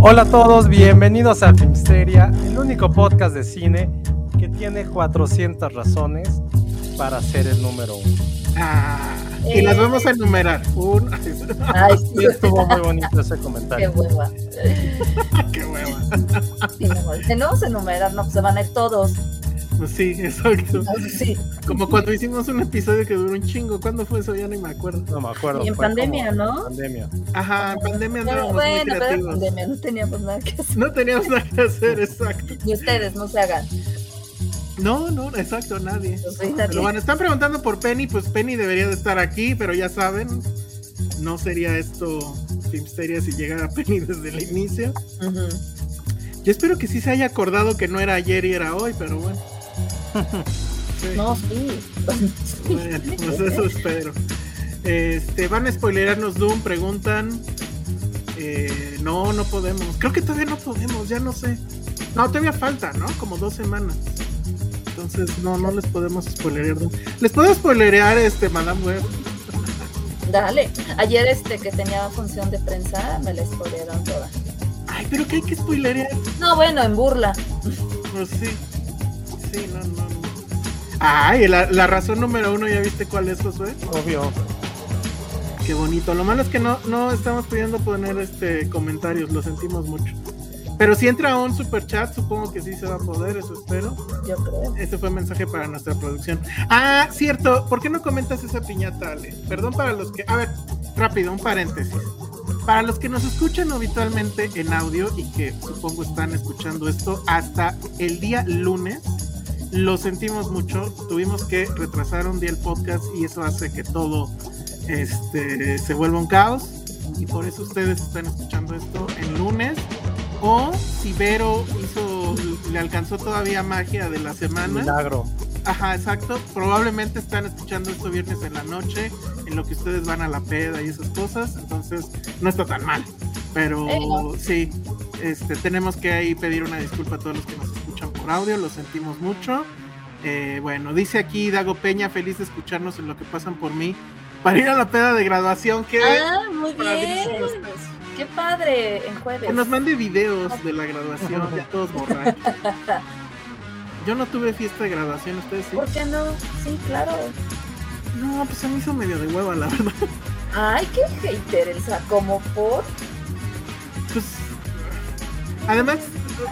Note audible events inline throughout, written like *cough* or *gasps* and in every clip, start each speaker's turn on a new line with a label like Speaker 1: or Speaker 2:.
Speaker 1: Hola a todos, bienvenidos a Filmsteria, el único podcast de cine que tiene 400 razones para ser el número uno.
Speaker 2: Ah, y las vamos a enumerar. Un...
Speaker 3: Ay, sí,
Speaker 1: Sí, estuvo muy bonito ese
Speaker 3: *laughs* qué
Speaker 1: comentario.
Speaker 3: hueva.
Speaker 2: *laughs* ¡Qué hueva!
Speaker 3: Sí, no, güey. Tenemos enumerar, no, pues se van a ir todos.
Speaker 2: Pues sí, exacto.
Speaker 3: Ay, Sí,
Speaker 2: Como cuando hicimos un episodio que duró un chingo. ¿Cuándo fue eso? Ya ni me acuerdo.
Speaker 1: No me acuerdo.
Speaker 3: Y en
Speaker 1: fue
Speaker 3: pandemia,
Speaker 1: como-
Speaker 3: ¿no?
Speaker 1: Pandemia.
Speaker 2: Ajá, en pandemia
Speaker 3: pero
Speaker 2: andábamos muy
Speaker 3: bueno, pero
Speaker 2: creativos.
Speaker 3: pandemia, no teníamos nada que hacer.
Speaker 2: No teníamos nada que hacer, exacto.
Speaker 3: Ni ustedes, no se hagan.
Speaker 2: No, no, exacto, nadie.
Speaker 3: Pues sí, nadie.
Speaker 2: Pero bueno, están preguntando por Penny. Pues Penny debería de estar aquí, pero ya saben, no sería esto Filmsteria si llegara *laughs* Penny desde el inicio.
Speaker 3: Ujú.
Speaker 2: Yo espero que sí se haya acordado que no era ayer y era hoy, pero bueno. *laughs* Sí.
Speaker 3: No, sí.
Speaker 2: Bueno, pues eso espero. Este, van a spoilerarnos Doom, preguntan. Eh, no, no podemos. Creo que todavía no podemos, ya no sé. No, todavía falta, ¿no? Como dos semanas. Entonces, no, no les podemos spoilerear Doom. Les puedo spoilerear este, Madame Web.
Speaker 3: Dale. Ayer este que tenía función de prensa, me la spoilearon toda.
Speaker 2: Ay, pero que hay que spoilerear.
Speaker 3: No, bueno, en burla.
Speaker 2: Pues sí. Sí, no, no, no. Ay, la, la razón número uno, ¿ya viste cuál es, Josué?
Speaker 1: Obvio.
Speaker 2: Qué bonito. Lo malo es que no, no estamos pudiendo poner este comentarios, lo sentimos mucho. Pero si entra un super chat, supongo que sí se va a poder, eso espero.
Speaker 3: Yo creo.
Speaker 2: Ese fue mensaje para nuestra producción. Ah, cierto, ¿por qué no comentas esa piñata, Ale? Perdón para los que. A ver, rápido, un paréntesis. Para los que nos escuchan habitualmente en audio y que supongo están escuchando esto hasta el día lunes, lo sentimos mucho. Tuvimos que retrasar un día el podcast y eso hace que todo este, se vuelva un caos. Y por eso ustedes están escuchando esto el lunes. O si Vero hizo, le alcanzó todavía magia de la semana.
Speaker 1: Milagro.
Speaker 2: Ajá, exacto. Probablemente están escuchando esto viernes en la noche, en lo que ustedes van a la peda y esas cosas, entonces no está tan mal. Pero
Speaker 3: Eh, no.
Speaker 2: sí, este, tenemos que ahí pedir una disculpa a todos los que nos escuchan por audio, lo sentimos mucho. Eh, bueno, dice aquí Dago Peña, feliz de escucharnos en lo que pasan por mí, para ir a la peda de graduación, que...
Speaker 3: Ah, muy
Speaker 2: padrísimo
Speaker 3: bien.
Speaker 2: está eso.
Speaker 3: Qué padre, en jueves.
Speaker 2: Que nos mande videos de la graduación, ya todos
Speaker 3: *laughs*
Speaker 2: borrachos. Yo no tuve fiesta de graduación, ustedes sí.
Speaker 3: ¿Por qué no? Sí, claro.
Speaker 2: No, pues se me hizo medio de hueva, la verdad.
Speaker 3: Ay, qué hater, Elsa, como por.
Speaker 2: Pues. Además,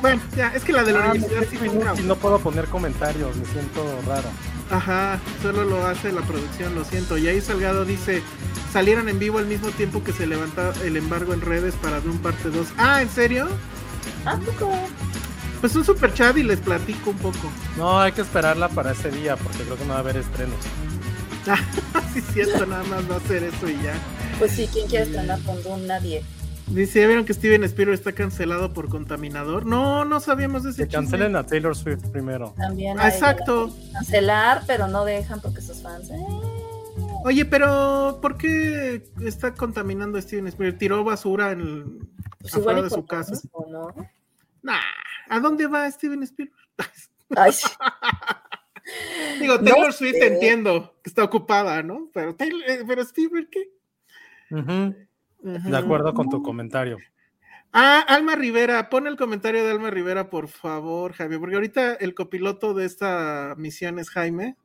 Speaker 2: bueno, ya, es que la de la
Speaker 1: Ah, me
Speaker 2: universidad sí fue
Speaker 1: siento
Speaker 2: una.
Speaker 1: inútil, no puedo poner comentarios, me siento raro.
Speaker 2: Ajá, solo lo hace la producción, lo siento. Y ahí Salgado dice: salieron en vivo al mismo tiempo que se levanta el embargo en redes para Doom parte 2. Ah, ¿en serio?
Speaker 3: Ah, poco.
Speaker 2: Pues un super chat y les platico un poco. *laughs*
Speaker 1: No, hay que esperarla para ese día porque creo que no va a haber estrenos.
Speaker 2: Así Ah, cierto, nada más va a ser eso y ya.
Speaker 3: Pues sí, ¿quién quiere estrenar con Doom? Nadie.
Speaker 2: Dice: ¿Ya vieron que Steven Spielberg está cancelado por contaminador? No, no sabíamos de ese
Speaker 1: Que
Speaker 2: chisme.
Speaker 1: cancelen a Taylor Swift primero.
Speaker 3: También.
Speaker 2: Ah,
Speaker 3: hay-
Speaker 2: Exacto.
Speaker 3: Cancelar, pero no dejan porque sus fans. eh.
Speaker 2: Oye, pero ¿por qué está contaminando Steven Spielberg? ¿Tiró basura en el-
Speaker 3: Pues
Speaker 2: afuera
Speaker 3: igual y
Speaker 2: de su
Speaker 3: por lo
Speaker 2: casa?
Speaker 3: mismo, ¿no?
Speaker 2: Nah, ¿a dónde va Steven Spielberg? *laughs*
Speaker 3: Ay, sí.
Speaker 2: Digo,
Speaker 3: No
Speaker 2: Taylor Swift
Speaker 3: sé.
Speaker 2: entiendo que está ocupada, ¿no? Pero, Taylor- eh, pero Spielberg, ¿qué?
Speaker 1: Ujú, De acuerdo con tu comentario.
Speaker 2: Ah, Alma Rivera, pon el comentario de Alma Rivera, por favor, Javier, porque ahorita el copiloto de esta misión es Jaime.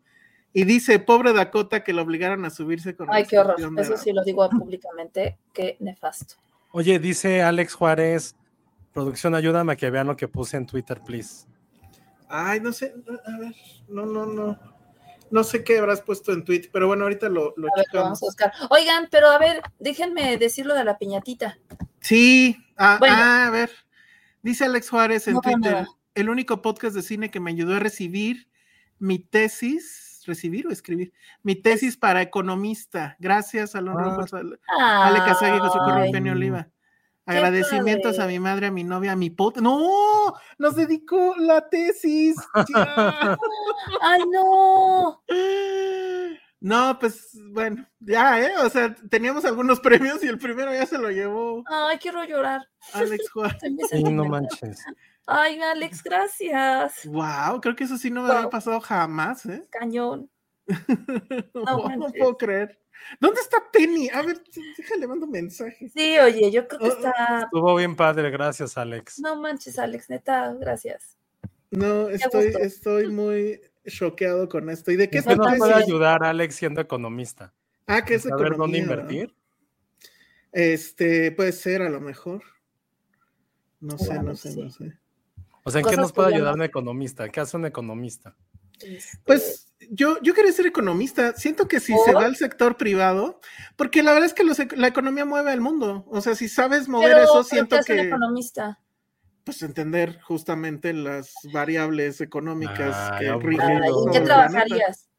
Speaker 2: Y dice, pobre Dakota que lo obligaron a subirse con
Speaker 3: Ay, qué horror.
Speaker 2: restricción de
Speaker 3: Eso
Speaker 2: edad.
Speaker 3: sí lo digo públicamente. Qué nefasto.
Speaker 1: Oye, dice Alex Juárez, producción, ayúdame a que vean lo que puse en Twitter, please.
Speaker 2: Ay, no sé, a ver, no, no, no. No sé qué habrás puesto en tweet, pero bueno, ahorita lo, lo
Speaker 3: A ver, lo
Speaker 2: checamos.
Speaker 3: vamos a buscar. Oigan, pero a ver, déjenme decir lo de la piñatita.
Speaker 2: Sí, ah,
Speaker 3: Bueno.
Speaker 2: ah, a ver. Dice Alex Juárez en
Speaker 3: No veo
Speaker 2: Twitter,
Speaker 3: nada.
Speaker 2: el único podcast de cine que me ayudó a recibir mi tesis, recibir o escribir, mi tesis para economista. Gracias, Alon
Speaker 1: Ah.
Speaker 2: Rojas, Ale- Ale
Speaker 3: Alex
Speaker 2: Casagui, José Correa y
Speaker 1: Ay.
Speaker 2: Peña Oliva. Agradecimientos a
Speaker 3: padre.
Speaker 2: mi madre, a mi novia, a mi pot. ¡No! ¡Nos dedicó la tesis!
Speaker 3: *laughs*
Speaker 2: Ya.
Speaker 3: ¡Ay, no!
Speaker 2: No, pues bueno, ya, ¿eh? O sea, teníamos algunos *laughs* premios y el primero ya se lo llevó
Speaker 3: ¡Ay, quiero llorar!
Speaker 2: Alex Juárez.
Speaker 3: Estoy muy
Speaker 1: Sí, no
Speaker 3: sentimental.
Speaker 1: manches.
Speaker 3: ¡Ay, Alex, gracias!
Speaker 2: Wow, creo que eso sí no me había
Speaker 3: Wow.
Speaker 2: pasado jamás, ¿eh? *laughs*
Speaker 3: Cañón.
Speaker 2: No, no
Speaker 3: manches.
Speaker 2: puedo creer. ¿Dónde está Penny? A ver, déjale, mando mensaje.
Speaker 3: Sí, oye, yo creo que
Speaker 2: Oh,
Speaker 3: está.
Speaker 1: Estuvo bien padre, gracias, Alex.
Speaker 3: No manches, Alex, neta, gracias.
Speaker 2: No, estoy,
Speaker 3: gusto.
Speaker 2: estoy muy choqueado con esto. ¿Y de qué
Speaker 1: ¿Qué
Speaker 2: es la
Speaker 3: Bueno,
Speaker 1: nos
Speaker 3: parece?
Speaker 1: puede
Speaker 2: tesis?
Speaker 1: ayudar Alex siendo economista?
Speaker 2: Ah, que es
Speaker 1: Saber dónde
Speaker 2: economía, ¿verdad?
Speaker 1: invertir.
Speaker 2: Este, puede ser a lo mejor. No sé, no
Speaker 3: Claro,
Speaker 2: sé,
Speaker 3: sí.
Speaker 2: no sé.
Speaker 1: O sea, ¿en qué
Speaker 3: Cosas
Speaker 1: nos puede
Speaker 3: que ya
Speaker 1: ayudar
Speaker 3: no-
Speaker 1: un economista? ¿Qué hace un economista?
Speaker 3: Este,
Speaker 2: Pues yo, yo quería ser economista. Siento que si se
Speaker 3: ¿Por?
Speaker 2: va al sector privado, porque la verdad es que los ec- la economía mueve al mundo. O sea, si sabes mover
Speaker 3: pero,
Speaker 2: eso,
Speaker 3: pero
Speaker 2: siento
Speaker 3: ¿qué hace un
Speaker 2: que
Speaker 3: economista?
Speaker 2: pues entender justamente las variables económicas
Speaker 1: Ay,
Speaker 2: que
Speaker 1: aburrido.
Speaker 2: rigen.
Speaker 3: Ay, ¿En
Speaker 2: todo
Speaker 3: qué
Speaker 2: el planeta.
Speaker 3: trabajarías?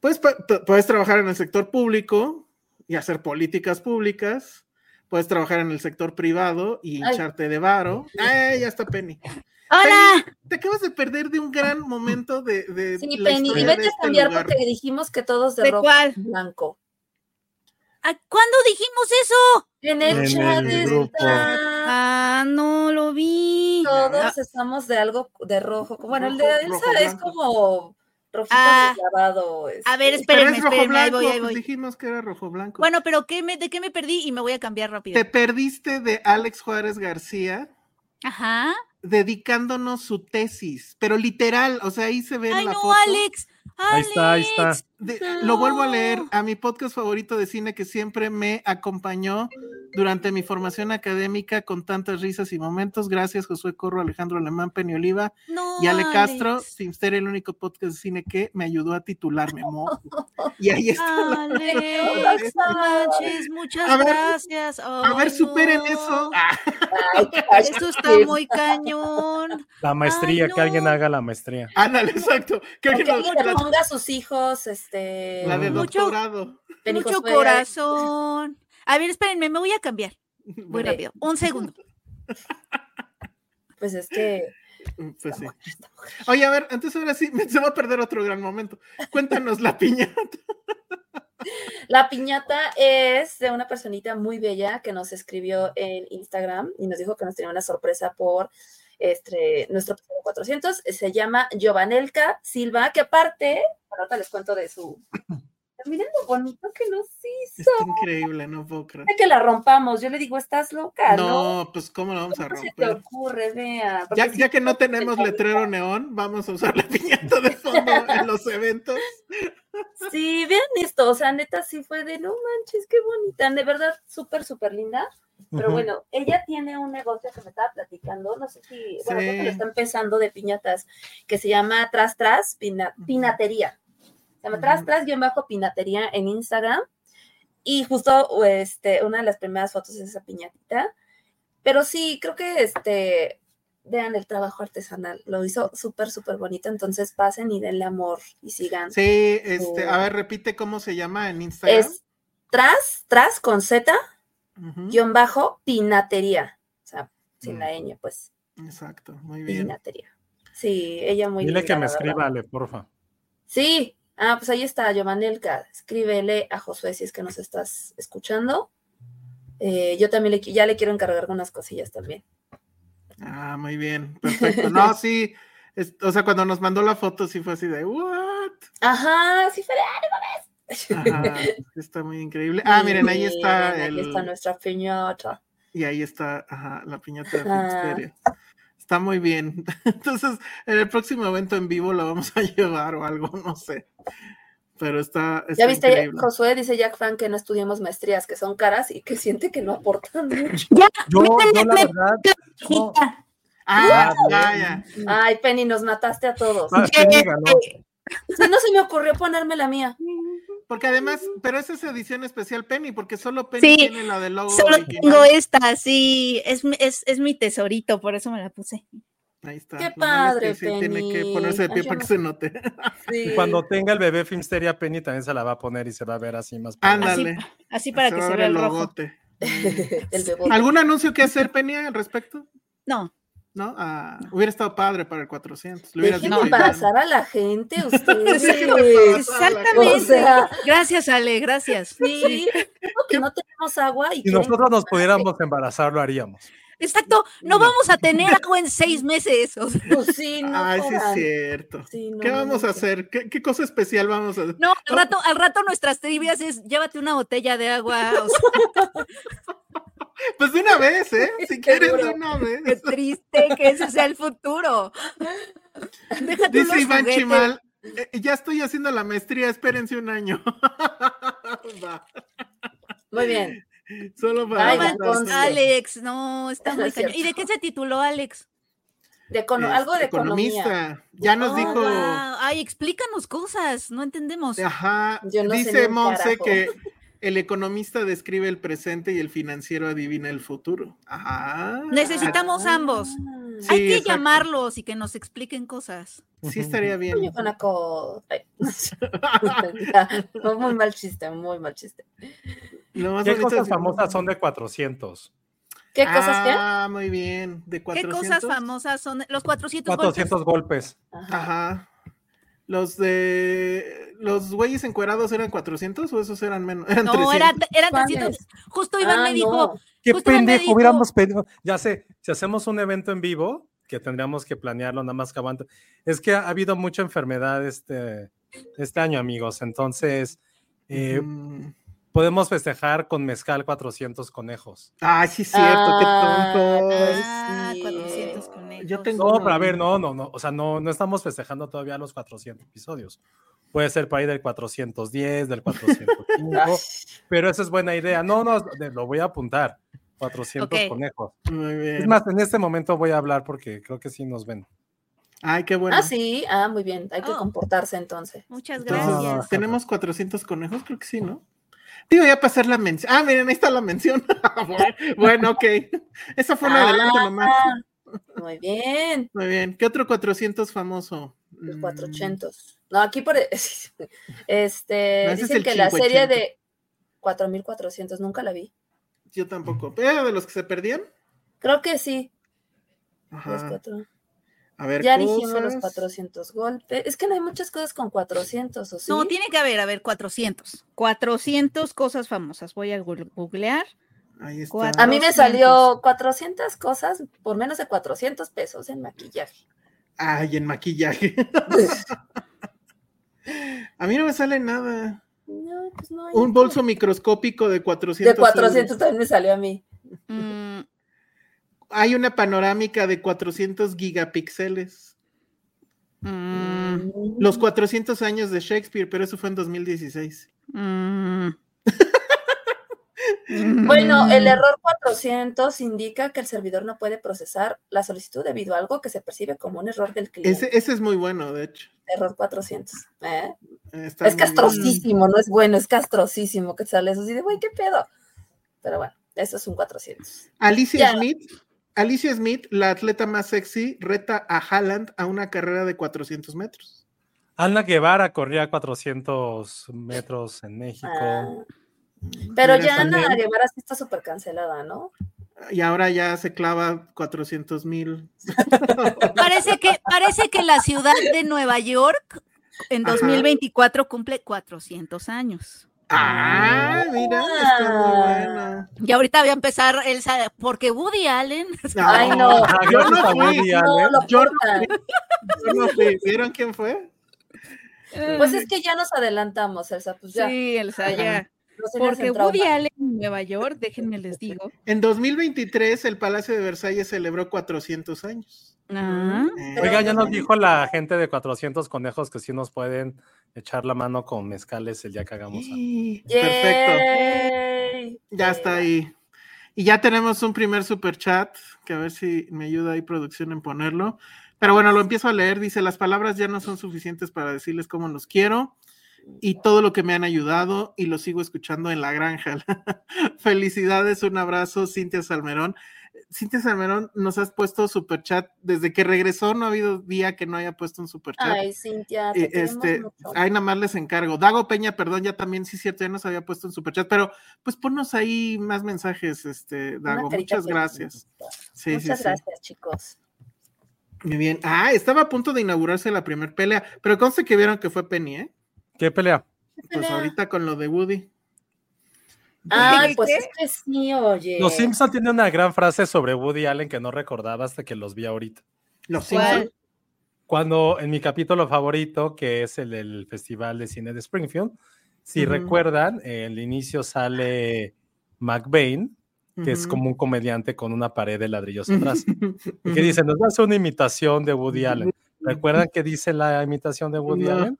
Speaker 2: Pues pa- pa- puedes trabajar en el sector público y hacer políticas públicas. Puedes trabajar en el sector privado y
Speaker 3: Ay.
Speaker 2: hincharte de varo. ¡Ay, ya está Penny!
Speaker 3: ¡Hola!
Speaker 2: Te acabas de perder de un gran momento de. de
Speaker 3: Sí,
Speaker 2: la
Speaker 3: Penny, y
Speaker 2: historia
Speaker 3: vete
Speaker 2: de
Speaker 3: a
Speaker 2: este
Speaker 3: cambiar
Speaker 2: lugar.
Speaker 3: porque dijimos que todos de
Speaker 4: ¿De
Speaker 3: ropa
Speaker 4: cuál?
Speaker 3: blanco.
Speaker 4: ¿A ¿Cuándo dijimos eso?
Speaker 3: En el
Speaker 1: En
Speaker 3: chat
Speaker 1: el grupo.
Speaker 3: está.
Speaker 4: Ah, no lo vi. Ah,
Speaker 3: Todos estamos de algo de rojo. Bueno, el de
Speaker 2: Rojo,
Speaker 3: Elsa
Speaker 2: rojo,
Speaker 3: es
Speaker 2: blanco.
Speaker 3: como rojito
Speaker 4: Ah,
Speaker 3: lavado. este.
Speaker 4: A ver,
Speaker 2: Pero
Speaker 4: espérenme,
Speaker 2: es rojo
Speaker 4: espérenme, ahí
Speaker 2: blanco.
Speaker 4: voy, ahí
Speaker 2: pues
Speaker 4: voy.
Speaker 2: dijimos que era rojo blanco.
Speaker 4: Bueno, pero ¿qué me, ¿de qué me perdí? Y me voy a cambiar rápido.
Speaker 2: te perdiste de Alex Juárez García
Speaker 4: Ajá.
Speaker 2: dedicándonos su tesis, pero literal, o sea, ahí se ve en
Speaker 4: Ay,
Speaker 2: la
Speaker 4: no,
Speaker 2: foto.
Speaker 4: Alex.
Speaker 1: Ahí está, ahí está.
Speaker 4: Alex.
Speaker 2: De-
Speaker 4: No.
Speaker 2: Lo vuelvo a leer a mi podcast favorito de cine que siempre me acompañó durante mi formación académica con tantas risas y momentos. Gracias, Josué Corro, Alejandro Alemán, Penny Oliva
Speaker 4: No,
Speaker 2: y Ale Castro.
Speaker 4: Alex.
Speaker 2: Simster, el único podcast de cine que me ayudó a titularme. mo. Y ahí está. la-
Speaker 4: Alex, no manches, muchas
Speaker 2: A ver,
Speaker 4: gracias.
Speaker 2: A ver,
Speaker 4: Ay,
Speaker 2: superen
Speaker 4: no.
Speaker 2: eso. Ah,
Speaker 4: Eso está
Speaker 1: *laughs*
Speaker 4: muy cañón.
Speaker 1: La maestría, que alguien
Speaker 4: no.
Speaker 1: haga la maestría.
Speaker 2: ándale, exacto. Creo que
Speaker 3: que
Speaker 2: nos-
Speaker 3: alguien le ponga a sus hijos, este.
Speaker 2: la de
Speaker 4: Mucho-
Speaker 2: doctorado.
Speaker 3: Penny
Speaker 4: Mucho
Speaker 3: Josué.
Speaker 4: corazón. A ver, espérenme, me voy a cambiar. Muy
Speaker 3: Ve.
Speaker 4: rápido. Un segundo.
Speaker 2: *laughs*
Speaker 3: Pues es que.
Speaker 2: Pues sí. Oye, a ver, entonces ahora sí, *laughs* me- se va a perder otro gran momento. Cuéntanos la piña.
Speaker 3: La piñata es de una personita muy bella que nos escribió en Instagram y nos dijo que nos tenía una sorpresa por este, nuestro episodio 400. Se llama Giovanelka Silva, que aparte, bueno, ahorita les cuento
Speaker 2: *laughs*
Speaker 3: de su... Miren lo bonito que nos
Speaker 2: Está
Speaker 3: hizo.
Speaker 2: increíble, no puedo creer.
Speaker 3: Que la rompamos. Yo le digo, estás loca, *laughs* ¿no?
Speaker 2: No, pues cómo la vamos a
Speaker 3: ¿Cómo se te
Speaker 2: romper.
Speaker 3: ocurre, vea? Porque
Speaker 2: Ya,
Speaker 3: si
Speaker 2: ya
Speaker 3: *laughs*
Speaker 2: que no tenemos
Speaker 3: ahorita-
Speaker 2: letrero neón, vamos a usar la piñata de fondo en los
Speaker 3: *laughs*
Speaker 2: eventos.
Speaker 3: Sí, vean esto, o sea, neta sí fue de no manches, qué bonita, de verdad, súper, súper linda. Pero
Speaker 1: Ujú.
Speaker 3: bueno, ella tiene un negocio que me estaba platicando, no sé si, bueno, creo que
Speaker 2: Sí.
Speaker 3: lo está empezando de piñatas, que se llama Tras Tras Pina-
Speaker 2: Ujú.
Speaker 3: Pinatería. Se llama
Speaker 2: Ujú.
Speaker 3: Tras Tras guión bajo Pinatería en Instagram. Y justo o este, una de las primeras fotos es esa piñatita. Pero sí, creo que este, vean el trabajo artesanal, lo hizo súper, súper bonito. Entonces pasen y denle amor y sigan.
Speaker 2: Sí, este, a ver, repite cómo se llama en Instagram.
Speaker 3: Es tras, tras con Z,
Speaker 2: Ujú,
Speaker 3: guión bajo, pinatería. O sea, sin
Speaker 2: Mm.
Speaker 3: la ñ, pues,
Speaker 2: Exacto, muy bien.
Speaker 3: pinatería. Sí, ella muy
Speaker 1: Dile
Speaker 3: linda,
Speaker 1: que me
Speaker 3: la verdad.
Speaker 1: escriba, Ale, porfa.
Speaker 3: Sí, ah, pues ahí está, Giovanelka. Escríbele a Josué si es que nos estás escuchando. Eh, yo también le, qui- ya le quiero encargar unas cosillas también.
Speaker 2: Ah, muy bien, perfecto.
Speaker 3: *laughs*
Speaker 2: No, sí, es- o sea, cuando nos mandó la foto sí fue así de, ¿what?
Speaker 3: *laughs* Ajá, sí, Fede, ¡ah, no mames!
Speaker 2: Ajá, está muy increíble. Ah, miren, ahí está
Speaker 3: Miren, ahí
Speaker 2: el,
Speaker 3: está nuestra piñata.
Speaker 2: Y ahí está ajá, la piñata de
Speaker 3: Ajá.
Speaker 2: Filmsteria. Está muy bien. *laughs* Entonces, en el próximo evento en vivo lo vamos a *laughs* llevar o algo, no sé. Pero está. está
Speaker 3: ya viste,
Speaker 2: increíble.
Speaker 3: Josué dice Jack Frank que no estudiamos maestrías, que son caras y que siente que no aportan mucho.
Speaker 4: Ya,
Speaker 1: Yo,
Speaker 4: métanle
Speaker 1: yo la
Speaker 4: la
Speaker 1: verdad. no.
Speaker 4: hojita.
Speaker 2: Ah,
Speaker 1: Ah,
Speaker 2: ya,
Speaker 1: bien.
Speaker 2: ya.
Speaker 3: Ay, Penny, nos mataste a todos.
Speaker 1: Ah, Penny ganó.
Speaker 3: Si no se me ocurrió ponerme la mía.
Speaker 2: Porque además, pero esa es edición especial Penny, porque solo Penny
Speaker 4: Sí,
Speaker 2: tiene la del logo.
Speaker 4: Solo
Speaker 2: original.
Speaker 4: tengo esta, sí, es, mi- es, es mi tesorito, por eso me la puse.
Speaker 2: Ahí está.
Speaker 3: ¡Qué
Speaker 2: Lo malo
Speaker 3: padre,
Speaker 2: es que sí Tiene que
Speaker 3: Penny!
Speaker 2: ponerse de pie
Speaker 3: Ay, yo
Speaker 2: para
Speaker 3: no-
Speaker 2: que se note.
Speaker 3: Sí.
Speaker 1: Y cuando tenga el bebé Filmsteria, Penny también se la va a poner y se va a ver así más. padre.
Speaker 2: *laughs* Ándale.
Speaker 4: Así para que se vea el rojo. *laughs*
Speaker 2: logote.
Speaker 3: *laughs* El bebé.
Speaker 2: ¿Algún anuncio que hacer, Penny, al respecto?
Speaker 4: No,
Speaker 2: ¿No? Ah, Hubiera estado padre para el 400. Lo hubieras
Speaker 3: Dejen
Speaker 2: dicho
Speaker 3: de
Speaker 2: igual.
Speaker 3: pasar a la gente,
Speaker 2: Dejen
Speaker 3: ustedes.
Speaker 2: de pasar a la
Speaker 3: O
Speaker 4: Exactamente.
Speaker 3: sea,
Speaker 4: gracias Ale, gracias.
Speaker 3: *laughs* sí, creo que no tenemos agua y
Speaker 1: Si
Speaker 3: quieren-
Speaker 1: nosotros nos pudiéramos embarazar, lo haríamos.
Speaker 4: Exacto, no
Speaker 1: No.
Speaker 4: vamos a tener agua en seis meses. o sea,
Speaker 3: Pues sí, no.
Speaker 2: Ay, sí es
Speaker 3: jodan.
Speaker 2: cierto.
Speaker 3: Sí, no,
Speaker 2: ¿Qué
Speaker 3: no,
Speaker 2: vamos
Speaker 3: no,
Speaker 2: a
Speaker 3: sí.
Speaker 2: hacer? ¿Qué, qué cosa especial vamos a hacer?
Speaker 4: no, al rato, al rato nuestras trivias es llévate una botella de agua. o sea,
Speaker 2: Pues de una vez,
Speaker 3: *laughs*
Speaker 2: ¿eh? Si quieres, de
Speaker 3: Seguro.
Speaker 2: una
Speaker 4: qué
Speaker 2: *laughs* vez.
Speaker 4: triste que ese sea el futuro. Déjate
Speaker 2: Dice
Speaker 4: unos
Speaker 2: Iván
Speaker 4: juguetes.
Speaker 2: Chimal, "Eh, ya estoy haciendo la maestría, espérense un año. *laughs* Va,
Speaker 3: Muy bien.
Speaker 2: Solo para...
Speaker 3: Ay,
Speaker 4: Ay,
Speaker 3: Iván,
Speaker 2: avisarles.
Speaker 3: entonces,
Speaker 4: Alex, no, está
Speaker 3: *laughs* No
Speaker 4: muy
Speaker 3: es
Speaker 4: cañón. ¿Y de
Speaker 3: cierto.
Speaker 4: qué se tituló Alex?
Speaker 3: De econo-
Speaker 2: Este,
Speaker 3: algo de economía.
Speaker 2: Ya nos
Speaker 3: Ah,
Speaker 2: dijo...
Speaker 4: Oh,
Speaker 2: Ah,
Speaker 4: guau. Ay, explícanos cosas, no entendemos.
Speaker 2: Ajá,
Speaker 3: Yo no sé ni
Speaker 2: dice
Speaker 3: un
Speaker 2: Monse
Speaker 3: carajo.
Speaker 2: que el economista describe el presente y el financiero adivina el futuro. Ajá.
Speaker 4: Necesitamos ambos.
Speaker 3: Ah,
Speaker 4: Hay que
Speaker 2: exacto.
Speaker 4: llamarlos y que nos expliquen cosas.
Speaker 2: Sí, estaría bien.
Speaker 3: you gonna call- Ay, *laughs* ya, no, muy mal chiste, muy mal chiste.
Speaker 2: Lo más
Speaker 1: ¿Qué
Speaker 2: bonito
Speaker 1: cosas
Speaker 2: es-
Speaker 1: famosas son de 400?
Speaker 3: ¿Qué cosas qué?
Speaker 2: Ah, muy bien. De
Speaker 4: ¿Qué
Speaker 2: 400.
Speaker 4: cosas famosas son los 400, golpes?
Speaker 1: 400 golpes.
Speaker 3: Ajá.
Speaker 2: Ajá. Los de. Los güeyes encuerados eran 400 o esos eran menos. Eran
Speaker 4: No,
Speaker 2: 300.
Speaker 4: era- eran
Speaker 3: ¿Cuáles?
Speaker 4: 300. Justo Iván
Speaker 3: Ah,
Speaker 4: me dijo,
Speaker 3: no.
Speaker 1: Qué
Speaker 4: Justo me
Speaker 1: pendejo,
Speaker 4: dijo-
Speaker 1: hubiéramos pedido. Ya sé, si hacemos un evento en vivo, que tendríamos que planearlo nada más que aguante. Es que ha habido mucha enfermedad este, este año, amigos. Entonces, eh,
Speaker 2: Mm.
Speaker 1: podemos festejar con mezcal 400 conejos.
Speaker 2: Ay, sí, es cierto.
Speaker 3: Ah,
Speaker 2: qué tontos.
Speaker 4: ah,
Speaker 3: sí.
Speaker 4: 400 conejos.
Speaker 2: Yo tengo-
Speaker 1: No,
Speaker 2: Bueno,
Speaker 1: pero a ver,
Speaker 2: y-
Speaker 1: no, no, no. O sea, no, no estamos festejando todavía los 400 episodios. Puede ser para ir del 410, del 405, pero esa es buena idea. No, no, de- lo voy a apuntar. 400
Speaker 4: Ok.
Speaker 1: conejos.
Speaker 2: Muy
Speaker 1: Es
Speaker 2: bien.
Speaker 1: más, en este momento voy a hablar porque creo que sí nos ven.
Speaker 2: Ay, qué bueno.
Speaker 3: Ah, sí, ah, muy bien. Hay que
Speaker 4: Oh.
Speaker 3: comportarse entonces.
Speaker 4: Muchas
Speaker 2: Entonces,
Speaker 1: Ah,
Speaker 4: gracias.
Speaker 2: Tenemos 400 conejos, creo que sí, ¿no? Digo, ya para hacer la mención. Ah, miren, ahí está la mención. *laughs* bueno, ok. Esa fue una adelanto nomás.
Speaker 3: Ah, Muy bien.
Speaker 2: Muy bien. ¿Qué otro 400 famoso?
Speaker 3: Los
Speaker 2: Mm,
Speaker 3: 400. No, aquí por. e-, *laughs* Este.
Speaker 2: No, ese es
Speaker 3: dicen
Speaker 2: el
Speaker 3: que la serie
Speaker 2: 580.
Speaker 3: de 4400, nunca la vi.
Speaker 2: Yo tampoco. ¿Era de los que se perdían?
Speaker 3: Creo que sí. los
Speaker 2: Ajá.
Speaker 3: cuatro.
Speaker 2: A ver,
Speaker 3: Ya dijimos los
Speaker 2: cosas.
Speaker 3: 400 golpes. Es que no hay muchas cosas con 400, ¿o sí?
Speaker 4: No, tiene que haber, a ver, 400. 400 cosas famosas. Voy a gu- googlear.
Speaker 2: Ahí está.
Speaker 4: Cuatro.
Speaker 3: A mí me
Speaker 4: 200.
Speaker 3: salió 400 cosas por menos de 400 pesos en
Speaker 2: *laughs*
Speaker 3: maquillaje.
Speaker 2: Ay, en maquillaje. *laughs* A mí no me sale nada.
Speaker 3: No, pues no hay.
Speaker 2: Un bolso microscópico de 400.
Speaker 3: de
Speaker 2: euros.
Speaker 3: 400 también me salió a mí.
Speaker 4: Mm,
Speaker 2: Hay una panorámica de 400 gigapíxeles.
Speaker 4: mm,
Speaker 2: Los 400 años de Shakespeare, pero eso fue en 2016.
Speaker 4: mm.
Speaker 3: Bueno, el
Speaker 4: Mm.
Speaker 3: error 400 indica que el servidor no puede procesar la solicitud debido a algo que se percibe como un error del cliente.
Speaker 2: Ese, ese es muy bueno, de hecho.
Speaker 3: Error 400. ¿eh?
Speaker 2: Está
Speaker 3: Es
Speaker 2: muy bien.
Speaker 3: castrosísimo, no es bueno, es castrosísimo que sale eso. Así de, güey, ¿qué pedo? Pero bueno, eso es un 400.
Speaker 2: Alicia
Speaker 3: Ya.
Speaker 2: Smith. Alicia Smith, la atleta más sexy, reta a Haaland a una carrera de 400 metros.
Speaker 1: Ana Guevara corría 400 metros en México.
Speaker 3: Ah, pero
Speaker 2: Mira,
Speaker 3: ya Ana
Speaker 2: también.
Speaker 3: Guevara sí está súper cancelada, ¿no?
Speaker 2: Y ahora ya se clava 400 mil.
Speaker 4: Parece que, parece que la ciudad de Nueva York en
Speaker 2: Ajá.
Speaker 4: 2024 cumple 400 años.
Speaker 2: Ah, mira, está muy bueno.
Speaker 4: Y ahorita voy a empezar el sa- porque Woody Allen.
Speaker 3: Ay, no.
Speaker 1: *laughs* Ah,
Speaker 2: Yo
Speaker 1: gracias
Speaker 2: no
Speaker 1: a
Speaker 2: fui.
Speaker 1: Woody
Speaker 3: No,
Speaker 1: Allen.
Speaker 3: lo
Speaker 2: ¿eh? Yo no
Speaker 3: cortan.
Speaker 2: Yo no fui. ¿Vieron quién fue?
Speaker 3: Pues es que ya nos adelantamos, Elsa, pues ya.
Speaker 4: Sí, el
Speaker 3: Ajá.
Speaker 4: ya.
Speaker 3: nos tienes
Speaker 4: Porque
Speaker 3: en trauma.
Speaker 4: Woody Allen en Nueva York, déjenme les digo.
Speaker 2: En 2023, el Palacio de Versalles celebró 400 años.
Speaker 4: Ah,
Speaker 2: Eh,
Speaker 3: Pero-
Speaker 1: Oiga, ya nos dijo la gente de 400 conejos que sí nos pueden echar la mano con mezcales el día que hagamos
Speaker 2: *gasps*
Speaker 1: algo.
Speaker 2: Perfecto.
Speaker 3: Yay.
Speaker 2: Ya
Speaker 3: Eh,
Speaker 2: está ahí. Y ya tenemos un primer super chat, que a ver si me ayuda ahí producción en ponerlo. Pero bueno, lo empiezo a leer. Dice, las palabras ya no son suficientes para decirles cómo los quiero y todo lo que me han ayudado y los sigo escuchando en la granja. *laughs* Felicidades, un abrazo, Cintia Salmerón. Cintia Salmerón, nos has puesto super chat. Desde que regresó no ha habido día que no haya puesto un super chat.
Speaker 3: Ay, Cintia,
Speaker 2: Y,
Speaker 3: te queremos
Speaker 2: este,
Speaker 3: mucho.
Speaker 2: ahí nada más les encargo. Dago Peña, perdón, ya también, sí, cierto, ya nos había puesto en superchat, pero pues ponnos ahí más mensajes, este,
Speaker 3: Una
Speaker 2: Dago.
Speaker 3: carita
Speaker 2: Muchas
Speaker 3: feliz.
Speaker 2: gracias. Sí, sí,
Speaker 3: Muchas
Speaker 2: sí.
Speaker 3: gracias, chicos.
Speaker 2: Muy bien. Ah, estaba a punto de inaugurarse la primera pelea, pero conste que vieron que fue Penny, ¿eh?
Speaker 1: ¿Qué pelea?
Speaker 2: Pues
Speaker 3: Pelea.
Speaker 2: ahorita con lo de Woody.
Speaker 3: Ay,
Speaker 4: ¿Qué?
Speaker 3: pues es que sí, oye.
Speaker 1: Los Simpson tienen una gran frase sobre Woody Allen que no recordaba hasta que los vi ahorita.
Speaker 2: Los
Speaker 4: ¿Cuál?
Speaker 2: Simpson.
Speaker 1: Cuando en mi capítulo favorito, que es el del Festival de Cine de Springfield, si
Speaker 2: Ujú.
Speaker 1: recuerdan, eh, el inicio sale McBain, que es
Speaker 2: Ujú.
Speaker 1: como un comediante con una pared de
Speaker 2: *laughs*
Speaker 1: ladrillos atrás. y
Speaker 2: Ujú.
Speaker 1: que dice, nos va a hacer una imitación de Woody Allen. ¿Recuerdan qué dice la imitación de Woody
Speaker 2: No.
Speaker 1: Allen?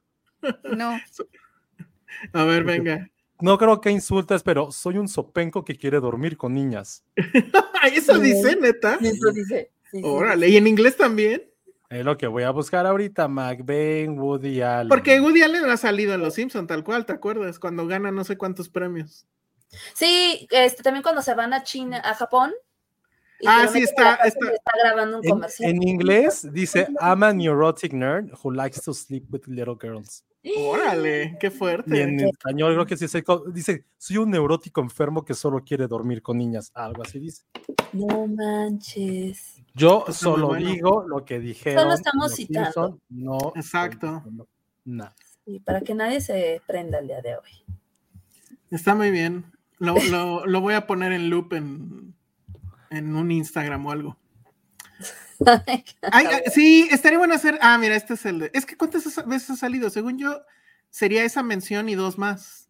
Speaker 4: no.
Speaker 2: A ver, venga.
Speaker 1: No creo que insultes, pero soy un sopenco que quiere dormir con niñas.
Speaker 2: Ay, Eso dice, neta.
Speaker 3: Eso dice. sí, sí.
Speaker 2: Órale, y en inglés también.
Speaker 1: Es lo que voy a buscar ahorita, McBain, Woody Allen.
Speaker 2: Porque Woody Allen ha salido en Los Simpson, tal cual, ¿te acuerdas? Cuando gana no sé cuántos premios.
Speaker 3: Sí, este, también cuando se van a China, a Japón. y
Speaker 2: Ah,
Speaker 3: que lo
Speaker 2: sí,
Speaker 3: meten a la
Speaker 2: está-
Speaker 3: cárcel y
Speaker 2: está-
Speaker 3: está grabando un
Speaker 1: En,
Speaker 3: comercial.
Speaker 1: en inglés dice, I'm a neurotic nerd who likes to sleep with little girls.
Speaker 3: ¡Ah!
Speaker 2: Órale, qué fuerte.
Speaker 1: Y en español creo que sí se co- dice, soy un neurótico enfermo que solo quiere dormir con niñas. Algo así dice.
Speaker 3: No manches.
Speaker 1: Yo
Speaker 2: muy
Speaker 1: solo
Speaker 2: bueno.
Speaker 1: digo lo que dijeron.
Speaker 3: estamos
Speaker 1: los
Speaker 3: citando.
Speaker 1: Simpson, no estoy
Speaker 2: Exacto.
Speaker 1: diciendo nada.
Speaker 3: Y para que nadie se prenda el día de hoy. *laughs*
Speaker 2: Está muy bien. Lo, lo- lo voy a poner en loop en, en un Instagram o
Speaker 4: *laughs*
Speaker 2: algo. Ay, ay, sí, estaría bueno hacer. Ah, mira, este es el de. Es que cuántas has- veces ha salido. Según yo, sería esa mención y dos más.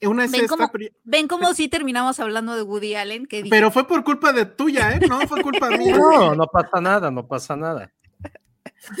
Speaker 2: Una es
Speaker 4: Ven
Speaker 2: esta,
Speaker 4: cómo-
Speaker 2: pri-
Speaker 4: Ven cómo sí terminamos hablando de Woody Allen, que dije,
Speaker 2: pero fue por culpa de tuya, ¿eh? No, fue
Speaker 4: *laughs*
Speaker 2: culpa mía.
Speaker 1: No, no pasa nada, no pasa nada.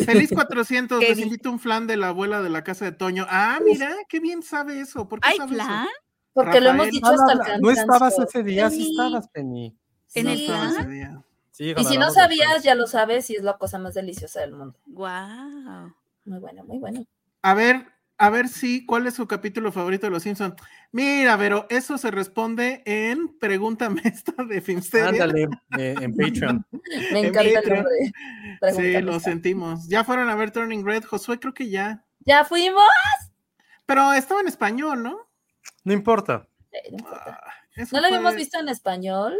Speaker 2: Feliz 400, les
Speaker 4: Kenny.
Speaker 2: invito un flan de la abuela de la casa de Toño. Ah, mira, qué bien sabe eso. ¿Por qué
Speaker 4: ay,
Speaker 2: sabe
Speaker 4: plan,
Speaker 2: eso?
Speaker 3: Porque lo hemos
Speaker 2: Rafael,
Speaker 3: dicho
Speaker 1: No, no,
Speaker 3: hasta el
Speaker 1: no, no
Speaker 3: cansancio.
Speaker 1: estabas ese día, sí
Speaker 4: Penny.
Speaker 1: estabas, Penny.
Speaker 4: en
Speaker 3: Sí.
Speaker 4: el
Speaker 2: estaba
Speaker 4: plan.
Speaker 2: ese día.
Speaker 1: Sí,
Speaker 3: Y si no
Speaker 1: ganamos la
Speaker 3: sabías,
Speaker 1: Champions.
Speaker 3: ya lo sabes y es la cosa más deliciosa del mundo.
Speaker 4: Wow.
Speaker 3: Muy bueno, muy bueno.
Speaker 2: A ver, a ver si, ¿cuál es su capítulo favorito de Los Simpsons? Mira, pero eso se responde en *laughs* Pregúntame esta de Filmsteria.
Speaker 1: Ándale, eh, en Patreon.
Speaker 3: Me encanta el
Speaker 2: Patreon.
Speaker 3: nombre.
Speaker 2: Sí,
Speaker 3: Pregúntame
Speaker 2: lo
Speaker 3: esta.
Speaker 2: sentimos. Ya fueron a ver Turning Red, Josué, creo que ya.
Speaker 3: ¿Ya fuimos?
Speaker 2: Pero estaba en español, ¿no?
Speaker 1: No importa.
Speaker 3: Eh, No importa.
Speaker 2: Ah, eso
Speaker 3: No lo
Speaker 2: fue-
Speaker 3: habíamos visto en español,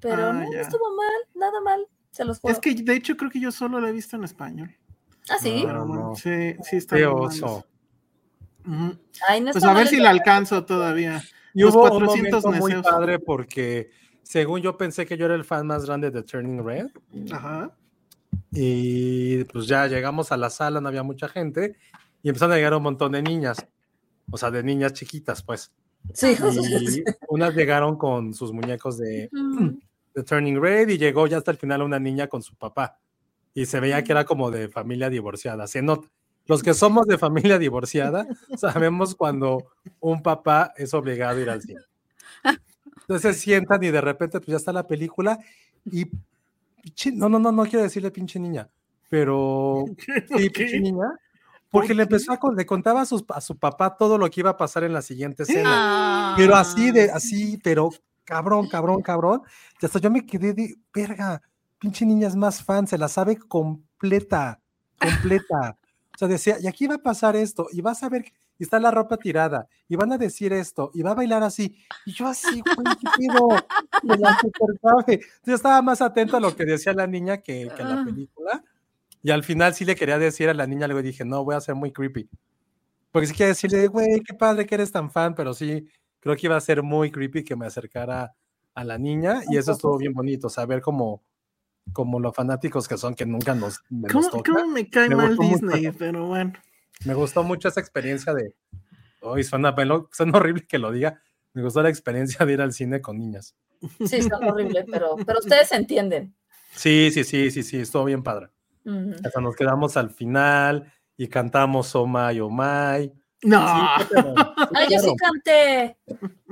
Speaker 3: pero
Speaker 2: Ah,
Speaker 3: no, no
Speaker 2: ya.
Speaker 3: estuvo mal, nada mal. Se los juro.
Speaker 2: Es que de hecho creo que yo solo lo he visto en español.
Speaker 3: ah, sí.
Speaker 1: Ah,
Speaker 2: Pero bueno,
Speaker 1: no.
Speaker 2: sí, sí está
Speaker 1: Qué
Speaker 2: bien.
Speaker 1: oso.
Speaker 3: Ay, no
Speaker 2: Pues
Speaker 3: está
Speaker 2: a ver
Speaker 3: mal
Speaker 2: si
Speaker 3: el-
Speaker 2: la alcanzo todavía.
Speaker 1: Y
Speaker 2: Los
Speaker 1: hubo
Speaker 2: 400
Speaker 1: un momento muy
Speaker 2: neceos.
Speaker 1: padre porque, según yo pensé que yo era el fan más grande de Turning Red,
Speaker 2: Ajá.
Speaker 1: y pues ya llegamos a la sala, no había mucha gente, y empezaron a llegar un montón de niñas, o sea, de niñas chiquitas,
Speaker 3: *laughs*
Speaker 1: pues.
Speaker 3: Sí,
Speaker 1: Y unas llegaron con sus muñecos de,
Speaker 3: Mm.
Speaker 1: de Turning Red y llegó ya hasta el final una niña con su papá. Y se veía que era
Speaker 2: Mm.
Speaker 1: como de familia divorciada. Se nota. Los que somos de familia divorciada
Speaker 2: *laughs*
Speaker 1: sabemos cuando un papá es obligado a ir al cine. Entonces se sientan y de repente pues ya está la película y pinche- no, no, no, no quiero decirle pinche niña, pero sí,
Speaker 2: ¿Por
Speaker 1: pinche
Speaker 2: *laughs* qué?
Speaker 1: niña, porque
Speaker 2: ¿Por
Speaker 1: le
Speaker 2: qué?
Speaker 1: empezó a, con- le contaba a, sus- a su papá todo lo que iba a pasar en la siguiente escena.
Speaker 4: Ah.
Speaker 1: Pero así de, así, pero cabrón, cabrón, cabrón. Y hasta yo me quedé de, verga, pinche niña es más fan, se la sabe completa, completa. O sea, decía, y aquí va a pasar esto, y vas a ver, y está la ropa tirada, y van a decir esto, y va a bailar así. Y yo así, güey, ¿qué pedo? Me la super sabe. Yo estaba más atento a lo que decía la niña que, que a la
Speaker 4: Ah.
Speaker 1: película. Y al final sí le quería decir a la niña, luego dije, no, voy a ser muy creepy. Porque sí quería decirle, güey, qué padre que eres tan fan, pero sí, creo que iba a ser muy creepy que me acercara a la niña y eso estuvo bien bonito, saber cómo, como los fanáticos que son que nunca nos, me,
Speaker 2: ¿Cómo,
Speaker 1: nos toca.
Speaker 2: cómo me cae
Speaker 1: Me
Speaker 2: mal
Speaker 1: gustó mucho.
Speaker 2: Disney? Pero bueno.
Speaker 1: Me gustó mucho esa experiencia de, hoy suena, pelo- suena horrible que lo diga, me gustó la experiencia de ir al cine con niñas.
Speaker 3: Sí, está horrible, pero, pero ustedes entienden. Mm.
Speaker 1: Sí, sí, sí, sí, sí, estuvo bien padre.
Speaker 3: Ujú.
Speaker 1: Hasta nos quedamos al final y cantamos Oh My, Oh My.
Speaker 2: No.
Speaker 1: Sí, claro, sí,
Speaker 3: Ah, yo
Speaker 1: claro.
Speaker 3: sí canté.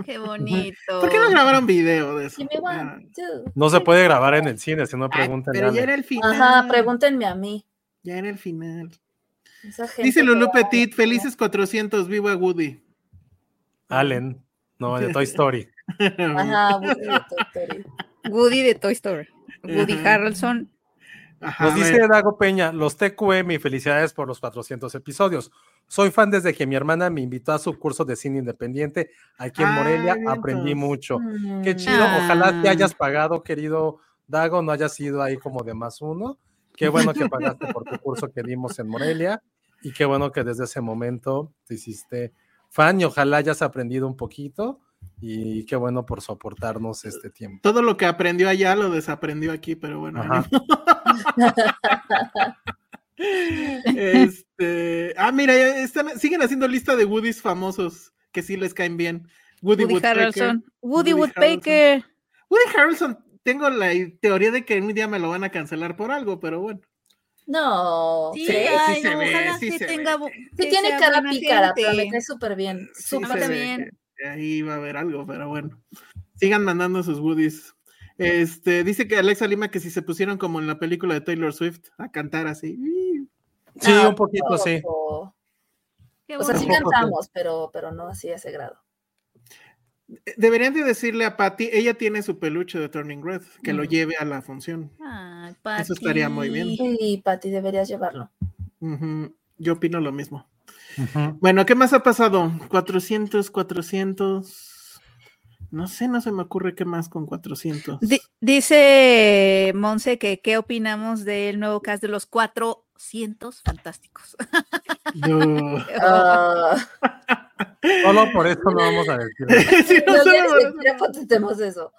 Speaker 4: Qué bonito.
Speaker 2: ¿Por qué no grabaron video de eso?
Speaker 3: Give me
Speaker 2: Ah,
Speaker 3: one, two,
Speaker 1: No se
Speaker 3: three.
Speaker 1: puede grabar
Speaker 2: *laughs*
Speaker 1: en el cine, si no preguntan
Speaker 2: Pero ya era el final.
Speaker 3: Ajá, pregúntenme a mí.
Speaker 2: Ya era el final.
Speaker 3: Esa gente
Speaker 2: Dice Lulu
Speaker 3: que va-
Speaker 2: Petit, felices 400, viva Woody.
Speaker 1: Allen, no, de Toy Story.
Speaker 3: Ajá, Woody de Toy Story.
Speaker 4: Woody de Toy Story. Woody
Speaker 2: Ajá.
Speaker 4: Harrelson.
Speaker 2: *laughs* Ajá,
Speaker 1: Nos
Speaker 2: a
Speaker 1: dice
Speaker 2: ver.
Speaker 1: Dago Peña, los TQM y felicidades por los 400 episodios. Soy fan desde que mi hermana me invitó a su curso de cine independiente aquí en
Speaker 2: Ah,
Speaker 1: Morelia.
Speaker 2: vientos.
Speaker 1: Aprendí mucho. Qué
Speaker 3: Mm.
Speaker 1: chido. Ojalá te
Speaker 4: Ah.
Speaker 1: hayas pagado, querido Dago. No hayas ido ahí como de más uno. Qué bueno que pagaste por tu curso que dimos en Morelia. Y qué bueno que desde ese momento te hiciste fan y ojalá hayas aprendido un poquito. Y qué bueno por soportarnos este tiempo.
Speaker 2: Todo lo que aprendió allá lo desaprendió aquí, pero bueno.
Speaker 1: Ajá.
Speaker 2: *laughs* Este, ah, mira, ya están, siguen haciendo lista de Woodies famosos que sí les caen bien. Woody,
Speaker 4: Woody
Speaker 2: Woodpecker.
Speaker 4: Harrelson.
Speaker 2: Woody
Speaker 4: Woody Woodpecker.
Speaker 2: Woody Harrelson, tengo la teoría de que un día me lo van a cancelar por algo, pero bueno.
Speaker 3: No.
Speaker 4: Sí,
Speaker 3: ¿crees?
Speaker 2: sí
Speaker 4: ay,
Speaker 2: se
Speaker 4: no,
Speaker 2: ve,
Speaker 4: ojalá
Speaker 2: sí
Speaker 4: que
Speaker 2: se
Speaker 4: tenga.
Speaker 2: ve.
Speaker 4: bu-
Speaker 3: Sí
Speaker 4: que
Speaker 3: tiene
Speaker 4: sea
Speaker 3: cara
Speaker 4: buena
Speaker 3: pícara, pero me
Speaker 4: gente.
Speaker 3: cae súper bien.
Speaker 2: Sí
Speaker 3: Súper
Speaker 2: se ve
Speaker 3: bien.
Speaker 4: bien.
Speaker 2: que Ahí va a haber algo, pero bueno. Sigan mandando sus Woodies. Este, dice que Alexa Lima que si se pusieron como en la película de Taylor Swift a cantar así.
Speaker 1: Sí,
Speaker 3: Ah,
Speaker 1: un poquito, sí.
Speaker 3: O
Speaker 4: Qué
Speaker 3: o sea, sí
Speaker 4: bonito.
Speaker 1: Tampoco,
Speaker 3: cantamos, pero, pero no así a ese grado.
Speaker 2: eh, Deberían de decirle a Patty, ella tiene su peluche de Turning Red, que lo
Speaker 3: Mm.
Speaker 2: lleve a la función.
Speaker 4: Ay,
Speaker 2: Eso estaría muy bien.
Speaker 4: Pati.
Speaker 3: Sí, Pati, deberías *laughs* llevarlo.
Speaker 2: Ujú, Yo opino lo mismo.
Speaker 1: Ujú.
Speaker 2: Bueno, ¿qué más ha pasado? 400, 400. No sé, no se me ocurre qué más con 400.
Speaker 4: Di- dice Monse que qué opinamos del nuevo cast de los 400 fantásticos.
Speaker 2: Yo-
Speaker 4: *laughs*
Speaker 2: *laughs*
Speaker 3: *laughs* Ah,
Speaker 1: Solo por eso no vamos a decir.
Speaker 2: Sí, no
Speaker 3: no
Speaker 2: sé,
Speaker 3: tienes
Speaker 2: bueno,
Speaker 3: que- ya contestemos eso.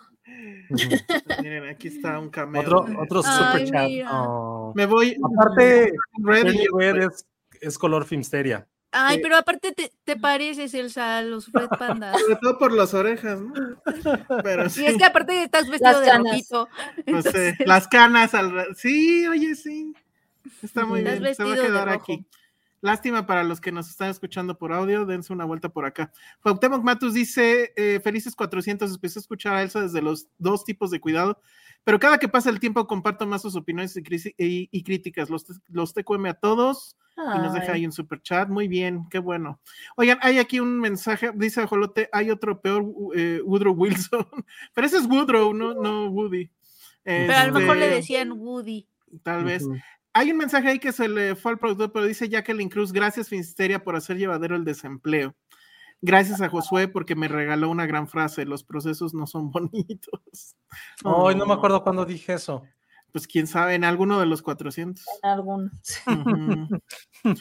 Speaker 2: Miren, aquí está un
Speaker 1: *laughs*
Speaker 2: cameo.
Speaker 1: Otro,
Speaker 2: de-
Speaker 1: otro
Speaker 4: Ay,
Speaker 1: super chat.
Speaker 4: mira.
Speaker 2: *laughs*
Speaker 1: Oh.
Speaker 2: Me voy.
Speaker 1: Aparte,
Speaker 2: Red y-
Speaker 1: Turning Red es, es color Filmsteria.
Speaker 4: Ay,
Speaker 2: Sí.
Speaker 4: pero aparte te, te pareces el sal, los Red
Speaker 2: *laughs*
Speaker 4: Pandas.
Speaker 2: sobre todo por las orejas, ¿no? Pero sí, *laughs*
Speaker 4: Y es que aparte estás vestido de
Speaker 3: canas.
Speaker 4: rojito.
Speaker 2: no sé,
Speaker 4: *laughs* Entonces,
Speaker 2: las canas al ra- Sí, oye, sí. Está muy
Speaker 4: Estás
Speaker 2: bien. Se va a
Speaker 4: vestido de
Speaker 2: quedar
Speaker 4: rojo.
Speaker 2: aquí. Lástima para los que nos están escuchando por audio, dense una vuelta por acá. Cuauhtémoc Matus dice, eh, felices 400, empecé a escuchar a Elsa desde los dos tipos de cuidado, pero cada que pasa el tiempo comparto más sus opiniones y, crisi- y- y críticas. Los, los TQM a todos, y nos deja
Speaker 3: Ay.
Speaker 2: ahí un super chat. Muy bien, qué bueno. Oigan, hay aquí un mensaje, dice Ajolote, hay otro peor, Wo- eh, Woodrow Wilson. *laughs* Pero ese es Woodrow, no, no Woody.
Speaker 4: pero a lo mejor le
Speaker 2: Este,
Speaker 4: decían
Speaker 2: *laughs*
Speaker 4: Woody.
Speaker 2: Tal vez.
Speaker 1: Ujú.
Speaker 2: Hay un mensaje ahí que se le fue al productor, pero dice Jacqueline Cruz, gracias Finsteria por hacer llevadero el desempleo. Gracias a Josué porque me regaló una gran frase, los procesos no son *laughs* bonitos.
Speaker 1: Ay, no me
Speaker 2: Oh,
Speaker 1: acuerdo cuándo dije eso. *laughs*
Speaker 2: Pues quién sabe, en alguno de los 400. *laughs*
Speaker 3: Algún.
Speaker 2: Ujú.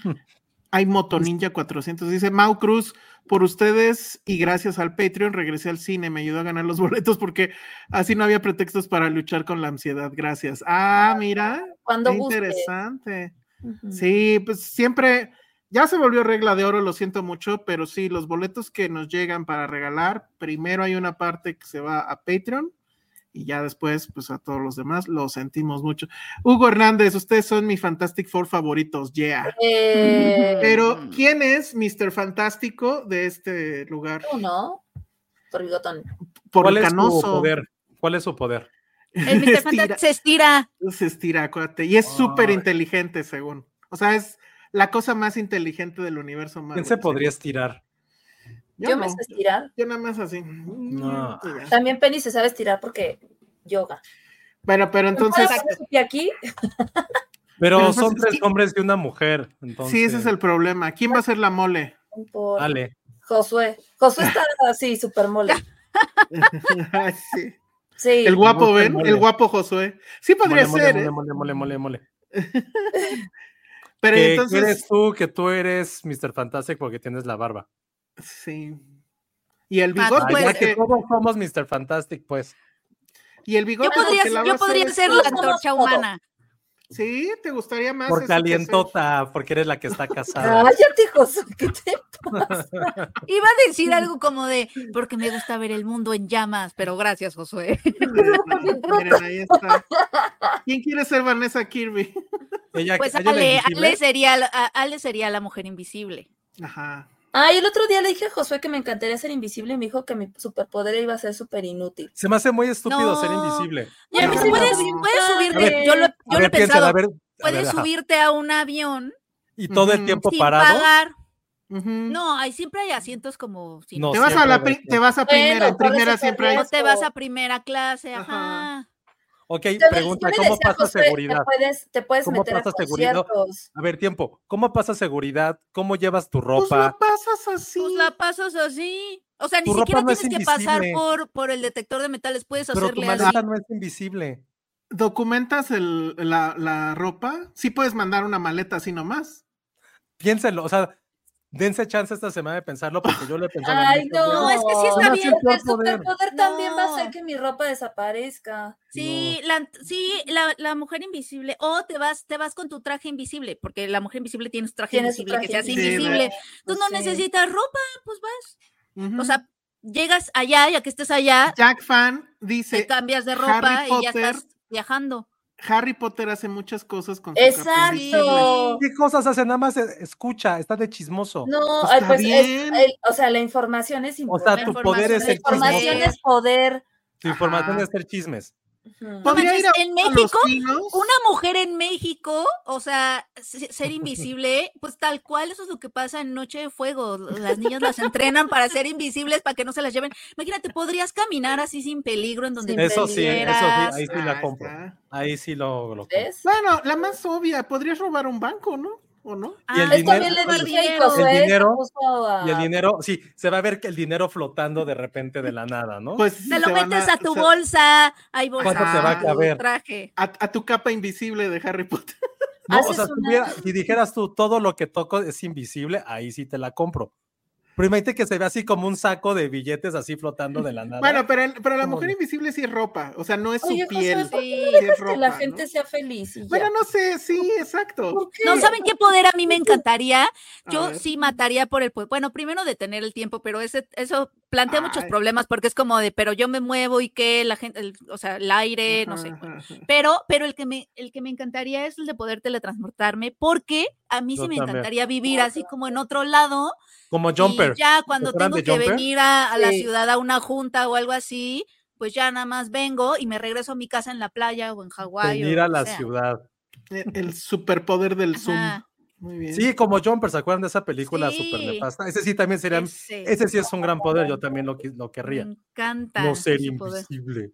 Speaker 2: Hay Moto
Speaker 3: Pues
Speaker 2: Ninja 400. Dice Mau Cruz, por ustedes y gracias al Patreon regresé al cine. Me ayudó a ganar los *laughs* boletos porque así no había pretextos para luchar con la ansiedad. Gracias. Ah, mira, qué
Speaker 3: Cuando guste. Mm.
Speaker 2: interesante.
Speaker 3: Ujú.
Speaker 2: Sí, pues siempre, ya se volvió regla de oro, lo siento mucho, pero sí, los boletos que nos llegan para regalar, primero hay una parte que se va a Patreon y ya después, pues a todos los demás, lo sentimos mucho. Hugo Hernández, ustedes son mi Fantastic Four favoritos, yeah.
Speaker 3: Eh,
Speaker 4: Mm.
Speaker 2: Pero, ¿quién es Mr. Fantástico de este lugar?
Speaker 3: tú, ¿no? Por bigotón.
Speaker 2: Por
Speaker 1: ¿Cuál
Speaker 2: el
Speaker 1: es su
Speaker 2: canoso.
Speaker 1: poder? ¿Cuál es su poder?
Speaker 4: El Mr. Fantastic se estira.
Speaker 2: Se estira, acuérdate. Y es súper
Speaker 1: Ay.
Speaker 2: inteligente, según. O sea, es la cosa más inteligente del universo.
Speaker 1: ¿Quién
Speaker 2: Marvel,
Speaker 1: se
Speaker 2: según.
Speaker 1: podría estirar?
Speaker 3: Yo, me
Speaker 2: no.
Speaker 3: sé estirar.
Speaker 2: Yo nada más así.
Speaker 1: No.
Speaker 2: Y ya.
Speaker 3: También Penny se sabe estirar porque yoga.
Speaker 2: Bueno, pero entonces,
Speaker 3: Y aquí,
Speaker 1: Pero
Speaker 2: Pero
Speaker 1: son
Speaker 2: pues,
Speaker 1: tres
Speaker 2: sí.
Speaker 1: hombres y una mujer. Entonces,
Speaker 2: sí, ese es el problema. ¿Quién va a ser la mole? *laughs*
Speaker 3: por
Speaker 1: Ale.
Speaker 3: Josué. Josué está así, súper mole.
Speaker 2: Ay, sí.
Speaker 3: Sí.
Speaker 2: El guapo,
Speaker 1: Mole,
Speaker 2: ¿ven?
Speaker 1: mole.
Speaker 2: El guapo Josué. Sí
Speaker 1: Mole,
Speaker 2: podría
Speaker 1: mole,
Speaker 2: ser,
Speaker 1: mole,
Speaker 2: ¿eh?
Speaker 1: mole, mole, mole, mole.
Speaker 2: pero
Speaker 1: Que
Speaker 2: entonces...
Speaker 1: eres tú, que tú eres Mr. Fantastic porque tienes la barba.
Speaker 2: Sí. Y el
Speaker 4: Ah,
Speaker 2: bigote,
Speaker 1: Ah, ya
Speaker 4: puede
Speaker 1: que
Speaker 2: porque-
Speaker 4: ser.
Speaker 1: todos somos Mr. Fantastic, pues.
Speaker 2: y el bigote.
Speaker 4: Yo podría,
Speaker 2: porque la
Speaker 4: yo
Speaker 2: base
Speaker 4: podría
Speaker 2: es-
Speaker 4: ser
Speaker 3: todos
Speaker 4: la
Speaker 3: somos
Speaker 4: antorcha
Speaker 3: todo.
Speaker 4: humana.
Speaker 2: Sí, te gustaría más.
Speaker 1: Por
Speaker 2: eso que *laughs*
Speaker 1: calientota, porque eres la que está casada.
Speaker 3: Cállate, Josué. ¿qué te-
Speaker 4: Iba a decir algo como de, porque me gusta ver el mundo en llamas, pero gracias, Josué.
Speaker 2: ser. Miren, ahí está. ¿Quién quiere ser Vanessa Kirby? Ella,
Speaker 4: Pues
Speaker 2: ella era
Speaker 4: Ale,
Speaker 2: invisible.
Speaker 4: Ale sería, la- a- Ale sería la mujer invisible.
Speaker 2: Ajá.
Speaker 3: Ay, el otro día le dije a Josué que me encantaría ser invisible y me dijo que mi superpoder iba a ser súper inútil.
Speaker 1: Se me hace muy estúpido
Speaker 4: No.
Speaker 1: ser invisible.
Speaker 3: Y a mí
Speaker 2: No,
Speaker 3: se me
Speaker 4: puedes,
Speaker 3: hace
Speaker 4: puedes
Speaker 3: padre.
Speaker 4: subirte, yo lo, yo
Speaker 1: A
Speaker 4: lo he
Speaker 1: ver, piénsala,
Speaker 4: pensado,
Speaker 1: a ver. a ver,
Speaker 4: puedes
Speaker 1: ajá.
Speaker 4: subirte a un avión
Speaker 1: Y todo el
Speaker 2: Ujú.
Speaker 1: tiempo
Speaker 4: sin
Speaker 1: parado.
Speaker 4: pagar.
Speaker 2: Ujú.
Speaker 4: No, hay, siempre hay asientos como... sin-
Speaker 5: No,
Speaker 2: Te vas, a
Speaker 5: siempre
Speaker 2: la,
Speaker 5: va a
Speaker 2: pri-
Speaker 5: ser.
Speaker 2: te vas a
Speaker 3: Bueno,
Speaker 2: primera, en
Speaker 3: por eso
Speaker 2: primera
Speaker 3: te
Speaker 2: siempre hay.
Speaker 3: ríes.
Speaker 4: o te vas a primera clase, ajá.
Speaker 1: Ok,
Speaker 3: Yo le-
Speaker 1: pregunta,
Speaker 3: yo le
Speaker 1: ¿cómo
Speaker 3: decía a
Speaker 1: pasa
Speaker 3: Josué,
Speaker 1: seguridad?
Speaker 3: Te puedes, te puedes
Speaker 1: ¿Cómo
Speaker 3: meter a
Speaker 1: pasas seguridad?
Speaker 3: conciertos.
Speaker 1: A ver, tiempo. ¿Cómo pasa seguridad? ¿Cómo llevas tu
Speaker 2: Pues
Speaker 1: ropa?
Speaker 2: lo pasas así.
Speaker 4: Pues la pasas así. O sea, ni
Speaker 1: Tu ropa
Speaker 4: siquiera
Speaker 1: no es
Speaker 4: tienes que pasar
Speaker 1: invisible.
Speaker 4: por, por el detector de metales, puedes
Speaker 1: Pero tu
Speaker 4: hacerle así.
Speaker 1: maleta no es invisible.
Speaker 2: ¿Documentas el- la, la ropa? Sí puedes mandar una maleta así nomás.
Speaker 1: Piénsenlo, o sea, dense chance esta semana de pensarlo porque yo lo he pensado.
Speaker 3: Ay,
Speaker 1: muchas
Speaker 3: no.
Speaker 4: No,
Speaker 1: veces.
Speaker 4: es que sí
Speaker 1: Se
Speaker 4: está
Speaker 1: me hace
Speaker 4: bien,
Speaker 1: el peor
Speaker 3: El
Speaker 1: poder.
Speaker 3: superpoder también va a ser
Speaker 4: No.
Speaker 3: que mi ropa desaparezca.
Speaker 4: Sí, la, sí la, la mujer invisible. O te vas, te vas con tu traje invisible, porque la mujer invisible tiene su traje
Speaker 3: Tienes su
Speaker 4: invisible que
Speaker 3: traje
Speaker 4: se hace
Speaker 2: invisible.
Speaker 4: invisible. Tú
Speaker 3: Pues
Speaker 4: no
Speaker 3: sí.
Speaker 4: necesitas ropa, pues vas.
Speaker 2: Ujú.
Speaker 4: O sea, llegas allá, ya que estés allá,
Speaker 2: Jack Fan
Speaker 4: te
Speaker 2: dice,
Speaker 4: cambias de
Speaker 2: Harry
Speaker 4: ropa y ya
Speaker 2: Potter.
Speaker 4: estás viajando.
Speaker 2: Harry Potter hace muchas cosas con su capa invisible".
Speaker 3: Exacto.
Speaker 1: ¿Qué cosas hace? Nada más eh, escucha, está de chismoso.
Speaker 3: No,
Speaker 2: Está
Speaker 3: ay, pues es-
Speaker 2: bien.
Speaker 4: eh,
Speaker 3: el- o sea, la información
Speaker 1: O
Speaker 3: es
Speaker 1: sea,
Speaker 3: importante.
Speaker 1: tu
Speaker 4: La
Speaker 1: poder es
Speaker 3: la
Speaker 1: el
Speaker 3: información
Speaker 1: chismoso.
Speaker 3: es poder.
Speaker 1: Tu información
Speaker 2: Ajá.
Speaker 1: es hacer chismes.
Speaker 3: Ujú.
Speaker 4: No
Speaker 2: ¿Podría
Speaker 4: manches,
Speaker 2: ir a
Speaker 4: en
Speaker 2: uno de los
Speaker 4: México,
Speaker 2: pinos?
Speaker 4: Una mujer en México, o sea, se- ser invisible, pues tal cual, eso es lo que pasa en Noche de Fuego. Las niñas las entrenan para ser invisibles, para que no se las lleven. Imagínate, podrías caminar así sin peligro en donde
Speaker 3: Sin
Speaker 1: Eso
Speaker 3: peligro.
Speaker 4: tú
Speaker 1: sí, eso sí,
Speaker 4: quisieras.
Speaker 1: ahí sí
Speaker 2: Ah,
Speaker 1: la compro.
Speaker 2: está.
Speaker 1: Ahí sí lo, lo compro.
Speaker 3: ¿Ves?
Speaker 2: Bueno, la más obvia, podrías robar un banco, ¿no? ¿O no?
Speaker 1: Y el
Speaker 4: Ah,
Speaker 3: Él también le
Speaker 1: dinero-
Speaker 3: dije a
Speaker 4: dinero.
Speaker 3: Josué,
Speaker 1: el
Speaker 3: se
Speaker 1: dinero-
Speaker 3: puso a-
Speaker 1: Y el dinero, sí, se va a ver que el dinero flotando de repente de la nada, ¿no?
Speaker 2: Pues
Speaker 4: Te lo
Speaker 2: se van
Speaker 4: metes a tu
Speaker 2: se-
Speaker 4: bolsa, hay bolsas.
Speaker 2: ¿Cuánto te va a
Speaker 4: en tu
Speaker 1: caber?
Speaker 4: Traje.
Speaker 2: A, a tu capa invisible de Harry Potter.
Speaker 1: No, o
Speaker 3: haces
Speaker 1: sea, si
Speaker 3: una-
Speaker 1: hubiera- si dijeras tú todo lo que toco es invisible, ahí sí te la compro. Pero imagínate que se ve así como un saco de billetes así flotando de la nada.
Speaker 2: Bueno, pero, el- pero la
Speaker 1: ¿Cómo
Speaker 2: mujer
Speaker 1: no?
Speaker 2: invisible sí es ropa, o sea, no es su
Speaker 3: Oye, Josué,
Speaker 2: piel.
Speaker 3: ¿por
Speaker 4: Sí.
Speaker 2: sí es
Speaker 3: pues, Que
Speaker 2: ropa,
Speaker 3: la
Speaker 2: ¿no?
Speaker 3: gente sea feliz. y ya.
Speaker 2: Bueno, no sé, sí, exacto.
Speaker 3: ¿Por qué?
Speaker 4: No, ¿saben qué poder a mí me encantaría?
Speaker 2: A
Speaker 4: Yo
Speaker 2: ver.
Speaker 4: sí mataría por el poder. Bueno, primero detener el tiempo, pero ese, eso plantea muchos
Speaker 2: Ay.
Speaker 4: problemas porque es como de, pero yo me muevo y que la gente, el- o sea, el aire, eh, no sé.
Speaker 2: Ajá, ajá.
Speaker 4: Pero, pero el que me, el que me encantaría es el de poder teletransportarme, porque a mí
Speaker 1: Yo
Speaker 4: sí me
Speaker 1: también.
Speaker 4: encantaría vivir así como en otro lado.
Speaker 1: como
Speaker 4: y
Speaker 1: Jumper.
Speaker 4: ya cuando
Speaker 1: fueran
Speaker 4: tengo
Speaker 1: de
Speaker 4: que
Speaker 1: Jumper?
Speaker 4: venir a, a la
Speaker 3: Sí.
Speaker 4: ciudad a una junta o algo así, pues ya nada más vengo y me regreso a mi casa en la playa o en Hawái. o
Speaker 1: Venir a
Speaker 4: donde
Speaker 1: la
Speaker 4: sea.
Speaker 1: ciudad.
Speaker 2: El, el superpoder del
Speaker 4: Ajá.
Speaker 2: Zoom. Muy bien.
Speaker 1: Sí, como Jumper, ¿se acuerdan de esa película
Speaker 4: Sí.
Speaker 1: super nefasta? Ese sí también sería,
Speaker 4: Ese,
Speaker 1: ese sí es un gran poder, yo también lo, qui- lo
Speaker 4: me
Speaker 1: querría.
Speaker 4: encanta.
Speaker 1: No ser
Speaker 4: ese poder.
Speaker 1: invisible.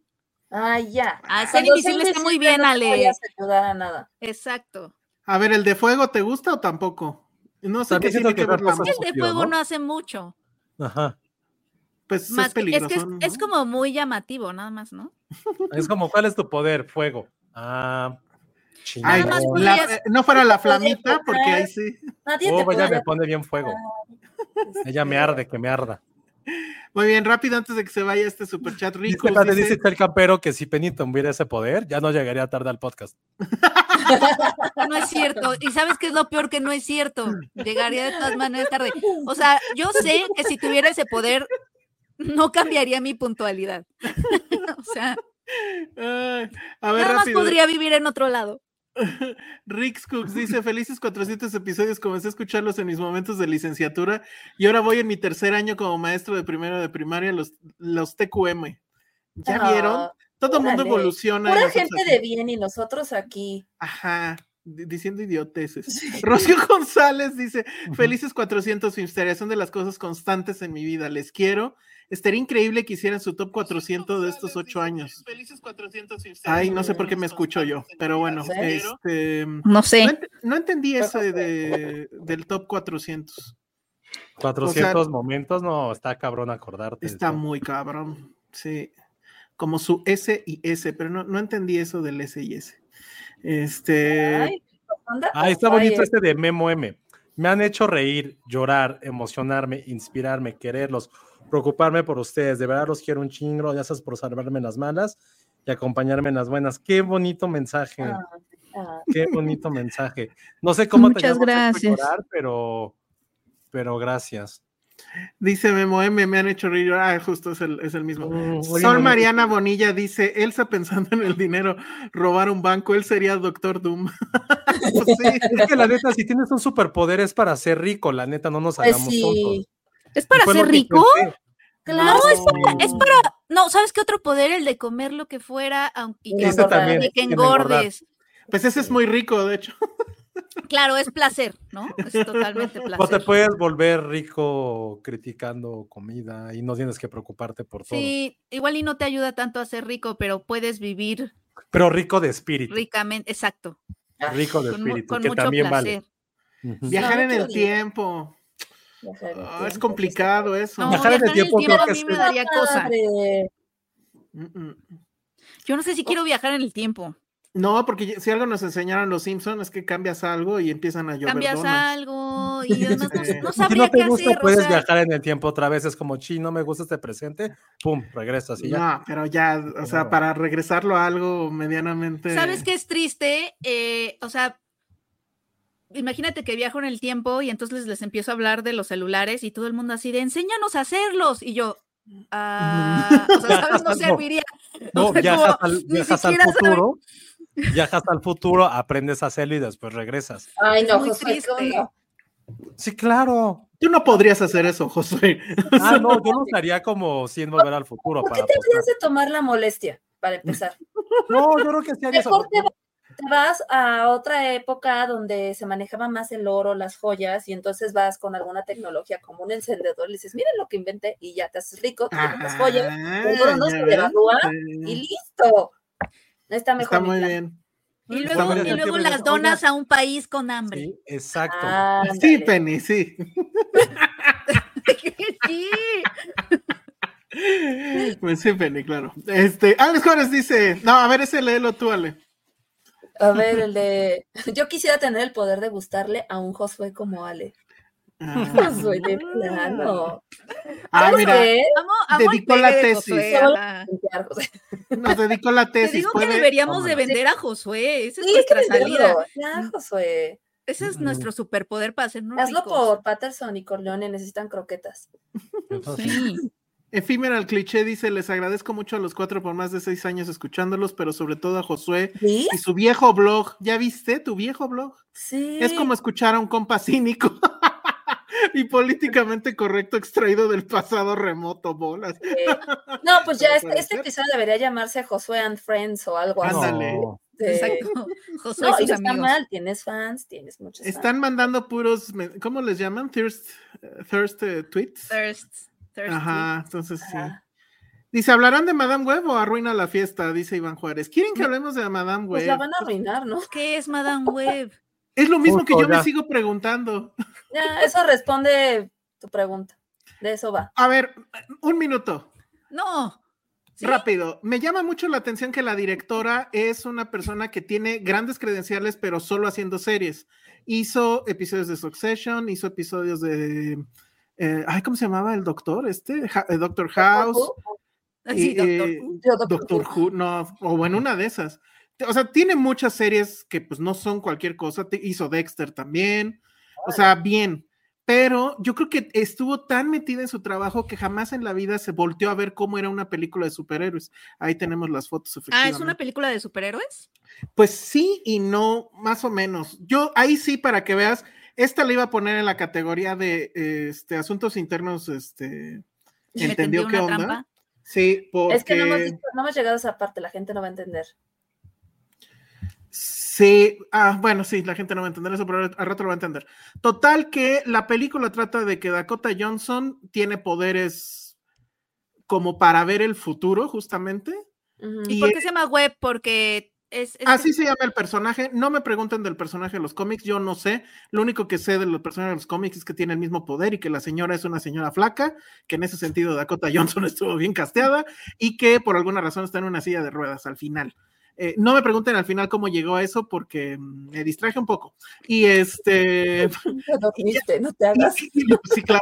Speaker 3: Ay, ya.
Speaker 4: Ah, ser
Speaker 3: Cuando
Speaker 4: invisible está muy
Speaker 3: invisible
Speaker 4: bien,
Speaker 3: no te
Speaker 4: Ale.
Speaker 3: podías ayudar a nada.
Speaker 4: Exacto.
Speaker 2: A ver, ¿el de fuego te gusta o tampoco? No sé
Speaker 1: También
Speaker 2: qué
Speaker 1: siento
Speaker 2: tiene que
Speaker 1: que
Speaker 2: ver la
Speaker 1: Rafa
Speaker 2: mano.
Speaker 1: se-
Speaker 4: El de
Speaker 1: Sufrió,
Speaker 4: fuego
Speaker 1: ¿no?
Speaker 4: no hace mucho.
Speaker 1: Ajá.
Speaker 2: Pues es
Speaker 4: más que-
Speaker 2: peligroso.
Speaker 4: es que es, es
Speaker 2: ¿no?
Speaker 4: como muy llamativo, nada más, ¿no?
Speaker 1: Es como, ¿cuál es tu poder? Fuego. Ah,
Speaker 2: Ay,
Speaker 4: Nada más
Speaker 1: chingón.
Speaker 2: la-
Speaker 4: podrías-
Speaker 2: eh, no fuera la
Speaker 3: podrías
Speaker 2: flamita, porque ahí sí.
Speaker 3: Nadie te
Speaker 1: Oh,
Speaker 3: puede
Speaker 1: ella me
Speaker 3: ayudar.
Speaker 1: pone bien fuego. Ella me arde, que me arda.
Speaker 2: Muy bien, rápido antes de que se vaya este superchat rico.
Speaker 1: Dice, Pati, dice el campero que si Penito hubiera ese poder, ya no llegaría tarde al podcast.
Speaker 4: No es cierto. Y sabes que es lo peor que no es cierto. Llegaría de todas maneras tarde. O sea, yo sé que si tuviera ese poder, no cambiaría mi puntualidad. *laughs* O sea,
Speaker 2: Ay, a ver,
Speaker 4: nada más
Speaker 2: rápido.
Speaker 1: eh.
Speaker 4: podría vivir en otro lado.
Speaker 2: Rix Cooks dice, felices 400 episodios, comencé a escucharlos en mis momentos de licenciatura y ahora voy en mi tercer año como maestro de primero de primaria, los, los TQM. ¿Ya
Speaker 3: Ah,
Speaker 2: vieron? Todo el mundo
Speaker 3: órale.
Speaker 2: evoluciona. y
Speaker 3: Pura
Speaker 2: nosotros
Speaker 3: gente
Speaker 2: aquí-
Speaker 3: de bien y nosotros aquí.
Speaker 2: Ajá, di- diciendo idioteces. Rocío González dice, felices 400 Filmsteria, son de las cosas constantes en mi vida, les quiero. Estaría increíble que hicieran su top 400 de estos ocho años. Felices 400 Ay, no sé por qué me escucho yo, pero bueno,
Speaker 3: ¿En serio?
Speaker 2: este...
Speaker 4: No
Speaker 2: No,
Speaker 4: sé.
Speaker 2: ent- no entendí ese de, del top 400.
Speaker 1: 400 momentos, no, está cabrón acordarte. de
Speaker 2: Está
Speaker 1: todo.
Speaker 2: muy cabrón. Sí. Como su S y S, pero no, no entendí eso del S y S. Este.
Speaker 3: Ay, anda
Speaker 1: Ah, está
Speaker 3: con
Speaker 1: bonito
Speaker 3: fire.
Speaker 1: este de Memo M. Me han hecho reír, llorar, emocionarme, inspirarme, quererlos, preocuparme por ustedes. De verdad los quiero un chingo. Gracias por salvarme en las malas y acompañarme en las buenas. Qué bonito mensaje.
Speaker 3: Ah, ah.
Speaker 1: Qué bonito
Speaker 4: *laughs*
Speaker 1: mensaje. No sé cómo
Speaker 4: Muchas
Speaker 1: hayamos hecho
Speaker 4: gracias.
Speaker 1: llorar, pero, pero gracias.
Speaker 2: Dice Memo M, me han hecho reír. Ah, justo es el, es el mismo.
Speaker 1: Mm, oye,
Speaker 2: Sol
Speaker 1: no,
Speaker 2: Mariana Bonilla dice, Elsa pensando en el dinero, robar un banco, él sería Doctor Doom. *laughs* Pues sí.
Speaker 1: Es que la neta, si tienes un superpoder es para ser rico, la neta, no nos
Speaker 3: Pues
Speaker 1: hagamos tontos.
Speaker 3: sí,
Speaker 4: ¿Es para
Speaker 1: Fue lo
Speaker 4: ser
Speaker 1: que
Speaker 4: rico?
Speaker 1: pensé.
Speaker 3: claro.
Speaker 2: No, es para-
Speaker 4: Es para. No, ¿sabes qué otro poder? El de comer lo que fuera, aunque y que,
Speaker 3: Ese
Speaker 4: engorda-
Speaker 3: también,
Speaker 4: y que
Speaker 1: es que engordar.
Speaker 4: engordes.
Speaker 2: Pues ese es muy rico, de hecho.
Speaker 4: Claro, es placer, ¿no? Es
Speaker 1: *laughs*
Speaker 4: totalmente
Speaker 1: O te
Speaker 4: placer.
Speaker 1: puedes volver rico criticando comida y no tienes que preocuparte por todo.
Speaker 4: Sí, igual y no te ayuda tanto a ser rico, pero puedes vivir
Speaker 1: Pero rico de espíritu.
Speaker 4: ricamente, exacto,
Speaker 1: Rico de
Speaker 4: con, mu-
Speaker 1: espíritu,
Speaker 4: con
Speaker 1: que
Speaker 4: mucho
Speaker 1: también
Speaker 4: placer.
Speaker 1: vale. Ujú.
Speaker 2: Viajar
Speaker 3: No,
Speaker 2: en el
Speaker 3: sí.
Speaker 2: tiempo.
Speaker 3: Viajar en el
Speaker 2: Ah, es
Speaker 3: tiempo,
Speaker 2: complicado eso.
Speaker 4: No,
Speaker 1: Viajar en el tiempo creo que
Speaker 4: a
Speaker 1: es
Speaker 4: mí me
Speaker 1: el-
Speaker 4: daría
Speaker 3: está
Speaker 4: cosa.
Speaker 3: padre.
Speaker 2: Mm, mm.
Speaker 4: Yo no sé si quiero viajar en el tiempo.
Speaker 2: No, porque ya- si algo nos enseñaron los Simpsons es que cambias algo y empiezan a llover
Speaker 4: Cambias
Speaker 2: donas.
Speaker 4: algo y además no,
Speaker 2: Sí.
Speaker 4: no
Speaker 1: Si
Speaker 4: sabría
Speaker 1: no te
Speaker 4: qué
Speaker 1: gusta,
Speaker 4: hacer. o
Speaker 1: puedes
Speaker 4: sea,
Speaker 1: viajar en el tiempo otra vez. Es como, chi, no me gusta este presente. Pum, regresas y ya.
Speaker 2: No, pero ya, o sea,
Speaker 1: Claro.
Speaker 2: para regresarlo a algo medianamente.
Speaker 4: ¿Sabes qué es triste? Eh, o sea, imagínate que viajo en el tiempo y entonces les empiezo a hablar de los celulares y todo el mundo así de enséñanos a hacerlos. Y yo, ah, o sea, ¿sabes? No
Speaker 1: No.
Speaker 4: serviría.
Speaker 1: *laughs* No,
Speaker 4: O sea,
Speaker 1: viajas
Speaker 4: como,
Speaker 1: al,
Speaker 4: ni
Speaker 1: viajas al
Speaker 4: siquiera sabe-
Speaker 1: *laughs* futuro, viajas al futuro, aprendes a hacerlo y después regresas.
Speaker 3: Ay,
Speaker 4: Es
Speaker 3: no,
Speaker 4: muy
Speaker 3: Josué, ¿qué
Speaker 4: triste.
Speaker 3: onda?
Speaker 1: Sí, claro. *laughs*
Speaker 2: Tú no podrías hacer eso, Josué.
Speaker 1: Ah, no, yo no estaría como sin volver al futuro
Speaker 3: ¿Por
Speaker 1: para
Speaker 3: qué te
Speaker 1: apostar.
Speaker 3: habrías de tomar la molestia para empezar?
Speaker 1: No, yo creo que sí haría eso.
Speaker 3: Mejor te, va- te vas a otra época donde se manejaba más el oro, las joyas, y entonces vas con alguna tecnología como un encendedor, le dices, miren lo que inventé, y ya te haces rico, te llevas las joyas,
Speaker 2: Ajá,
Speaker 3: el oro pues, no
Speaker 2: ya
Speaker 3: se
Speaker 2: ves,
Speaker 3: devalúa,
Speaker 2: sí.
Speaker 3: y listo. Está mejor.
Speaker 2: Está
Speaker 3: mi
Speaker 2: muy
Speaker 3: plan.
Speaker 2: bien.
Speaker 4: Y
Speaker 2: Está
Speaker 4: luego,
Speaker 2: muy
Speaker 4: y
Speaker 2: bien.
Speaker 4: luego las donas a un país con hambre.
Speaker 1: Sí, exacto.
Speaker 2: Sí,
Speaker 3: Ándale.
Speaker 2: Penny, sí.
Speaker 4: *laughs* Sí.
Speaker 2: Pues sí, Penny, claro. Este, Alex Juárez dice, no, a ver, ese léelo tú, Ale.
Speaker 3: A ver, el de. Yo quisiera tener el poder de gustarle a un Josué como Ale. *laughs* Josué de plano.
Speaker 2: Ah,
Speaker 3: ¿Sabes
Speaker 2: mira,
Speaker 3: qué?
Speaker 4: Amo, amo el
Speaker 2: Dedicó la
Speaker 4: pegue de
Speaker 2: tesis.
Speaker 4: Josué, Ana.
Speaker 3: Limpiar, Josué.
Speaker 2: nos dedicó la
Speaker 4: Te
Speaker 2: tesis.
Speaker 4: digo que
Speaker 2: puede-
Speaker 4: deberíamos
Speaker 1: Tómala.
Speaker 4: de vender a Josué. Esa es
Speaker 3: Sí, hay que
Speaker 4: nuestra salida.
Speaker 3: venderlo. Ya,
Speaker 2: Mm.
Speaker 3: Josué.
Speaker 4: Ese es nuestro superpoder para hacernos
Speaker 3: Hazlo
Speaker 4: ricos.
Speaker 3: por Patterson y Corleone, necesitan croquetas.
Speaker 1: Entonces,
Speaker 2: *laughs*
Speaker 4: Sí.
Speaker 2: Ephemeral Cliché dice, les agradezco mucho a los cuatro por más de seis años escuchándolos, pero sobre todo a Josué
Speaker 3: ¿Sí?
Speaker 2: y su viejo blog. ¿Ya viste tu viejo blog?
Speaker 3: Sí.
Speaker 2: Es como escuchar a un compa cínico *laughs* y políticamente correcto extraído del pasado remoto, bolas. *laughs*
Speaker 3: Eh, No, pues ya
Speaker 2: Pero
Speaker 3: este,
Speaker 2: puede
Speaker 3: este
Speaker 2: ser.
Speaker 3: episodio debería llamarse Josué and Friends o algo así.
Speaker 2: Ándale.
Speaker 1: no.
Speaker 3: Eh,
Speaker 4: Exacto. Josué
Speaker 3: No,
Speaker 4: y
Speaker 3: y
Speaker 4: sus
Speaker 3: no está
Speaker 4: amigos.
Speaker 3: mal, tienes fans, tienes muchos fans.
Speaker 2: Están mandando puros, me- ¿cómo les llaman? Thirst, eh, thirst eh, tweets.
Speaker 4: Thirst. Thirst.
Speaker 2: Ajá, entonces sí.
Speaker 3: Ajá.
Speaker 2: Dice, ¿hablarán de Madame Web o arruina la fiesta? Dice Iván Juárez. ¿Quieren que hablemos de Madame
Speaker 3: Pues
Speaker 2: Web?
Speaker 3: la van a arruinar, ¿no?
Speaker 4: ¿Qué es Madame Web?
Speaker 2: Es lo mismo que
Speaker 1: Justo,
Speaker 2: yo me
Speaker 1: ya.
Speaker 2: sigo preguntando.
Speaker 3: Ya, eso responde tu pregunta. De eso va.
Speaker 2: A ver, un minuto,
Speaker 4: No. ¿Sí?
Speaker 2: rápido. Me llama mucho la atención que la directora es una persona que tiene grandes credenciales, pero solo haciendo series. Hizo episodios de Succession, hizo episodios de... eh, ay, ¿cómo se llamaba el doctor? Este, Ja- eh, Doctor House.
Speaker 4: Ay, sí,
Speaker 2: y,
Speaker 4: doctor.
Speaker 2: eh,
Speaker 4: Who.
Speaker 3: Yo, doctor
Speaker 2: Doctor
Speaker 3: Who.
Speaker 2: Who, no, o en una de esas. Te- O sea, tiene muchas series que pues no son cualquier cosa. Te- hizo Dexter también. O sea, bien. Pero yo creo que estuvo tan metida en su trabajo que jamás en la vida se volteó a ver cómo era una película de superhéroes. Ahí tenemos las fotos.
Speaker 4: Ah, ¿es una
Speaker 2: efectivamente.
Speaker 4: película de superhéroes?
Speaker 2: Pues sí y no, más o menos. Yo ahí sí, para que veas, esta la iba a poner en la categoría de eh, este, asuntos internos. Este,
Speaker 4: ¿Me tendí
Speaker 2: ¿Entendió qué
Speaker 4: una
Speaker 2: onda?
Speaker 4: trampa?
Speaker 2: sí, porque...
Speaker 3: Es que no hemos, dicho- no hemos llegado a esa parte, la gente no va a entender.
Speaker 2: Sí, ah, bueno, sí, la gente no va a entender eso, pero al rato lo va a entender. Total que la película trata de que Dakota Johnson tiene poderes como para ver el futuro, justamente.
Speaker 3: Ujú. *laughs*
Speaker 2: Y eh Ah,
Speaker 4: ¿Y por
Speaker 2: es-
Speaker 4: qué se llama Web? Porque es. es
Speaker 2: Así se llama el personaje. No me pregunten del personaje de los cómics, yo no sé. Lo único que sé de los personajes de los cómics es que tiene el mismo poder y que la señora es una señora flaca, que en ese sentido Dakota *laughs* Johnson estuvo bien casteada y que por alguna razón está en una silla de ruedas al final. Eh, no me pregunten al final cómo llegó a eso porque mm, me distraje un poco. Y este,
Speaker 3: No dormiste, no te hagas.
Speaker 2: Sí,
Speaker 3: *laughs*
Speaker 2: claro.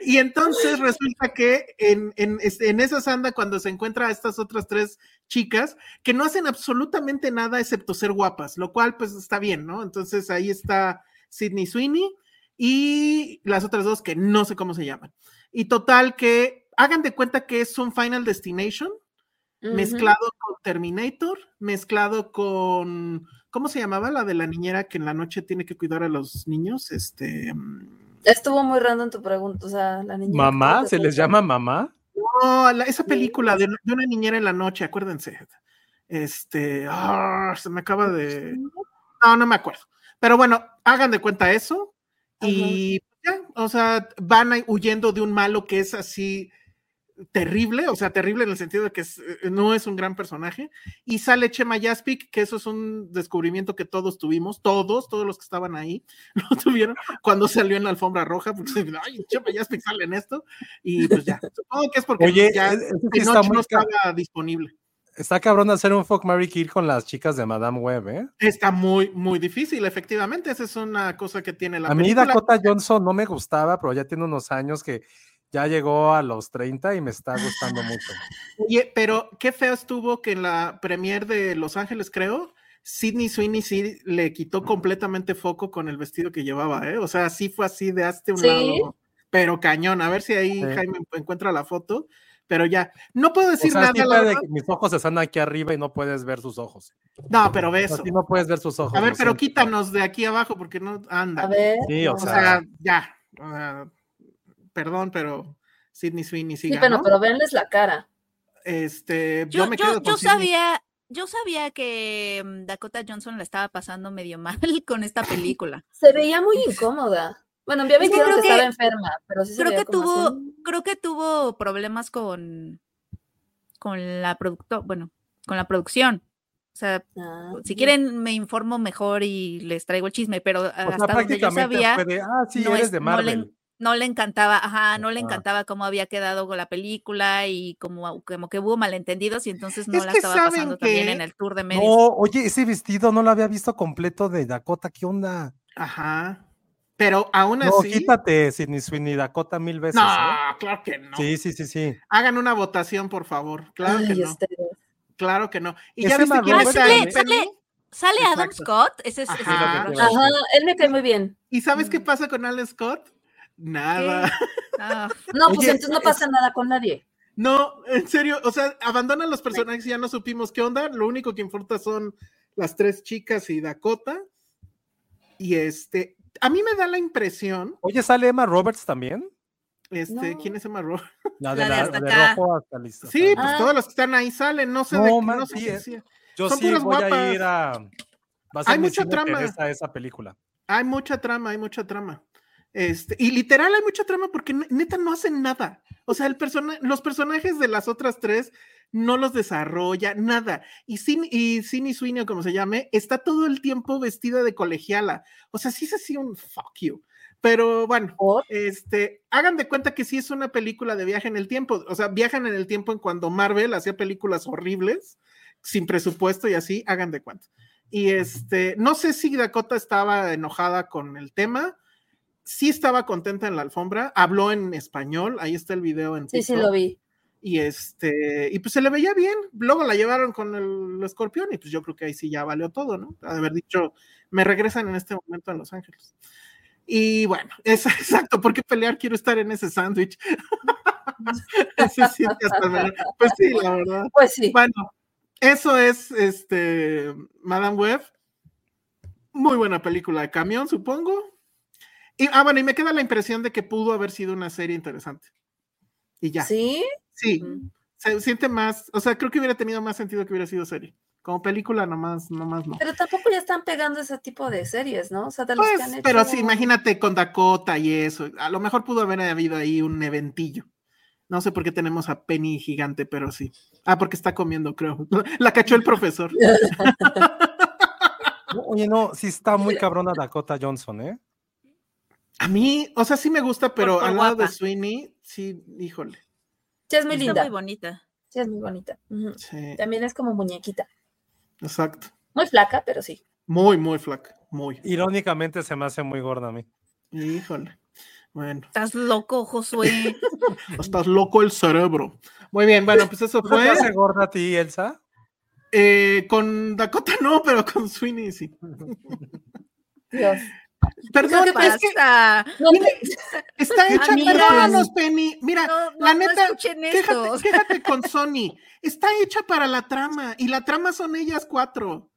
Speaker 2: Y entonces resulta que en, en, es- en esas anda cuando se encuentra a estas otras tres chicas que no hacen absolutamente nada excepto ser guapas, lo cual pues está bien, ¿no? Entonces ahí está Sidney Sweeney y las otras dos que no sé cómo se llaman. Y total que hagan de cuenta que es un Final Destination
Speaker 3: Ujú.
Speaker 2: mezclado con Terminator, mezclado con ¿cómo se llamaba la de la niñera que en la noche tiene que cuidar a los niños? Este mm,
Speaker 3: Estuvo muy random tu pregunta, o sea, la niña.
Speaker 5: ¿Mamá? ¿Se les llama mamá?
Speaker 2: no, Oh, la- esa película de, de una niñera en la noche, acuérdense. Este, ah, se me acaba de No, no me acuerdo. Pero bueno, hagan de cuenta eso y ya, o sea, van ahí huyendo de un malo que es así terrible, o sea, terrible en el sentido de que es- eh, no es un gran personaje. Y sale Chema Yaspic, que eso es un descubrimiento que todos tuvimos, todos, todos los que estaban ahí, *laughs* lo tuvieron cuando salió en la alfombra roja, porque se- ay, Chema Yaspic sale en esto, y pues ya. Supongo que es porque
Speaker 1: Oye,
Speaker 2: ya
Speaker 1: es- es que
Speaker 2: Pinocho
Speaker 1: está muy
Speaker 2: no
Speaker 1: ca-
Speaker 2: estaba disponible.
Speaker 1: Está cabrón hacer un fuck Mary Kill con las chicas de Madame Web, ¿eh?
Speaker 2: Está muy, muy difícil, efectivamente. Esa es una cosa que tiene la
Speaker 1: a mí
Speaker 2: película.
Speaker 1: Dakota Johnson no me gustaba, pero ya tiene unos años que ya llegó a los 30 y me está gustando mucho.
Speaker 2: Oye, pero qué feo estuvo que en la premier de Los Ángeles, creo, Sidney Sweeney sí le quitó completamente foco con el vestido que llevaba, ¿eh? O sea, sí fue así de hazte un
Speaker 3: Sí.
Speaker 2: lado, pero cañón. A ver si ahí
Speaker 1: Sí.
Speaker 2: Jaime encuentra la foto, pero ya. No puedo
Speaker 1: O
Speaker 2: decir
Speaker 1: sea,
Speaker 2: nada,
Speaker 1: sí
Speaker 2: la
Speaker 1: puede-
Speaker 2: verdad.
Speaker 1: mis ojos están aquí arriba y no puedes ver sus ojos.
Speaker 2: No, pero ve
Speaker 1: Así
Speaker 2: eso.
Speaker 1: no puedes ver sus ojos.
Speaker 2: A ver,
Speaker 1: lo
Speaker 2: pero
Speaker 1: siento.
Speaker 2: quítanos de aquí abajo porque no anda.
Speaker 3: A ver.
Speaker 1: Sí, o
Speaker 2: o
Speaker 1: sea,
Speaker 2: sea, ya. o sea, perdón, pero Sidney Sweeney
Speaker 3: Sí,
Speaker 2: siga,
Speaker 3: pero,
Speaker 2: ¿no?
Speaker 3: pero venles la cara.
Speaker 2: Este, yo,
Speaker 4: Yo,
Speaker 2: me
Speaker 4: yo-
Speaker 2: quedo con
Speaker 4: yo
Speaker 2: Sidney.
Speaker 4: sabía, yo sabía que mm, Dakota Johnson la estaba pasando medio *laughs* mal con esta película.
Speaker 3: Se veía muy incómoda. Bueno, en Vía
Speaker 4: Es que
Speaker 3: 21
Speaker 4: creo
Speaker 3: que
Speaker 4: que-
Speaker 3: estaba enferma, pero sí se
Speaker 4: creo
Speaker 3: veía
Speaker 4: que
Speaker 3: como
Speaker 4: tuvo-
Speaker 3: así.
Speaker 4: Creo que tuvo problemas con, con la producto, bueno, con la producción. O sea,
Speaker 3: Ah.
Speaker 4: si quieren me informo mejor y les traigo el chisme, pero
Speaker 1: o sea,
Speaker 4: hasta donde yo
Speaker 1: prácticamente
Speaker 4: sabía,
Speaker 1: fue de, ah, sí,
Speaker 4: no
Speaker 1: eres
Speaker 4: es-
Speaker 1: de
Speaker 4: no le-
Speaker 1: Marvel.
Speaker 4: no le encantaba, ajá, no le
Speaker 1: Ajá.
Speaker 4: encantaba cómo había quedado con la película y como, como que hubo malentendidos y entonces no
Speaker 2: Es
Speaker 4: la
Speaker 2: que
Speaker 4: estaba
Speaker 2: ¿saben
Speaker 4: pasando también en
Speaker 2: qué?
Speaker 4: el tour de medios.
Speaker 1: No, oye, ese vestido no lo había visto completo de Dakota, ¿qué onda?
Speaker 2: Ajá. Pero aún
Speaker 1: No,
Speaker 2: así.
Speaker 1: quítate, Sidney Sweeney, Dakota mil veces.
Speaker 2: No,
Speaker 1: ¿eh?
Speaker 2: claro que no.
Speaker 1: Sí, sí, sí, sí.
Speaker 2: Hagan una votación, por favor. Claro que
Speaker 3: Ay,
Speaker 2: no.
Speaker 3: ustedes.
Speaker 2: Claro que no. Y
Speaker 1: Ese
Speaker 2: ya viste quién
Speaker 1: marrón
Speaker 2: es
Speaker 4: Ah,
Speaker 2: Jaime
Speaker 4: sale-
Speaker 2: Penny?
Speaker 4: Sale Adam
Speaker 2: Exacto.
Speaker 4: Scott, ese es, ese es el
Speaker 2: Ajá.
Speaker 4: crush.
Speaker 1: Ah,
Speaker 3: Ajá, él me cae muy bien.
Speaker 2: ¿Y sabes
Speaker 3: Mm.
Speaker 2: qué pasa con Alex Scott? Nada.
Speaker 4: Ah,
Speaker 3: No, pues
Speaker 1: Oye,
Speaker 3: entonces no pasa nada con nadie.
Speaker 2: *laughs* No, en serio. O sea, abandonan los personajes y ya no supimos qué onda. Lo único que importa son las tres chicas y Dakota. Y este. A mí me da la impresión.
Speaker 1: Oye, ¿sale Emma Roberts también?
Speaker 2: Este,
Speaker 3: No.
Speaker 2: ¿quién es Emma Roberts?
Speaker 1: La
Speaker 4: La
Speaker 1: de,
Speaker 4: de
Speaker 1: la,
Speaker 4: hasta
Speaker 1: de
Speaker 4: acá.
Speaker 1: rojo hasta listo.
Speaker 2: Sí,
Speaker 3: Ah.
Speaker 2: pues todos los que están ahí salen. No sé
Speaker 1: No,
Speaker 2: de qué.
Speaker 1: man,
Speaker 2: No sé
Speaker 1: sí,
Speaker 2: qué
Speaker 1: eh.
Speaker 2: sea.
Speaker 1: Yo
Speaker 2: Son
Speaker 1: sí voy
Speaker 2: puras
Speaker 1: a
Speaker 2: guapas.
Speaker 1: ir a. Va a ser
Speaker 2: Hay
Speaker 1: mi
Speaker 2: mucha
Speaker 1: cine
Speaker 2: trama.
Speaker 1: Teresa esa película.
Speaker 2: Hay mucha trama, hay mucha trama. Este, y literal hay mucha trama porque ne- neta no hacen nada. O sea, el persona los personajes de las otras tres no los desarrolla, nada. Y Sin y Sini Sweeney, o como se llame, está todo el tiempo vestida de colegiala. O sea, sí es así un fuck you. Pero bueno,
Speaker 3: ¿Por?
Speaker 2: este, hagan de cuenta que sí es una película de viaje en el tiempo. O sea, viajan en el tiempo en cuando Marvel hacía películas horribles, sin presupuesto y así, hagan de cuenta. Y este, no sé si Dakota estaba enojada con el tema. Sí estaba contenta en la alfombra, habló en español, ahí está el video en
Speaker 3: Sí, sí
Speaker 2: TikTok.
Speaker 3: lo vi.
Speaker 2: Y este, y pues se le veía bien. Luego la llevaron con el escorpión, y pues yo creo que ahí sí ya valió todo, ¿no? Ha de haber dicho, me regresan en este momento a Los Ángeles. Y bueno, *laughs* es exacto, ¿por qué pelear? Quiero estar en ese sándwich. *laughs* Ese sí, hasta me- pues sí, la verdad.
Speaker 3: Pues sí.
Speaker 2: Bueno, eso es este Madame Web. Muy buena película de camión, supongo. Y, ah, bueno, y me queda la impresión de que pudo haber sido una serie interesante. Y ya. Sí.
Speaker 3: ¿Sí? Mm.
Speaker 2: Se siente más, o sea, creo que hubiera tenido más sentido que hubiera sido serie. Como película nomás, nomás no.
Speaker 3: Pero tampoco ya están pegando ese tipo de series, ¿no? O sea, de los que han
Speaker 2: Pues,
Speaker 3: hecho.
Speaker 2: pero sí, imagínate con Dakota y eso. A lo mejor pudo haber habido ahí un eventillo. No sé por qué tenemos a Penny gigante, pero sí. Ah, porque está comiendo, creo. *laughs* La cachó el
Speaker 3: *laughs*
Speaker 2: profesor.
Speaker 1: No, Oye, no, sí está muy cabrona Dakota Johnson, ¿eh?
Speaker 2: A mí, o sea, sí me gusta, pero
Speaker 4: por
Speaker 2: al lado de
Speaker 4: guapa.
Speaker 2: Sweeney, sí, híjole.
Speaker 3: Sí, es muy
Speaker 4: está
Speaker 3: linda.
Speaker 4: muy bonita.
Speaker 3: Sí, es muy bonita. Ujú.
Speaker 2: Sí,
Speaker 3: También es como muñequita.
Speaker 2: exacto.
Speaker 3: Muy flaca, pero sí.
Speaker 2: Muy, muy flaca. Muy.
Speaker 1: Irónicamente se me hace muy gorda a mí.
Speaker 2: Híjole. Bueno,
Speaker 4: Estás loco, Josué.
Speaker 3: *laughs*
Speaker 2: estás loco el cerebro. Muy bien, bueno, pues eso
Speaker 1: ¿No te
Speaker 2: fue.
Speaker 1: hace gorda a ti, Elsa?
Speaker 2: Eh, con Dakota no, pero con Sweeney sí.
Speaker 3: Dios.
Speaker 2: *laughs* Perdón,
Speaker 4: ¿Qué te
Speaker 2: es que
Speaker 4: pasa?
Speaker 3: No, *laughs*
Speaker 2: Mira, está hecha,
Speaker 4: Amigas.
Speaker 2: perdónanos, Penny. Mira,
Speaker 4: No, no,
Speaker 2: la
Speaker 4: no
Speaker 2: neta,
Speaker 4: escuchen esto.
Speaker 2: quéjate, quéjate con Sony. Está hecha para la trama y la trama son ellas cuatro.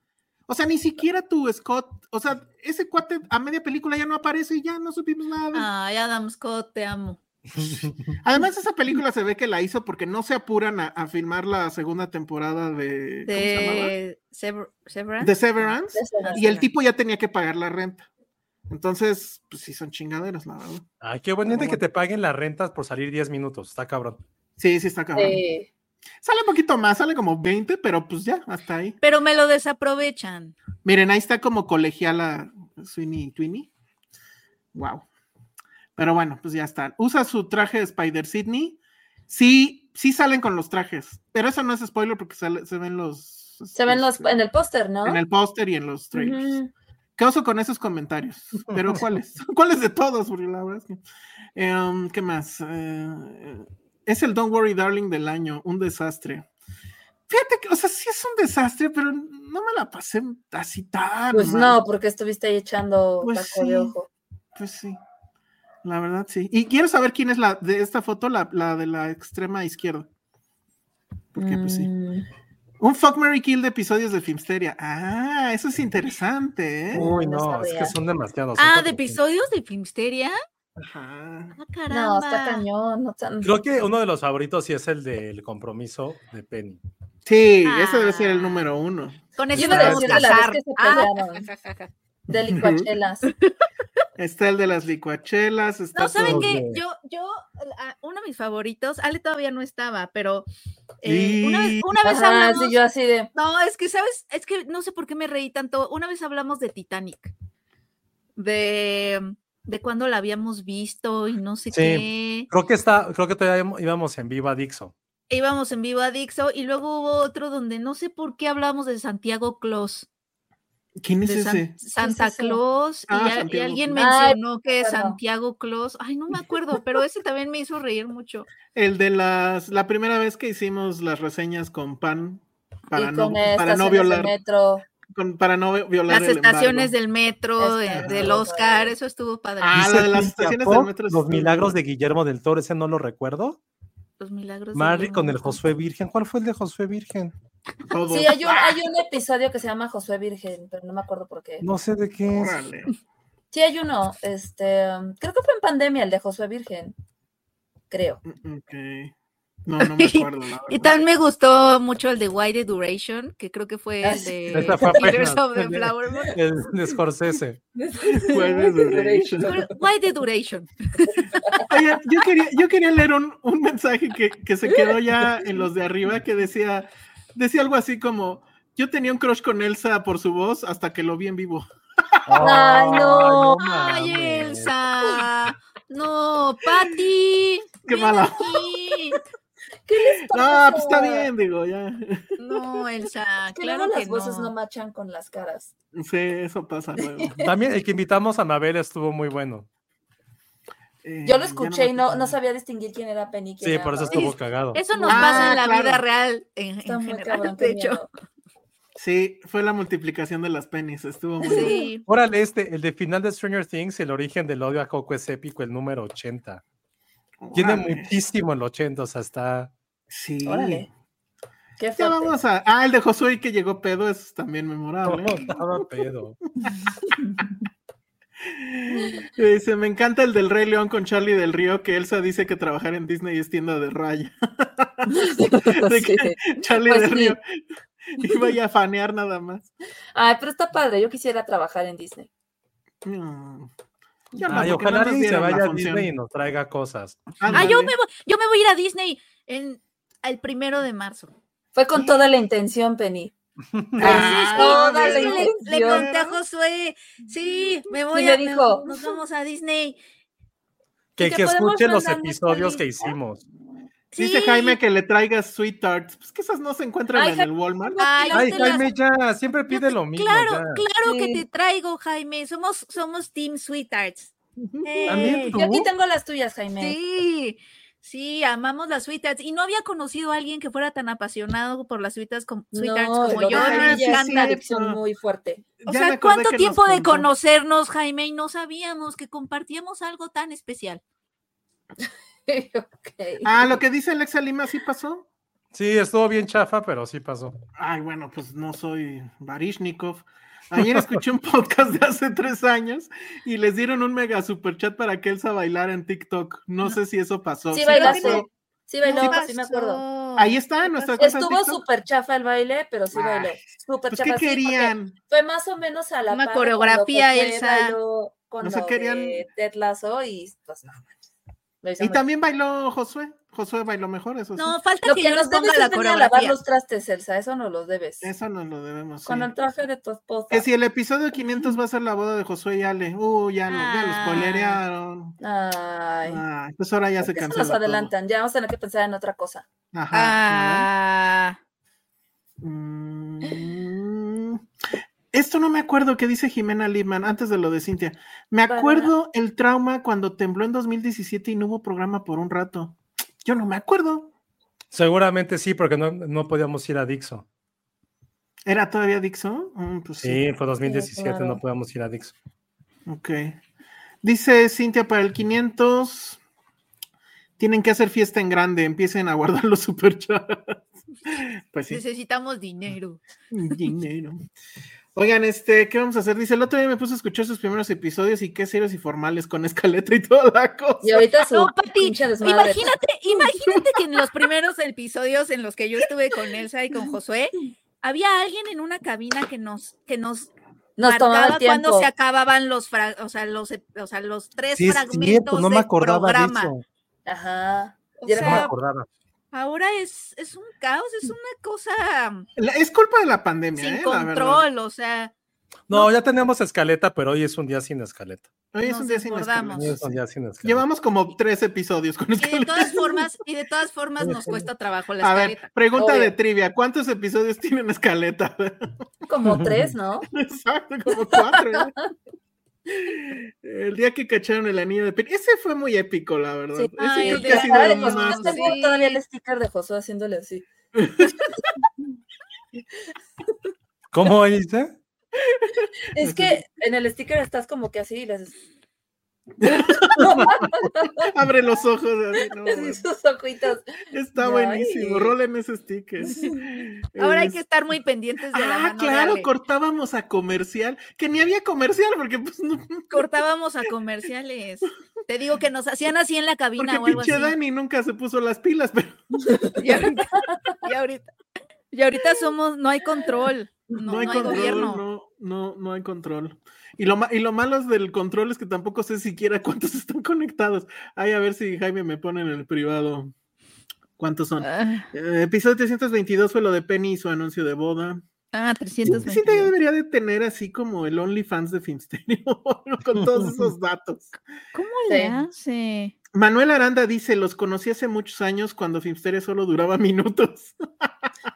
Speaker 2: O sea, ni siquiera tu Scott. O sea, ese cuate a media película ya no aparece y ya no supimos nada. de él.
Speaker 4: Ay, Adam Scott, te amo.
Speaker 2: Además, esa película se ve que la hizo porque no se apuran a, a filmar la segunda temporada de, ¿cómo se llamaba?
Speaker 4: De Sever- Severance.
Speaker 2: de Severance.
Speaker 3: Severance.
Speaker 2: Y el tipo ya tenía que pagar la renta. Entonces, pues sí, son chingaderas, la verdad.
Speaker 5: Ay, qué buen gente que te paguen las rentas por salir 10 minutos. Está cabrón.
Speaker 2: Sí, sí, está cabrón.
Speaker 3: Sí.
Speaker 2: Sale un poquito más, sale como 20, pero pues ya, hasta ahí.
Speaker 4: Pero me lo desaprovechan.
Speaker 2: Miren, ahí está como colegiala Sweeney Twinny. Wow. Pero bueno, pues ya está. Usa su traje de Spider Sydney. Sí, sí salen con los trajes, pero eso no es spoiler porque sale- se ven los.
Speaker 3: Se ven los
Speaker 2: este,
Speaker 3: en el póster, ¿no?
Speaker 2: en el póster y en los trailers.
Speaker 3: Ujú.
Speaker 2: ¿Qué oso con esos comentarios?
Speaker 3: *laughs*
Speaker 2: Pero ¿cuáles? *laughs* ¿Cuáles de todos? Porque la verdad es que- Em, ¿Qué más? Eh, es el Don't Worry Darling del año, un desastre. Fíjate que, o sea, sí es un desastre, pero no me la pasé así tan.
Speaker 3: Pues
Speaker 2: mal.
Speaker 3: no, porque estuviste ahí echando
Speaker 2: Ah, Pues
Speaker 3: taco
Speaker 2: sí.
Speaker 3: de ojo.
Speaker 2: Pues sí. La verdad, sí. Y quiero saber quién es la de esta foto, la, la de la extrema izquierda. Porque, pues sí.
Speaker 3: Mm.
Speaker 2: Un Fuck Mary Kill de episodios de Filmsteria. Ah, eso es interesante, ¿eh?
Speaker 5: Uy,
Speaker 3: no
Speaker 5: no, es
Speaker 3: sabía.
Speaker 5: que son demasiados. son
Speaker 4: Ah, de
Speaker 5: como-
Speaker 4: episodios de Filmsteria.
Speaker 2: Ajá.
Speaker 4: Ah,
Speaker 3: No,
Speaker 4: caramba.
Speaker 3: está cañón. No, está-
Speaker 5: Creo que uno de los favoritos sí es el del compromiso de Penny.
Speaker 2: Sí, ese debe ser el número uno.
Speaker 4: Con
Speaker 3: Yo
Speaker 4: eso
Speaker 3: iba a
Speaker 4: podemos
Speaker 3: decir de la vez
Speaker 4: casar.
Speaker 3: que se
Speaker 4: Ah,
Speaker 3: pelearon.
Speaker 4: ja, ja, ja, ja.
Speaker 3: de licuachelas.
Speaker 2: Está el de las licuachelas, está
Speaker 4: No, ¿saben
Speaker 2: todo-
Speaker 4: qué?
Speaker 5: bien.
Speaker 4: Yo, yo, ah, uno de mis favoritos, Ale todavía no estaba, pero eh, una vez, una vez
Speaker 3: Ajá,
Speaker 4: hablamos.
Speaker 3: Ah, sí, yo así de.
Speaker 4: No, es que, ¿sabes? Es que no sé por qué me reí tanto. Una vez hablamos de Titanic, de, mm, de cuando la habíamos visto y no sé
Speaker 5: Sí.
Speaker 4: qué.
Speaker 5: Creo que está, creo que todavía íbamos en viva Dixon.
Speaker 4: E íbamos en vivo a Dixo y luego hubo otro donde no sé por qué hablamos de Santiago Claus,
Speaker 2: ¿Quién es
Speaker 4: de San-
Speaker 2: ese?
Speaker 4: Santa
Speaker 3: ese?
Speaker 4: Claus y,
Speaker 2: Ah,
Speaker 4: a- y
Speaker 2: Santiago
Speaker 4: alguien
Speaker 3: Claus. Ay,
Speaker 4: mencionó que
Speaker 3: acuerdo.
Speaker 4: Santiago Claus, ay, no me acuerdo, pero ese también me hizo reír mucho.
Speaker 2: El de las, la primera vez que hicimos las reseñas con pan para
Speaker 3: y
Speaker 2: no,
Speaker 3: con estaciones
Speaker 2: para no
Speaker 3: de
Speaker 2: violar,
Speaker 3: metro.
Speaker 2: con- para no violar
Speaker 4: Las
Speaker 2: el
Speaker 4: estaciones
Speaker 2: embargo.
Speaker 4: del metro, de-
Speaker 3: Exacto.
Speaker 4: del Oscar, eso estuvo padre.
Speaker 2: Ah,
Speaker 5: Dice
Speaker 2: la de las
Speaker 5: Cintia
Speaker 2: estaciones
Speaker 5: Pop,
Speaker 2: del metro.
Speaker 5: Los milagros de Guillermo del Toro, ese no lo recuerdo.
Speaker 4: Los milagros. de
Speaker 5: Marry
Speaker 4: Guillermo
Speaker 5: con el
Speaker 4: del Toro.
Speaker 5: Josué Virgen. ¿Cuál fue el de Josué Virgen?
Speaker 2: Todo.
Speaker 3: Sí, hay un, hay un episodio que se llama Josué Virgen, pero no me acuerdo por qué.
Speaker 5: No sé de qué es.
Speaker 2: Órale.
Speaker 3: Sí, hay uno. Este, um, creo que fue en pandemia el de Josué Virgen. Creo.
Speaker 2: Mm, ok. No, no me acuerdo. La
Speaker 4: *laughs* Y
Speaker 2: verdad.
Speaker 4: también me gustó mucho el de Why the Duration, que creo que fue
Speaker 3: Ah,
Speaker 4: el
Speaker 3: sí.
Speaker 4: de
Speaker 5: Esa fue
Speaker 4: Killers
Speaker 5: apenas,
Speaker 4: of the
Speaker 5: el de-
Speaker 4: Flower Moon.
Speaker 5: El de Scorsese.
Speaker 2: *laughs* Jueves de
Speaker 4: *laughs*
Speaker 2: Duration.
Speaker 4: Pero, Why the Duration.
Speaker 2: Oye, yo quería, yo quería leer un, un mensaje que, que se quedó ya en los de arriba que decía, decía algo así como, yo tenía un crush con Elsa por su voz hasta que lo vi en vivo.
Speaker 3: Ay, no.
Speaker 4: Ay,
Speaker 5: mames.
Speaker 4: Elsa. No, Patty.
Speaker 2: Qué
Speaker 4: ven
Speaker 2: mala.
Speaker 4: aquí.
Speaker 3: ¿Qué les
Speaker 2: No,
Speaker 3: pasa?
Speaker 2: pues está bien, digo, ya.
Speaker 4: No, Elsa.
Speaker 3: Que
Speaker 4: claro
Speaker 3: luego
Speaker 4: que
Speaker 3: las voces no
Speaker 4: no.
Speaker 3: machan con las caras.
Speaker 2: Sí, eso pasa
Speaker 3: *laughs*
Speaker 2: luego.
Speaker 5: También el que invitamos a Mabel estuvo muy bueno.
Speaker 2: Eh,
Speaker 3: Yo
Speaker 2: ya
Speaker 3: lo escuché
Speaker 2: me
Speaker 3: y no,
Speaker 2: acuerdo.
Speaker 3: no sabía distinguir quién era Penny. y quién
Speaker 5: Sí,
Speaker 3: era
Speaker 5: por eso
Speaker 3: Pablo.
Speaker 5: estuvo cagado.
Speaker 4: Eso nos
Speaker 2: Ah,
Speaker 4: pasa en la
Speaker 2: claro.
Speaker 4: vida real en,
Speaker 3: Está
Speaker 4: en
Speaker 3: muy
Speaker 4: general,
Speaker 3: cabrón.
Speaker 4: de
Speaker 3: qué
Speaker 4: hecho.
Speaker 3: miedo.
Speaker 2: Sí, fue la multiplicación de las penis, estuvo muy bien.
Speaker 4: Sí.
Speaker 5: Órale, este, el de final de Stranger Things, el origen del odio a Coco es épico, el número 80. Tiene
Speaker 2: Órale.
Speaker 5: muchísimo el 80, o sea, está.
Speaker 2: Sí.
Speaker 3: Órale. Qué
Speaker 2: Ya
Speaker 3: fuerte. *laughs*
Speaker 2: vamos a. Ah, el de Josué que llegó pedo es también memorable.
Speaker 5: *laughs* Estaba pedo.
Speaker 2: *laughs* Dice, me encanta el del Rey León con Charlie del Río, que Elsa dice que trabajar en Disney es tienda de raya. *laughs* De que Charlie
Speaker 3: Pues
Speaker 2: del
Speaker 3: sí. *laughs*
Speaker 2: Río iba ahí a fanear nada más.
Speaker 3: Ay, pero está padre. Yo quisiera trabajar en Disney.
Speaker 2: No. Ya Mm. no,
Speaker 5: Ay,
Speaker 2: porque no
Speaker 5: ojalá
Speaker 2: nos
Speaker 5: alguien se
Speaker 2: dieron la
Speaker 5: vaya a
Speaker 2: función.
Speaker 5: Disney y nos traiga cosas.
Speaker 4: Ah,
Speaker 2: Ándale.
Speaker 4: yo me, voy, yo me voy a ir a Disney en, el primero de marzo.
Speaker 3: Fue con toda la intención, Penny.
Speaker 2: Ah,
Speaker 3: Pues toda
Speaker 4: Es
Speaker 3: la
Speaker 4: que le, le
Speaker 3: intención.
Speaker 4: conté a Josué, sí, me voy
Speaker 3: me
Speaker 4: a, me-
Speaker 3: dijo.
Speaker 4: nos vamos a Disney.
Speaker 5: Que,
Speaker 3: que
Speaker 5: que
Speaker 3: podemos
Speaker 5: escuche los
Speaker 3: mandarnos
Speaker 5: episodios que
Speaker 3: feliz.
Speaker 5: hicimos.
Speaker 2: Dice
Speaker 4: Sí.
Speaker 2: Jaime que le traigas Sweet Tarts. Pues que esas no se encuentran
Speaker 3: Ay,
Speaker 2: en el Walmart.
Speaker 4: Ay,
Speaker 3: Yo
Speaker 5: Ay,
Speaker 4: te las-
Speaker 5: Jaime, ya, siempre
Speaker 4: yo
Speaker 5: pide
Speaker 4: te-
Speaker 5: lo mismo.
Speaker 4: Claro,
Speaker 5: ya.
Speaker 4: claro
Speaker 3: Sí.
Speaker 4: que te traigo, Jaime. Somos, somos Team Sweethearts.
Speaker 2: Ujú.
Speaker 4: Eh,
Speaker 5: También
Speaker 3: Yo aquí
Speaker 5: tú.
Speaker 3: tengo las tuyas, Jaime.
Speaker 4: Sí, Sí, amamos las suitas. Y no había conocido a alguien que fuera tan apasionado por las suitas como, sweet tarts
Speaker 3: No,
Speaker 4: como
Speaker 2: de
Speaker 4: yo. Me
Speaker 3: Lorena
Speaker 2: Sevilla,
Speaker 3: es una
Speaker 4: encanta.
Speaker 3: adicción muy fuerte. *laughs*
Speaker 4: O
Speaker 2: Ya me
Speaker 4: sea,
Speaker 2: acordé
Speaker 4: ¿cuánto
Speaker 2: que
Speaker 4: tiempo
Speaker 2: nos
Speaker 4: de
Speaker 2: contó.
Speaker 4: conocernos, Jaime? Y no sabíamos que compartíamos algo tan especial.
Speaker 3: Ok.
Speaker 2: Ah, lo que dice Alexa Lima sí pasó.
Speaker 5: Sí, estuvo bien chafa, pero sí pasó.
Speaker 2: Ay, bueno, pues no soy Barishnikov. Ayer escuché un podcast de hace tres años y les dieron un mega superchat para que Elsa bailara en TikTok. No sé si eso pasó.
Speaker 3: Sí bailaste.
Speaker 2: pasó.
Speaker 3: Sí, bailó,
Speaker 4: No
Speaker 3: sí me acuerdo.
Speaker 4: pasó.
Speaker 2: Ahí está nuestra cuenta de
Speaker 3: Estuvo
Speaker 2: TikTok.
Speaker 3: súper chafa el baile, pero sí
Speaker 2: Ay,
Speaker 3: bailó. Súper
Speaker 2: Pues,
Speaker 3: chafa.
Speaker 2: ¿Qué
Speaker 3: sí, porque
Speaker 2: querían?
Speaker 3: Fue más o menos a la
Speaker 4: Una
Speaker 3: par de cuando
Speaker 4: coreografía,
Speaker 3: Josué
Speaker 4: Elsa.
Speaker 3: bailó Con
Speaker 2: No se
Speaker 3: lo
Speaker 2: querían-
Speaker 3: de Ted Lasso y pues no. Lo hizo
Speaker 2: Y
Speaker 3: muy
Speaker 2: también bailó Josué. Josué bailó mejor, eso sí.
Speaker 3: *laughs*
Speaker 4: No, falta
Speaker 3: Lo
Speaker 4: que,
Speaker 3: que,
Speaker 4: yo les
Speaker 3: nos debes
Speaker 4: ponga
Speaker 3: es
Speaker 4: la
Speaker 3: venir a lavar
Speaker 1: *laughs*
Speaker 4: coreografía.
Speaker 3: los trastes, Elsa, eso no los debes.
Speaker 2: Eso nos lo debemos. sí.
Speaker 3: Con el traje de tu esposa.
Speaker 2: Que si el episodio 500 va a ser la boda de Josué y Ale. Uh, ya lo, ya lo
Speaker 4: Ah.
Speaker 2: spoilerearon.
Speaker 3: Ay.
Speaker 2: Ay, pues ahora ya
Speaker 3: ¿por
Speaker 2: se
Speaker 3: qué se
Speaker 2: cansó.
Speaker 3: nos adelantan, ya vamos a tener que pensar en otra cosa.
Speaker 2: Ajá.
Speaker 4: Ah,
Speaker 2: Mm. Esto no me acuerdo que dice Jimena Lipman antes de lo de Cintia. Me acuerdo el trauma cuando tembló en 2017 y no hubo programa por un rato. Yo no me acuerdo.
Speaker 5: Seguramente sí, porque no, no podíamos ir a Dixo.
Speaker 2: ¿Era todavía Dixon? Mm, pues sí.
Speaker 5: Sí, fue 2017,
Speaker 3: claro.
Speaker 5: no podíamos ir a Dixo.
Speaker 2: Ok. Dice Cintia para el 500. Tienen que hacer fiesta en grande. Empiecen a guardar los superchats. Pues sí.
Speaker 1: *laughs*
Speaker 4: necesitamos dinero.
Speaker 2: Dinero. Oigan, este, ¿qué vamos a hacer? Dice, el otro día me puse a escuchar sus primeros episodios y qué serios y formales con escaleta y toda la cosa.
Speaker 3: Y ahorita su
Speaker 4: No, Pati,
Speaker 3: pinche desmadre.
Speaker 4: imagínate,
Speaker 1: *laughs*
Speaker 4: imagínate que en los primeros episodios en los que yo estuve con Elsa y
Speaker 3: *laughs*
Speaker 4: con Josué, había alguien en una cabina que nos, que nos
Speaker 3: Nos tomaba el
Speaker 4: marcaba cuando
Speaker 3: tiempo.
Speaker 4: se acababan los, fra- o sea, los, ep- o sea, los tres
Speaker 1: Sí, es
Speaker 4: fragmentos
Speaker 1: cierto, no
Speaker 4: de
Speaker 1: me acordaba de
Speaker 4: programa.
Speaker 1: eso.
Speaker 3: Ajá.
Speaker 4: O
Speaker 3: Y era
Speaker 5: No me
Speaker 3: como-
Speaker 4: sea,
Speaker 5: acordaba.
Speaker 4: ahora es, es un caos, es una cosa
Speaker 2: La- es culpa de la pandemia,
Speaker 4: sin
Speaker 2: eh, la verdad.
Speaker 4: control,
Speaker 1: *laughs*
Speaker 4: o sea,
Speaker 5: No, ya tenemos escaleta, pero hoy es un día sin escaleta.
Speaker 2: Hoy es
Speaker 4: Nos
Speaker 2: un día sin
Speaker 4: desbordamos.
Speaker 5: Hoy
Speaker 2: escaleta.
Speaker 5: es un día sin escaleta.
Speaker 2: Llevamos como tres episodios con
Speaker 4: y de
Speaker 2: escaleta.
Speaker 4: todas formas, y de todas formas nos cuesta trabajo la
Speaker 2: A ver,
Speaker 4: escaleta.
Speaker 2: pregunta de
Speaker 3: Obvio.
Speaker 2: trivia. ¿Cuántos episodios tienen escaleta? *laughs*
Speaker 3: como tres, ¿no?
Speaker 2: Exacto, como cuatro. ¿eh? El día que cacharon el anillo de Pin. Ese fue muy épico, la verdad.
Speaker 3: Sí.
Speaker 2: Ese
Speaker 4: Ay,
Speaker 2: creo
Speaker 4: el
Speaker 2: que
Speaker 4: de
Speaker 2: ha
Speaker 4: la
Speaker 2: sido
Speaker 4: cara
Speaker 2: lo
Speaker 4: de
Speaker 2: más-
Speaker 4: Josué.
Speaker 3: Yo tengo
Speaker 4: sí.
Speaker 3: todavía el sticker de Josué haciéndole así.
Speaker 5: ¿Cómo dice?
Speaker 3: Es que en el sticker estás como que así y le haces
Speaker 2: Abre los ojos. así, no,
Speaker 3: así
Speaker 2: bueno.
Speaker 3: sus ojitos.
Speaker 2: Está
Speaker 3: Ay.
Speaker 2: buenísimo. Rolen ese sticker.
Speaker 4: Ahora hay
Speaker 2: Es-
Speaker 4: que estar muy pendientes de la
Speaker 2: Ah,
Speaker 4: mano. de
Speaker 2: claro,
Speaker 4: Ale.
Speaker 2: cortábamos a comercial, que ni había comercial, porque pues no,
Speaker 4: cortábamos a comerciales. Te digo que nos hacían así en la cabina
Speaker 2: porque
Speaker 4: o algo así.
Speaker 2: pinche Dani nunca se puso las pilas, pero
Speaker 4: Y ahorita, y ahorita, y ahorita somos, no hay control, no,
Speaker 2: no,
Speaker 4: no hay,
Speaker 2: hay control,
Speaker 4: gobierno.
Speaker 2: no, no, no hay control. Y lo, ma- y lo malo del control es que tampoco sé siquiera *laughs* cuántos están conectados. Ay, a ver si Jaime me pone en el privado cuántos son.
Speaker 4: Ah,
Speaker 2: Eh, episodio 322 fue lo de Penny y su anuncio de boda.
Speaker 4: ah,
Speaker 2: Sí,
Speaker 4: 320.
Speaker 2: sí, te debería de tener así como el OnlyFans de *laughs* Filmsterio con
Speaker 4: *laughs*
Speaker 2: todos esos datos.
Speaker 4: ¿Cómo
Speaker 3: Sí.
Speaker 4: le hace?
Speaker 2: Manuel Aranda dice, los conocí hace muchos años cuando Filmsteria solo duraba *laughs* minutos.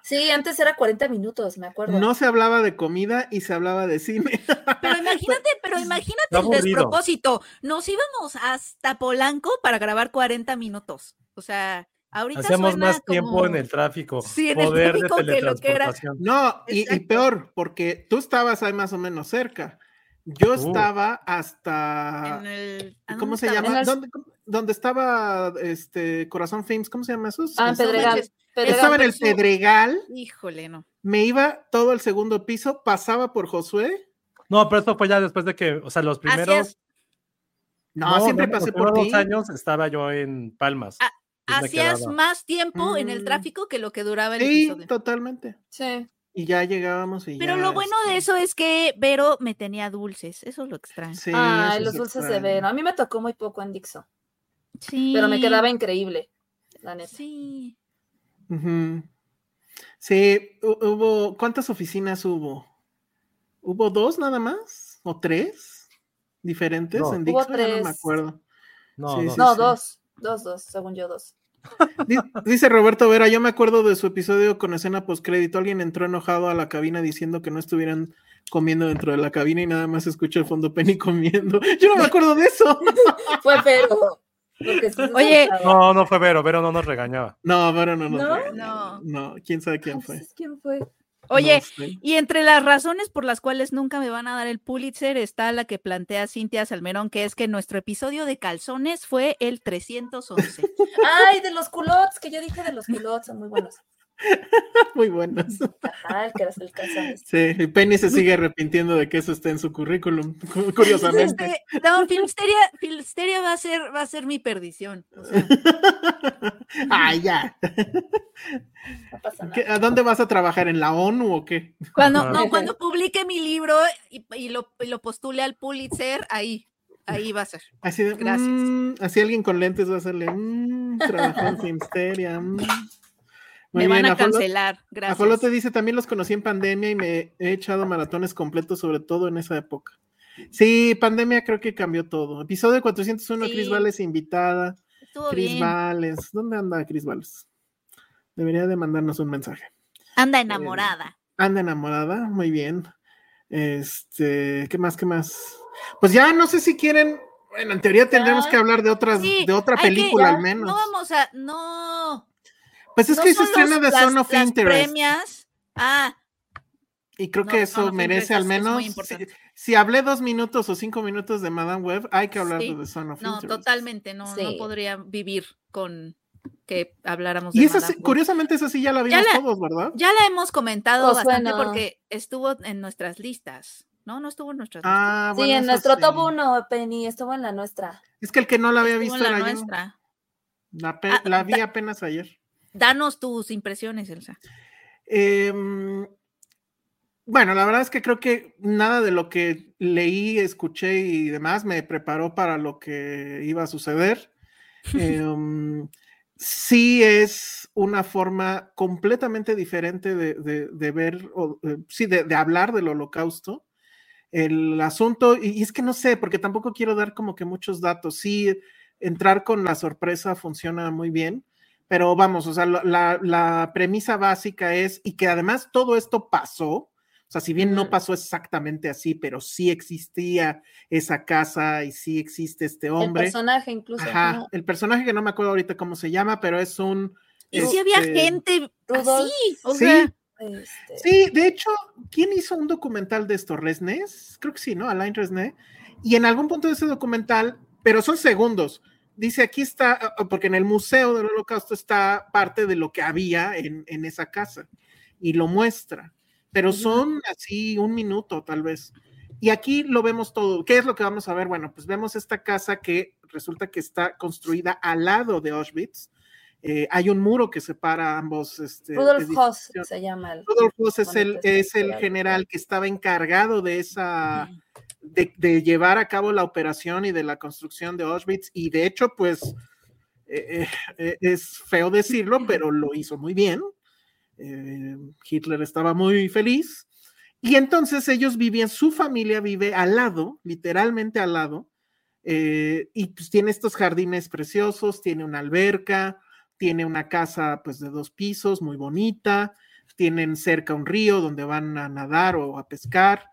Speaker 3: Sí, antes era 40 minutos, me acuerdo.
Speaker 2: No se hablaba de comida y se hablaba de cine.
Speaker 4: Pero imagínate, pero imagínate el
Speaker 5: aburrido.
Speaker 4: despropósito. Nos íbamos hasta Polanco para grabar 40 minutos. O sea, ahorita
Speaker 5: Hacíamos
Speaker 4: suena
Speaker 5: más tiempo
Speaker 4: como-
Speaker 5: en el tráfico.
Speaker 4: Sí, en el
Speaker 5: poder de
Speaker 4: tráfico que lo que era.
Speaker 5: teletransportación.
Speaker 2: No, y, y peor, porque tú estabas ahí más o menos cerca. Yo
Speaker 3: Oh.
Speaker 5: Uh.
Speaker 2: estaba hasta...
Speaker 4: en el- ¿a dónde
Speaker 2: ¿Cómo se
Speaker 4: estaba?
Speaker 3: En
Speaker 2: llama?
Speaker 3: las-
Speaker 2: ¿Dónde, dónde estaba este Corazón Films? ¿Cómo se llama eso?
Speaker 3: ah, en
Speaker 2: Estaba-
Speaker 3: Pedregal.
Speaker 4: manches,
Speaker 3: Pedregal.
Speaker 2: Estaba en el
Speaker 4: Pedregal.
Speaker 2: Pedregal,
Speaker 4: Híjole, no.
Speaker 2: me iba todo al segundo piso, pasaba por Josué.
Speaker 5: No, pero esto fue ya después de que, o sea, los
Speaker 4: Hacías-
Speaker 5: primeros.
Speaker 2: No, siempre
Speaker 5: los
Speaker 2: pasé por
Speaker 5: primeros
Speaker 2: ti.
Speaker 5: dos años estaba yo en Palmas.
Speaker 4: Ah,
Speaker 1: pues,
Speaker 5: Entonces me
Speaker 4: Hacías
Speaker 5: quedaba.
Speaker 4: más tiempo en el
Speaker 2: Mm.
Speaker 4: tráfico que lo que duraba el
Speaker 2: Sí,
Speaker 4: episodio.
Speaker 2: totalmente.
Speaker 3: Sí.
Speaker 2: Y ya llegábamos y
Speaker 4: Pero
Speaker 2: ya,
Speaker 4: lo bueno de
Speaker 2: este,
Speaker 4: eso es que Vero me tenía dulces, eso es lo extraño.
Speaker 2: Sí,
Speaker 3: Ay,
Speaker 2: eso
Speaker 3: los
Speaker 2: sí
Speaker 3: dulces de
Speaker 2: extraño.
Speaker 3: Vero. A mí me tocó muy poco en Dixon,
Speaker 4: Sí.
Speaker 3: pero me quedaba increíble, la neta.
Speaker 4: Sí.
Speaker 2: Ujú. Sí, hu- hubo, ¿cuántas oficinas hubo? ¿Hubo dos nada más? ¿O tres? ¿Diferentes
Speaker 5: No.
Speaker 2: en
Speaker 3: Hubo
Speaker 2: Dixon? Ya no me
Speaker 3: tres.
Speaker 2: acuerdo.
Speaker 5: No,
Speaker 2: Sí,
Speaker 5: no.
Speaker 2: sí.
Speaker 3: No, dos, dos, dos, según yo, dos.
Speaker 2: Di- Dice Roberto Vera, yo me acuerdo de su episodio con escena postcrédito. Alguien entró enojado a la cabina diciendo que no estuvieran comiendo dentro de la cabina y nada más escucha el fondo Penny comiendo. Yo no me acuerdo de eso.
Speaker 3: Fue Vero. Porque sí,
Speaker 4: Oye.
Speaker 3: no,
Speaker 5: No, no fue Vero, Vero no nos regañaba.
Speaker 2: *laughs* No, pero no, no.
Speaker 3: ¿No?
Speaker 2: fue.
Speaker 4: No.
Speaker 2: No, quién sabe quién fue.
Speaker 3: entonces, ¿quién fue?
Speaker 4: Oye,
Speaker 2: No sé.
Speaker 4: y entre las razones por las cuales nunca me van a dar el Pulitzer está la que plantea Cintia Salmerón, que es que nuestro episodio de calzones fue el 311.
Speaker 3: Ay, de los culottes, que yo dije de los culottes, son
Speaker 2: *laughs*
Speaker 3: muy buenos.
Speaker 2: Muy buenos.
Speaker 3: Ajá, el que era el calzones.
Speaker 2: Sí, y Penny se sigue arrepintiendo de que eso está en su currículum, cu-
Speaker 4: *laughs*
Speaker 2: curiosamente.
Speaker 4: Este, no, Filmsteria, Filmsteria va a ser, va a ser mi perdición. o sea.
Speaker 2: Ay, Ah, ya.
Speaker 3: No pasa nada.
Speaker 2: ¿Qué- ¿A dónde vas a trabajar? ¿En la ONU o qué?
Speaker 4: Cuando,
Speaker 5: Ajá.
Speaker 4: no, cuando publique mi libro y, y lo, y lo postule al Pulitzer, ahí, ahí va a ser.
Speaker 2: Así de,
Speaker 4: Gracias.
Speaker 2: mm, así alguien con lentes va a hacerle, mm, trabajó
Speaker 4: *laughs*
Speaker 2: en Filmsteria. mm. Muy
Speaker 4: me van
Speaker 2: bien,
Speaker 4: a
Speaker 2: Afolo-
Speaker 4: cancelar. Gracias.
Speaker 2: Afolote dice, también los conocí en pandemia y me he echado maratones completos, sobre todo en esa época. Sí, pandemia creo que cambió todo. Episodio 401,
Speaker 4: Sí.
Speaker 2: Cris Vales invitada.
Speaker 4: Estuvo
Speaker 2: Cris
Speaker 4: bien.
Speaker 2: Vales, ¿dónde anda Cris Vales? Debería de mandarnos un mensaje. eh,
Speaker 4: Anda enamorada.
Speaker 2: Anda enamorada, muy bien. Este, ¿qué más? ¿Qué más? Pues ya no sé si quieren. Bueno, en teoría tendremos
Speaker 3: Ya.
Speaker 2: que hablar de otras,
Speaker 4: Sí,
Speaker 2: de otra
Speaker 4: hay que-
Speaker 2: película
Speaker 3: ya,
Speaker 2: al menos.
Speaker 4: Ah, No vamos a. No.
Speaker 2: pues es
Speaker 4: no
Speaker 2: que se
Speaker 4: son
Speaker 2: estrena
Speaker 4: los-
Speaker 2: de
Speaker 4: las-
Speaker 2: Zone of
Speaker 4: las
Speaker 2: Interest.
Speaker 4: premias. Ah,
Speaker 2: Y creo
Speaker 4: No,
Speaker 2: que
Speaker 4: The
Speaker 2: eso
Speaker 4: Zone of
Speaker 2: merece
Speaker 4: Interest
Speaker 2: al
Speaker 4: es- es muy
Speaker 2: menos. Si,
Speaker 4: importante.
Speaker 2: si hablé dos minutos o cinco minutos de Madame Web, hay que hablar
Speaker 4: Sí.
Speaker 2: de The Son of
Speaker 4: no,
Speaker 2: Interest.
Speaker 4: totalmente. No,
Speaker 3: Sí.
Speaker 4: no podría vivir con que habláramos de
Speaker 2: Y esa,
Speaker 4: Madame
Speaker 2: sí-
Speaker 4: Web.
Speaker 2: curiosamente, esa sí ya la vimos
Speaker 4: la-
Speaker 2: todos, ¿verdad?
Speaker 4: Ya la hemos comentado
Speaker 3: Pues
Speaker 4: bastante
Speaker 3: bueno.
Speaker 4: porque estuvo en nuestras listas. No, no estuvo en nuestras listas.
Speaker 2: Ah, bueno,
Speaker 3: sí, en
Speaker 2: eso
Speaker 3: nuestro
Speaker 2: sí.
Speaker 3: top 1, Penny, estuvo en la nuestra.
Speaker 2: Es que el que no la había
Speaker 4: Estuvo
Speaker 2: visto
Speaker 4: en la
Speaker 2: era yo.
Speaker 4: nuestra.
Speaker 2: La, pe-
Speaker 4: Ah,
Speaker 2: la vi apenas ayer.
Speaker 4: Danos tus impresiones, Elsa.
Speaker 2: Em, bueno, la verdad es que creo que nada de lo que leí, escuché y demás me preparó para lo que iba a suceder. Em, sí es una forma completamente diferente de, de- de ver, o, eh, sí, de, de hablar del holocausto. El asunto, y, y es que no sé, porque tampoco quiero dar como que muchos datos. Sí, entrar con la sorpresa funciona muy bien. Pero vamos, o sea, la, la- la premisa básica es, y que además todo esto pasó, o sea, si bien no
Speaker 3: Ujú.
Speaker 2: pasó exactamente así, pero sí existía esa casa y sí existe este
Speaker 3: El
Speaker 2: hombre.
Speaker 3: personaje incluso.
Speaker 2: Ajá,
Speaker 3: ¿no?
Speaker 2: el personaje que no me acuerdo ahorita cómo se llama, pero es un...
Speaker 4: Y si había
Speaker 2: este,
Speaker 4: gente
Speaker 3: Rudolph,
Speaker 4: así, o
Speaker 2: sí.
Speaker 4: sea,
Speaker 3: este,
Speaker 2: Sí, de hecho, ¿quién hizo un documental de esto? ¿Resnes? Creo que sí, ¿no? Alain Resné. Y en algún punto de ese documental, pero son segundos, dice aquí está, ah, ah, porque en el Museo del Holocausto está parte de lo que había en, en esa casa y lo muestra, pero son así un minuto tal vez. Y aquí lo vemos todo. ¿Qué es lo que vamos a ver? Bueno, pues vemos esta casa que resulta que está construida al lado de Auschwitz. Eh, hay un muro que separa ambos. Este,
Speaker 3: Rudolf
Speaker 2: edificios.
Speaker 3: Hoss se llama. el-
Speaker 2: Rudolf Hoss es
Speaker 3: Bueno,
Speaker 2: el,
Speaker 3: entonces,
Speaker 2: es el
Speaker 3: claro.
Speaker 2: general que estaba encargado de esa de, de llevar a cabo la operación y de la construcción de Auschwitz y de hecho pues eh, eh, eh, es feo decirlo pero lo hizo muy bien Eh, Hitler estaba muy feliz y entonces ellos vivían su familia vive al lado literalmente al lado eh, y pues tiene estos jardines preciosos tiene una alberca tiene una casa pues de dos pisos muy bonita tienen cerca un río donde van a nadar o a pescar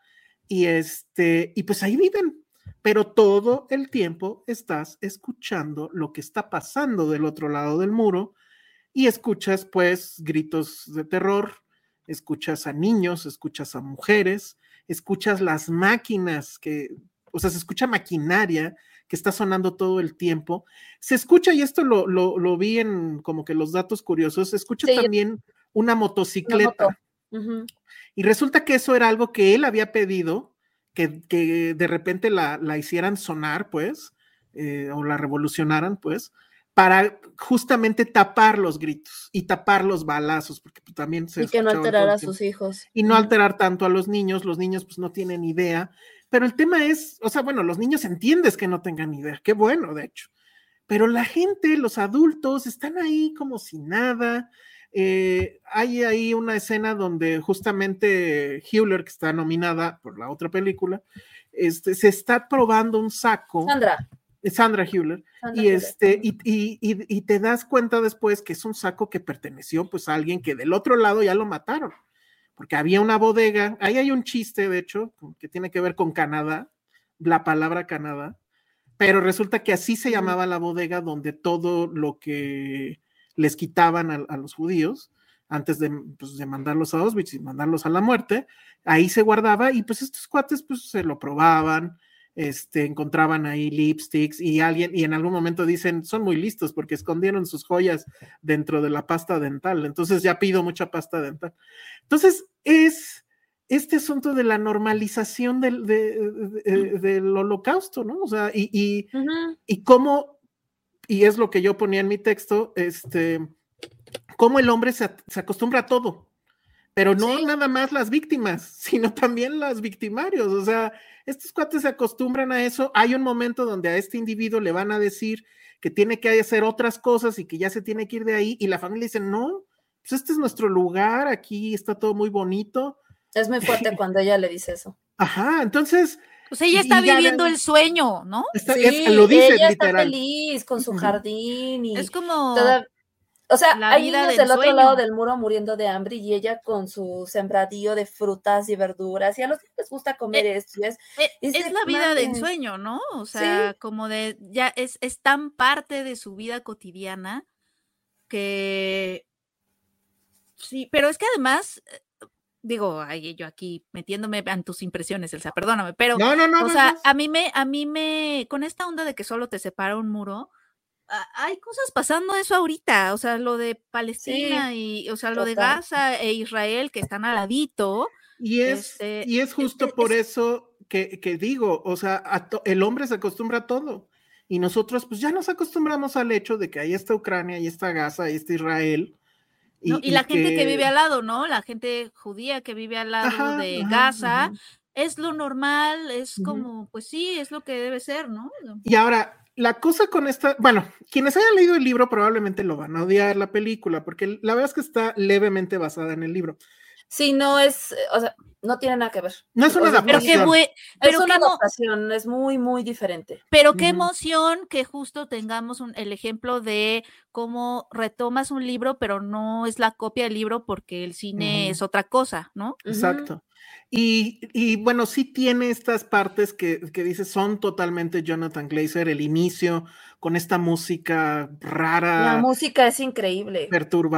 Speaker 2: y este y pues ahí viven pero todo el tiempo estás escuchando lo que está pasando del otro lado del muro y escuchas pues gritos de terror escuchas a niños escuchas a mujeres escuchas las máquinas que o sea se escucha maquinaria que está sonando todo el tiempo se escucha y esto lo, lo, lo vi en como que los datos curiosos se escucha
Speaker 3: Sí, yo-
Speaker 2: también una
Speaker 3: Una
Speaker 2: motocicleta
Speaker 3: moto. Ujú.
Speaker 2: y resulta que eso era algo que él había pedido, que, que de repente la, la hicieran sonar, pues, eh, o la revolucionaran, pues, para justamente tapar los gritos y tapar los balazos, porque pues, también se...
Speaker 3: Y que no
Speaker 2: escuchaban todo el
Speaker 3: alterara a
Speaker 2: tiempo
Speaker 3: sus hijos.
Speaker 2: y no
Speaker 3: Ujú.
Speaker 2: alterar tanto a los niños. Los niños pues no tienen idea, pero el tema es, o sea, bueno, los niños entiendes que no tengan idea, qué bueno, de hecho. Pero la gente, los adultos, están ahí como si nada. Eh, hay ahí una escena donde justamente Hewler, que está nominada por la otra película, este, se está probando un saco,
Speaker 3: Sandra.
Speaker 2: Sandra Hewler,
Speaker 3: Sandra
Speaker 2: y
Speaker 3: Hüller.
Speaker 2: este y, y- y- y te das cuenta después que es un saco que perteneció pues a alguien que del otro lado ya lo mataron porque había una bodega ahí hay un chiste de hecho que tiene que ver con Canadá la palabra Canadá Pero resulta que así se llamaba la bodega donde todo lo que les quitaban a, a los judíos antes de, pues, de, mandarlos a Auschwitz y mandarlos a la muerte, ahí se guardaba y pues estos cuates pues se lo probaban, este, encontraban ahí lipsticks y alguien, y en algún momento dicen, son muy listos porque escondieron sus joyas dentro de la pasta dental, entonces ya pido mucha pasta dental. Entonces es este asunto de la normalización del, de, de, del holocausto, ¿no? O sea, y, y, uh -huh. y cómo, y es lo que yo ponía en mi texto, este cómo el hombre se, se, acostumbra a todo, pero no sí. nada más las víctimas, *laughs* sino también los victimarios. O sea, estos cuates se acostumbran a eso. Hay un momento donde a este individuo le van a decir que tiene que hacer otras cosas y que ya se tiene que ir de ahí, y la familia dice, no, pues este es nuestro lugar, aquí está todo muy bonito.
Speaker 3: Es muy fuerte cuando ella le dice eso.
Speaker 2: Ajá, entonces...
Speaker 4: Pues ella está viviendo la... el sueño, ¿no?
Speaker 3: Está, sí, es, lo dice, ella literal. está feliz con su jardín y
Speaker 4: es como
Speaker 3: toda... O sea, la hay niños del, del otro lado del muro muriendo de hambre y ella con su sembradío de frutas y verduras. Y a los que les gusta comer eh, esto. Y es,
Speaker 4: eh, es, es, la vida de ensueño, ¿no? O sea, ¿Sí? como de. Ya es, es tan parte de su vida cotidiana que. Sí, pero es que además. eh, Digo, ay, yo aquí metiéndome en tus impresiones, Elsa, perdóname, pero.
Speaker 2: No, no, no.
Speaker 4: O
Speaker 2: no,
Speaker 4: sea,
Speaker 2: no.
Speaker 4: a mí me. A mí me. Con esta onda de que solo te separa un muro hay cosas pasando eso ahorita, o sea, lo de Palestina sí, y, o sea, lo total. de Gaza e Israel que están al ladito.
Speaker 2: Y es, este, y es justo este, por es, eso que, que, digo, o sea, to, el hombre se acostumbra a todo y nosotros pues ya nos acostumbramos al hecho de que ahí está Ucrania, ahí está Gaza, ahí está Israel.
Speaker 4: Y, no, y la y gente que... que... vive al lado, ¿no? La gente judía que vive al lado ajá, de ajá, Gaza. Ajá. Es lo normal, es como, pues sí, es lo que debe ser, ¿no?
Speaker 2: Y ahora, la cosa con esta, bueno, quienes hayan leído el libro probablemente lo van a odiar la película, porque la verdad es que está levemente basada en el libro.
Speaker 3: Sí, no es, o sea, no tiene nada que ver.
Speaker 2: No es una
Speaker 3: o sea,
Speaker 2: adaptación.
Speaker 3: Pero qué pero es una adaptación, es muy, muy diferente.
Speaker 4: Pero qué emoción que justo tengamos un, el ejemplo de cómo retomas un libro, pero no es la copia del libro porque el cine uh -huh. es otra cosa, ¿no?
Speaker 2: Exacto. Uh -huh. Y, y, bueno, sí tiene estas partes que, que dice son totalmente Jonathan Glazer, el inicio con esta música rara.
Speaker 3: La música es increíble.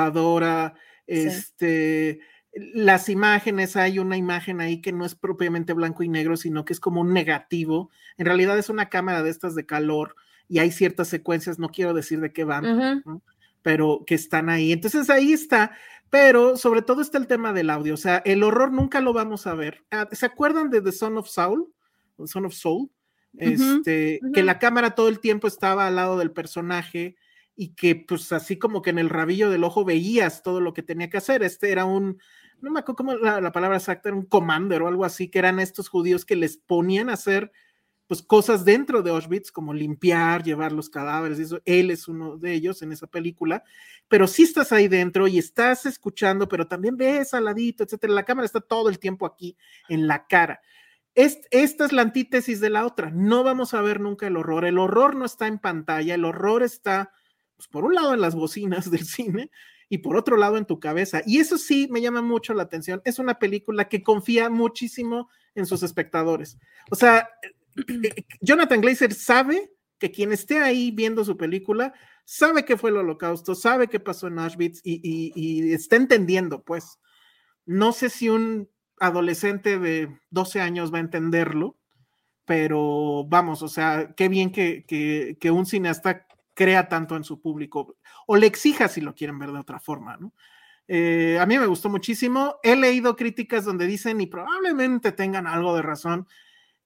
Speaker 2: Perturbadora, sí. este, las imágenes, hay una imagen ahí que no es propiamente blanco y negro, sino que es como un negativo. En realidad es una cámara de estas de calor y hay ciertas secuencias, no quiero decir de qué van, uh -huh. ¿no? pero que están ahí. Entonces ahí está pero sobre todo está el tema del audio, o sea, el horror nunca lo vamos a ver. Ah, ¿Se acuerdan de The Son of Saul? The Son of Soul, uh -huh, este, uh -huh. que la cámara todo el tiempo estaba al lado del personaje y que pues así como que en el rabillo del ojo veías todo lo que tenía que hacer. Este era un, no me acuerdo cómo la, la palabra exacta, era un commander o algo así, que eran estos judíos que les ponían a hacer pues cosas dentro de Auschwitz, como limpiar, llevar los cadáveres, eso, él es uno de ellos en esa película, pero sí estás ahí dentro y estás escuchando, pero también ves al ladito, etcétera, la cámara está todo el tiempo aquí en la cara. Est, esta es la antítesis de la otra, no vamos a ver nunca el horror, el horror no está en pantalla, el horror está, pues, por un lado en las bocinas del cine y por otro lado en tu cabeza, y eso sí me llama mucho la atención, es una película que confía muchísimo en sus espectadores, o sea, eh, Jonathan Glazer sabe que quien esté ahí viendo su película sabe que fue el holocausto, sabe qué pasó en Auschwitz y, y, y, está entendiendo, pues. No sé si un adolescente de 12 años va a entenderlo, pero vamos, o sea, qué bien que, que, que un cineasta crea tanto en su público o le exija si lo quieren ver de otra forma, ¿no? Eh, a mí me gustó muchísimo. He leído críticas donde dicen, y probablemente tengan algo de razón,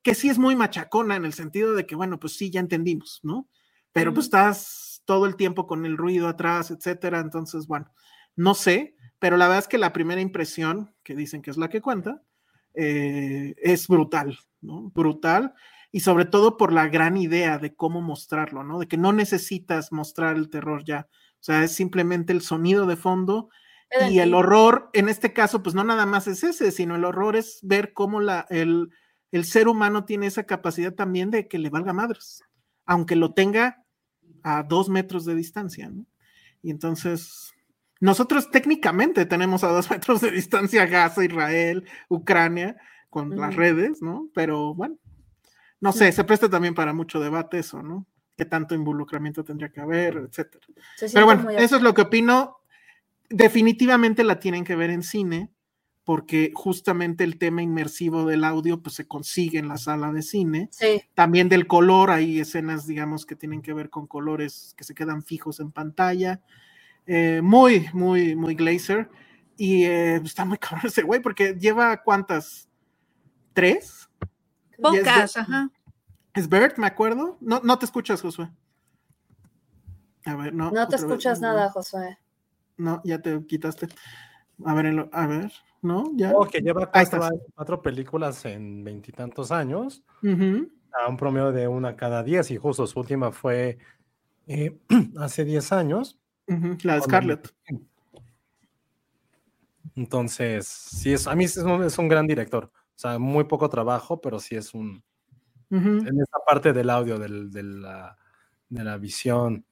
Speaker 2: que sí es muy machacona en el sentido de que, bueno, pues sí, ya entendimos, ¿no? Pero uh -huh. pues estás todo el tiempo con el ruido atrás, etcétera. Entonces, bueno, no sé, pero la verdad es que la primera impresión, que dicen que es la que cuenta, eh, es brutal, ¿no? Brutal. Y sobre todo por la gran idea de cómo mostrarlo, ¿no? De que no necesitas mostrar el terror ya. O sea, es simplemente el sonido de fondo y el horror, en este caso, pues no nada más es ese, sino el horror es ver cómo la, el, el ser humano tiene esa capacidad también de que le valga madres, aunque lo tenga a dos metros de distancia, ¿no? Y entonces, nosotros técnicamente tenemos a dos *laughs* metros de distancia Gaza, Israel, Ucrania, con uh -huh. las redes, ¿no? Pero bueno, No sé, se presta también para mucho debate eso, ¿no? ¿Qué tanto involucramiento tendría que haber, etcétera?
Speaker 3: Se siente
Speaker 2: Pero bueno,
Speaker 3: muy
Speaker 2: eso es lo que opino. Definitivamente la tienen que ver en cine, porque justamente el tema inmersivo del audio pues, se consigue en la sala de cine.
Speaker 3: Sí,
Speaker 2: También del color, hay escenas, digamos, que tienen que ver con colores que se quedan fijos en pantalla. Eh, muy, muy, muy glazer. Y eh, está muy *laughs* cabrón ese güey, porque lleva cuántas? ¿Tres? *laughs*
Speaker 4: Pocas, ajá.
Speaker 2: ¿Es Bert, me acuerdo? No, no te escuchas, Josué. A ver, no.
Speaker 3: no te
Speaker 2: otra vez,
Speaker 3: escuchas
Speaker 2: no.
Speaker 3: nada, Josué.
Speaker 2: No, ya te quitaste. A ver, en lo- a ver, ¿no? Ya.
Speaker 5: Oh, que lleva
Speaker 2: Ahí
Speaker 5: cuatro,
Speaker 2: estás.
Speaker 5: a- cuatro películas en veintitantos años,
Speaker 2: Ujú.
Speaker 5: a un promedio de una cada diez, y justo su última fue eh, *clears throat* hace diez años.
Speaker 2: Ujú, La de
Speaker 5: Cuando-
Speaker 2: Scarlett.
Speaker 5: Entonces, sí, es, a mí es un, es un gran director. O sea, muy poco trabajo, pero sí es un.
Speaker 2: Ujú.
Speaker 1: Eh.
Speaker 5: En esta parte del audio, del- de, la, de la visión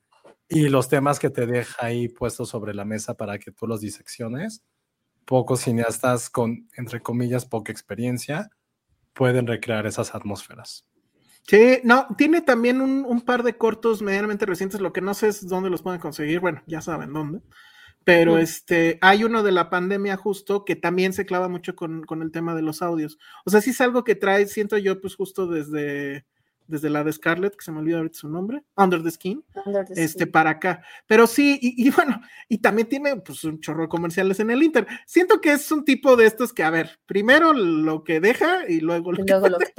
Speaker 5: y los temas que te deja ahí puestos sobre la mesa para que tú los disecciones, pocos cineastas con, entre comillas, poca experiencia pueden recrear esas atmósferas.
Speaker 2: Sí, no, tiene también un, un par de cortos medianamente recientes, lo que no sé es dónde los pueden conseguir, bueno, ya saben dónde, pero este, hay uno de la pandemia justo que también se clava mucho con, con el tema de los audios. O sea, sí es algo que trae, siento yo, pues justo desde, desde la de Scarlett, que se me olvida ahorita su nombre, Under the Skin,
Speaker 3: Under the
Speaker 2: este,
Speaker 3: Skin.
Speaker 2: para acá. Pero sí, y, y bueno, y también tiene pues un chorro de comerciales en el Inter. Siento que es un tipo de estos que, a ver, primero lo que deja y luego lo
Speaker 3: Y
Speaker 2: que
Speaker 3: luego
Speaker 2: *laughs*
Speaker 3: lo que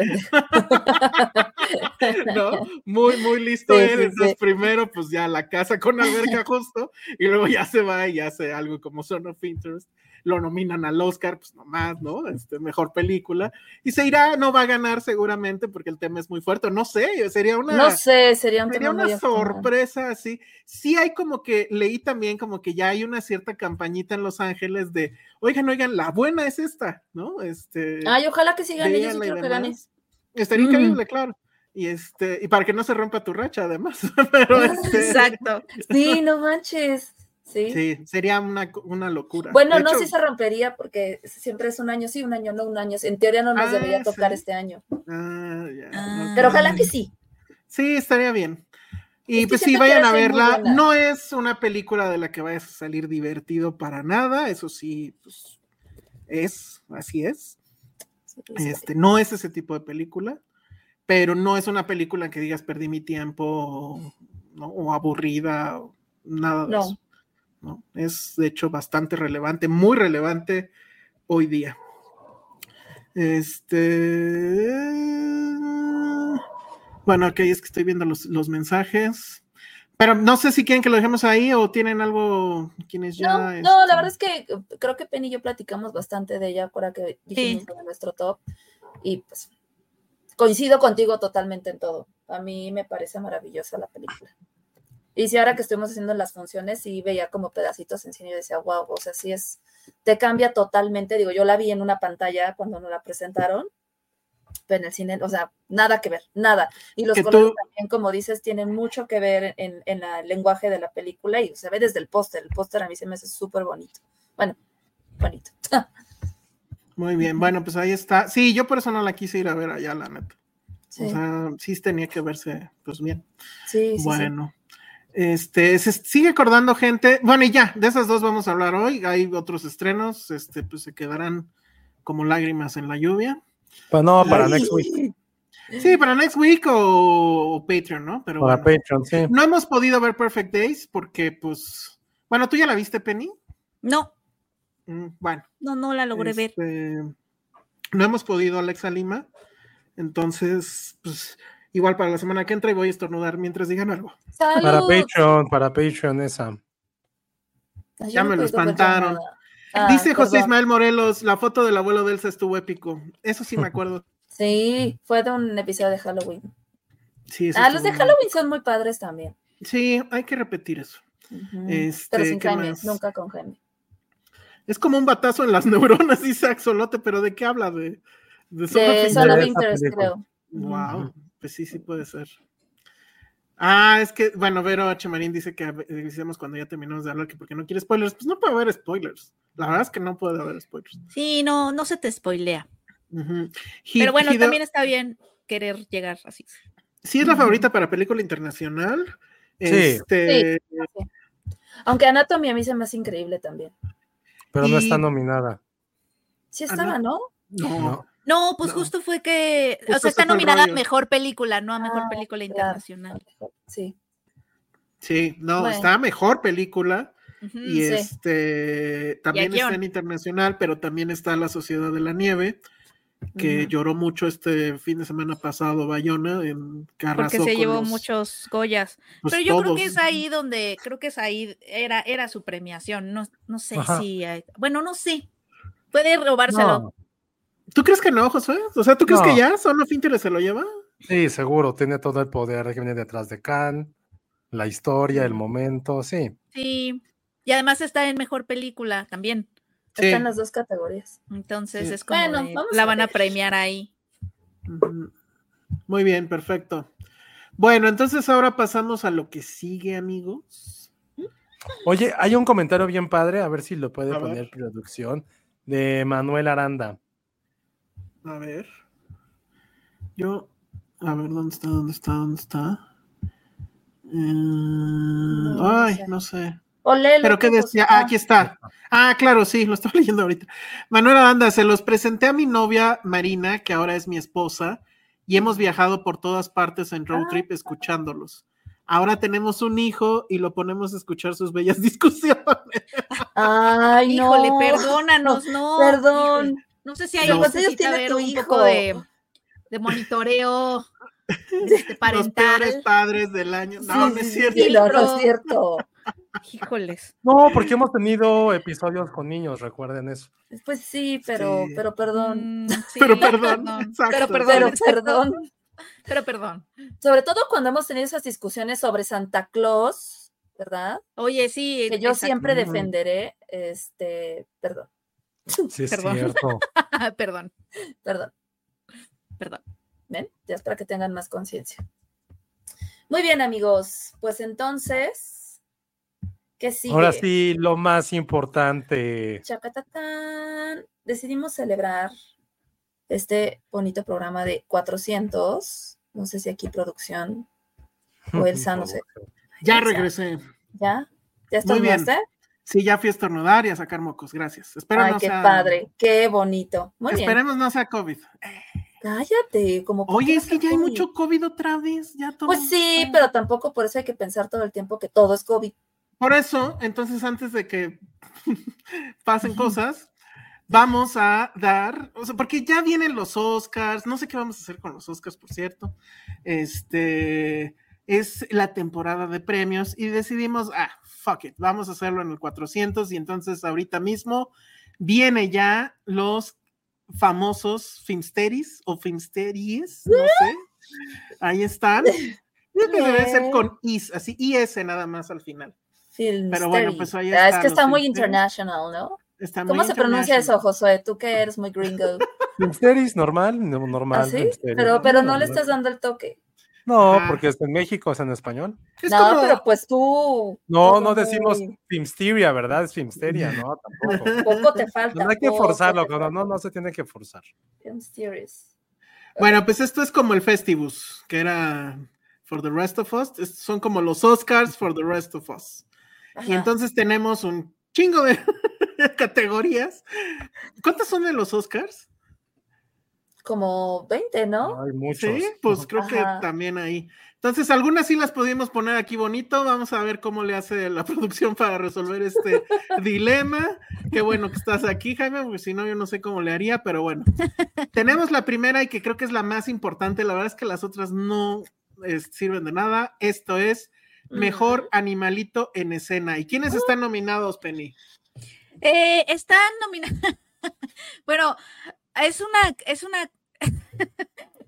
Speaker 3: *laughs*
Speaker 2: ¿no? Muy, muy listo
Speaker 3: Sí,
Speaker 2: él.
Speaker 3: sí,
Speaker 2: Entonces,
Speaker 3: sí.
Speaker 2: primero, pues ya la casa con
Speaker 3: *laughs*
Speaker 2: alberca justo, y luego ya se va y hace algo como Son of Interest. Lo nominan al Oscar, pues nomás, ¿no? Este, mejor película. Y se irá, no va a ganar seguramente porque el tema es muy fuerte. No sé, sería una.
Speaker 3: No sé, sería un
Speaker 2: Sería
Speaker 3: tema muy
Speaker 2: una
Speaker 3: extraño.
Speaker 2: sorpresa así. Sí hay como que, leí también como que ya hay una cierta campañita en Los Ángeles de, oigan, oigan, la buena es esta, ¿no? Este,
Speaker 3: Ay, ojalá Ah, que sí gane, yo sí
Speaker 2: véanla y
Speaker 3: quiero que
Speaker 2: demás.
Speaker 3: gane.
Speaker 2: Estaría
Speaker 3: Ujú.
Speaker 2: increíble, claro. Y este, y para que no se rompa tu racha, además. *laughs*
Speaker 3: Ah,
Speaker 2: Pero este,
Speaker 4: Exacto.
Speaker 3: Sí, no manches. Sí.
Speaker 2: sí, sería una, co- una locura.
Speaker 3: Bueno,
Speaker 2: De
Speaker 3: no,
Speaker 2: hecho,
Speaker 3: sí se rompería porque siempre es un año sí, un año no, un año. sí. En teoría no nos
Speaker 2: Ah,
Speaker 3: debería tocar
Speaker 2: sí.
Speaker 3: este año.
Speaker 2: ah, ya,
Speaker 4: Ah.
Speaker 2: ok.
Speaker 3: Pero ojalá que sí.
Speaker 2: Sí, estaría bien. Y
Speaker 3: Es que
Speaker 2: pues sí,
Speaker 3: siento que
Speaker 2: vayan
Speaker 3: va
Speaker 2: a
Speaker 3: a ser muy
Speaker 2: verla.
Speaker 3: buena.
Speaker 2: No es una película de la que vayas a salir divertido para nada. Eso sí, pues es, así es. Este, no es ese tipo de película, pero no es una película que digas perdí mi tiempo o, ¿no? o aburrida o nada de
Speaker 3: No.
Speaker 2: eso. ¿no? Es de hecho bastante relevante, muy relevante hoy día. Este. Bueno, ok, es que estoy viendo los, los mensajes. Pero no sé si quieren que lo dejemos ahí o tienen algo. quienes ya.?
Speaker 3: No, no,
Speaker 2: este,
Speaker 3: la verdad es que eh, creo que Penny y yo platicamos bastante de ella ahora que dijimos lo de nuestro top. Y pues coincido contigo totalmente en todo. A mí me parece maravillosa la película. Y sí, ahora que estuvimos haciendo las funciones y veía como pedacitos en cine y decía, wow, o sea, sí es, te cambia totalmente. Digo, yo la vi en una pantalla cuando nos la presentaron, pero en el cine, o sea, nada que ver, nada. Y los
Speaker 2: Que
Speaker 3: colores
Speaker 2: tú-
Speaker 3: también, como dices, tienen mucho que ver en, en la- el lenguaje de la película y se ve desde el póster. El póster a mí se me hace súper bonito. Bueno, bonito.
Speaker 2: Muy bien, bueno, pues ahí está. Sí, yo por eso no la quise ir a ver allá, la neta.
Speaker 3: Sí,
Speaker 2: O sea, sí tenía que verse, pues bien.
Speaker 3: sí, sí, sí.
Speaker 2: bueno. Este, se sigue acordando gente. Bueno, y ya, de esas dos vamos a hablar hoy. Hay otros estrenos, este, pues se quedarán como lágrimas en la lluvia.
Speaker 5: Pero Pues no, para
Speaker 2: Ay.
Speaker 5: Next Week,
Speaker 2: Sí, para Next Week o, o Patreon, ¿no? Pero
Speaker 5: para
Speaker 2: bueno.
Speaker 5: Patreon, sí.
Speaker 2: no hemos podido ver Perfect Days porque, pues, bueno, tú ya la viste, Penny.
Speaker 4: No,
Speaker 2: Mm, Bueno.
Speaker 4: no, no la logré ver.
Speaker 2: Este, No hemos podido, Alexa Lima. Entonces, pues, igual para la semana que entra y voy a estornudar mientras digan algo.
Speaker 3: ¡Salud!
Speaker 5: Para Patreon, para Patreon esa.
Speaker 3: Ay, yo
Speaker 2: Ya
Speaker 3: no
Speaker 2: me lo
Speaker 3: puedo ver
Speaker 2: espantaron.
Speaker 3: nada. Ah,
Speaker 2: Dice José
Speaker 3: perdón.
Speaker 2: Ismael Morelos, la foto del abuelo de Elsa estuvo épico. Eso
Speaker 3: *laughs*
Speaker 2: sí me acuerdo.
Speaker 3: Sí, fue de un episodio de Halloween.
Speaker 2: Sí, eso
Speaker 3: Ah,
Speaker 2: estuvo
Speaker 3: los de
Speaker 2: muy-
Speaker 3: Halloween son muy padres también.
Speaker 2: Sí, hay que repetir eso.
Speaker 3: Ujú.
Speaker 2: Este,
Speaker 3: Mm, Pero sin
Speaker 2: ¿qué
Speaker 3: Jaime,
Speaker 2: más?
Speaker 3: nunca con Jaime.
Speaker 2: Es como un batazo en las *laughs* neuronas, dice Axolote, pero ¿de qué habla? De, de Son of
Speaker 3: De
Speaker 5: Interest.
Speaker 3: Son of
Speaker 5: Esa
Speaker 3: Interest,
Speaker 5: película.
Speaker 3: creo.
Speaker 2: Wow, pues sí, sí puede ser. Ah, es que, bueno, Vero H. Marín dice que decimos cuando ya terminamos de hablar que porque no quiere spoilers. Pues no puede haber spoilers. La verdad es que no puede haber spoilers.
Speaker 4: Sí, no, no se te spoilea.
Speaker 2: Ujú. Hi-
Speaker 4: Pero bueno,
Speaker 2: Hideo-
Speaker 4: también está bien querer llegar así.
Speaker 2: Sí, es la favorita para película internacional.
Speaker 5: Sí.
Speaker 2: Este,
Speaker 3: Aunque Anatomy a mí se me hace increíble también.
Speaker 5: pero no está
Speaker 2: Y-
Speaker 5: nominada.
Speaker 3: Sí estaba, ¿no?
Speaker 2: No.
Speaker 5: No.
Speaker 4: No, pues
Speaker 2: No.
Speaker 4: justo fue que, o
Speaker 2: Justo
Speaker 4: sea,
Speaker 2: fue
Speaker 4: está
Speaker 2: el
Speaker 4: nominada a
Speaker 2: rollo.
Speaker 4: mejor película, no a mejor
Speaker 3: Ah,
Speaker 4: película
Speaker 3: claro.
Speaker 4: internacional.
Speaker 3: Sí.
Speaker 2: Sí, no,
Speaker 3: Bueno.
Speaker 2: está mejor película.
Speaker 4: Ujú.
Speaker 2: Y
Speaker 3: sí.
Speaker 2: este también
Speaker 4: Mm, Y a
Speaker 2: está en
Speaker 4: guión.
Speaker 2: internacional, pero también está La Sociedad de la Nieve, que
Speaker 4: Ujú.
Speaker 2: lloró mucho este fin de semana pasado Bayona en
Speaker 4: porque
Speaker 2: Carrasco.
Speaker 4: se llevó muchos Goyas.
Speaker 2: Pues
Speaker 4: Pero yo creo que es ahí donde, creo que es ahí, era, era su premiación. No, no sé
Speaker 5: Ajá.
Speaker 4: si, eh, bueno, no sé. Puede robárselo.
Speaker 5: No,
Speaker 2: ¿Tú crees que no, Josué? O sea, ¿tú crees
Speaker 5: No.
Speaker 2: que ya solo Finter se lo lleva?
Speaker 5: sí, seguro, tiene todo el poder que viene detrás de Cannes, la historia, el momento, sí.
Speaker 4: Sí. Y además está en mejor película también.
Speaker 2: Sí.
Speaker 3: Están las dos categorías.
Speaker 4: Entonces
Speaker 2: Sí.
Speaker 4: es como
Speaker 3: Bueno,
Speaker 4: de,
Speaker 3: vamos
Speaker 4: la
Speaker 3: a
Speaker 4: van a
Speaker 3: ver.
Speaker 4: premiar ahí.
Speaker 2: Ujú. Mm, Muy bien, perfecto. Bueno, entonces ahora pasamos a lo que sigue, amigos.
Speaker 5: Oye, hay un comentario bien padre, a ver si lo puede
Speaker 2: A ver.
Speaker 5: poner producción, de Manuel Aranda.
Speaker 2: A ver. Yo. A ver, ¿dónde está? ¿Dónde está? ¿Dónde está? Eh, ay,
Speaker 3: sé.
Speaker 2: no sé.
Speaker 3: O léelo
Speaker 2: Pero qué
Speaker 3: tú,
Speaker 2: decía,
Speaker 3: José.
Speaker 2: ah, aquí está. Ah, claro, sí, lo estaba *laughs* leyendo ahorita. Manuel Aranda, se los presenté a mi novia Marina, que ahora es mi esposa, y hemos viajado por todas partes en road
Speaker 3: Ah.
Speaker 2: trip escuchándolos. Ahora tenemos un hijo y lo ponemos a escuchar sus bellas *laughs* discusiones.
Speaker 3: Ay, *laughs* no.
Speaker 4: Híjole, perdónanos, no. híjole.
Speaker 3: Perdón.
Speaker 4: No sé si hay
Speaker 2: No.
Speaker 4: algo
Speaker 3: ¿Cuántos años tiene
Speaker 4: haber
Speaker 3: tu
Speaker 4: un
Speaker 3: hijo?
Speaker 4: poco de, de monitoreo este,
Speaker 2: *laughs* Los
Speaker 4: parental.
Speaker 2: peores padres del año. No,
Speaker 3: Sí,
Speaker 2: no es
Speaker 3: sí,
Speaker 2: cierto.
Speaker 3: sí, no, no
Speaker 4: Filtro.
Speaker 3: es cierto.
Speaker 4: Híjoles.
Speaker 5: No, porque hemos tenido episodios con niños, recuerden eso.
Speaker 3: Pues sí, pero,
Speaker 2: Sí.
Speaker 3: pero
Speaker 2: *laughs*
Speaker 3: perdón.
Speaker 4: Mm, sí,
Speaker 2: Pero perdón, exacto.
Speaker 4: Pero perdón.
Speaker 3: Pero
Speaker 4: exacto.
Speaker 3: perdón.
Speaker 4: Pero perdón.
Speaker 3: Sobre todo cuando hemos tenido esas discusiones sobre Santa Claus, ¿verdad?
Speaker 4: Oye, sí.
Speaker 3: Que yo
Speaker 4: exacto.
Speaker 3: siempre
Speaker 5: Mm.
Speaker 3: defenderé, este, perdón,
Speaker 5: Sí, es
Speaker 3: *laughs*
Speaker 4: Perdón.
Speaker 5: cierto.
Speaker 4: *laughs* perdón,
Speaker 3: perdón,
Speaker 4: perdón.
Speaker 3: ¿ven? Ya es para que tengan más conciencia. Muy bien, amigos, pues entonces, ¿qué sigue?
Speaker 5: Ahora sí, lo más importante.
Speaker 3: Chacatatán. Decidimos celebrar este bonito programa de 400. No sé si aquí producción
Speaker 2: *laughs*
Speaker 3: o el sano se... *laughs*
Speaker 2: Ya
Speaker 3: Elsa.
Speaker 2: regresé.
Speaker 3: ¿Ya? ¿Ya
Speaker 2: Muy bien.
Speaker 3: estornudaste?
Speaker 2: Sí, ya fui a estornudar y a sacar mocos. Gracias. Espero
Speaker 3: Ay,
Speaker 2: no
Speaker 3: qué
Speaker 2: sea-
Speaker 3: padre, qué bonito. Muy bien.
Speaker 2: Esperemos no sea COVID.
Speaker 3: Cállate, como por qué
Speaker 2: Oye,
Speaker 3: no
Speaker 2: es que
Speaker 3: está
Speaker 2: ya hay
Speaker 3: COVID?
Speaker 2: mucho COVID otra vez. Ya todo-
Speaker 3: Pues sí, pero tampoco por eso hay que pensar todo el tiempo que todo es COVID.
Speaker 2: Por eso, entonces, antes de que *laughs* pasen cosas, vamos a dar, o sea, porque ya vienen los Oscars, no sé qué vamos a hacer con los Oscars, por cierto. Este es la temporada de premios y decidimos, ah, fuck it, vamos a hacerlo en el 400 y entonces ahorita mismo viene ya los famosos Finsteris o Finsteries, no sé. Ahí están. Yo creo que debe ser con is, así IS nada más al final.
Speaker 3: Film
Speaker 2: Pero bueno,
Speaker 3: study.
Speaker 2: pues ahí
Speaker 3: Ah, Es
Speaker 2: está,
Speaker 3: que
Speaker 2: los
Speaker 3: está muy
Speaker 2: Filmsteries.
Speaker 3: international, ¿no?
Speaker 2: Está
Speaker 3: ¿Cómo
Speaker 2: muy
Speaker 3: se pronuncia eso,
Speaker 2: international.
Speaker 3: Josué? Tú que eres muy
Speaker 2: *laughs*
Speaker 3: gringo.
Speaker 5: Filmsteris, normal, no- normal.
Speaker 3: ¿Así?
Speaker 5: Filmsteris.
Speaker 3: ¿Ah, Pero, pero no le estás Ah. dando el toque.
Speaker 5: No,
Speaker 2: Ajá.
Speaker 5: porque es en México, es en español.
Speaker 2: Es
Speaker 3: no,
Speaker 2: como-
Speaker 3: pero pues tú.
Speaker 5: No,
Speaker 3: todo
Speaker 5: no decimos
Speaker 3: muy-
Speaker 5: Filmsteria, ¿verdad? Es Filmsteria,
Speaker 3: *laughs*
Speaker 5: no, tampoco.
Speaker 3: Poco
Speaker 2: *laughs*
Speaker 3: te falta.
Speaker 5: No hay que
Speaker 3: poco
Speaker 5: forzarlo,
Speaker 3: te
Speaker 5: cabrón,
Speaker 3: falta.
Speaker 5: no, no se tiene que forzar.
Speaker 3: Film series.
Speaker 2: Bueno, pues esto es como el Festivus, que era For the Rest of Us. Estos son como los Oscars for the Rest of Us. Y
Speaker 3: Ajá.
Speaker 2: entonces tenemos un chingo de *laughs* categorías. ¿Cuántas son de los Oscars?
Speaker 3: Como 20,
Speaker 2: Ah,
Speaker 3: ¿no?
Speaker 5: Hay muchos.
Speaker 2: Sí, pues creo
Speaker 3: Ajá.
Speaker 2: que también ahí. Entonces, algunas sí las pudimos poner aquí bonito. Vamos a ver cómo le hace la *laughs* producción para resolver este dilema. Qué bueno que estás aquí, Jaime, porque si no, yo no sé cómo le haría, pero bueno. Tenemos la primera y que creo que es la más importante. La verdad es que las otras no eh, sirven de nada. Esto es
Speaker 3: Mm.
Speaker 2: Mejor Animalito en Escena. ¿Y quiénes están nominados, Penny?
Speaker 4: Eh, están nominadas. *laughs* bueno, es una, es una. *laughs*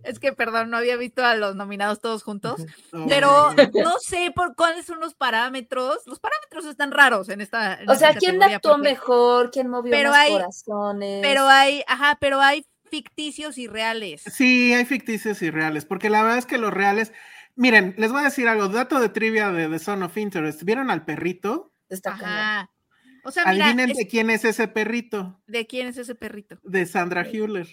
Speaker 4: es que perdón, no había visto a los nominados todos juntos.
Speaker 2: Oh,
Speaker 4: Pero no sé por cuáles son los parámetros. Los parámetros están raros en esta. en
Speaker 3: O
Speaker 4: esta
Speaker 3: sea, ¿quién
Speaker 4: categoría,
Speaker 3: actuó
Speaker 4: porque-
Speaker 3: mejor? ¿Quién movió
Speaker 4: Pero
Speaker 3: más
Speaker 4: hay-
Speaker 3: corazones?
Speaker 4: Pero hay, ajá, pero hay ficticios y reales.
Speaker 2: Sí, hay ficticios y reales, porque la verdad es que los reales, miren, les voy a decir algo, dato de trivia de The Son of Interest, ¿vieron al perrito?
Speaker 3: Está cañón.
Speaker 4: Ajá. O sea, Ah, mira,
Speaker 2: Adivinen
Speaker 4: es-
Speaker 2: de quién es ese perrito,
Speaker 4: ¿de quién es ese perrito?
Speaker 2: de Sandra Hewler.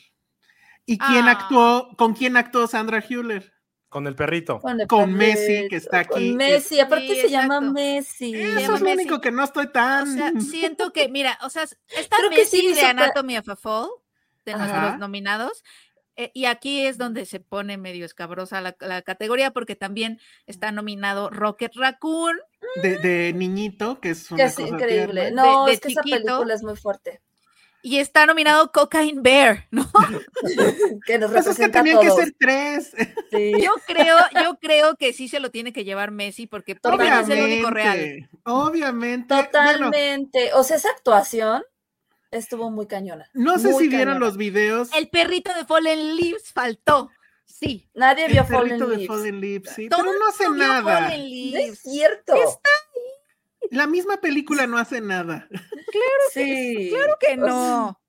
Speaker 2: ¿Y quién
Speaker 4: Ah.
Speaker 2: actuó? ¿Con quién actuó Sandra Hewler?
Speaker 5: Con el perrito.
Speaker 3: Con, el
Speaker 2: Con Messi,
Speaker 3: perrito,
Speaker 2: que está aquí.
Speaker 3: Con Messi, aparte
Speaker 4: Sí,
Speaker 3: se llama
Speaker 4: exacto.
Speaker 3: Messi.
Speaker 2: Eso
Speaker 4: llama
Speaker 2: es lo
Speaker 4: Messi.
Speaker 2: único que no estoy tan.
Speaker 4: O sea, siento que, mira, o sea, está
Speaker 3: Creo que
Speaker 4: Messi
Speaker 3: sí
Speaker 4: de
Speaker 3: hizo pa-
Speaker 4: Anatomy of a Fall, de
Speaker 2: Ajá.
Speaker 4: nuestros nominados. eh, y aquí es donde se pone medio escabrosa la, la categoría, porque también está nominado Rocket Raccoon.
Speaker 2: de, de niñito, que es
Speaker 3: que
Speaker 2: una
Speaker 3: es
Speaker 2: cosa
Speaker 3: increíble.
Speaker 2: tierna.
Speaker 3: No,
Speaker 4: de
Speaker 3: es que esa
Speaker 4: chiquito.
Speaker 3: película es muy fuerte.
Speaker 4: Y está nominado Cocaine Bear, ¿no?
Speaker 3: Que nos
Speaker 2: Pues es que
Speaker 3: representa a
Speaker 2: tenían que
Speaker 3: todos.
Speaker 2: ser tres. *laughs*
Speaker 3: Sí.
Speaker 4: Yo creo, yo creo que sí se lo tiene que llevar Messi, porque primero es el único real.
Speaker 2: Obviamente. Obviamente. Bueno,
Speaker 3: Totalmente. O sea, esa actuación estuvo muy cañona.
Speaker 2: no sé
Speaker 3: muy
Speaker 2: si vieron
Speaker 3: cañona.
Speaker 2: los videos.
Speaker 4: El perrito de Fallen Leaves faltó. Sí.
Speaker 3: Nadie
Speaker 2: el
Speaker 3: vio Fallen
Speaker 2: perrito de
Speaker 3: Leaves.
Speaker 2: Fallen Leaves, sí,
Speaker 4: Todo
Speaker 2: pero no hace
Speaker 4: No vio
Speaker 2: nada.
Speaker 4: Fallen
Speaker 3: No es
Speaker 4: Leaves.
Speaker 3: cierto.
Speaker 2: La misma película no hace nada.
Speaker 3: sí.
Speaker 4: Claro que
Speaker 3: O sea,
Speaker 4: no.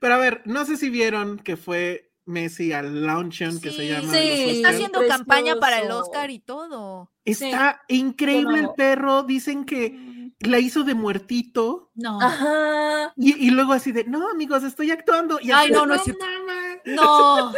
Speaker 2: Pero a ver, no sé si vieron que fue Messi al luncheon que se
Speaker 4: Sí,
Speaker 2: llama.
Speaker 3: sí,
Speaker 2: los
Speaker 4: Está
Speaker 2: Oscars.
Speaker 4: haciendo campaña para el
Speaker 3: Precioso.
Speaker 4: Oscar y todo.
Speaker 2: Está increíble
Speaker 3: Yo
Speaker 2: el
Speaker 3: no.
Speaker 2: perro. Dicen que la hizo de muertito.
Speaker 4: No.
Speaker 3: *laughs* Ajá.
Speaker 2: Y, y luego así de, no, amigos, estoy actuando. Y
Speaker 4: Ay,
Speaker 2: así de,
Speaker 4: no, no es cierto".
Speaker 2: mames,
Speaker 4: No.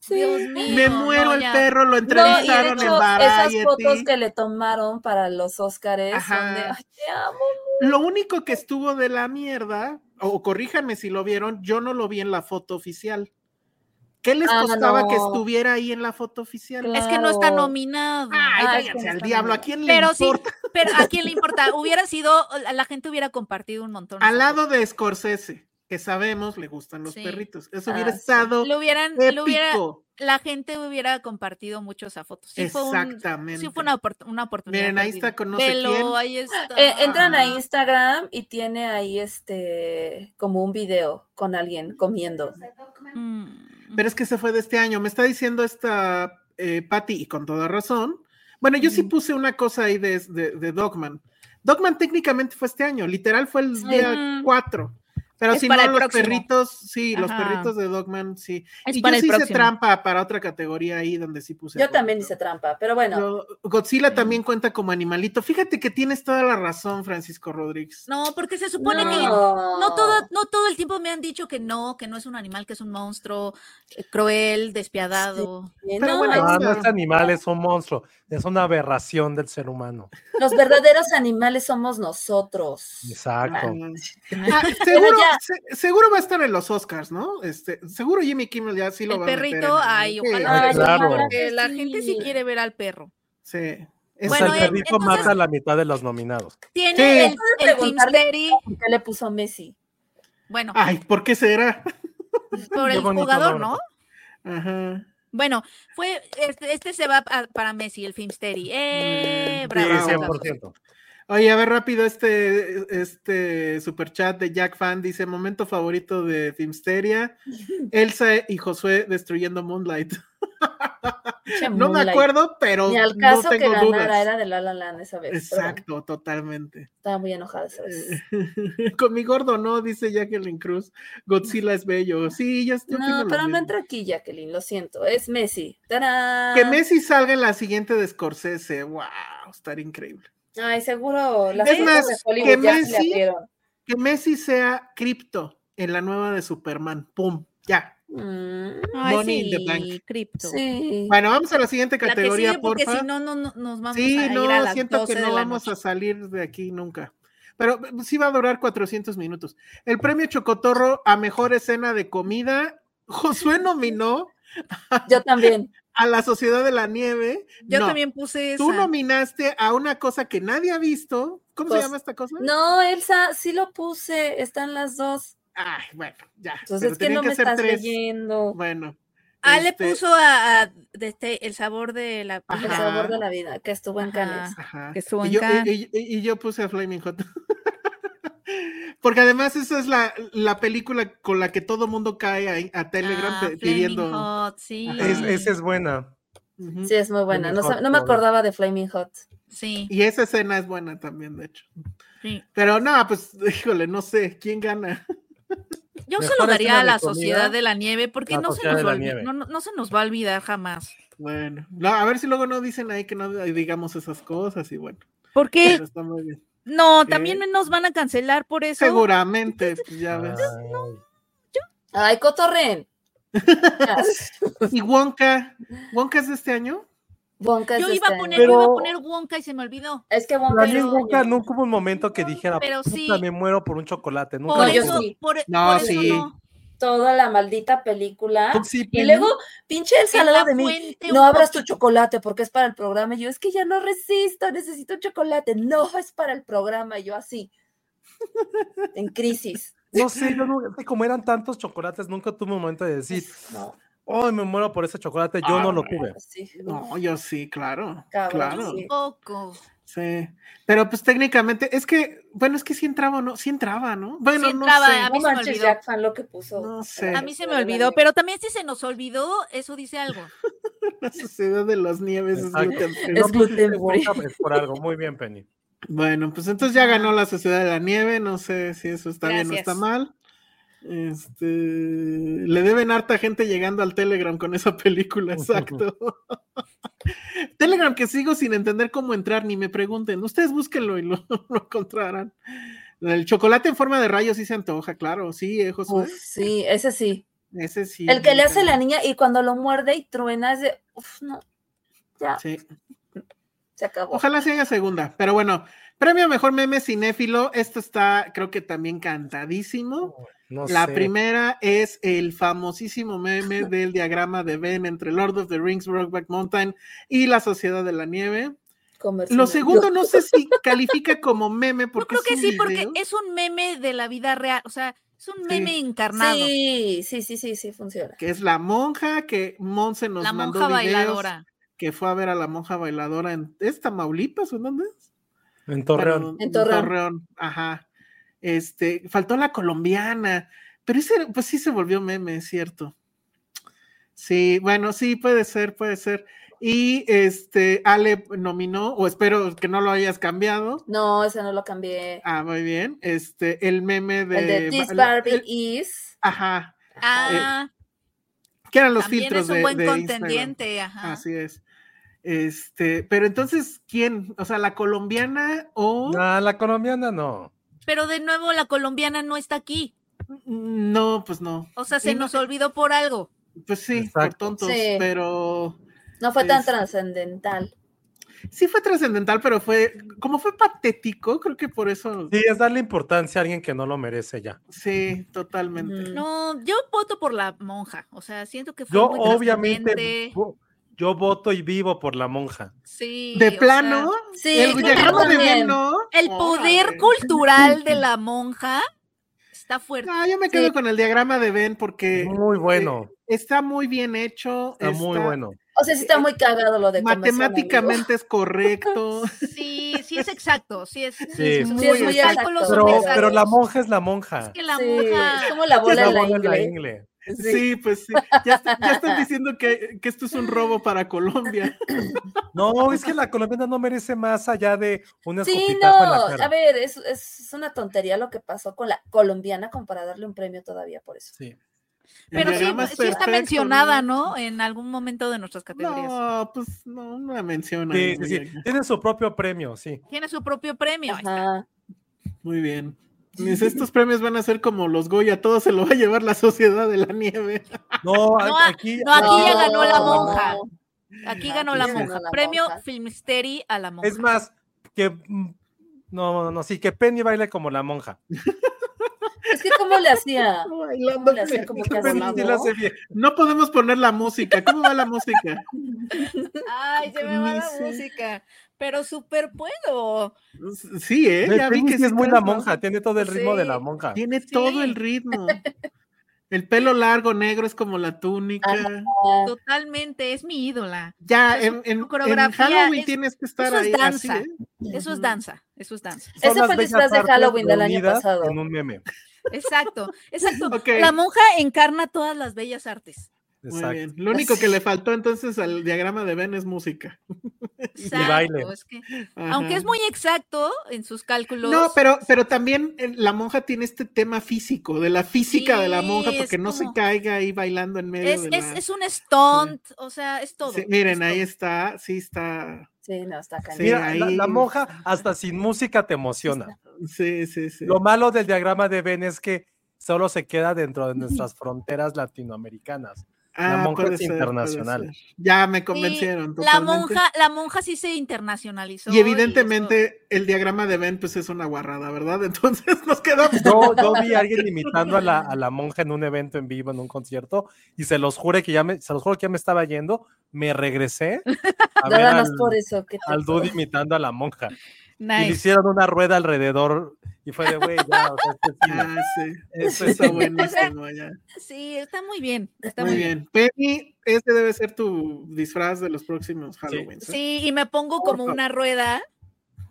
Speaker 3: Sí.
Speaker 4: Dios mío.
Speaker 2: Me
Speaker 4: no,
Speaker 2: muero el
Speaker 4: ya.
Speaker 2: perro, lo
Speaker 3: No, y de
Speaker 2: entrevistaron
Speaker 3: hecho, esas
Speaker 2: en
Speaker 3: fotos
Speaker 2: Variety.
Speaker 3: que le tomaron para los Óscares son de,
Speaker 2: Ajá.
Speaker 3: ay, te amo.
Speaker 2: Lo único que estuvo de la mierda, o corríjanme si lo vieron, yo no lo vi en la foto oficial. ¿Qué les
Speaker 3: Ah,
Speaker 2: costaba que
Speaker 3: no.
Speaker 2: estuviera ahí en la foto oficial?
Speaker 3: Claro.
Speaker 4: Es que no está
Speaker 3: Claro.
Speaker 4: nominado.
Speaker 2: Ay,
Speaker 3: Ah, es
Speaker 2: váyanse
Speaker 3: que no
Speaker 2: al
Speaker 3: está
Speaker 2: diablo, ¿a
Speaker 3: nominado.
Speaker 2: quién le
Speaker 4: Pero sí,
Speaker 2: importa?
Speaker 4: pero ¿a quién le importa? Hubiera sido, la gente hubiera compartido un montón.
Speaker 2: Al
Speaker 4: esa
Speaker 2: lado de Scorsese, que sabemos le gustan los
Speaker 4: Sí.
Speaker 2: perritos. Eso
Speaker 3: Ah,
Speaker 2: hubiera
Speaker 3: sí.
Speaker 2: estado
Speaker 4: foto. Lo hubieran, lo hubiera,
Speaker 2: épico.
Speaker 4: la gente hubiera compartido mucho esa foto. Sí fue, un,
Speaker 2: Exactamente.
Speaker 4: sí fue una, opor- una oportunidad.
Speaker 2: Miren, ahí está
Speaker 4: perdida.
Speaker 2: con no sé
Speaker 4: Velo,
Speaker 2: quién.
Speaker 4: ahí está.
Speaker 3: Eh, entran a Instagram y tiene ahí este como un video con alguien comiendo.
Speaker 4: Mm.
Speaker 2: Pero es que se fue de este año. Me está diciendo esta eh, Patty, y con toda razón. Bueno, yo sí
Speaker 4: Ujú.
Speaker 2: puse una cosa ahí de, de, de Dogman. Dogman técnicamente fue este año, literal fue el
Speaker 3: Sí.
Speaker 2: día 4. Pero
Speaker 4: Es
Speaker 2: si no,
Speaker 4: para el
Speaker 2: los
Speaker 4: próximo.
Speaker 2: perritos, sí, los
Speaker 4: Ajá.
Speaker 2: perritos de Dogman, sí.
Speaker 4: Es
Speaker 2: y
Speaker 4: para
Speaker 2: yo
Speaker 4: el
Speaker 2: sí hice
Speaker 4: próximo.
Speaker 2: trampa para otra categoría ahí donde sí puse.
Speaker 3: Yo
Speaker 2: perrito.
Speaker 3: también hice trampa, pero bueno,
Speaker 2: Pero Godzilla también cuenta como animalito. Fíjate que tienes toda la razón, Francisco Rodríguez.
Speaker 4: No, porque se supone que
Speaker 3: no.
Speaker 4: no todo, no todo el tiempo me han dicho que no, que no es un animal, que es un monstruo eh, cruel, despiadado.
Speaker 2: *laughs*
Speaker 3: No,
Speaker 2: Pero bueno,
Speaker 3: es-
Speaker 5: No, no
Speaker 2: claro.
Speaker 5: es animal, es un monstruo. Es una aberración del ser humano.
Speaker 3: los verdaderos animales somos nosotros.
Speaker 5: Exacto.
Speaker 3: *laughs*
Speaker 2: Ah,
Speaker 3: Pero
Speaker 2: seguro,
Speaker 3: ya-
Speaker 2: se- seguro va a estar en los Oscars, ¿no? Este, seguro Jimmy Kimmel ya sí lo
Speaker 4: El
Speaker 2: va a meter
Speaker 4: perrito,
Speaker 2: en-
Speaker 4: ay,
Speaker 2: sí,
Speaker 4: ojalá.
Speaker 5: Ay, claro.
Speaker 4: Porque la gente sí
Speaker 3: Sí.
Speaker 4: quiere ver al perro.
Speaker 2: sí.
Speaker 5: O
Speaker 2: Es-
Speaker 5: sea,
Speaker 4: Bueno,
Speaker 5: el
Speaker 4: eh,
Speaker 5: perrito
Speaker 4: entonces-
Speaker 5: mata a la mitad de los nominados.
Speaker 4: Tiene
Speaker 2: Sí.
Speaker 4: el, el Team
Speaker 3: Preguntarle-
Speaker 4: Steady,
Speaker 3: ¿Por qué le puso Messi?
Speaker 4: bueno,
Speaker 2: Ay, ¿por qué será?
Speaker 4: por
Speaker 5: qué
Speaker 4: el
Speaker 5: bonito
Speaker 4: jugador,
Speaker 5: nombre.
Speaker 4: ¿no?
Speaker 2: Ajá.
Speaker 4: Bueno, fue este, este se va pa- para Messi, el Filmsteady. ¡Eh!
Speaker 2: Mm,
Speaker 5: Sí,
Speaker 4: Bravo,
Speaker 2: Bravo.
Speaker 4: bravo.
Speaker 5: 100%.
Speaker 2: Oye, a ver rápido este, este superchat de Jack Fan. Dice, momento favorito de
Speaker 3: *laughs*
Speaker 2: Filmsteria, Elsa y Josué destruyendo Moonlight. No
Speaker 3: Pinche
Speaker 2: me
Speaker 3: Moonlight.
Speaker 2: acuerdo, pero
Speaker 3: Ni al caso
Speaker 2: no
Speaker 3: que
Speaker 2: tengo
Speaker 3: ganara
Speaker 2: dudas.
Speaker 3: era de La La Land esa vez. pero bueno,
Speaker 2: Exacto, Eh, totalmente. *laughs*
Speaker 3: estaba muy enojada esa vez.
Speaker 2: Con mi gordo no, dice Jacqueline Cruz. Godzilla es bello. Sí, yo, yo opino
Speaker 3: No,
Speaker 2: lo
Speaker 3: pero no
Speaker 2: mismo.
Speaker 3: entra aquí, Jacqueline, lo siento. Es Messi. ¡Tarán!
Speaker 4: Ah.
Speaker 2: Que Messi salga en la siguiente de Scorsese. ¡Wow! Estar increíble.
Speaker 3: Ay, seguro. Las
Speaker 2: Es
Speaker 3: cuentas
Speaker 2: más,
Speaker 3: de Hollywood
Speaker 2: que
Speaker 3: ya se le
Speaker 2: Messi-
Speaker 3: abrieron.
Speaker 2: Que Messi sea cripto en la nueva de Superman. ¡Pum! Ya.
Speaker 3: Mm,
Speaker 4: Ay,
Speaker 2: Money in the
Speaker 4: sí,
Speaker 2: bank.
Speaker 4: cripto.
Speaker 3: sí.
Speaker 2: Bueno, vamos a la siguiente
Speaker 4: La que
Speaker 2: categoría,
Speaker 4: sigue, porque
Speaker 2: porfa.
Speaker 4: si no, no, no- nos vamos
Speaker 2: sí,
Speaker 4: a ir a
Speaker 2: no,
Speaker 4: las
Speaker 2: siento que
Speaker 4: 12 de
Speaker 2: no
Speaker 4: la
Speaker 2: vamos a
Speaker 4: noche.
Speaker 2: salir de aquí nunca. Pero eh, sí va a durar 400 minutos. El premio Chocotorro a mejor escena de comida. *laughs* Josué nominó
Speaker 3: Yo
Speaker 2: *laughs*
Speaker 3: también.
Speaker 2: a la Sociedad de la Nieve.
Speaker 4: Yo
Speaker 2: No,
Speaker 4: también puse esa.
Speaker 2: Tú nominaste a una cosa que nadie ha visto. ¿Cómo
Speaker 3: Pues,
Speaker 2: se llama esta cosa?
Speaker 3: No, Elsa, sí lo puse. Están las dos.
Speaker 2: Ay, bueno, ya.
Speaker 3: Entonces es que
Speaker 2: tenían
Speaker 3: no me
Speaker 2: ser
Speaker 3: estás
Speaker 2: tres.
Speaker 3: leyendo.
Speaker 2: Bueno.
Speaker 4: Ah, le
Speaker 2: este,
Speaker 4: puso a, a- de este, el sabor de la
Speaker 3: El
Speaker 2: Ajá.
Speaker 3: sabor de la vida, que estuvo en Cannes.
Speaker 4: Ajá.
Speaker 2: ajá.
Speaker 4: que estuvo
Speaker 2: y
Speaker 4: en
Speaker 2: yo, y-
Speaker 4: Cannes.
Speaker 2: y- y- y yo puse a Flaming Hot. *laughs* Porque además esa es la, la película con la que todo mundo cae ahí a, Telegram
Speaker 4: Ah,
Speaker 2: pe-
Speaker 4: Flaming
Speaker 2: pidiendo.
Speaker 4: Hot, sí.
Speaker 2: Ajá.
Speaker 5: Es- esa es buena.
Speaker 2: Ujú.
Speaker 3: Sí, es muy buena. No,
Speaker 5: Flaming
Speaker 3: sab-
Speaker 5: Hot,
Speaker 3: no me
Speaker 5: por-
Speaker 3: acordaba de Flaming Hot.
Speaker 4: Sí,
Speaker 2: Y esa escena es buena también, de hecho.
Speaker 4: sí.
Speaker 2: Pero no, pues, híjole, no sé, ¿quién gana? *laughs*
Speaker 4: Yo se
Speaker 5: Mejor
Speaker 4: lo daría
Speaker 5: escena
Speaker 4: a
Speaker 5: de
Speaker 4: la Sociedad
Speaker 5: comida,
Speaker 4: de la Nieve porque
Speaker 5: La
Speaker 4: no se,
Speaker 5: Sociedad
Speaker 4: nos
Speaker 5: de
Speaker 4: va
Speaker 5: la
Speaker 4: a olvi-
Speaker 5: Nieve.
Speaker 4: no- no- no se nos va a olvidar jamás.
Speaker 2: Bueno, no, a ver si luego no dicen ahí que no digamos esas cosas y bueno.
Speaker 4: ¿Por qué?
Speaker 2: Pero está muy bien.
Speaker 4: No,
Speaker 2: Eh,
Speaker 4: también nos van a cancelar por eso.
Speaker 3: Ah.
Speaker 2: Seguramente, pues, ya ves.
Speaker 5: Ay.
Speaker 3: Ay, cotorren.
Speaker 2: ¿Y Wonka? ¿Wonka es de este año?
Speaker 3: Wonka es
Speaker 4: Yo
Speaker 3: de
Speaker 4: iba a
Speaker 3: este
Speaker 4: poner,
Speaker 3: año.
Speaker 4: yo iba a
Speaker 1: Pero-
Speaker 4: poner Wonka y se me olvidó.
Speaker 3: Es que
Speaker 1: Pero
Speaker 3: Wonka
Speaker 1: a
Speaker 3: es
Speaker 1: mí
Speaker 3: de
Speaker 1: en
Speaker 3: este
Speaker 1: Wonka
Speaker 3: año.
Speaker 1: nunca hubo un momento que dijera,
Speaker 4: pero
Speaker 1: puta,
Speaker 4: sí.
Speaker 1: me muero por un chocolate. Nunca
Speaker 4: Por
Speaker 3: yo
Speaker 4: eso,
Speaker 3: sí.
Speaker 4: por,
Speaker 2: No,
Speaker 4: por eso
Speaker 2: sí.
Speaker 4: no.
Speaker 3: Toda la maldita película.
Speaker 1: Tú sí,
Speaker 3: Y
Speaker 1: Penny.
Speaker 3: luego, pinche ensalada
Speaker 4: En la
Speaker 3: de mí.
Speaker 4: fuente
Speaker 3: No
Speaker 4: un
Speaker 3: abras tu
Speaker 4: poquito.
Speaker 3: chocolate porque es para el programa. Y yo, es que ya no resisto, necesito un chocolate. No, es para el programa. Y yo así, *laughs* en crisis.
Speaker 1: No sé, yo nunca- es que como eran tantos chocolates, nunca tuve un momento de decir,
Speaker 3: No, pues
Speaker 1: ay, me muero por ese chocolate. Yo
Speaker 2: Ah,
Speaker 1: no lo
Speaker 2: bueno.
Speaker 1: tuve.
Speaker 3: sí.
Speaker 2: No, yo sí, claro.
Speaker 3: Cabrón,
Speaker 2: claro.
Speaker 3: sí.
Speaker 4: Poco.
Speaker 2: Sí. Pero pues técnicamente, es que, bueno, es que sí entraba, ¿no? Sí entraba, ¿no? Bueno,
Speaker 4: Sí entraba,
Speaker 2: no sé. *laughs*
Speaker 4: a mí
Speaker 3: No
Speaker 4: se me
Speaker 3: manches,
Speaker 4: olvidó.
Speaker 3: Jack Fan, lo que puso.
Speaker 2: No sé.
Speaker 4: A mí se me olvidó, pero también si se nos olvidó, eso dice algo.
Speaker 2: La sociedad de las nieves es
Speaker 1: Exacto.
Speaker 2: gluten free.
Speaker 3: Es
Speaker 1: No pusiste
Speaker 3: gluten free.
Speaker 1: Wonka, es por algo. Muy bien, Penny.
Speaker 2: Bueno, pues entonces ya ganó la sociedad de la nieve, no sé si eso está bien o está
Speaker 4: Gracias.
Speaker 2: mal. Este, le deben harta gente llegando al Telegram con esa película, exacto. *laughs* Telegram que sigo sin entender cómo entrar, ni me pregunten. Ustedes búsquenlo y lo, *laughs* lo encontrarán. El chocolate en forma de rayo sí se antoja, claro, sí, eh, Josué.
Speaker 3: Uf, sí, ese sí.
Speaker 2: Ese sí.
Speaker 3: El que le hace la niña y cuando lo muerde y truena es de, uf, no, ya,
Speaker 2: Sí.
Speaker 3: se acabó.
Speaker 2: Ojalá se haga segunda, pero bueno, premio a mejor meme cinéfilo. Esto está, creo que también cantadísimo.
Speaker 5: No
Speaker 2: La
Speaker 5: sé.
Speaker 2: primera es el famosísimo
Speaker 4: *laughs*
Speaker 2: meme del diagrama de Ben entre Lord of the Rings, Rockback Mountain y la Sociedad de la Nieve.
Speaker 3: Comercio
Speaker 2: Lo
Speaker 3: no-
Speaker 2: segundo no
Speaker 4: *laughs*
Speaker 2: sé si califica como meme
Speaker 4: Yo
Speaker 2: porque
Speaker 4: creo que
Speaker 2: es un
Speaker 4: sí, porque
Speaker 2: video.
Speaker 4: es un meme de la vida real, o sea, es un meme encarnado.
Speaker 3: Sí, sí, sí, sí, sí, funciona.
Speaker 2: que es la monja que Monse nos
Speaker 4: la
Speaker 2: mandó
Speaker 4: monja
Speaker 2: videos
Speaker 4: bailadora.
Speaker 2: que fue a ver a la monja bailadora en ¿es Tamaulipas o en dónde es?
Speaker 5: En Torreón.
Speaker 2: Perdón,
Speaker 3: En Torreón.
Speaker 2: ajá. Este, faltó la colombiana, pero ese, pues sí se volvió meme, es cierto. Sí, bueno, sí, puede ser, puede ser. Y este, Ale nominó, o espero que no lo hayas cambiado.
Speaker 3: No, ese no lo cambié.
Speaker 2: Ah, muy bien. Este, el meme de.
Speaker 3: El de This
Speaker 2: el-
Speaker 3: Barbie
Speaker 2: el-
Speaker 3: Is.
Speaker 2: ajá.
Speaker 4: Ah,
Speaker 2: Que eran eh, los
Speaker 4: también
Speaker 2: filtros
Speaker 4: es un
Speaker 2: de,
Speaker 4: buen
Speaker 2: de Instagram.
Speaker 4: contendiente, ajá.
Speaker 2: Así es. Este, pero entonces, ¿quién? O sea, la colombiana o.
Speaker 5: No, la colombiana no.
Speaker 4: Pero de nuevo la colombiana no está aquí.
Speaker 2: No, pues no.
Speaker 4: O sea,
Speaker 2: Y
Speaker 4: se
Speaker 2: no-
Speaker 4: nos olvidó por algo.
Speaker 2: Pues sí, por
Speaker 5: Exacto.
Speaker 2: tontos,
Speaker 3: Sí.
Speaker 2: pero
Speaker 3: No fue tan
Speaker 2: Es-
Speaker 3: trascendental.
Speaker 2: sí fue trascendental, pero fue, como fue patético, creo que por eso, sí,
Speaker 5: Sí, es darle importancia a alguien que no lo merece ya.
Speaker 2: totalmente.
Speaker 3: Ujú.
Speaker 4: No, yo voto por la monja. O sea, siento que fue
Speaker 5: Yo
Speaker 4: Pues, muy
Speaker 5: obviamente
Speaker 4: trascendente.
Speaker 5: vo- yo voto y vivo por la monja.
Speaker 4: Sí.
Speaker 2: De
Speaker 4: o
Speaker 2: plano,
Speaker 4: sea,
Speaker 3: Sí,
Speaker 2: el
Speaker 3: yo
Speaker 2: diagrama de
Speaker 3: también.
Speaker 2: Ben, ¿no?
Speaker 4: el poder
Speaker 2: Órale. *laughs*
Speaker 4: cultural de la monja está fuerte.
Speaker 2: No, Ah, yo me quedo
Speaker 4: Sí.
Speaker 2: con el diagrama de Ben porque
Speaker 5: Muy bueno,
Speaker 2: está muy bien hecho,
Speaker 5: está muy bueno.
Speaker 3: O sea, sí está muy cagado lo de comercio, amigo.
Speaker 2: matemáticamente es correcto.
Speaker 4: *laughs* Sí, sí es exacto. Sí es, sí
Speaker 5: Sí.
Speaker 4: es-
Speaker 5: Sí,
Speaker 4: sus
Speaker 2: es muy
Speaker 4: cálculos
Speaker 3: exacto.
Speaker 4: son
Speaker 5: Pero,
Speaker 3: Exacto.
Speaker 4: exactos.
Speaker 5: pero la monja es la monja.
Speaker 4: Es que la
Speaker 3: Sí,
Speaker 4: monja.
Speaker 3: es como la
Speaker 5: Es
Speaker 3: bola
Speaker 5: la
Speaker 3: de la
Speaker 5: monja en la
Speaker 3: ingle.
Speaker 5: ingle.
Speaker 2: Sí.
Speaker 3: Sí.
Speaker 2: pues sí. Ya, está- ya están diciendo que, que esto es un robo para Colombia.
Speaker 5: No, es que la colombiana no merece más allá de un
Speaker 3: Sí,
Speaker 5: escopitajo en
Speaker 3: no,
Speaker 5: la
Speaker 3: a
Speaker 5: cara.
Speaker 3: ver, es, es una tontería lo que pasó con la colombiana como para darle un premio todavía por eso.
Speaker 5: Sí.
Speaker 2: El
Speaker 4: Pero sí,
Speaker 2: diagrama es
Speaker 4: sí está
Speaker 2: perfecto,
Speaker 4: mencionada, ¿no? En algún momento de nuestras categorías.
Speaker 2: No, pues no, no la menciona.
Speaker 5: Sí, sí, sí. Tiene su propio premio, sí.
Speaker 4: Tiene su propio premio.
Speaker 3: Ajá.
Speaker 2: Muy bien. Mis- estos premios van a ser como los Goya, todo se lo va a llevar la Sociedad de la Nieve.
Speaker 5: No, a-
Speaker 4: No, a-
Speaker 5: aquí,
Speaker 4: no, aquí ya
Speaker 3: No.
Speaker 4: ganó la monja. Aquí
Speaker 2: Ah,
Speaker 4: ganó
Speaker 2: aquí
Speaker 4: la
Speaker 2: sí.
Speaker 4: monja.
Speaker 3: La
Speaker 4: Premio
Speaker 3: monja.
Speaker 4: Filmsteri a la monja.
Speaker 5: Es más, que mm, no, no, sí, que Penny baile como la monja.
Speaker 3: Es que cómo le
Speaker 2: *laughs*
Speaker 4: *laughs*
Speaker 3: hacía.
Speaker 2: Bailando.
Speaker 3: ¿Cómo le hacía? Como que
Speaker 5: Penny sí la
Speaker 3: así,
Speaker 5: hace bien.
Speaker 2: No podemos poner la música. ¿Cómo va la música?
Speaker 4: Ay, se me va la
Speaker 2: Dice-
Speaker 4: música. Pero súper puedo.
Speaker 2: Sí, ¿eh?
Speaker 5: Ve,
Speaker 2: Ya vi
Speaker 5: Penny
Speaker 2: que
Speaker 5: sí
Speaker 2: sí
Speaker 5: es muy
Speaker 2: traes
Speaker 5: la monja, tiene todo el ritmo de la
Speaker 4: Sí.
Speaker 5: monja.
Speaker 2: Tiene
Speaker 4: Sí.
Speaker 2: todo el ritmo. El pelo largo, negro, es como la
Speaker 4: Ah,
Speaker 2: túnica.
Speaker 3: ¿no?
Speaker 4: Totalmente, es mi ídola.
Speaker 2: Ya,
Speaker 4: Es
Speaker 2: en, en- en
Speaker 4: Pues coreografía,
Speaker 2: Halloween
Speaker 4: es-
Speaker 2: tienes que estar
Speaker 4: eso es
Speaker 2: ahí. así,
Speaker 4: danza.
Speaker 2: ¿eh?
Speaker 4: Eso es
Speaker 2: Ujú.
Speaker 4: danza, eso es danza.
Speaker 5: Son las
Speaker 3: Ese fue el
Speaker 5: bellas
Speaker 3: disfraz de
Speaker 5: artes
Speaker 3: Halloween del año
Speaker 5: reunidas
Speaker 3: pasado.
Speaker 5: En un meme.
Speaker 4: Exacto, exacto.
Speaker 2: *laughs* Ok.
Speaker 4: La monja encarna todas las bellas artes.
Speaker 2: Muy
Speaker 5: Exacto.
Speaker 2: bien. Lo único que le faltó entonces al diagrama de Ben es música.
Speaker 4: Exacto.
Speaker 5: baile.
Speaker 4: es que-
Speaker 2: Ajá.
Speaker 4: aunque es muy exacto en sus cálculos.
Speaker 2: No, pero, pero también eh, la monja tiene este tema físico, de la física de la
Speaker 4: Sí,
Speaker 2: monja,
Speaker 4: es
Speaker 2: porque no se
Speaker 4: como-
Speaker 2: caiga ahí bailando en medio
Speaker 4: es,
Speaker 2: de
Speaker 4: es-
Speaker 2: la-
Speaker 4: es un stunt, o sea, es todo.
Speaker 2: Sí, miren,
Speaker 4: es
Speaker 2: ahí
Speaker 4: todo.
Speaker 2: está, sí está,
Speaker 3: Sí, no, está cañón.
Speaker 2: Sí,
Speaker 5: Mira, la,
Speaker 2: ahí-
Speaker 5: la monja hasta sin música te emociona.
Speaker 2: sí, sí, sí.
Speaker 5: Lo malo del diagrama de Ben es que solo se queda dentro de nuestras fronteras latinoamericanas. La monja
Speaker 2: Ah, puede
Speaker 5: es
Speaker 2: puede
Speaker 5: internacional.
Speaker 2: ser. Ya me
Speaker 4: Sí,
Speaker 2: convencieron.
Speaker 4: la
Speaker 2: totalmente.
Speaker 4: monja, la monja sí se internacionalizó.
Speaker 2: Y evidentemente el diagrama de Venn pues es una guarrada, ¿verdad? *laughs* Entonces
Speaker 5: *laughs*
Speaker 2: nos quedamos.
Speaker 5: Yo, yo vi a alguien imitando a la, a la monja en un evento en vivo, en un concierto, y se los juro que ya me, se los juro que ya me estaba yendo, me regresé a ver
Speaker 3: *laughs* Nada más
Speaker 5: al,
Speaker 3: por eso. que
Speaker 5: al dude imitando a la monja.
Speaker 4: y
Speaker 5: Y le hicieron una rueda alrededor y fue de, güey, ya, o sea, este sí,
Speaker 2: Ah, sí. Eso
Speaker 5: este
Speaker 4: *laughs*
Speaker 2: está
Speaker 5: sí".
Speaker 2: buenísimo ya.
Speaker 4: Sí, está muy bien. Está
Speaker 2: Muy bien. Penny, este debe ser tu disfraz de los próximos Halloween. ¿eh?
Speaker 4: Sí, y me pongo
Speaker 2: Por
Speaker 4: como
Speaker 2: favor.
Speaker 4: una rueda,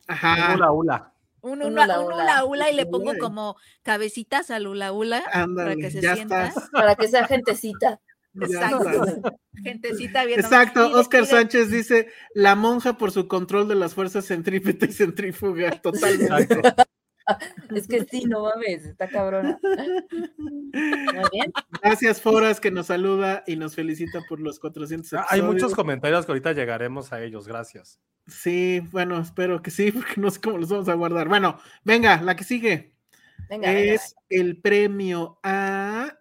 Speaker 2: Ajá.
Speaker 3: Ah.
Speaker 5: Un hula hula.
Speaker 4: un
Speaker 3: Un
Speaker 4: hula,
Speaker 3: hula
Speaker 4: un
Speaker 3: hula.
Speaker 4: hula hula, y le
Speaker 2: Muy
Speaker 4: pongo
Speaker 2: bien.
Speaker 4: como cabecitas al hula hula,
Speaker 2: Ándale,
Speaker 4: para que se
Speaker 2: ya
Speaker 4: sienta.
Speaker 2: estás.
Speaker 3: Para que sea gentecita.
Speaker 2: ya
Speaker 4: Exacto.
Speaker 2: estás.
Speaker 4: gentecita viendo.
Speaker 2: Exacto, Oscar Sánchez dice, la monja por su control de las fuerzas centrípeta y
Speaker 3: *laughs*
Speaker 2: centrífuga, totalmente.
Speaker 5: Exacto.
Speaker 3: Es que sí, no mames, está cabrona. Muy bien.
Speaker 2: Gracias, Foras, que nos saluda y nos felicita por los 400
Speaker 5: Ah,
Speaker 2: episodios.
Speaker 5: Hay muchos comentarios que ahorita llegaremos a ellos, gracias.
Speaker 2: Sí, bueno, espero que sí, *laughs* porque no sé cómo los vamos a guardar. Bueno, venga, la que sigue
Speaker 3: Venga, venga,
Speaker 2: es el premio a...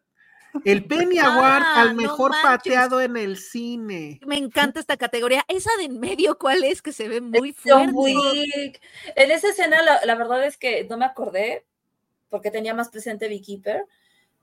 Speaker 3: *laughs*
Speaker 2: El Penny Award
Speaker 4: Ah,
Speaker 2: al
Speaker 4: no
Speaker 2: mejor
Speaker 4: manches.
Speaker 2: pateado en el cine.
Speaker 4: Me encanta esta categoría. Esa de en medio, ¿cuál es? Que se ve muy fuerte.
Speaker 3: John Wick. En esa escena, la, la verdad es que no me acordé porque tenía más presente Beekeeper,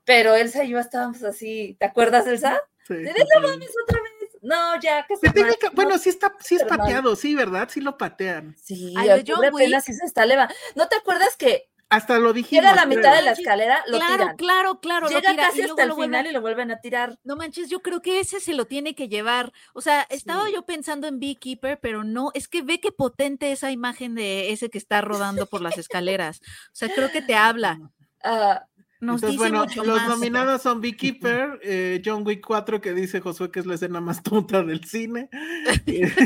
Speaker 3: pero Elsa y yo estábamos así. ¿Te acuerdas, Elsa?
Speaker 2: Sí,
Speaker 3: ¿De
Speaker 2: totalmente.
Speaker 3: "Mames, otra vez. No, ya, que se
Speaker 2: Se tiene
Speaker 3: marche,
Speaker 2: que-
Speaker 3: no".
Speaker 2: bueno, sí está, sí es
Speaker 3: Pero no.
Speaker 2: pateado, sí, ¿verdad? Sí lo patean.
Speaker 3: Sí,
Speaker 4: Al de
Speaker 3: al
Speaker 4: John
Speaker 3: pobre apenas
Speaker 4: Wick.
Speaker 3: sí se está eleva. ¿No te acuerdas que
Speaker 2: Hasta lo dijimos.
Speaker 3: llega a la
Speaker 2: creo.
Speaker 3: mitad de la
Speaker 4: Manches,
Speaker 3: escalera, lo
Speaker 4: claro,
Speaker 3: tiran?
Speaker 4: claro, claro, lo
Speaker 3: llega
Speaker 4: tira,
Speaker 3: casi
Speaker 4: y luego
Speaker 3: hasta el
Speaker 4: lo vuelven-
Speaker 3: final y lo vuelven a tirar.
Speaker 4: No manches, yo creo que ese se lo tiene que llevar. O sea, estaba
Speaker 3: Sí.
Speaker 4: yo pensando en Beekeeper, pero no, es que ve qué potente esa imagen de ese que está rodando por las escaleras. O sea, creo que
Speaker 2: *laughs*
Speaker 4: te habla.
Speaker 3: Ah,
Speaker 4: Nos
Speaker 2: Entonces,
Speaker 4: dice
Speaker 2: bueno,
Speaker 4: mucho
Speaker 2: los
Speaker 4: más.
Speaker 2: nominados son Beekeeper, eh, John Wick 4, que dice Josué que es la escena más tonta del cine.
Speaker 4: *laughs*
Speaker 2: Eh,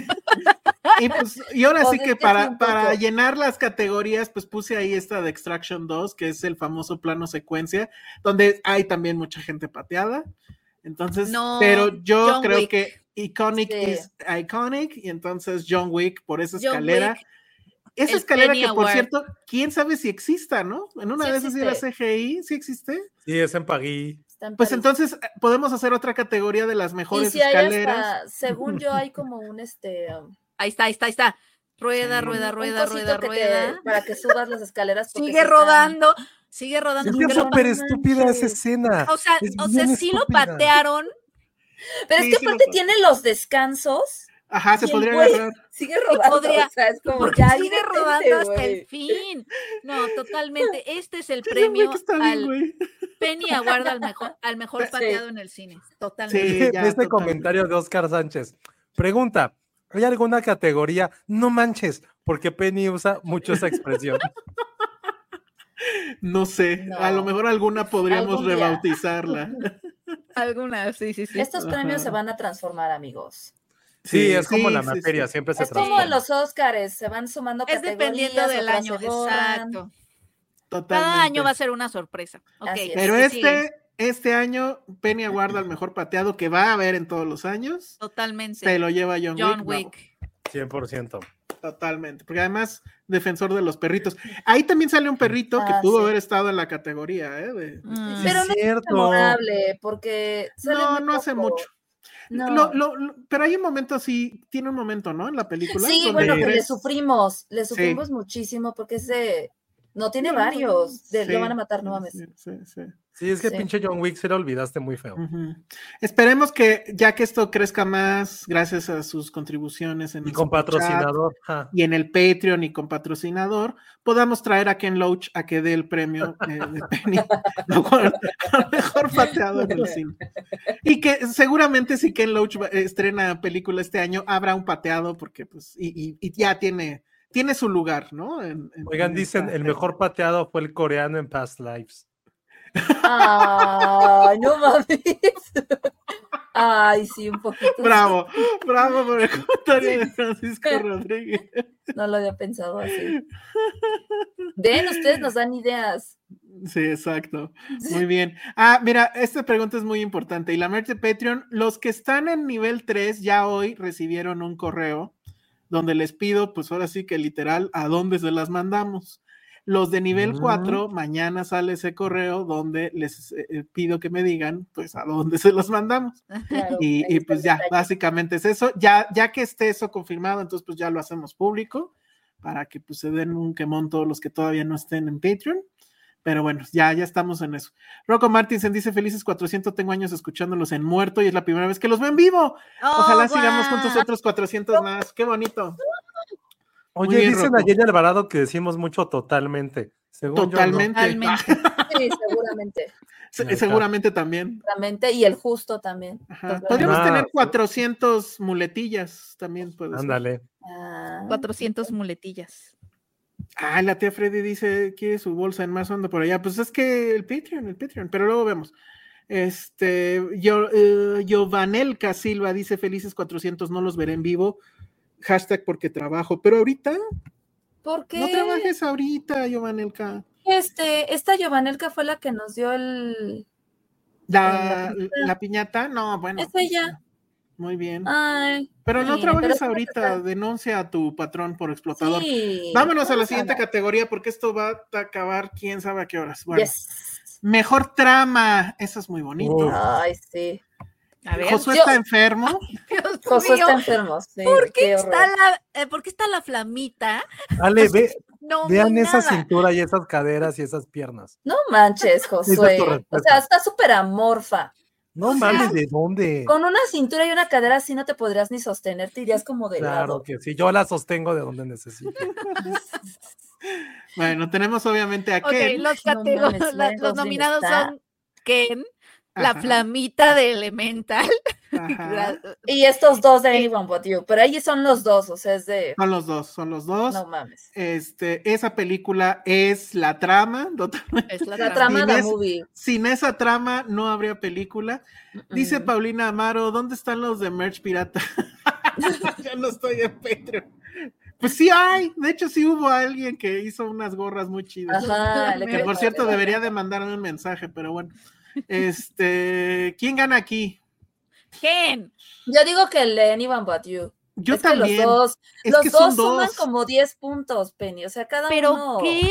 Speaker 2: y, pues, y ahora
Speaker 3: Pues
Speaker 2: sí
Speaker 3: es
Speaker 2: que
Speaker 3: que sí,
Speaker 2: para,
Speaker 3: un poco.
Speaker 2: para llenar las categorías, pues puse ahí esta de Extraction 2, que es el famoso plano secuencia, donde hay también mucha gente pateada. Entonces,
Speaker 4: No,
Speaker 2: pero yo
Speaker 4: John
Speaker 2: creo
Speaker 4: Wick.
Speaker 2: que Iconic
Speaker 3: Sí.
Speaker 2: is Iconic, y entonces John Wick por esa
Speaker 4: John
Speaker 2: escalera.
Speaker 4: Wick,
Speaker 2: Esa
Speaker 4: el
Speaker 2: escalera
Speaker 4: Penny
Speaker 2: que, por
Speaker 4: Award.
Speaker 2: cierto, quién sabe si exista, ¿no? En una
Speaker 3: Sí
Speaker 2: de esas sí era
Speaker 3: existe.
Speaker 2: CGI, ¿sí existe?
Speaker 5: Sí, es en Pagui.
Speaker 3: está en
Speaker 2: Pues
Speaker 3: París.
Speaker 2: entonces eh, podemos hacer otra categoría de las
Speaker 3: Y
Speaker 2: mejores
Speaker 3: si hay
Speaker 2: escaleras.
Speaker 3: hasta, según yo, hay como un este. um,
Speaker 4: Ahí está, ahí está, ahí está. Rueda,
Speaker 2: Sí.
Speaker 4: rueda,
Speaker 3: un
Speaker 4: rueda,
Speaker 3: cosito
Speaker 4: rueda,
Speaker 3: que te-
Speaker 4: rueda.
Speaker 3: para que subas las escaleras. porque sí
Speaker 4: Sigue
Speaker 3: están-
Speaker 4: rodando, sigue rodando.
Speaker 1: Es
Speaker 3: Pero
Speaker 1: que es
Speaker 3: no
Speaker 1: súper
Speaker 3: manches. Ah,
Speaker 1: estúpida esa escena.
Speaker 5: *laughs*
Speaker 4: O sea,
Speaker 1: es
Speaker 4: o sea,
Speaker 1: bien
Speaker 4: sí lo
Speaker 1: estúpida.
Speaker 4: patearon.
Speaker 3: Pero
Speaker 2: Sí,
Speaker 3: es
Speaker 2: sí
Speaker 3: que
Speaker 2: lo
Speaker 3: aparte
Speaker 2: sé.
Speaker 3: tiene los descansos.
Speaker 2: Ajá, se
Speaker 3: y el
Speaker 2: podría
Speaker 3: güey *laughs*
Speaker 2: agarrar.
Speaker 3: Sigue rodando.
Speaker 4: podría,
Speaker 3: o sea, es como
Speaker 4: Porque
Speaker 3: ya
Speaker 4: sigue
Speaker 3: detente,
Speaker 4: rodando hasta
Speaker 3: güey.
Speaker 4: el fin. No, totalmente. Este es el
Speaker 2: Sí, ese güey
Speaker 4: premio
Speaker 2: que está bien,
Speaker 4: al
Speaker 2: güey.
Speaker 4: Penny Award al mejor, al mejor
Speaker 3: Sí.
Speaker 4: pateado en el cine. Totalmente.
Speaker 2: Sí,
Speaker 5: Ve
Speaker 2: ya,
Speaker 5: este
Speaker 2: totalmente.
Speaker 5: comentario de Oscar Sánchez. Pregunta, ¿hay alguna categoría? No manches, porque Penny usa mucho esa
Speaker 3: *laughs*
Speaker 5: expresión.
Speaker 2: No sé, a
Speaker 3: No. pues,
Speaker 2: lo mejor alguna podríamos
Speaker 3: Algún día.
Speaker 2: rebautizarla.
Speaker 3: *laughs*
Speaker 4: Alguna, sí, sí, sí.
Speaker 3: Estos premios se
Speaker 2: Ajá.
Speaker 3: van a transformar, amigos.
Speaker 5: Sí, es como la
Speaker 2: sí,
Speaker 5: materia,
Speaker 2: sí.
Speaker 5: siempre se
Speaker 3: Es como
Speaker 5: transforma.
Speaker 3: los Óscares, se van sumando
Speaker 4: Es dependiendo
Speaker 3: categorías,
Speaker 4: del
Speaker 3: otras
Speaker 4: año,
Speaker 3: se borran.
Speaker 4: exacto.
Speaker 2: Totalmente.
Speaker 4: Cada año va a ser una sorpresa. Ok,
Speaker 3: Así es.
Speaker 2: Pero
Speaker 4: sí, sí,
Speaker 2: este, este año, Penny aguarda el mejor pateado que va a haber en todos los años.
Speaker 4: Totalmente.
Speaker 2: Se lo lleva John,
Speaker 4: John
Speaker 2: Wick. bravo.
Speaker 4: Wick.
Speaker 5: 100%.
Speaker 2: Totalmente, porque además defensor de los perritos. Ahí también sale un perrito que
Speaker 3: Ah,
Speaker 2: pudo
Speaker 3: sí.
Speaker 2: haber estado en la categoría, ¿eh? De-
Speaker 4: Mm.
Speaker 3: Pero no es
Speaker 5: cierto.
Speaker 3: memorable, porque sale
Speaker 2: No,
Speaker 3: muy
Speaker 2: no hace
Speaker 3: poco.
Speaker 2: mucho.
Speaker 3: No.
Speaker 2: Lo- lo- lo- pero hay un momento, sí, tiene un momento, ¿no? En la película.
Speaker 3: Sí,
Speaker 2: donde
Speaker 3: bueno, que le
Speaker 2: tres-
Speaker 3: sufrimos, le
Speaker 2: Sí.
Speaker 3: sufrimos muchísimo porque ese no tiene varios, de-
Speaker 2: Sí,
Speaker 3: lo van a matar, no
Speaker 2: sí,
Speaker 3: mames.
Speaker 2: sí, sí, sí.
Speaker 5: Sí, es que
Speaker 3: Sí. Mm,
Speaker 5: pinche John Wick se lo olvidaste muy feo.
Speaker 2: Ujú. Esperemos que ya que esto crezca más, gracias a sus contribuciones en
Speaker 5: Y
Speaker 2: el
Speaker 5: con
Speaker 2: Superchat
Speaker 5: patrocinador. ja.
Speaker 2: y en el Patreon y con patrocinador, podamos traer a Ken Loach a que dé el premio eh, de Penny *laughs* Award al mejor pateado en el cine. Y que seguramente si Ken Loach va- estrena película este año, habrá un pateado porque pues, y, y- y ya tiene, tiene su lugar, ¿no? En- en-
Speaker 5: Oigan,
Speaker 2: en
Speaker 5: dicen,
Speaker 2: esta-
Speaker 5: el mejor pateado fue el coreano en Past Lives.
Speaker 3: Ay, no mames. *laughs* Ay, sí, un poquito.
Speaker 5: *laughs*
Speaker 2: *laughs* Bravo, bravo por el comentario de Francisco Rodríguez.
Speaker 3: No lo había
Speaker 2: *laughs*
Speaker 3: pensado así. Ven, ustedes nos dan ideas.
Speaker 2: Sí, exacto. Muy bien. Ah, mira, esta pregunta es muy importante. Y la merch de Patreon, los que están en nivel 3 ya hoy recibieron un correo donde les pido, pues ahora sí que literal, a dónde se las mandamos. Los de nivel 4, mañana sale ese correo donde les eh, pido que me digan, pues, a dónde se los mandamos.
Speaker 3: Claro,
Speaker 2: Y,
Speaker 3: ahí
Speaker 2: y,
Speaker 3: está
Speaker 2: pues
Speaker 3: el
Speaker 2: ya,
Speaker 3: detalle.
Speaker 2: básicamente es eso. Ya, ya que esté eso confirmado, entonces pues ya lo hacemos público para que pues se den un quemón todos los que todavía no estén en Patreon. Pero bueno, ya, ya estamos en eso. Rocco Martinsen dice, felices 400, tengo años escuchándolos en muerto y es la primera vez que los veo en vivo. Ojalá
Speaker 4: Oh,
Speaker 2: sigamos
Speaker 4: guau.
Speaker 2: juntos otros 400 más. Qué bonito. Muy
Speaker 5: Oye,
Speaker 2: bien,
Speaker 5: dicen
Speaker 2: Rocco.
Speaker 5: a Jenny Alvarado que decimos mucho totalmente. Según yo, no.
Speaker 2: Totalmente. Ah, *laughs*
Speaker 4: Totalmente.
Speaker 3: *laughs* Sí, seguramente.
Speaker 2: Se-
Speaker 5: Ahí está.
Speaker 2: seguramente también.
Speaker 3: Realmente, y el justo también.
Speaker 2: Ajá.
Speaker 3: Entonces,
Speaker 2: Podríamos
Speaker 5: Ah,
Speaker 2: tener
Speaker 5: sí.
Speaker 2: 400 muletillas también. Puede ser.
Speaker 5: Ándale.
Speaker 3: ah,
Speaker 4: 400 muletillas.
Speaker 2: Ah, la tía Freddy dice, quiere su bolsa en más hondo por allá. Pues es que el Patreon, el Patreon, pero luego vemos. Este, yo, eh, Giovanelka Silva dice, felices 400, no los veré en vivo. Hashtag porque trabajo, pero ahorita,
Speaker 3: ¿Por qué?
Speaker 2: no trabajes ahorita, Giovanelka.
Speaker 3: Este, esta Giovanelka fue la que nos dio el.
Speaker 2: La,
Speaker 3: Eh,
Speaker 2: la, piñata, no, bueno. pues,
Speaker 3: Es ella.
Speaker 2: Muy bien.
Speaker 3: Ay,
Speaker 2: pero no
Speaker 3: sí,
Speaker 2: trabajes
Speaker 3: pero-
Speaker 2: ahorita, denuncia a tu patrón por explotador.
Speaker 3: sí.
Speaker 2: Vámonos a la
Speaker 3: Vamos
Speaker 2: siguiente
Speaker 3: ver.
Speaker 2: categoría porque esto va a acabar quién sabe a qué horas. Bueno,
Speaker 3: Yes.
Speaker 2: mejor trama, eso es muy bonito.
Speaker 5: Uf.
Speaker 3: Ay, sí.
Speaker 4: A ver,
Speaker 2: Josué
Speaker 3: yo- Ah.
Speaker 2: está
Speaker 3: *laughs*
Speaker 2: enfermo.
Speaker 4: *laughs* Dios
Speaker 3: Josué
Speaker 4: mío,
Speaker 3: está enfermo. sí,
Speaker 4: ¿por qué,
Speaker 3: horror.
Speaker 4: está la, eh, ¿por qué está la flamita?
Speaker 5: Ale, ve,
Speaker 4: No,
Speaker 5: vean
Speaker 4: vi
Speaker 5: esa
Speaker 4: nada.
Speaker 5: cintura y esas caderas y esas piernas.
Speaker 3: No manches, Josué. o sea,
Speaker 5: respuesta.
Speaker 3: está súper amorfa.
Speaker 5: No mames, ¿de dónde?
Speaker 3: Con una cintura y una cadera así no te podrías ni sostener, te irías como de
Speaker 5: Claro
Speaker 3: lado.
Speaker 5: que sí, yo la sostengo de donde necesito.
Speaker 2: Bueno, tenemos obviamente a
Speaker 4: Ok,
Speaker 3: *laughs*
Speaker 2: Ken.
Speaker 4: los,
Speaker 3: No
Speaker 4: catego-
Speaker 3: mames,
Speaker 4: *laughs* la-
Speaker 3: Ryan
Speaker 4: los
Speaker 3: Gosling
Speaker 4: nominados
Speaker 3: está-
Speaker 4: son Ken, la
Speaker 2: Ajá,
Speaker 4: flamita de Elemental.
Speaker 2: ajá.
Speaker 3: Y estos dos de Anyone But You, pero ahí son los dos, o sea, es de.
Speaker 2: Son los dos, son los dos.
Speaker 3: No mames.
Speaker 2: Este, esa película es la trama. *laughs* total-
Speaker 4: Es la
Speaker 3: La
Speaker 4: trama.
Speaker 3: trama de
Speaker 2: Inés-
Speaker 3: movie.
Speaker 2: Sin esa trama no habría película. Dice
Speaker 3: Mm.
Speaker 2: Paulina Amaro, ¿dónde están los de merch pirata? *laughs* ya no estoy en Patreon. Pues sí hay, de hecho sí hubo alguien que hizo unas gorras muy chidas.
Speaker 3: Ajá,
Speaker 4: Que,
Speaker 3: le
Speaker 2: Que
Speaker 3: creo,
Speaker 2: por cierto
Speaker 3: le-
Speaker 2: debería de mandarme un mensaje, pero bueno. Este, ¿quién gana aquí?
Speaker 4: Ken,
Speaker 3: Yo digo que el de Anyone But You.
Speaker 2: Yo
Speaker 3: es que
Speaker 2: también.
Speaker 3: los dos,
Speaker 2: Es
Speaker 3: los
Speaker 2: que
Speaker 3: dos
Speaker 2: son
Speaker 3: suman
Speaker 2: dos.
Speaker 3: como 10 puntos, Penny. O sea, cada
Speaker 4: pero
Speaker 3: uno.
Speaker 4: Ken,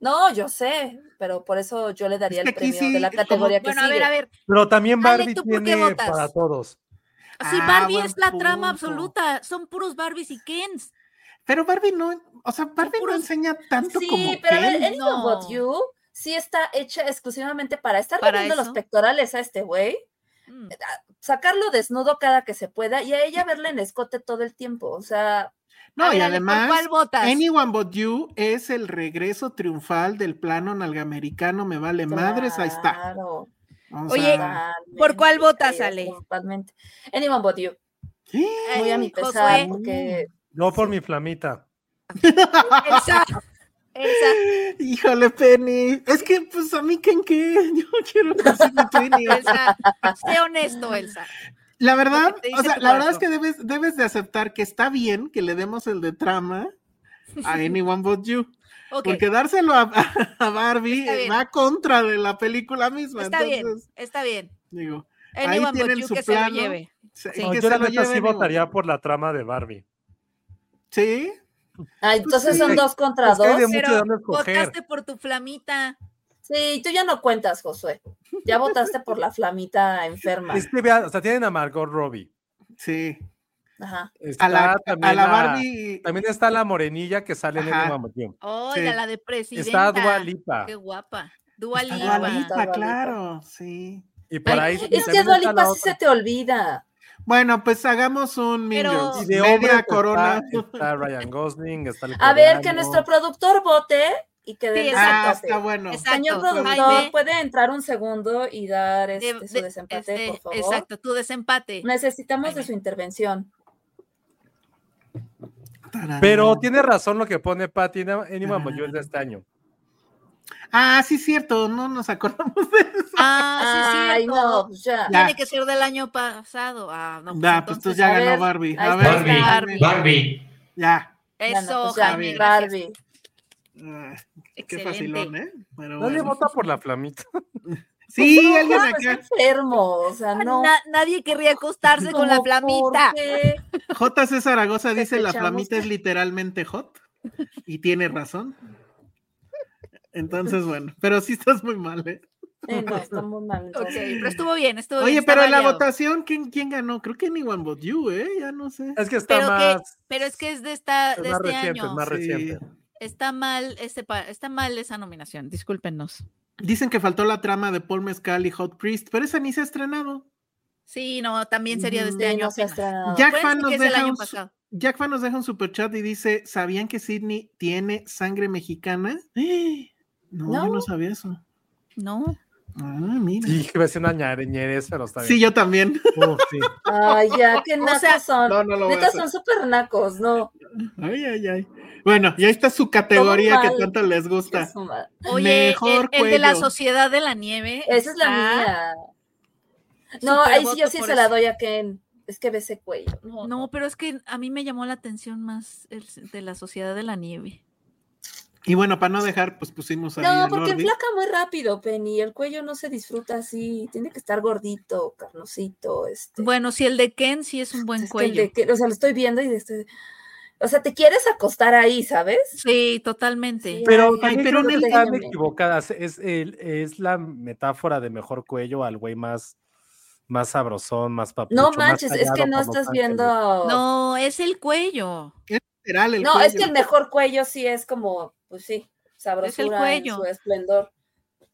Speaker 3: No, yo sé, pero por eso yo le daría
Speaker 2: Es que
Speaker 3: el
Speaker 2: aquí
Speaker 3: premio
Speaker 2: sí,
Speaker 3: de la
Speaker 2: es como-
Speaker 3: categoría que
Speaker 4: bueno, a ver,
Speaker 3: sigue.
Speaker 4: a ver,
Speaker 5: Pero también
Speaker 4: Ale,
Speaker 5: Barbie
Speaker 4: ¿tú por qué
Speaker 5: tiene
Speaker 4: votas?
Speaker 5: para todos.
Speaker 4: si
Speaker 2: Ah,
Speaker 4: Barbie
Speaker 2: buen
Speaker 4: es la trama
Speaker 2: punto.
Speaker 4: absoluta, son puros Barbies y Kens.
Speaker 2: Pero Barbie no, o sea, Barbie no
Speaker 4: puros-
Speaker 2: enseña tanto
Speaker 3: Sí,
Speaker 2: como
Speaker 3: pero a ver, eh,
Speaker 2: Ken.
Speaker 3: Anyone
Speaker 4: No.
Speaker 3: But You sí está hecha exclusivamente para estar
Speaker 4: Para
Speaker 3: viendo los
Speaker 4: eso.
Speaker 3: pectorales a este güey,
Speaker 4: Mm.
Speaker 2: Eh, ah,
Speaker 3: sacarlo desnudo cada que se pueda y a ella verle en escote todo el tiempo. O sea,
Speaker 2: No,
Speaker 4: A ver,
Speaker 2: y
Speaker 4: Ale, ¿por
Speaker 2: además,
Speaker 4: ¿cuál votas?
Speaker 2: Anyone But You es el regreso triunfal del plano nalgamericano, me vale madres, ahí está.
Speaker 3: claro, ah,
Speaker 2: O
Speaker 4: Oye,
Speaker 2: sea,
Speaker 4: ¿por cuál
Speaker 3: totalmente,
Speaker 4: votas,
Speaker 3: sí,
Speaker 4: Ale?
Speaker 3: totalmente. Anyone But You,
Speaker 2: ¡sí!
Speaker 3: muy a mi
Speaker 4: Ay,
Speaker 3: pesar,
Speaker 4: Josué.
Speaker 3: porque
Speaker 5: Yo por mi flamita.
Speaker 4: Elsa, Elsa,
Speaker 2: híjole, Penny. Es que, pues, a mí, ¿quién qué? *laughs* Yo quiero que siga
Speaker 3: *laughs*
Speaker 2: Penny.
Speaker 3: Pues,
Speaker 4: Elsa, sé honesto, Elsa.
Speaker 2: La verdad,
Speaker 4: te dice
Speaker 2: o sea,
Speaker 4: tu
Speaker 2: la verdad es
Speaker 4: corazón.
Speaker 2: que debes, debes de aceptar que está bien que le demos el de trama
Speaker 3: *laughs*
Speaker 2: a Anyone But You.
Speaker 4: Ok,
Speaker 2: Porque dárselo a, *laughs* a Barbie eh,
Speaker 4: Está bien.
Speaker 2: va contra de la película misma.
Speaker 4: está bien,
Speaker 2: entonces,
Speaker 4: está bien.
Speaker 2: digo, Ahí
Speaker 4: Anyone but
Speaker 2: tienen
Speaker 4: you
Speaker 2: su
Speaker 4: que se
Speaker 2: plano.
Speaker 4: lo lleve.
Speaker 2: se-
Speaker 4: Sí.
Speaker 5: No,
Speaker 2: que
Speaker 5: yo
Speaker 2: se
Speaker 5: la
Speaker 2: lo
Speaker 5: neta sí
Speaker 2: lleven y-
Speaker 5: votaría por la trama de Barbie.
Speaker 2: Sí.
Speaker 3: Ah, entonces
Speaker 2: Pues sí.
Speaker 3: son dos contra
Speaker 5: Es que hay
Speaker 3: dos.
Speaker 5: de mucho de
Speaker 4: Pero
Speaker 5: dónde escoger.
Speaker 4: votaste por tu flamita.
Speaker 3: Sí, tú ya no cuentas, Josué. Ya votaste por la flamita enferma.
Speaker 5: Es que vean, o sea, tienen a Margot Robbie.
Speaker 2: Sí.
Speaker 3: Ajá.
Speaker 5: Está
Speaker 2: A la,
Speaker 5: también
Speaker 2: a la Barbie.
Speaker 5: También está la morenilla que sale en
Speaker 2: Ajá.
Speaker 5: el Mamutium.
Speaker 4: Oiga,
Speaker 2: Sí.
Speaker 4: la de presidenta.
Speaker 5: Está Dua Lipa.
Speaker 4: Qué guapa. Dua
Speaker 2: a
Speaker 4: Lipa.
Speaker 2: Dua
Speaker 3: Lipa.
Speaker 2: Lipa,
Speaker 3: Dua Lipa.
Speaker 2: claro, sí.
Speaker 5: Y por ahí.
Speaker 3: Ay,
Speaker 5: y
Speaker 3: es que
Speaker 5: también
Speaker 3: Dua
Speaker 5: está
Speaker 3: Lipa
Speaker 5: la
Speaker 3: sí se
Speaker 5: otra.
Speaker 3: te olvida.
Speaker 2: Bueno, pues hagamos un Mean
Speaker 4: Pero-
Speaker 2: Girls.
Speaker 5: Y de hombre pues
Speaker 2: Media
Speaker 5: está-
Speaker 2: corona. Ah,
Speaker 5: Está, Ryan Gosling, está el
Speaker 3: A ver, que
Speaker 5: coreano.
Speaker 3: nuestro productor vote y que
Speaker 4: Sí,
Speaker 3: den
Speaker 2: Ah,
Speaker 3: desempate.
Speaker 2: está bueno.
Speaker 4: Exacto.
Speaker 3: Señor productor,
Speaker 4: Jaime.
Speaker 3: puede entrar un segundo y dar
Speaker 4: De-
Speaker 3: este,
Speaker 4: de-
Speaker 3: su desempate,
Speaker 4: este,
Speaker 3: por favor.
Speaker 4: Exacto, tu desempate.
Speaker 3: Necesitamos
Speaker 4: Jaime.
Speaker 3: de su intervención.
Speaker 2: Tarán.
Speaker 5: Pero tiene razón lo que pone Patty. Anyone But You es de este año.
Speaker 2: Ah, sí, cierto, no nos acordamos de eso.
Speaker 4: Ah, sí,
Speaker 3: Ay,
Speaker 4: es
Speaker 3: no,
Speaker 4: cierto.
Speaker 3: pues ya.
Speaker 2: Ya.
Speaker 4: Tiene que ser del año pasado. Ah, no. pues
Speaker 2: Da, pues tú
Speaker 4: entonces-
Speaker 2: ya
Speaker 3: a
Speaker 2: ganó
Speaker 3: ver,
Speaker 2: Barbie.
Speaker 3: ahí
Speaker 2: A ver,
Speaker 3: está
Speaker 2: Jaime.
Speaker 4: Barbie.
Speaker 6: Barbie.
Speaker 2: Ya.
Speaker 3: Bueno,
Speaker 4: Eso,
Speaker 3: pues ya,
Speaker 4: Jaime, gracias.
Speaker 3: Barbie.
Speaker 2: Ah, Qué
Speaker 4: Excelente.
Speaker 2: facilón, ¿eh? Pero
Speaker 5: Nadie
Speaker 2: bueno.
Speaker 5: vota por la flamita. *laughs*
Speaker 2: Sí,
Speaker 5: pues
Speaker 2: alguien
Speaker 3: Ah, está
Speaker 2: acá.
Speaker 3: enfermo, o sea,
Speaker 2: ¿eh?
Speaker 4: Ah,
Speaker 3: no. pues,
Speaker 4: na- nadie querría acostarse con la
Speaker 3: ¿Cómo por
Speaker 4: flamita.
Speaker 3: qué?
Speaker 2: J.C. Zaragoza dice la
Speaker 3: Sospechamos
Speaker 2: flamita
Speaker 3: que-
Speaker 2: es literalmente hot y tiene razón. Entonces, bueno, pero sí estás muy mal, ¿eh?
Speaker 3: Eh, no, está muy mal.
Speaker 4: *laughs* Ok,
Speaker 3: entonces.
Speaker 4: pero estuvo bien, estuvo bien.
Speaker 2: Oye, pero
Speaker 4: estaba
Speaker 2: en la
Speaker 4: aliado.
Speaker 2: votación, ¿quién, ¿quién ganó? Creo que ni One But You, ¿eh? Ya no sé.
Speaker 5: Es que está
Speaker 4: Pero, que-
Speaker 5: más,
Speaker 4: pero es que es de, esta,
Speaker 5: es
Speaker 4: de
Speaker 5: más
Speaker 4: este
Speaker 5: reciente,
Speaker 4: año.
Speaker 5: es más
Speaker 2: Sí.
Speaker 5: reciente.
Speaker 4: Está mal ese pa- está mal esa nominación, discúlpenos.
Speaker 2: Dicen que faltó la trama de Paul Mescal y Hot Priest, pero esa ni se ha estrenado.
Speaker 4: Sí, no, también sería de este
Speaker 3: Sí,
Speaker 4: año.
Speaker 3: no se ha
Speaker 4: apenas.
Speaker 2: Ya-
Speaker 3: estrenado.
Speaker 2: Jack
Speaker 4: Acuérdense
Speaker 2: Fan nos
Speaker 4: que es del
Speaker 2: deja
Speaker 4: año
Speaker 2: un su-
Speaker 4: pasado.
Speaker 2: Jack Fan nos deja un superchat y dice: ¿Sabían que Sidney tiene sangre mexicana? *gasps* ¡Eh! No, yo no
Speaker 3: No.
Speaker 2: sabía eso.
Speaker 4: No.
Speaker 2: Ah, mira.
Speaker 5: Sí, que iba a ser una ñareñerez, pero está bien.
Speaker 2: Sí, yo también.
Speaker 5: *laughs* Uf, sí.
Speaker 3: Ay, ya,
Speaker 4: *laughs*
Speaker 3: qué nacos
Speaker 4: sea,
Speaker 3: son.
Speaker 2: No, no lo voy a
Speaker 3: Neta,
Speaker 2: hacer.
Speaker 3: son súper nacos, no.
Speaker 2: Ay, ay, ay. Bueno, ya está su categoría que
Speaker 3: mal.
Speaker 2: tanto les gusta.
Speaker 3: Su madre.
Speaker 4: Oye, el-
Speaker 2: Mejor
Speaker 4: el, de la
Speaker 2: cuello.
Speaker 4: Sociedad de la Nieve.
Speaker 3: Esa es la
Speaker 4: está-
Speaker 3: mía. No,
Speaker 4: Súper
Speaker 3: ahí sí yo
Speaker 4: voto
Speaker 3: sí
Speaker 4: por
Speaker 3: se la
Speaker 4: eso.
Speaker 3: doy a Ken. Es que ve ese cuello. No,
Speaker 4: No, pero es que a mí me llamó la atención más el de la Sociedad de la Nieve.
Speaker 2: Y bueno, para no dejar, pues pusimos ahí.
Speaker 3: No,
Speaker 2: a
Speaker 3: porque
Speaker 2: Norby.
Speaker 3: enflaca muy rápido, Penny. El cuello no se disfruta así. Tiene que estar gordito, carnosito. Este.
Speaker 4: Bueno, si el de Ken sí es un buen
Speaker 3: Es que el
Speaker 4: cuello.
Speaker 3: de que- o sea, lo estoy viendo y estoy- O sea, te quieres acostar ahí, ¿sabes?
Speaker 4: Sí, totalmente.
Speaker 3: Sí.
Speaker 5: Pero,
Speaker 3: Ay,
Speaker 5: también
Speaker 2: pero
Speaker 5: creo que
Speaker 3: en el-
Speaker 5: están
Speaker 3: Déjenme.
Speaker 5: equivocadas. Es, el- es la metáfora de mejor cuello al güey más, más sabrosón, más papucho.
Speaker 3: No
Speaker 5: más
Speaker 3: manches, es que
Speaker 5: tallado
Speaker 3: no
Speaker 5: por Los
Speaker 3: estás
Speaker 5: Ángeles.
Speaker 3: viendo.
Speaker 4: No, es el cuello.
Speaker 2: Literal, el
Speaker 3: No, es que
Speaker 2: cuello.
Speaker 3: el mejor cuello sí es como, pues sí, sabrosura en
Speaker 4: cuello.
Speaker 3: su esplendor.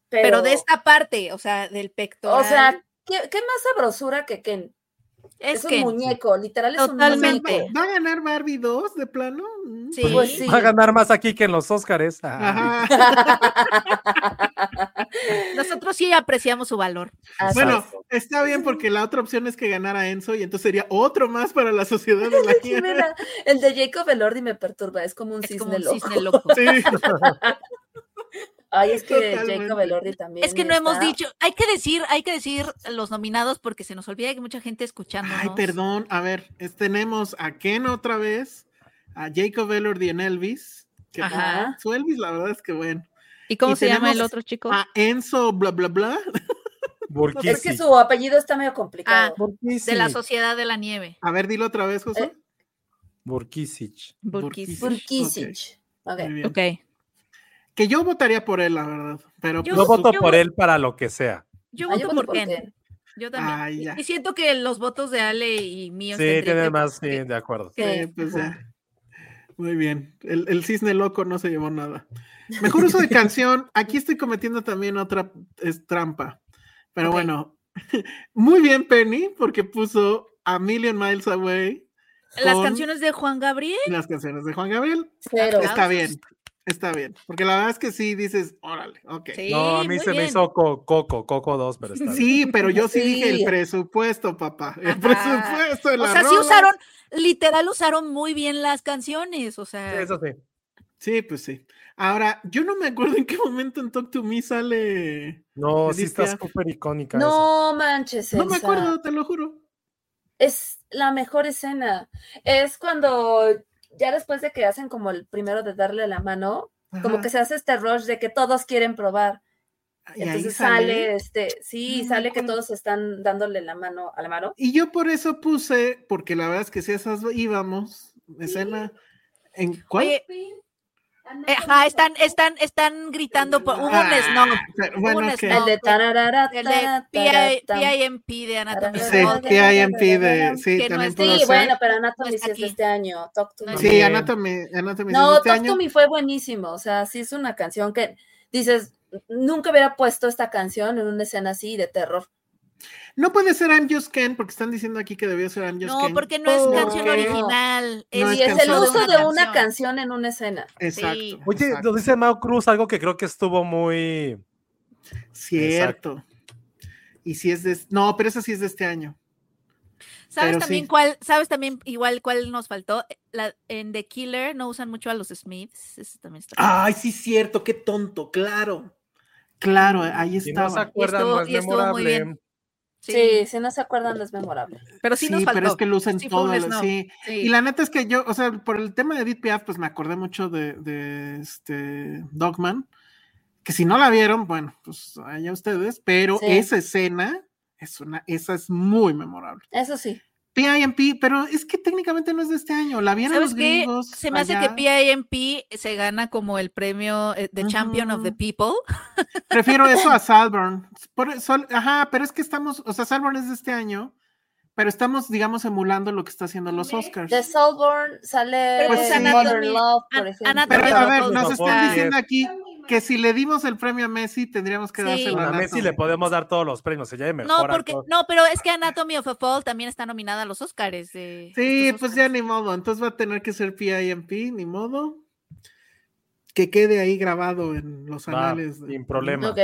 Speaker 3: Pero,
Speaker 4: Pero de esta parte, o sea, del pectoral.
Speaker 3: O sea, ¿qué, qué más sabrosura que Ken? Es,
Speaker 4: es,
Speaker 3: un
Speaker 4: que
Speaker 3: muñeco, literal es
Speaker 4: Totalmente.
Speaker 3: un muñeco.
Speaker 2: ¿Va a ganar Barbie 2 de plano? Mm.
Speaker 4: Sí.
Speaker 3: Pues sí.
Speaker 5: Va a ganar más aquí que en los Óscares. Ah,
Speaker 2: *laughs* Ajá.
Speaker 4: nosotros sí apreciamos su valor.
Speaker 3: Así
Speaker 2: Bueno,
Speaker 3: *laughs* es.
Speaker 2: está bien porque la otra opción es que ganara Enzo y entonces sería otro más para la sociedad de la
Speaker 3: *laughs* Sí,
Speaker 2: nieve.
Speaker 3: mira, el de Jacob Elordi me perturba, es como un
Speaker 4: Es
Speaker 3: cisne
Speaker 4: como un
Speaker 3: loco. *laughs*
Speaker 4: cisne loco.
Speaker 2: Sí.
Speaker 3: Ay, es que
Speaker 2: Totalmente.
Speaker 3: Jacob Elordi también.
Speaker 4: Es que no hemos
Speaker 3: está-
Speaker 4: dicho, hay que decir, hay que decir los nominados porque se nos olvida que hay mucha gente escuchando.
Speaker 2: Ay, perdón. A ver, es- tenemos a Ken otra vez, a Jacob Elordi en Elvis. Que
Speaker 4: Ajá.
Speaker 2: pues, su Elvis, la verdad es que bueno.
Speaker 4: ¿Y cómo
Speaker 2: Y
Speaker 4: se llama el
Speaker 2: tenemos
Speaker 4: otro
Speaker 3: Pues
Speaker 4: chico?
Speaker 2: A Enzo, bla, bla, bla.
Speaker 5: Burkisi.
Speaker 3: Es que su apellido está medio complicado.
Speaker 4: Ah, de la Sociedad de la Nieve.
Speaker 2: A ver, dilo otra vez, José.
Speaker 3: ¿Eh?
Speaker 5: Burkisic.
Speaker 2: Burkis.
Speaker 3: Burkisic. Ok.
Speaker 2: Muy bien.
Speaker 4: Ok.
Speaker 2: Que yo votaría por él, la verdad. Pero
Speaker 4: Yo-
Speaker 2: pues,
Speaker 5: No
Speaker 2: su-
Speaker 5: voto
Speaker 4: yo
Speaker 5: por
Speaker 4: voto-
Speaker 5: él para lo que sea.
Speaker 4: Yo
Speaker 3: Ah,
Speaker 4: voto por Ken.
Speaker 3: Ken.
Speaker 4: Yo también.
Speaker 2: Ay, ya.
Speaker 4: Y siento que los votos de Ale y míos.
Speaker 5: Sí,
Speaker 4: tendrían
Speaker 5: tiene
Speaker 4: que-
Speaker 5: más, sí,
Speaker 4: que-
Speaker 5: de acuerdo.
Speaker 4: que-
Speaker 2: Sí, pues ya. Muy bien. El, el cisne loco no se llevó nada. Mejor
Speaker 4: *laughs*
Speaker 2: uso de canción. Aquí estoy cometiendo también otra es, trampa. Pero
Speaker 4: Ok.
Speaker 2: bueno. *laughs* Muy bien, Penny, porque puso A Million Miles Away
Speaker 4: Las
Speaker 2: con
Speaker 4: canciones de Juan Gabriel.
Speaker 2: las canciones de Juan Gabriel.
Speaker 3: Cero.
Speaker 2: Está bien. Está bien. Porque la verdad es que sí dices, órale, ok. Sí.
Speaker 4: Sí,
Speaker 5: no, a mí
Speaker 4: muy
Speaker 5: se me
Speaker 4: bien.
Speaker 5: hizo co- Coco, Coco 2, pero
Speaker 4: *laughs*
Speaker 5: está bien.
Speaker 2: pero yo sí, dije el
Speaker 3: Sí.
Speaker 2: presupuesto, papá. El
Speaker 4: Ajá.
Speaker 2: presupuesto de
Speaker 4: O
Speaker 2: la
Speaker 4: sea, sí
Speaker 2: rola.
Speaker 4: usaron, literal usaron muy bien las canciones. O sea,
Speaker 5: Eso sí.
Speaker 2: Sí, pues sí. Ahora, yo no me acuerdo en qué momento en Talk to Me sale.
Speaker 5: No,
Speaker 2: Me
Speaker 5: sí
Speaker 2: diste
Speaker 5: está
Speaker 2: a-
Speaker 5: súper icónica. esa.
Speaker 3: No manches,
Speaker 2: No me
Speaker 3: Elsa.
Speaker 2: acuerdo, te lo juro.
Speaker 3: Es la mejor escena. Es cuando ya después de que hacen como el primero de darle la mano, como
Speaker 2: Ajá.
Speaker 3: que se hace este rush de que todos quieren probar.
Speaker 2: Y ahí
Speaker 3: Entonces
Speaker 2: sale.
Speaker 3: sale, este, sí,
Speaker 2: No me
Speaker 3: sale que
Speaker 2: acuerdo.
Speaker 3: todos están dándole la mano a la mano.
Speaker 2: Y yo por eso puse, porque la verdad es que si esas íbamos, escena. ¿En cuál?
Speaker 4: Oye, eh, ajá, están, están, están gritando por hubo
Speaker 2: Ah,
Speaker 4: un snob.
Speaker 2: pero bueno,
Speaker 4: un
Speaker 2: es que.
Speaker 3: El
Speaker 4: No,
Speaker 3: de
Speaker 4: pues,
Speaker 3: tararara,
Speaker 4: El
Speaker 3: tarara,
Speaker 4: de PI
Speaker 3: tarara,
Speaker 4: PIMP de Anatomía.
Speaker 3: Tarara.
Speaker 2: Sí,
Speaker 3: no,
Speaker 2: que hay en P de.
Speaker 3: no,
Speaker 2: Sí,
Speaker 4: que no
Speaker 2: también
Speaker 4: es-
Speaker 2: pudo
Speaker 3: Sí,
Speaker 2: ser.
Speaker 3: bueno, pero Anatomy
Speaker 4: No
Speaker 3: sí
Speaker 4: está
Speaker 3: es de
Speaker 4: Pues aquí.
Speaker 3: este año. Talk to
Speaker 4: No
Speaker 3: me.
Speaker 4: está
Speaker 2: Sí,
Speaker 5: Bien.
Speaker 2: Anatomy, Anatomy sí es de
Speaker 3: No,
Speaker 2: este
Speaker 3: Talk
Speaker 2: año.
Speaker 3: to Me fue buenísimo. O sea, sí es una canción que dices, nunca hubiera puesto esta canción en una escena así de terror.
Speaker 2: No puede ser I'm Just Ken, porque están diciendo aquí que debió ser I'm Just
Speaker 4: No,
Speaker 2: Ken.
Speaker 4: porque no es
Speaker 3: Oh,
Speaker 4: canción
Speaker 3: no.
Speaker 4: original.
Speaker 2: Pues, No es
Speaker 3: y es el
Speaker 2: canción de
Speaker 3: uso
Speaker 2: una
Speaker 3: de una canción en una escena.
Speaker 2: Exacto.
Speaker 4: Sí.
Speaker 5: Oye,
Speaker 2: exacto.
Speaker 5: lo dice Mau Cruz, algo que creo que estuvo muy.
Speaker 2: Cierto. Y si es de. No, pero esa sí es de este año.
Speaker 4: ¿Sabes
Speaker 2: Pero
Speaker 4: también
Speaker 2: sí.
Speaker 4: cuál? ¿Sabes también igual cuál nos faltó? La, en The Killer no usan mucho a los Smiths. Eso también está.
Speaker 2: Ay, sí, cierto, qué tonto, claro. Claro, ahí
Speaker 5: Si no se
Speaker 2: estaba.
Speaker 5: acuerdan,
Speaker 4: estuvo-
Speaker 5: no es
Speaker 4: y estuvo muy
Speaker 5: memorable.
Speaker 4: bien.
Speaker 3: Sí,
Speaker 4: sí,
Speaker 3: si no se acuerdan, no es memorable.
Speaker 4: pero sí,
Speaker 2: Sí,
Speaker 4: nos faltó.
Speaker 2: pero es que lo usan
Speaker 4: Sí fue un
Speaker 2: todo.
Speaker 4: snob,
Speaker 2: Sí.
Speaker 4: sí.
Speaker 2: Y la neta es que yo, o sea, por el tema de Edith Piaf, pues me acordé mucho de, de, este Dogman, que si no la vieron, bueno, pues allá ustedes, pero
Speaker 3: Sí.
Speaker 2: esa escena es una, esa es muy memorable.
Speaker 3: Eso sí.
Speaker 2: PIMP, pero es que técnicamente no es de este año, la vieron
Speaker 4: ¿Sabes
Speaker 2: los
Speaker 4: qué?
Speaker 2: gringos.
Speaker 4: Se me hace que
Speaker 2: allá.
Speaker 4: PIMP se gana como el premio eh, The Champion of the
Speaker 2: Ujú.
Speaker 4: People. *laughs*
Speaker 2: Prefiero eso a Salborn. Por- sol- ajá, pero es que estamos, o sea, Salborn es de este año, pero estamos, digamos, emulando lo que está haciendo los Oscars.
Speaker 3: De Soulborn sale
Speaker 2: Pues sí.
Speaker 3: Modern Love, por
Speaker 4: An-
Speaker 3: ejemplo.
Speaker 4: Anatomy
Speaker 2: Pero
Speaker 4: Pero
Speaker 2: a
Speaker 4: no
Speaker 2: ver,
Speaker 4: todos
Speaker 2: nos
Speaker 5: los
Speaker 2: están
Speaker 5: Oscars.
Speaker 2: diciendo aquí que si le dimos el premio a Messi, tendríamos que
Speaker 4: Sí.
Speaker 2: dárselo
Speaker 4: Bueno,
Speaker 2: a
Speaker 5: a Messi le podemos dar todos los premios, ella mejor.
Speaker 4: No, porque,
Speaker 5: actor.
Speaker 4: no, pero es que Anatomy of a Fall también está nominada a los Oscars. de
Speaker 2: Sí,
Speaker 4: estos
Speaker 2: pues ya
Speaker 4: Óscares.
Speaker 2: ni modo. Entonces va a tener que ser PIMP, ni modo. Que quede ahí grabado en los
Speaker 5: Va,
Speaker 2: anales.
Speaker 5: sin problema.
Speaker 3: Ok.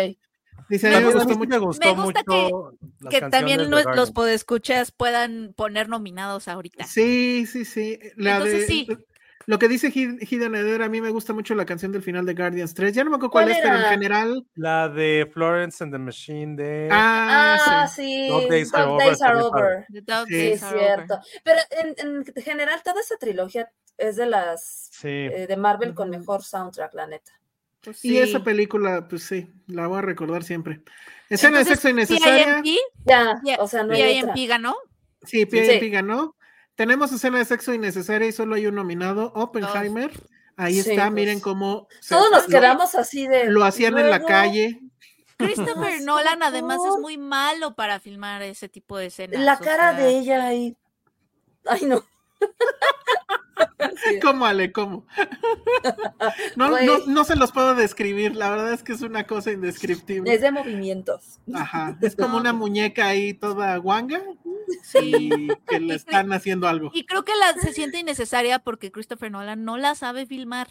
Speaker 2: Dice,
Speaker 5: A
Speaker 2: a mí me
Speaker 5: mí
Speaker 2: gustó
Speaker 5: sí
Speaker 2: mucho.
Speaker 5: me gustó
Speaker 4: gusta
Speaker 5: mucho las
Speaker 4: Que
Speaker 5: canciones
Speaker 4: también
Speaker 5: de
Speaker 4: nue-
Speaker 5: Dragon.
Speaker 4: los podescuchas puedan poner nominados ahorita.
Speaker 2: Sí, sí, sí. eh, La
Speaker 4: Entonces
Speaker 2: de-
Speaker 4: sí.
Speaker 2: Lo que dice Hid- Hidden Eder, a mí me gusta mucho la canción del final de Guardians 3. Ya no me acuerdo cuál,
Speaker 3: ¿Cuál
Speaker 2: es, pero en
Speaker 3: era?
Speaker 2: general.
Speaker 5: La de Florence and the Machine de.
Speaker 1: Eh,
Speaker 2: Ah,
Speaker 3: Ah,
Speaker 2: sí.
Speaker 3: sí.
Speaker 5: Dog Days Are
Speaker 3: Dog
Speaker 5: Over
Speaker 3: Days Are
Speaker 5: también para-
Speaker 3: Over.
Speaker 4: The Dog
Speaker 2: Sí.
Speaker 3: Sí,
Speaker 4: Days
Speaker 3: es
Speaker 4: Are Over.
Speaker 3: cierto. Pero en, en general, toda esa trilogía es de las
Speaker 5: Sí.
Speaker 3: eh, de Marvel con
Speaker 2: Ujú.
Speaker 3: mejor soundtrack, la neta.
Speaker 4: Pues
Speaker 2: Y esa
Speaker 4: sí.
Speaker 2: película, pues sí, la voy a recordar siempre. Escena de
Speaker 4: Entonces,
Speaker 2: sexo innecesaria.
Speaker 4: PIMP,
Speaker 3: Ya,
Speaker 4: Ya-
Speaker 3: o sea, no hay otra.
Speaker 4: PIMP
Speaker 3: *laughs*
Speaker 4: ganó.
Speaker 2: Sí,
Speaker 3: Sí.
Speaker 2: PIMP ganó. Tenemos escena de sexo innecesaria y solo hay un nominado, Oppenheimer. Ahí
Speaker 3: Sí,
Speaker 2: está,
Speaker 3: pues.
Speaker 2: miren cómo se-
Speaker 3: Todos nos
Speaker 2: lo-
Speaker 3: quedamos así de.
Speaker 2: Lo, hacían en la
Speaker 3: luego,
Speaker 2: calle.
Speaker 4: Christopher
Speaker 3: Por
Speaker 4: Nolan además es
Speaker 3: favor.
Speaker 4: muy malo para filmar ese tipo de escenas.
Speaker 3: La
Speaker 4: o
Speaker 3: cara
Speaker 4: sea,
Speaker 3: de ella ahí. Ay,
Speaker 4: *laughs*
Speaker 3: no. Sí.
Speaker 2: ¿Cómo, Ale? ¿Cómo? *laughs* No,
Speaker 3: Güey.
Speaker 2: no, no se los puedo describir, la verdad es que es una cosa indescriptible.
Speaker 3: Es de movimientos.
Speaker 4: *laughs*
Speaker 2: Ajá, es como
Speaker 4: No,
Speaker 2: una
Speaker 4: pues-
Speaker 2: muñeca ahí toda guanga
Speaker 4: Sí.
Speaker 2: y que
Speaker 4: *laughs*
Speaker 2: le están haciendo *laughs* algo.
Speaker 4: Y pues creo que la, se siente innecesaria porque Christopher Nolan no la sabe filmar.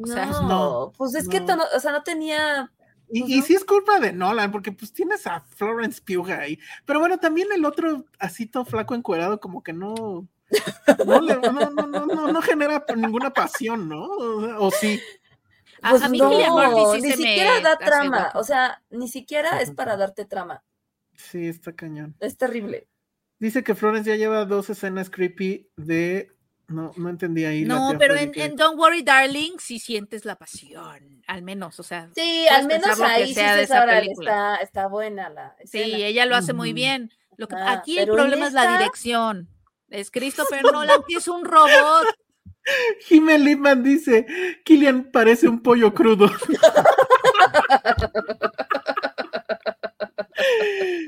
Speaker 4: O sea,
Speaker 3: no,
Speaker 2: no,
Speaker 3: pues es que
Speaker 2: no.
Speaker 3: tono- o sea, no tenía.
Speaker 2: Y,
Speaker 3: Pues
Speaker 2: y
Speaker 3: no.
Speaker 2: sí es culpa de Nolan, porque pues tienes a Florence Pugh ahí. Pero bueno, también el otro así todo flaco encuerado, como que no. No, le- no, no, no, no, no genera ninguna pasión, ¿no? O sí.
Speaker 4: a,
Speaker 3: Pues
Speaker 4: a mí
Speaker 3: no,
Speaker 4: Cillian Murphy sí
Speaker 3: ni
Speaker 4: se me
Speaker 3: siquiera da
Speaker 4: hace
Speaker 3: trama.
Speaker 4: guapo.
Speaker 3: O sea, ni siquiera es para darte trama.
Speaker 2: Sí, está cañón.
Speaker 3: Es terrible.
Speaker 2: Dice que Florence ya lleva dos escenas creepy de. No, no entendí ahí. la
Speaker 4: No,
Speaker 2: tía
Speaker 4: pero
Speaker 2: Freddy
Speaker 4: en,
Speaker 2: que-
Speaker 4: en Don't Worry Darling sí sientes la pasión, al menos, o sea,
Speaker 3: Sí,
Speaker 4: Puedes
Speaker 3: al menos
Speaker 4: pensar lo que
Speaker 3: ahí sí
Speaker 4: sea de
Speaker 3: se
Speaker 4: esa
Speaker 3: sabrá,
Speaker 4: película.
Speaker 3: está, está buena la
Speaker 4: sí,
Speaker 3: escena.
Speaker 4: ella lo hace muy
Speaker 2: Ujú.
Speaker 4: bien. Lo que,
Speaker 3: Ajá,
Speaker 4: aquí el
Speaker 3: pero en
Speaker 4: problema es la
Speaker 3: esta-
Speaker 4: dirección. Es
Speaker 3: *laughs*
Speaker 4: Christopher Nolan que es
Speaker 2: *laughs*
Speaker 4: un robot.
Speaker 2: Jimmy Lipman dice: Killian parece un pollo crudo.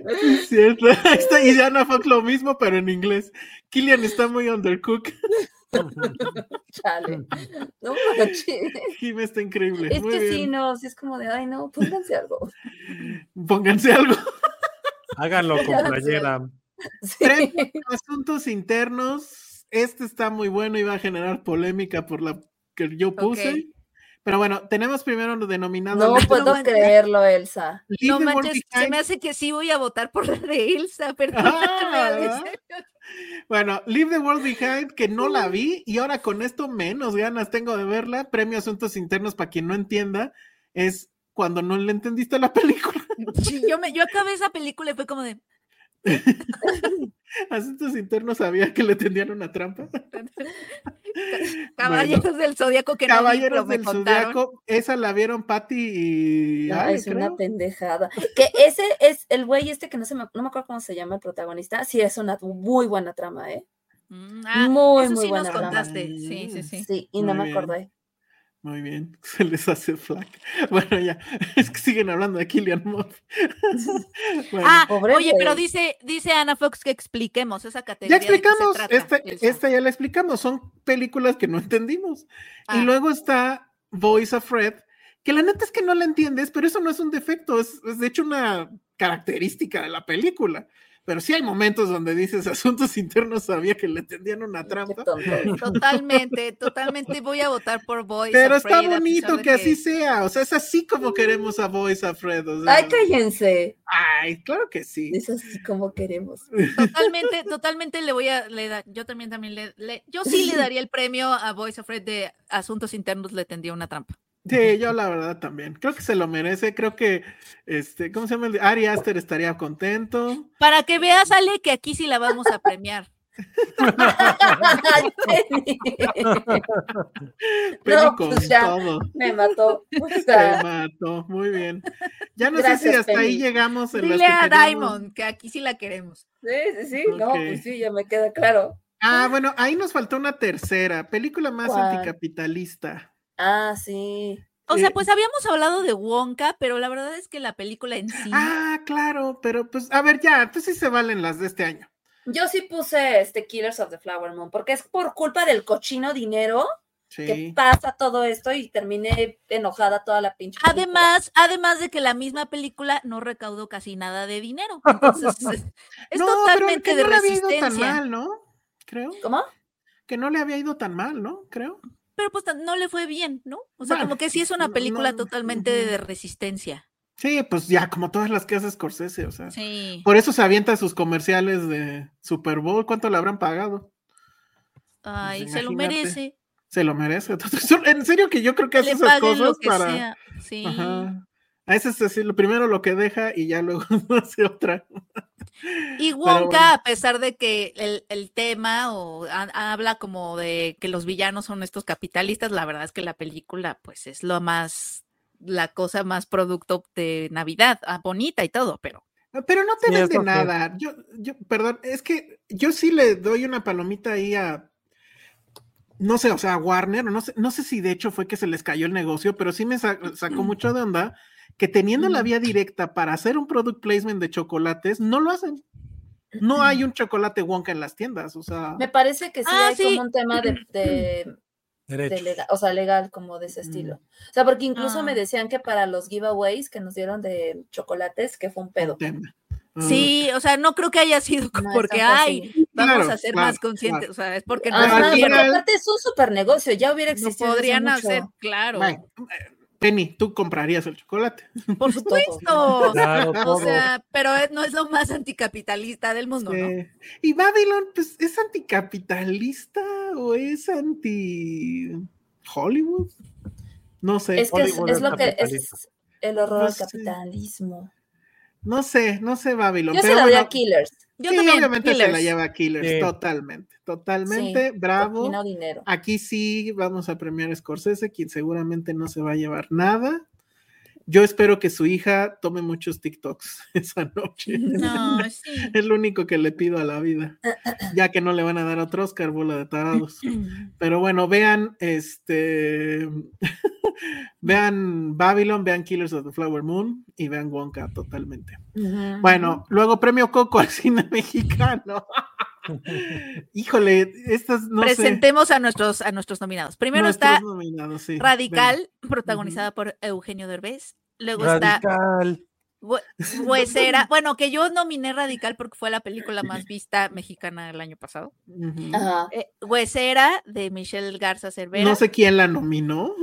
Speaker 2: Es Cierto. *laughs* Ahí está, y Diana Fox lo mismo, pero en inglés. Killian está muy undercook. *laughs*
Speaker 3: *laughs* Chale. No
Speaker 4: *laughs*
Speaker 3: manches.
Speaker 2: Jimmy está increíble.
Speaker 3: Es
Speaker 2: muy
Speaker 3: que sí,
Speaker 2: bien.
Speaker 3: no, sí es como de, ay, no, pónganse algo. *laughs*
Speaker 2: Pónganse algo. *laughs*
Speaker 5: Háganlo
Speaker 4: *laughs*
Speaker 3: Ya
Speaker 5: con
Speaker 3: lo
Speaker 5: playera.
Speaker 3: Sí.
Speaker 2: Tres asuntos internos. Este está muy bueno y va a generar polémica por la que yo puse.
Speaker 4: Ok.
Speaker 2: Pero bueno, tenemos primero lo denominado.
Speaker 3: No
Speaker 2: Leave
Speaker 3: puedo
Speaker 4: manches.
Speaker 3: creerlo, Elsa.
Speaker 2: the
Speaker 4: pues, No
Speaker 2: World
Speaker 4: manches, se
Speaker 2: Behind.
Speaker 4: me hace que sí voy a votar por la de Ilsa, *laughs* perdón.
Speaker 2: Ah, ¿verdad? Bueno, Leave the World Behind, que no la vi y ahora con esto menos ganas tengo de verla. Premio Asuntos Internos, para quien no entienda, es cuando no le entendiste a la *laughs* película.
Speaker 4: Sí, yo, me, yo acabé esa película y fue como de,
Speaker 2: Asuntos Internos sabía que le tendían una trampa.
Speaker 4: Caballeros del Zodíaco que
Speaker 2: Caballeros
Speaker 4: no vi, pero
Speaker 2: del
Speaker 4: me contaron.
Speaker 2: Zodiaco, esa la vieron Patty y.
Speaker 3: No,
Speaker 2: Ale,
Speaker 3: es una
Speaker 2: creo.
Speaker 3: pendejada. Que ese es el güey este que no se me, no me acuerdo cómo se llama el protagonista. Sí, es una muy buena trama, ¿eh?
Speaker 4: Mm, ah,
Speaker 3: muy,
Speaker 4: eso
Speaker 3: muy
Speaker 4: sí nos
Speaker 3: buena trama.
Speaker 4: contaste. Sí,
Speaker 2: Mm.
Speaker 4: sí, sí.
Speaker 3: Sí, y no
Speaker 2: Muy
Speaker 3: me acordé.
Speaker 2: Muy bien, *laughs* se les hace flaca. Bueno, ya, *laughs* es que siguen hablando de Killian
Speaker 4: *laughs*
Speaker 2: Murphy. *laughs* Bueno.
Speaker 4: Ah,
Speaker 3: Pobre
Speaker 4: oye, pero
Speaker 3: güey.
Speaker 4: dice, dice Ana Fox que expliquemos esa
Speaker 2: Ya
Speaker 4: categoría. de qué se
Speaker 2: explicamos, este,
Speaker 4: trata,
Speaker 2: esta,
Speaker 4: Elsa.
Speaker 2: esta ya la explicamos, son películas que no entendimos.
Speaker 4: Ah.
Speaker 2: Y luego está Voice of Fred, que la neta es que no la entiendes, pero eso no es un defecto, es, es de hecho una característica de la película. Pero sí hay momentos donde dices *laughs* asuntos internos, sabía que le tendían una
Speaker 3: Qué
Speaker 2: trampa.
Speaker 4: *laughs*
Speaker 3: tonto
Speaker 2: *laughs*
Speaker 3: eres.
Speaker 4: Ah, Totalmente, totalmente voy a votar por Boys.
Speaker 2: Pero está
Speaker 4: Afraid, a pesar
Speaker 2: bonito
Speaker 4: de
Speaker 2: que así sea, o sea, es así como queremos a Voice of Fred. o sea,
Speaker 3: Ay, cállense.
Speaker 2: ay, claro que sí.
Speaker 3: Es así como queremos.
Speaker 4: Totalmente, totalmente le voy a, le da- yo también también le, le- yo sí le daría el premio a Boys Afraid de Asuntos Internos le tendía una trampa.
Speaker 2: Sí, yo la verdad también. Creo que se lo merece. Creo que, este, ¿cómo se llama? el de- Ari Aster estaría contento. *laughs*
Speaker 4: Para que veas, Ale, que aquí sí la vamos a premiar.
Speaker 3: Ay, Penny.
Speaker 2: Pero
Speaker 3: No,
Speaker 2: con
Speaker 3: pues ya.
Speaker 2: todo.
Speaker 3: Me mató.
Speaker 2: *laughs*
Speaker 3: O
Speaker 4: *laughs*
Speaker 2: Te
Speaker 3: sea,
Speaker 2: mató. Muy bien. Ya no sé
Speaker 3: Gracias,
Speaker 2: si hasta ahí
Speaker 3: Penny.
Speaker 2: llegamos en las
Speaker 4: Dile
Speaker 2: que
Speaker 4: a
Speaker 2: queríamos.
Speaker 4: Diamond que aquí sí la queremos.
Speaker 3: sí, sí, sí. No,
Speaker 2: Ok.
Speaker 3: pues sí, ya me queda claro.
Speaker 2: Ah, bueno, ahí nos faltó una tercera, película más
Speaker 3: ¿Cuál?
Speaker 2: anticapitalista.
Speaker 3: Ah, sí.
Speaker 4: O sea,
Speaker 2: Eh,
Speaker 4: pues habíamos hablado de Wonka, pero la verdad es que la película en sí.
Speaker 2: Ah, claro, pero pues, a ver, ya, pues sí se valen las de este año.
Speaker 3: Yo sí puse este Killers of the Flower Moon, porque es por culpa del cochino dinero que
Speaker 2: Sí.
Speaker 3: pasa todo esto y terminé enojada toda la pinche. película.
Speaker 4: Además, además de que la misma película no recaudó casi nada de dinero.
Speaker 2: *laughs*
Speaker 4: Entonces, es, es
Speaker 2: No, pero
Speaker 4: totalmente
Speaker 2: que no
Speaker 4: de
Speaker 2: le había ido tan
Speaker 4: resistencia.
Speaker 2: mal, ¿no? Creo
Speaker 3: ¿Cómo?
Speaker 2: que no le había ido tan mal, ¿no? Creo.
Speaker 4: Pero pues tan- no le fue bien, ¿no? O sea,
Speaker 2: Bueno,
Speaker 4: como que sí es una
Speaker 2: no-
Speaker 4: película
Speaker 2: no-
Speaker 4: totalmente
Speaker 2: ujú.
Speaker 4: de resistencia.
Speaker 2: Sí, pues ya, como todas las que hace Scorsese, o sea.
Speaker 4: Sí.
Speaker 2: Por eso se avienta sus comerciales de Super Bowl. ¿Cuánto le habrán pagado?
Speaker 4: Ay,
Speaker 2: pues,
Speaker 4: se lo
Speaker 2: imagínate.
Speaker 4: merece.
Speaker 2: Se lo merece. *laughs* Entonces, son- en serio que yo creo que hace
Speaker 4: Le
Speaker 2: esas
Speaker 4: paguen
Speaker 2: cosas
Speaker 4: lo que
Speaker 2: para.
Speaker 4: sea. Sí.
Speaker 2: Ajá. A ese es así, lo primero lo que deja y ya luego *laughs* hace otra. *laughs*
Speaker 4: Y Wonka,
Speaker 2: bueno.
Speaker 4: a pesar de que el, el tema o ha- habla como de que los villanos son estos capitalistas, la verdad es que la película, pues, es lo más, la cosa más producto de Navidad, ah, bonita y todo, pero
Speaker 2: Ah, Pero no te
Speaker 1: Sí, es
Speaker 2: vende
Speaker 1: lo que-
Speaker 2: nada. Yo, yo, perdón, es que yo sí le doy una palomita ahí a. No sé, o sea, a Warner, o no sé, no sé si de hecho fue que se les cayó el negocio, pero sí me sa-
Speaker 4: Mm,
Speaker 2: sacó mucho de onda que teniendo la vía directa para hacer un product placement de chocolates, no lo hacen. No hay
Speaker 4: Mm.
Speaker 2: un chocolate Wonka en las tiendas, o sea.
Speaker 3: Me parece que sí
Speaker 4: Ah,
Speaker 3: hay
Speaker 4: sí.
Speaker 3: como un tema de,
Speaker 2: *clears throat*
Speaker 3: de- de
Speaker 1: Derecho.
Speaker 3: legal, o sea, legal como de ese
Speaker 2: Mm.
Speaker 3: estilo. O sea, porque incluso me
Speaker 4: Ah.
Speaker 3: decían que para los giveaways que nos dieron de chocolates, que fue un pedo.
Speaker 2: tema. Ah,
Speaker 4: sí, o sea, no creo que haya sido
Speaker 3: *laughs* No,
Speaker 4: porque,
Speaker 3: esa fue
Speaker 4: ay,
Speaker 3: así.
Speaker 4: vamos
Speaker 2: Claro,
Speaker 4: a ser
Speaker 2: claro,
Speaker 4: más conscientes, o sea, es porque no,
Speaker 3: Ajá,
Speaker 2: al
Speaker 3: porque
Speaker 2: final-
Speaker 3: aparte es un super negocio, ya hubiera
Speaker 4: no
Speaker 3: existido. desde
Speaker 4: podrían
Speaker 3: mucho.
Speaker 4: hacer, claro,
Speaker 2: Bueno, Penny, tú comprarías el chocolate.
Speaker 4: por
Speaker 2: *laughs*
Speaker 4: supuesto.
Speaker 1: Claro,
Speaker 4: O
Speaker 1: todo.
Speaker 4: sea, pero es- no es lo más anticapitalista del mundo, ¿no?
Speaker 2: Eh, y Babylon, pues, ¿es anticapitalista o es anti Hollywood? No sé,
Speaker 3: Es que es,
Speaker 1: Hollywood
Speaker 3: es
Speaker 1: es
Speaker 3: lo que
Speaker 1: capitalista.
Speaker 3: es el horror
Speaker 2: No
Speaker 3: al
Speaker 2: sé.
Speaker 3: capitalismo.
Speaker 2: no sé, no sé Babylon.
Speaker 3: Yo se
Speaker 2: pero
Speaker 3: la doy
Speaker 2: bueno,
Speaker 3: a Killers,
Speaker 4: Yo
Speaker 2: sí,
Speaker 4: también,
Speaker 2: obviamente se la
Speaker 4: Killers.
Speaker 2: lleva a Killers,
Speaker 1: Sí.
Speaker 2: totalmente, totalmente, bravo.
Speaker 3: y no dinero.
Speaker 2: Aquí sí vamos a premiar a Scorsese, quien seguramente no se va a llevar nada. Yo espero que su hija tome muchos TikToks *laughs* esa noche.
Speaker 4: No, sí.
Speaker 2: *laughs* Es lo único que le pido a la vida, ya que no le van a dar otro Oscar, bola de tarados.
Speaker 4: Mm.
Speaker 2: Pero bueno, vean, este, *laughs* vean Babylon, vean Killers of the Flower Moon y vean Wonka totalmente.
Speaker 3: Ujú.
Speaker 2: Bueno, luego premio Coco al *laughs* cine mexicano. *laughs* Híjole, estas no sé.
Speaker 4: Presentemos a nuestros a nuestros nominados. Primero
Speaker 2: nuestros
Speaker 4: está
Speaker 2: nominados, sí,
Speaker 4: Radical, protagonizada por Eugenio Derbez. Luego está
Speaker 1: Radical. *laughs*
Speaker 4: Hue- Huesera. Bueno, que yo nominé Radical porque fue la película más vista mexicana del año pasado.
Speaker 2: ven. Ujú.
Speaker 3: Ajá.
Speaker 4: Eh, Huesera de Michelle Garza Cervera.
Speaker 2: No sé quién la nominó.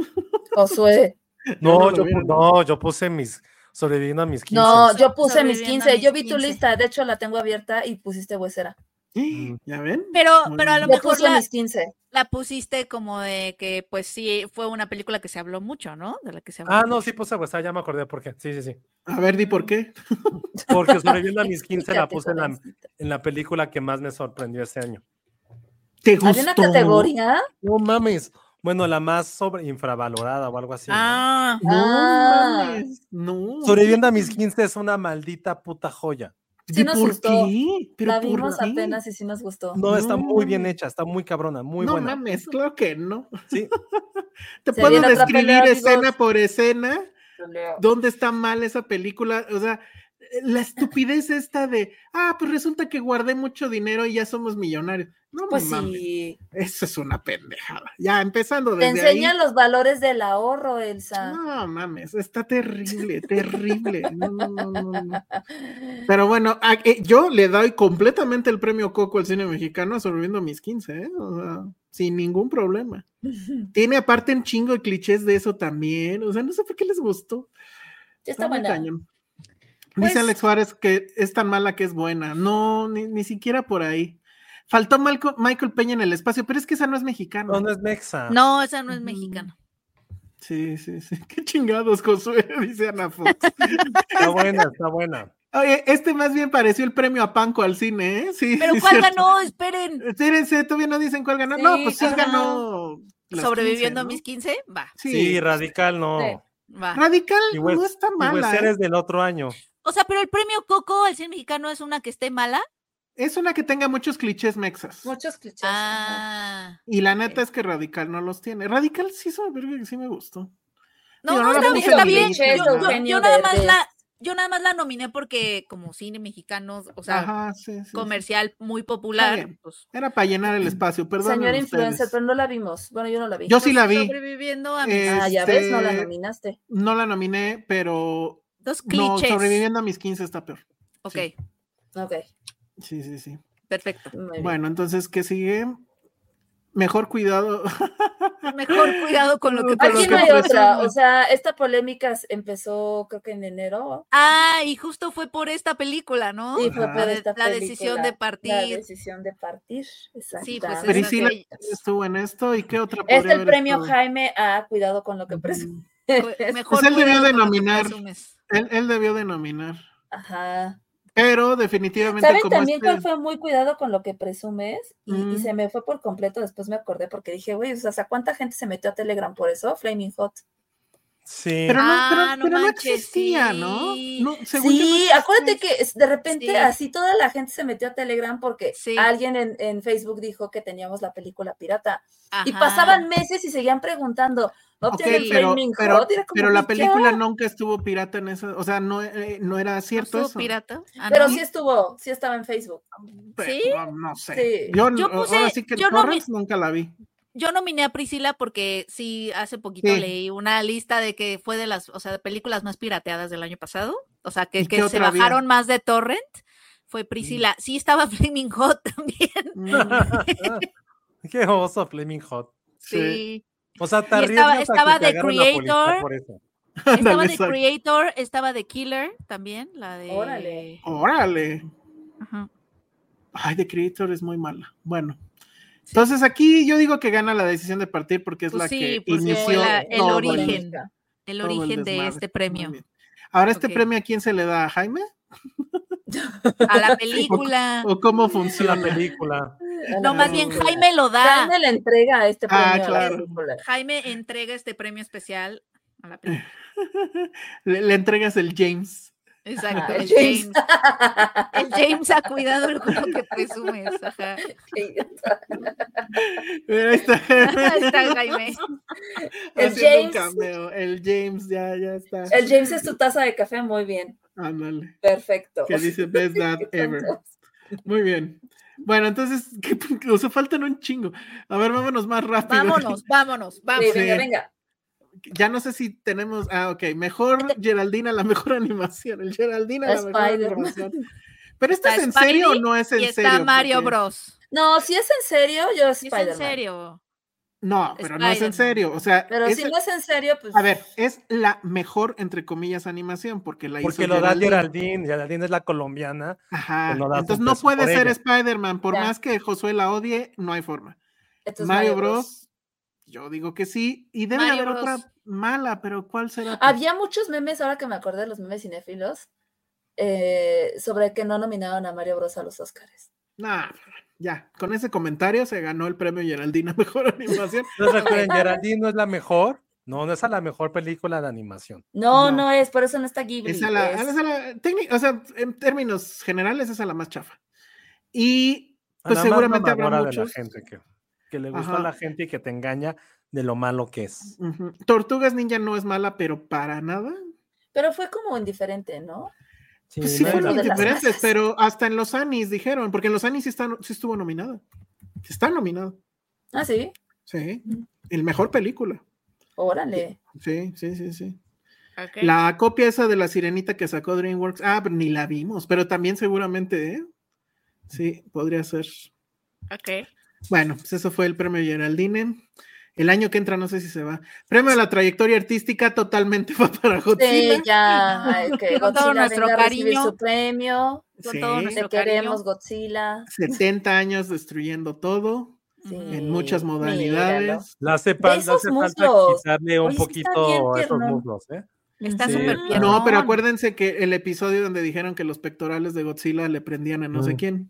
Speaker 3: Josué.
Speaker 2: no
Speaker 1: No,
Speaker 2: lo
Speaker 1: yo,
Speaker 2: hubiera
Speaker 1: pu- no, yo puse mis. Sobreviviendo a mis 15.
Speaker 3: No, yo puse mis
Speaker 4: Sobreviviendo a
Speaker 3: 15. Yo
Speaker 4: mis
Speaker 3: vi tu
Speaker 4: 15.
Speaker 3: lista, de hecho la tengo abierta y pusiste huesera.
Speaker 2: ¡Eh! *gasps* ¿Ya ven?
Speaker 4: Pero,
Speaker 2: Muy
Speaker 4: pero a
Speaker 2: bien.
Speaker 4: lo
Speaker 3: Yo
Speaker 4: mejor
Speaker 3: puse
Speaker 4: la,
Speaker 3: mis 15.
Speaker 4: la pusiste como de que, pues sí, fue una película que se habló mucho, ¿no? De la que se habló
Speaker 1: Ah,
Speaker 4: mucho.
Speaker 1: no, sí puse pues, ah, ya me acordé por qué. Sí, sí, sí.
Speaker 2: A ver, di por qué.
Speaker 1: Porque sobreviviendo a mis 15 la
Speaker 3: Explícate,
Speaker 1: puse en la,
Speaker 3: jovencita.
Speaker 1: en la película que más me sorprendió este año.
Speaker 2: ¿Te
Speaker 3: Había una
Speaker 2: gustó?
Speaker 3: categoría.
Speaker 1: No mames. Bueno, la más sobre infravalorada o algo así. ¿no?
Speaker 4: Ah,
Speaker 2: No,
Speaker 3: Ah.
Speaker 2: mames, no.
Speaker 1: Sobreviviendo a mis 15 es una maldita puta joya.
Speaker 3: Sí
Speaker 2: ¿De
Speaker 3: nos
Speaker 2: por
Speaker 3: gustó.
Speaker 2: qué? ¿Pero
Speaker 3: La
Speaker 2: por
Speaker 3: vimos
Speaker 2: qué?
Speaker 3: apenas y sí nos gustó.
Speaker 1: No, está muy bien
Speaker 2: No.
Speaker 1: hecha, está muy cabrona, muy
Speaker 2: no
Speaker 1: buena.
Speaker 2: mames, claro que no.
Speaker 1: Sí.
Speaker 2: *laughs* Te
Speaker 3: Se
Speaker 2: puedo
Speaker 3: viene otra
Speaker 2: describir
Speaker 3: pelea, amigos.
Speaker 2: escena por escena dónde está mal esa película. O sea, la estupidez esta de, ah, pues resulta que guardé mucho dinero y ya somos millonarios. No
Speaker 3: Pues
Speaker 2: mames,
Speaker 3: sí.
Speaker 2: eso es una pendejada. Ya empezando
Speaker 3: Te
Speaker 2: desde
Speaker 3: enseña
Speaker 2: ahí.
Speaker 3: los valores del ahorro, Elsa.
Speaker 2: No mames, está terrible,
Speaker 3: *laughs*
Speaker 2: terrible. No, no, no, no, no. Pero bueno, a- eh, yo le doy completamente el premio Coco al cine mexicano, absorbiendo mis 15, ¿eh? O sea, sin ningún
Speaker 3: *laughs*
Speaker 2: problema. Tiene aparte un chingo de clichés de eso también. O sea, no sé por qué les gustó.
Speaker 3: Ya está
Speaker 2: muy
Speaker 3: buena.
Speaker 2: cañón.
Speaker 4: Pues-
Speaker 2: Dice Alex Juárez que es tan mala que es buena. No, ni, ni siquiera por ahí. Faltó Malco- Michael Peña en el espacio, pero es que esa no es mexicana.
Speaker 1: No, no es Mexa.
Speaker 4: no, esa no es
Speaker 2: Ujú. *laughs*
Speaker 4: mexicana.
Speaker 2: Sí, sí, sí. Qué chingados, Josué, *laughs* dice Ana Fox.
Speaker 1: Está buena, está buena.
Speaker 2: Oye, este más bien pareció el premio a Panco al cine, ¿eh? Sí. *laughs*
Speaker 4: Pero
Speaker 2: es
Speaker 4: ¿cuál
Speaker 2: cierto.
Speaker 4: ganó? Esperen.
Speaker 2: Espérense, todavía no dicen cuál ganó. no,
Speaker 4: Sí,
Speaker 2: pues sí
Speaker 4: ajá.
Speaker 2: ganó. las 15,
Speaker 4: Sobreviviendo a
Speaker 2: ¿no?
Speaker 4: mis 15, va,
Speaker 2: Sí.
Speaker 5: Sí, radical no.
Speaker 3: Sí.
Speaker 4: va.
Speaker 2: Radical
Speaker 5: Y Wes-
Speaker 2: no está
Speaker 5: Y
Speaker 2: mala.
Speaker 5: Hueser
Speaker 2: ¿eh?
Speaker 5: es del otro año.
Speaker 4: O sea, pero el premio Coco al cine mexicano es una que esté mala.
Speaker 2: Es una que tenga muchos clichés mexas.
Speaker 3: Muchos clichés. ajá.
Speaker 4: Ah.
Speaker 2: Y la neta es que Radical no los tiene. Radical sí es una película que sí me gustó.
Speaker 4: No,
Speaker 2: Digo,
Speaker 4: no,
Speaker 2: no la
Speaker 4: está,
Speaker 2: puse
Speaker 4: está
Speaker 2: en mi
Speaker 4: bien.
Speaker 2: lista,
Speaker 4: Yo, yo-
Speaker 3: Eugenio
Speaker 4: yo nada más
Speaker 3: Derbez.
Speaker 4: la, yo nada más la nominé porque como cine mexicano, o sea,
Speaker 2: Ajá, sí, sí, sí.
Speaker 4: comercial muy popular.
Speaker 2: bien.
Speaker 4: pues,
Speaker 2: Era para llenar el espacio, perdón.
Speaker 3: Señor influencer, pero no la vimos. Bueno, yo no la vi.
Speaker 2: Yo sí la vi.
Speaker 4: pues, Sobreviviendo a mis
Speaker 2: Eh,
Speaker 3: Ah, ya ves, no la
Speaker 2: Este-
Speaker 3: nominaste.
Speaker 2: No la nominé, pero
Speaker 4: dos
Speaker 2: no,
Speaker 4: clichés.
Speaker 2: sobreviviendo a mis 15 está peor.
Speaker 4: ok,
Speaker 2: sí.
Speaker 3: Ok.
Speaker 2: Sí, sí, sí.
Speaker 4: perfecto.
Speaker 3: muy bien.
Speaker 2: Bueno, entonces, ¿qué sigue? Mejor cuidado.
Speaker 4: Mejor cuidado con lo que
Speaker 2: Con
Speaker 3: Aquí
Speaker 2: los
Speaker 3: no hay
Speaker 2: que
Speaker 3: otra.
Speaker 2: ofrecemos.
Speaker 3: O sea, esta polémica s- empezó creo que en enero.
Speaker 4: Ah, y justo fue por esta película, ¿no?
Speaker 3: Sí, fue
Speaker 2: Ajá.
Speaker 3: por
Speaker 4: La de-
Speaker 3: esta
Speaker 4: Oh, la decisión
Speaker 3: película,
Speaker 4: de partir.
Speaker 3: La decisión de partir.
Speaker 4: Sí,
Speaker 3: Exactamente.
Speaker 4: pues
Speaker 2: Pero
Speaker 4: esa
Speaker 2: sí la-
Speaker 4: que-
Speaker 2: Estuvo en esto y qué otra
Speaker 3: es
Speaker 2: podría
Speaker 3: el
Speaker 2: haber
Speaker 3: premio
Speaker 2: estado?
Speaker 3: Jaime a cuidado con lo que presumes.
Speaker 2: Mm, *laughs*
Speaker 4: fue- mejor
Speaker 2: Pues él debió
Speaker 4: cuidado
Speaker 2: de
Speaker 4: con lo que
Speaker 2: nominar.
Speaker 4: presumes.
Speaker 2: Él, él debió de nominar.
Speaker 3: Ajá.
Speaker 2: Pero definitivamente
Speaker 3: ¿Saben
Speaker 2: como
Speaker 3: también
Speaker 2: este-
Speaker 3: cuál fue muy cuidado con lo que presumes? Y, y
Speaker 2: Mm.
Speaker 3: se me fue por completo, después me acordé porque dije, güey, o sea, ¿hasta ¿cuánta gente se metió a Telegram por eso? Flaming Hot.
Speaker 5: Sí.
Speaker 2: Pero no, pero,
Speaker 4: Ah, no
Speaker 2: pero no
Speaker 4: manches,
Speaker 2: existía,
Speaker 4: sí.
Speaker 2: ¿no? No, según yo no
Speaker 3: Sí,
Speaker 2: existía.
Speaker 3: acuérdate que es- de repente
Speaker 4: Sí.
Speaker 3: así toda la gente se metió a Telegram porque
Speaker 4: Sí.
Speaker 3: alguien en, en Facebook dijo que teníamos la película pirata. Y
Speaker 4: Ajá.
Speaker 3: pasaban meses y seguían preguntando, ¿no
Speaker 2: Ok,
Speaker 3: tienen
Speaker 2: pero,
Speaker 3: Flaming
Speaker 2: pero,
Speaker 3: Hot? Y era como,
Speaker 2: pero la
Speaker 3: güey, ¿qué?
Speaker 2: película nunca estuvo pirata en esa, o sea, no, eh, no era
Speaker 4: ¿No
Speaker 2: cierto
Speaker 4: estuvo
Speaker 2: eso.
Speaker 4: pirata? Ah,
Speaker 3: Pero
Speaker 4: no.
Speaker 3: sí estuvo, sí estaba en Facebook.
Speaker 2: Pero,
Speaker 4: ¿Sí?
Speaker 2: No, no sé.
Speaker 3: Sí.
Speaker 2: Yo,
Speaker 4: Yo
Speaker 2: o-
Speaker 4: puse-
Speaker 2: ahora sí que
Speaker 4: yo no
Speaker 2: Torres nunca la
Speaker 4: *laughs*
Speaker 2: vi.
Speaker 4: Yo nominé a Priscila porque sí, hace poquito
Speaker 2: Sí.
Speaker 4: leí una lista de que fue de las, o sea, de películas más pirateadas del año pasado. O sea,
Speaker 2: ¿Y
Speaker 4: que, que
Speaker 2: qué
Speaker 4: se
Speaker 2: otra había?
Speaker 4: bajaron más de Torrent. Fue Priscila. Sí, estaba *laughs* Flaming Hot también.
Speaker 2: Mm,
Speaker 5: *laughs* Qué oso, Flaming Hot.
Speaker 2: sí.
Speaker 4: Sí.
Speaker 5: O sea, te
Speaker 4: Y
Speaker 5: arriesgas
Speaker 4: estaba-
Speaker 5: a que te
Speaker 4: estaba The
Speaker 5: agarre la policía
Speaker 4: Creator.
Speaker 5: por eso.
Speaker 4: Estaba
Speaker 2: *laughs* Ándale,
Speaker 4: The
Speaker 2: exacto.
Speaker 4: Creator, estaba The Killer también, la de.
Speaker 3: Órale.
Speaker 2: Órale.
Speaker 4: Ajá.
Speaker 2: Ay, The Creator es muy mala. Bueno. Entonces aquí yo digo que gana la decisión de partir porque es
Speaker 4: Pues
Speaker 2: la
Speaker 4: sí,
Speaker 2: que
Speaker 4: pues sí,
Speaker 2: inició
Speaker 4: fue la- el
Speaker 2: todo
Speaker 4: origen. El
Speaker 2: todo el
Speaker 4: origen de
Speaker 2: desmadre.
Speaker 4: este
Speaker 2: Muy
Speaker 4: premio.
Speaker 2: bien. Ahora este
Speaker 4: Ok.
Speaker 2: premio a quién se le da a Jaime *laughs*
Speaker 4: A la película.
Speaker 2: o cómo
Speaker 5: Sí, la
Speaker 2: funciona.
Speaker 4: *laughs*
Speaker 5: película.
Speaker 4: No, más bien Jaime lo da.
Speaker 3: Jaime le entrega a este premio
Speaker 2: Ah,
Speaker 3: a la
Speaker 2: claro.
Speaker 3: película.
Speaker 4: Jaime entrega este premio especial a la película.
Speaker 2: le, le entregas el James.
Speaker 4: Exacto,
Speaker 3: Ah, el
Speaker 4: el James. El James ha cuidado lo con lo que presumes. Ajá.
Speaker 2: Mira, ahí está.
Speaker 4: *laughs* Ahí está Jaime.
Speaker 3: El
Speaker 2: Haciendo un
Speaker 3: James.
Speaker 2: cameo. El James, ya, ya está.
Speaker 3: El James es tu taza de café, muy bien,
Speaker 4: *laughs*
Speaker 2: Ándale.
Speaker 3: perfecto. *laughs*
Speaker 2: Que dice best dad
Speaker 3: Qué
Speaker 2: ever.
Speaker 3: tontos.
Speaker 2: Muy bien. Bueno, entonces, *laughs* ¿qué, o sea, faltan un chingo. A ver, vámonos más rápido.
Speaker 4: Vámonos, vámonos,
Speaker 3: Sí,
Speaker 4: vámonos.
Speaker 3: venga,
Speaker 2: Sí.
Speaker 3: venga.
Speaker 2: *laughs* Ya no sé si tenemos. Ah, ok. Mejor
Speaker 4: Este
Speaker 2: Geraldina, la mejor *laughs* animación. El Geraldina, la mejor
Speaker 3: Spider-Man.
Speaker 2: animación. Pero esto es
Speaker 4: Está
Speaker 2: en serio o
Speaker 4: Spidey
Speaker 2: no es en
Speaker 4: Y
Speaker 2: serio.
Speaker 4: está Mario
Speaker 2: Porque-
Speaker 4: Bros.
Speaker 3: No, si es en serio, yo
Speaker 4: Sí, es en
Speaker 3: Spider-Man.
Speaker 4: serio.
Speaker 2: No, pero no es en
Speaker 4: Spider-Man.
Speaker 2: serio. O sea,
Speaker 3: Pero
Speaker 2: es
Speaker 3: si
Speaker 2: el-
Speaker 3: no es en serio, pues.
Speaker 2: a ver, es la mejor, entre comillas, animación porque la
Speaker 5: Porque
Speaker 2: hizo
Speaker 5: lo da
Speaker 2: Geraldine.
Speaker 5: Geraldine. Pues Geraldine es la colombiana.
Speaker 2: Ajá.
Speaker 5: que no das un
Speaker 2: Entonces no
Speaker 5: peso
Speaker 2: puede
Speaker 5: por
Speaker 2: ser
Speaker 5: ella.
Speaker 2: Spider-Man. Por
Speaker 3: Ya.
Speaker 2: más que Josué la odie, no hay forma.
Speaker 3: entonces
Speaker 2: Mario Bros. Yo digo que sí. Y debe
Speaker 4: Mario
Speaker 2: haber
Speaker 4: Bros.
Speaker 2: otra mala, pero ¿cuál será?
Speaker 3: Había muchos memes, ahora que me acordé de los memes cinéfilos, eh, sobre que no nominaron a Mario Bros a los Oscars.
Speaker 2: Nah, ya. Con ese comentario se ganó el premio Geraldina Mejor *laughs* Animación.
Speaker 4: *laughs*
Speaker 5: Entonces recuerden, Geraldine no es la mejor. No, no es a la mejor película de animación.
Speaker 3: No,
Speaker 2: No.
Speaker 3: no, es, por eso no está Ghibli.
Speaker 2: Esa la,
Speaker 3: es-
Speaker 2: esa la- técnic- o sea, en términos generales, esa es la más chafa. Y
Speaker 5: A
Speaker 2: pues
Speaker 5: la más
Speaker 2: seguramente
Speaker 5: mamadora
Speaker 2: habrá
Speaker 5: de la
Speaker 2: muchos.
Speaker 5: gente que, que le gusta
Speaker 2: Ajá.
Speaker 5: a la gente y que te engaña de lo malo que es.
Speaker 2: Ujú. Tortugas Ninja no es mala, pero para nada.
Speaker 3: Pero fue como indiferente, ¿no?
Speaker 5: Sí,
Speaker 2: Pues sí,
Speaker 5: no es
Speaker 2: fueron
Speaker 3: Este, de
Speaker 5: la-
Speaker 3: las
Speaker 2: indiferentes,
Speaker 3: masas.
Speaker 2: pero hasta en los Anis dijeron, porque en los Anis sí, está- sí estuvo nominada. Está nominada.
Speaker 3: Ah, sí.
Speaker 2: Sí.
Speaker 3: Ujú.
Speaker 2: El mejor película.
Speaker 3: Órale.
Speaker 2: Sí, sí, sí, sí.
Speaker 4: Ok.
Speaker 2: La copia esa de la sirenita que sacó DreamWorks, ah, pero ni la vimos, pero también seguramente, ¿eh? Sí, podría ser.
Speaker 4: ok.
Speaker 2: Bueno, pues eso fue el premio Geraldine. El año que entra, no sé si se va. Premio a la trayectoria artística totalmente *laughs* va para Godzilla.
Speaker 3: Sí,
Speaker 2: *laughs*
Speaker 3: ya. ay, que
Speaker 4: Con todo
Speaker 3: Godzilla
Speaker 4: nuestro
Speaker 3: venga a recibir
Speaker 4: cariño.
Speaker 3: su premio.
Speaker 4: Con
Speaker 2: Sí,
Speaker 4: todo
Speaker 3: Te
Speaker 4: nuestro
Speaker 3: queremos,
Speaker 4: cariño.
Speaker 3: Godzilla.
Speaker 2: 70 años destruyendo todo
Speaker 3: Sí,
Speaker 2: en muchas
Speaker 3: míralo.
Speaker 2: modalidades.
Speaker 5: Le hace, fal- le
Speaker 3: esos
Speaker 5: hace falta
Speaker 3: muslos.
Speaker 5: quitarle un
Speaker 3: Oye, sí está bien
Speaker 5: poquito a esos
Speaker 3: tiernón.
Speaker 5: muslos, ¿eh?
Speaker 4: Está
Speaker 2: Sí.
Speaker 4: súper bien.
Speaker 2: No, pero acuérdense que el episodio donde dijeron que los pectorales de Godzilla le prendían a no sé
Speaker 5: Mm.
Speaker 2: quién.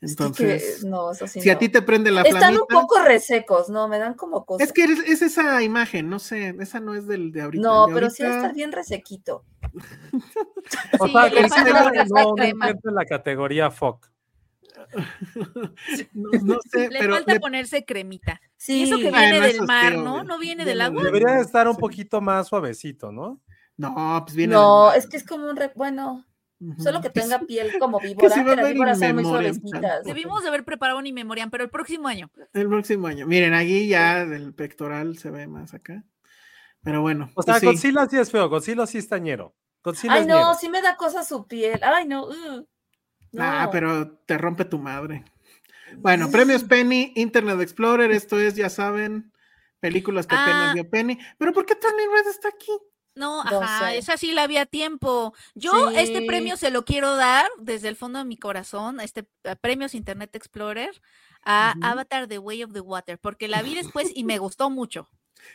Speaker 3: Es que-
Speaker 2: Entonces,
Speaker 3: no, eso sí
Speaker 2: si a
Speaker 3: no.
Speaker 2: ti te prende la
Speaker 3: Están un
Speaker 2: flamita,
Speaker 3: poco resecos, no, me dan como cosas.
Speaker 2: es que eres- es esa imagen, no sé, esa no es del de ahorita.
Speaker 3: no,
Speaker 2: el de
Speaker 3: pero sí
Speaker 2: ahorita-
Speaker 3: está bien resequito.
Speaker 5: O
Speaker 4: Sí,
Speaker 5: sea,
Speaker 4: le
Speaker 5: el
Speaker 4: falta
Speaker 5: crema
Speaker 4: la
Speaker 5: no, no
Speaker 4: crema.
Speaker 5: entra en la categoría fuck.
Speaker 2: *laughs* no, no sé,
Speaker 4: Le
Speaker 2: pero
Speaker 4: falta
Speaker 2: le-
Speaker 4: ponerse cremita.
Speaker 3: Sí,
Speaker 4: Y eso que
Speaker 2: Bueno,
Speaker 4: viene del
Speaker 2: eso sí,
Speaker 4: mar,
Speaker 2: obvio.
Speaker 4: ¿no? No viene del
Speaker 2: Viene
Speaker 4: agua.
Speaker 2: del-
Speaker 5: Debería de estar un
Speaker 2: Sí.
Speaker 5: poquito más suavecito, ¿no?
Speaker 2: no, pues viene.
Speaker 3: no,
Speaker 2: del-
Speaker 3: es que es como un re- bueno,
Speaker 2: Ujú.
Speaker 3: solo que tenga piel
Speaker 2: *laughs*
Speaker 3: como
Speaker 2: que
Speaker 3: víbora,
Speaker 2: si
Speaker 3: que,
Speaker 2: va a
Speaker 3: las
Speaker 2: haber
Speaker 3: víboras son muy
Speaker 2: inmemoriam
Speaker 3: suavecitas.
Speaker 2: tampoco.
Speaker 4: Debimos de haber preparado un inmemoriam, pero el próximo año.
Speaker 2: El próximo año. Miren, aquí ya el pectoral se ve más acá. Pero bueno.
Speaker 5: O
Speaker 2: pues
Speaker 5: sea,
Speaker 2: sí.
Speaker 5: Godzilla sí es feo, Godzilla sí es tañero. Godzilla
Speaker 3: Ay,
Speaker 5: es
Speaker 3: no,
Speaker 5: ñero.
Speaker 3: sí me da cosa su piel. Ay, no. uh,
Speaker 2: Ah,
Speaker 3: no.
Speaker 2: pero te rompe tu madre. Bueno, premios Penny, Internet Explorer, esto es, ya saben, películas que
Speaker 4: Ah.
Speaker 2: apenas dio Penny. Pero ¿por qué Turning Red está aquí?
Speaker 4: No,
Speaker 3: No
Speaker 4: ajá,
Speaker 3: sé.
Speaker 4: esa sí la había tiempo. Yo este
Speaker 3: Sí.
Speaker 4: premio se lo quiero dar desde el fondo de mi corazón, a este a Premios Internet Explorer, a
Speaker 2: Ujú.
Speaker 4: Avatar The Way of the Water, porque la vi después
Speaker 3: *laughs*
Speaker 4: y me gustó mucho.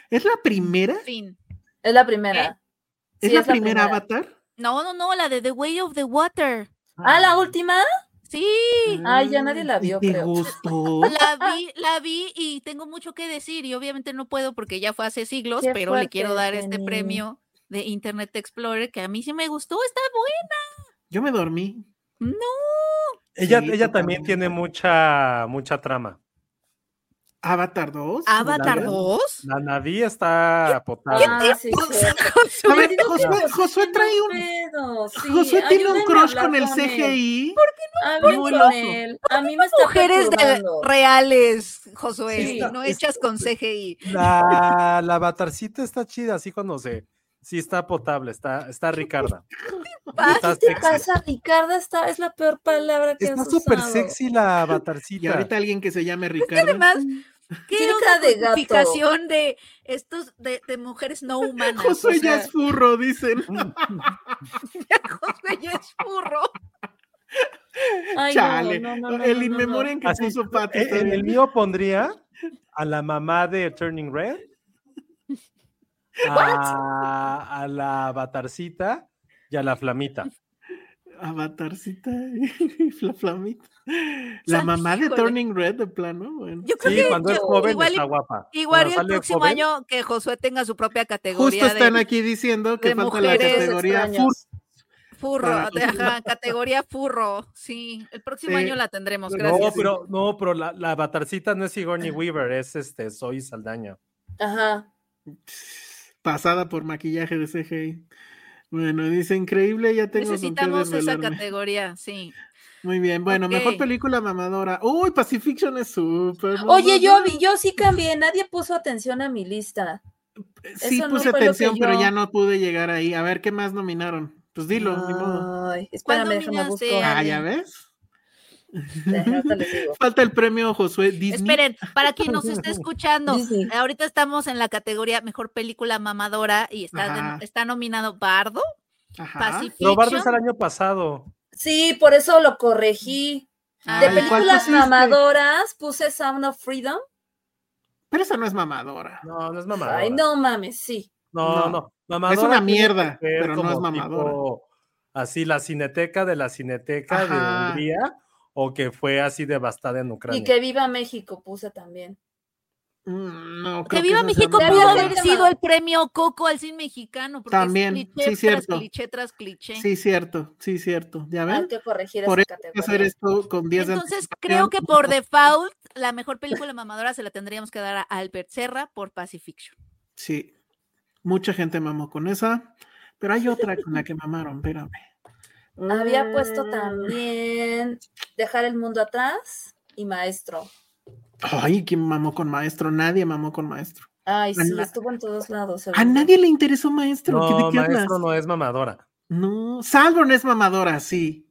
Speaker 2: ¿Es la primera?
Speaker 4: Fin.
Speaker 3: Es la primera. Sí,
Speaker 2: ¿Eh? ¿Es la primera Avatar?
Speaker 4: No, no, no, la de The Way of the Water.
Speaker 3: Ah, la última.
Speaker 4: Sí,
Speaker 3: Ay, ya nadie la
Speaker 2: ¿Y
Speaker 3: vio,
Speaker 2: ¿Te
Speaker 3: creo. *laughs* Uh.
Speaker 2: gustó?
Speaker 4: la vi, la vi y tengo mucho que decir y obviamente no puedo porque ya fue hace siglos,
Speaker 3: Qué
Speaker 4: pero le quiero
Speaker 3: fuerte,
Speaker 4: dar este
Speaker 3: Penny.
Speaker 4: premio de Internet Explorer que a mí sí me gustó, está
Speaker 2: Yo me dormí.
Speaker 3: Mm,
Speaker 4: bueno. No,
Speaker 5: Ella,
Speaker 2: Sí,
Speaker 5: ella también
Speaker 2: totalmente.
Speaker 5: tiene mucha, mucha trama.
Speaker 2: ¿Avatar 2?
Speaker 4: Avatar
Speaker 5: vi.
Speaker 4: 2.
Speaker 5: La Naví está potable.
Speaker 3: Ah, sí, sí.
Speaker 2: A ver,
Speaker 3: Digo que
Speaker 2: Josué,
Speaker 3: Josué
Speaker 2: Josué trae un...
Speaker 3: Pedo, sí,
Speaker 2: Josué tiene un
Speaker 3: ayúdenme a
Speaker 2: crush
Speaker 3: hablar
Speaker 2: con el
Speaker 3: él.
Speaker 2: CGI.
Speaker 3: Hablen
Speaker 2: Muy
Speaker 3: con
Speaker 2: loco.
Speaker 3: él. A mí me está
Speaker 4: mujeres de
Speaker 3: perturbando.
Speaker 4: reales, Josué,
Speaker 3: Sí,
Speaker 4: no
Speaker 5: está-
Speaker 4: hechas con CGI.
Speaker 5: La, la avatarcita está chida, así cuando se. Sí, está potable, está, está Ricarda.
Speaker 3: ¿Qué
Speaker 5: Está
Speaker 3: te
Speaker 5: sexy.
Speaker 3: pasa, Ricarda? Está, es la peor palabra que
Speaker 5: Está
Speaker 3: has
Speaker 5: súper
Speaker 3: usado.
Speaker 5: sexy la
Speaker 2: Y
Speaker 5: avatarcita.
Speaker 2: ahorita alguien que se llame Ricardo.
Speaker 4: Además, ¿qué
Speaker 3: Tiene
Speaker 4: onda
Speaker 3: cara de
Speaker 4: con
Speaker 3: gato.
Speaker 4: justificación de estos de, de mujeres no humanas? O
Speaker 2: Josué ya
Speaker 4: sea,
Speaker 2: es furro, dicen.
Speaker 5: Mm.
Speaker 4: Josué ya es burro.
Speaker 3: Ay, no,
Speaker 2: Chale.
Speaker 3: no, no,
Speaker 2: el
Speaker 3: no, no, no, no.
Speaker 2: inmemorial que
Speaker 5: Así,
Speaker 2: puso Pato.
Speaker 5: Eh, En el mío pondría a la mamá de Turning Red, a, a la avatarcita y a la flamita.
Speaker 2: Avatarcita y *laughs* la flamita. La
Speaker 4: sea,
Speaker 2: mamá de
Speaker 4: híjole.
Speaker 2: Turning Red, de plano. Bueno.
Speaker 4: Yo creo
Speaker 5: Sí,
Speaker 4: que
Speaker 5: cuando es
Speaker 4: yo-
Speaker 5: joven
Speaker 4: igual, y-
Speaker 5: está guapa.
Speaker 4: igual y
Speaker 5: Cuando
Speaker 4: el
Speaker 5: sale
Speaker 4: próximo
Speaker 5: joven,
Speaker 4: año que Josué tenga su propia categoría
Speaker 2: Justo están
Speaker 4: de
Speaker 2: aquí diciendo que
Speaker 4: de
Speaker 2: falta la
Speaker 4: mujeres
Speaker 2: categoría
Speaker 3: extrañas.
Speaker 2: furro.
Speaker 4: furro,
Speaker 2: para
Speaker 4: de- ajá, categoría furro. Sí, el próximo
Speaker 2: Sí.
Speaker 4: año la tendremos.
Speaker 2: No,
Speaker 4: Gracias.
Speaker 5: No, pero, no, pero la, la avatarcita no es Sigourney Weaver, es este, Zoe Saldaña.
Speaker 3: Ajá.
Speaker 2: Pasada por maquillaje de CGI. Bueno, dice increíble, ya tengo con qué
Speaker 4: Necesitamos esa
Speaker 2: desvelarme.
Speaker 4: categoría, sí.
Speaker 2: Muy bien, bueno, mejor
Speaker 4: Ok.
Speaker 2: película mamadora. Uy, Pacifiction es súper.
Speaker 3: Oye, yo
Speaker 2: mamadora.
Speaker 3: vi, yo sí cambié, nadie puso atención a mi lista.
Speaker 2: Eh, Sí
Speaker 3: eso no
Speaker 2: puse
Speaker 3: fue lo que
Speaker 2: atención, pero
Speaker 3: yo-
Speaker 2: ya no pude llegar ahí. A ver qué más nominaron. Pues dilo, ni modo.
Speaker 3: Ay, espérame,
Speaker 4: ¿Cuál
Speaker 3: déjame busco.
Speaker 2: *laughs*
Speaker 4: nominaste?
Speaker 2: Ah,
Speaker 4: dale.
Speaker 2: ya ves. *laughs*
Speaker 3: Ahorita les digo.
Speaker 2: Falta el premio Josué Disney.
Speaker 4: Esperen, para quien nos esté escuchando,
Speaker 3: Disney.
Speaker 4: ahorita estamos en la categoría Mejor Película Mamadora y está, de-
Speaker 2: Ajá.
Speaker 4: está nominado Bardo,
Speaker 2: Ajá.
Speaker 5: Pero Bardo es el
Speaker 4: Pacifiction.
Speaker 5: año pasado.
Speaker 3: Sí, por eso lo corregí.
Speaker 4: Ah,
Speaker 3: De
Speaker 2: ¿y cuál
Speaker 3: películas
Speaker 2: pusiste?
Speaker 3: mamadoras puse Sound of Freedom.
Speaker 2: Pero esa no es mamadora.
Speaker 5: No, no es mamadora.
Speaker 3: Ay, no mames, sí.
Speaker 5: No,
Speaker 2: No.
Speaker 5: no. Mamadora
Speaker 2: una
Speaker 5: tiene que
Speaker 2: mierda,
Speaker 5: ser
Speaker 2: pero no
Speaker 5: como
Speaker 2: es mamadora.
Speaker 5: tipo, así la cineteca de la cineteca
Speaker 2: Ajá.
Speaker 5: de Hungría o que fue así devastada en Ucrania.
Speaker 3: Y que viva México puse también.
Speaker 2: Mm, No,
Speaker 4: Que
Speaker 2: creo
Speaker 4: viva
Speaker 2: esa sea
Speaker 4: México
Speaker 3: Debe
Speaker 4: pudo
Speaker 3: de
Speaker 2: mamadora.
Speaker 4: haber
Speaker 3: ser
Speaker 4: sido
Speaker 3: llamada.
Speaker 4: el premio Coco al cine mexicano, porque
Speaker 2: También,
Speaker 4: es
Speaker 2: sí,
Speaker 4: cliché tras
Speaker 2: cierto.
Speaker 4: cliché tras cliché.
Speaker 2: Sí, cierto, sí, cierto. ¿Ya
Speaker 3: Hay
Speaker 2: ven?
Speaker 3: que corregir
Speaker 2: ¿Eh? Por
Speaker 3: esa
Speaker 2: eso hay que hacer
Speaker 3: categoría.
Speaker 2: esto con 10 de
Speaker 4: Entonces, creo
Speaker 2: anticipación.
Speaker 4: que por default, la mejor película mamadora se la tendríamos que dar a Albert Serra por Pacifiction.
Speaker 2: Sí. Mucha gente mamó con esa, pero hay otra con
Speaker 4: *laughs*
Speaker 2: la que mamaron, espérame.
Speaker 3: Había
Speaker 2: Mm,
Speaker 3: puesto también Dejar el mundo atrás y Maestro.
Speaker 2: Ay, ¿quién mamó con maestro? Nadie mamó con maestro.
Speaker 3: Ay,
Speaker 2: A
Speaker 3: sí,
Speaker 2: na-
Speaker 3: estuvo en todos lados.
Speaker 2: A
Speaker 3: seguro.
Speaker 2: nadie le interesó maestro. ¿qué-
Speaker 5: No,
Speaker 2: ¿De qué hablas?
Speaker 5: maestro no es mamadora.
Speaker 2: No, Salborn es mamadora, sí.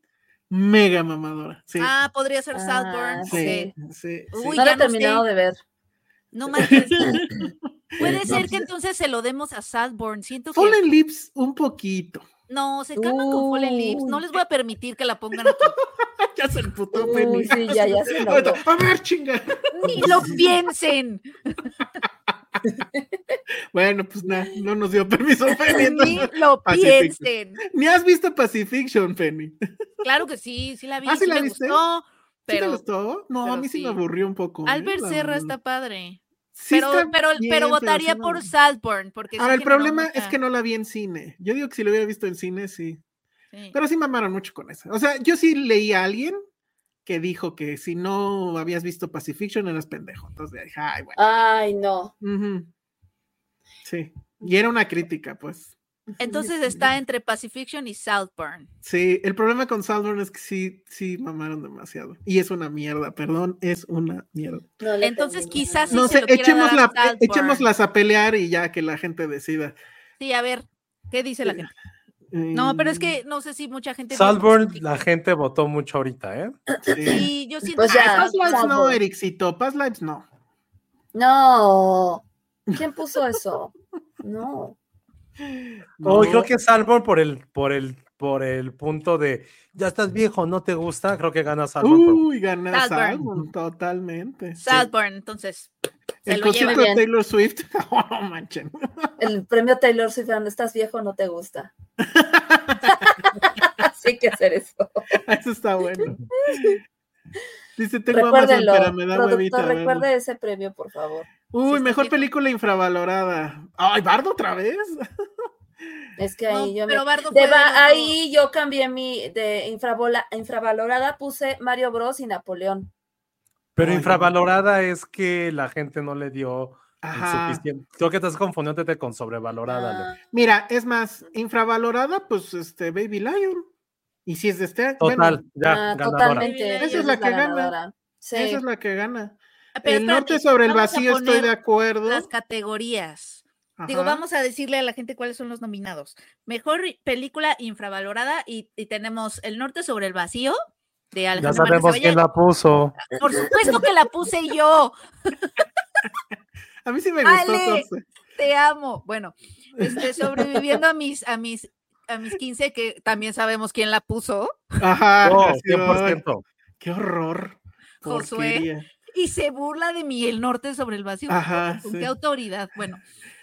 Speaker 2: Mega mamadora, sí.
Speaker 4: Ah, podría ser
Speaker 3: Ah,
Speaker 4: Southburn.
Speaker 3: sí.
Speaker 4: ok.
Speaker 2: sí,
Speaker 3: No
Speaker 4: Uy, ya
Speaker 3: la he
Speaker 4: no sé.
Speaker 3: terminado de ver.
Speaker 4: No manches.
Speaker 2: No,
Speaker 4: Puede ser
Speaker 2: pues-
Speaker 4: que entonces se lo demos a Salborn. Siento que
Speaker 2: Fallen Lips un poquito.
Speaker 4: no, se calman con Fallen Lips. No
Speaker 3: Uy.
Speaker 4: les voy a permitir que la pongan
Speaker 2: *laughs*
Speaker 4: aquí.
Speaker 2: *laughs* ya se emputó Penny.
Speaker 3: Uy, sí, ya,
Speaker 2: *laughs*
Speaker 3: ya se notó.
Speaker 2: A ver, chinga. *laughs*
Speaker 4: Ni lo piensen.
Speaker 2: Bueno, pues nada, no nos dio
Speaker 4: *laughs*
Speaker 2: permiso, Penny.
Speaker 4: Ni
Speaker 2: entonces- *laughs*
Speaker 4: lo
Speaker 2: Pacific.
Speaker 4: piensen.
Speaker 2: Ni has visto Pacifiction, Penny. ¿Sí
Speaker 4: Claro que sí, sí la vi,
Speaker 2: Ah, ¿sí
Speaker 4: sí
Speaker 2: la
Speaker 4: me
Speaker 2: viste?
Speaker 4: gustó,
Speaker 2: te
Speaker 4: pero
Speaker 2: gustó? No, a
Speaker 4: pero
Speaker 2: mí sí, me
Speaker 4: sí.
Speaker 2: aburrió un poco. ¿eh?
Speaker 4: Albert
Speaker 2: La
Speaker 4: Serra
Speaker 2: verdad.
Speaker 4: está padre.
Speaker 2: Sí
Speaker 4: Pero,
Speaker 2: está
Speaker 4: pero,
Speaker 2: bien,
Speaker 4: pero
Speaker 2: sí
Speaker 4: votaría
Speaker 2: me
Speaker 4: por
Speaker 2: aburrió.
Speaker 4: Saltburn, porque sí
Speaker 2: Ahora, el
Speaker 4: generó
Speaker 2: problema es
Speaker 4: mucha-
Speaker 2: que no la vi en cine. Yo digo que si lo hubiera visto en cine, sí.
Speaker 4: sí.
Speaker 2: Pero sí mamaron mucho con eso. O sea, yo sí leí a alguien que dijo que si no habías visto Pacifiction eras pendejo. Entonces dije, ay, bueno.
Speaker 3: Ay, no.
Speaker 2: Ujú. Sí. Y era una crítica, pues.
Speaker 4: Entonces está entre Pacifiction y Saltburn.
Speaker 2: Sí, el problema con Salmon es que sí, sí mamaron demasiado. Y es una mierda, perdón, es una mierda.
Speaker 3: No le
Speaker 4: Entonces,
Speaker 3: entendí
Speaker 4: quizás
Speaker 3: nada.
Speaker 2: No
Speaker 4: sí se
Speaker 2: sé,
Speaker 4: lo quiera
Speaker 2: echemos
Speaker 4: dar a
Speaker 2: la, e-
Speaker 4: Saltburn.
Speaker 2: echémoslas a pelear y ya que la gente decida.
Speaker 4: Sí, a ver, ¿qué dice la gente? No, pero
Speaker 2: Mm,
Speaker 4: es que no sé si mucha gente. vio
Speaker 5: Salborn,
Speaker 4: Pacific.
Speaker 5: la gente votó mucho ahorita, ¿eh?
Speaker 2: Sí.
Speaker 4: Sí, yo siento
Speaker 3: Pues
Speaker 4: que
Speaker 3: ya.
Speaker 2: Ah, Past
Speaker 4: Saltburn-
Speaker 2: Lives no,
Speaker 3: Salmon.
Speaker 2: Ericito, Past Lives no.
Speaker 3: No. ¿Quién puso eso? No.
Speaker 2: No.
Speaker 5: Hoy Oh, creo que Salborn por el, por el, por el punto de ya estás viejo, no te gusta, creo que gana Salborn. por-
Speaker 2: Uy, gana
Speaker 4: Salmon.
Speaker 2: Salmon, totalmente.
Speaker 4: Saltburn, entonces. Se
Speaker 2: El
Speaker 4: lo lleva.
Speaker 2: concierto de
Speaker 3: bien.
Speaker 2: Taylor Swift, *laughs* no manchen.
Speaker 3: El premio Taylor Swift, cuando estás viejo, no te gusta. *laughs* Así que hacer eso.
Speaker 2: Eso está bueno.
Speaker 4: *laughs*
Speaker 2: Dice, tengo Amazon,
Speaker 3: Recuérdenlo.
Speaker 2: pero me da huevita.
Speaker 3: Productor,
Speaker 2: verlo.
Speaker 3: recuerde ese premio, por favor.
Speaker 4: Sí,
Speaker 2: Uy,
Speaker 4: está
Speaker 2: mejor
Speaker 4: chido.
Speaker 2: película infravalorada. Ay, Bardo otra vez.
Speaker 3: Es que
Speaker 4: No,
Speaker 3: ahí yo me-
Speaker 4: pero Bardo
Speaker 3: de
Speaker 4: fue de
Speaker 3: va-
Speaker 4: los dos.
Speaker 3: ahí yo cambié mi de infravola- infravalorada, puse Mario Bros y Napoleón.
Speaker 5: Pero
Speaker 2: Ay,
Speaker 5: infravalorada es que la gente no le dio el
Speaker 2: Ajá.
Speaker 5: suficiente. Creo que estás confundiéndote con sobrevalorada. Ale.
Speaker 3: Ah,
Speaker 2: Mira, es más, infravalorada, pues este Baby Lion. Y si es de este, bueno,
Speaker 5: Total, ya,
Speaker 3: ah,
Speaker 5: ganadora.
Speaker 3: totalmente.
Speaker 4: Esa es
Speaker 3: ella
Speaker 2: la que gana.
Speaker 3: ganadora. Sí.
Speaker 2: esa es la que gana.
Speaker 4: Ah, pero
Speaker 2: el
Speaker 4: espérate,
Speaker 2: norte sobre el
Speaker 4: vamos a
Speaker 2: vacío estoy
Speaker 4: poner
Speaker 2: de acuerdo.
Speaker 4: Las categorías. Digo,
Speaker 2: Ajá.
Speaker 4: vamos a decirle a la gente cuáles son los nominados. Mejor i- película infravalorada y, y tenemos El Norte sobre el Vacío de
Speaker 5: Ya
Speaker 4: Alejandro María
Speaker 5: sabemos quién la puso. *laughs*
Speaker 4: Por supuesto que la puse yo.
Speaker 2: A mí sí me gustó.
Speaker 4: Ale.
Speaker 2: Torce.
Speaker 4: Te amo. Bueno, este, sobreviviendo a mis, a mis, a mis 15, que también sabemos quién la puso.
Speaker 3: Ah,
Speaker 2: Ajá.
Speaker 5: Oh,
Speaker 2: así, ay,
Speaker 5: 100%.
Speaker 2: Qué horror.
Speaker 5: Pues
Speaker 4: Josué.
Speaker 2: Porquería.
Speaker 4: Y se burla de mí El Norte sobre el Vacío.
Speaker 2: Ajá,
Speaker 4: ¿Con
Speaker 2: sí.
Speaker 4: qué autoridad? Bueno,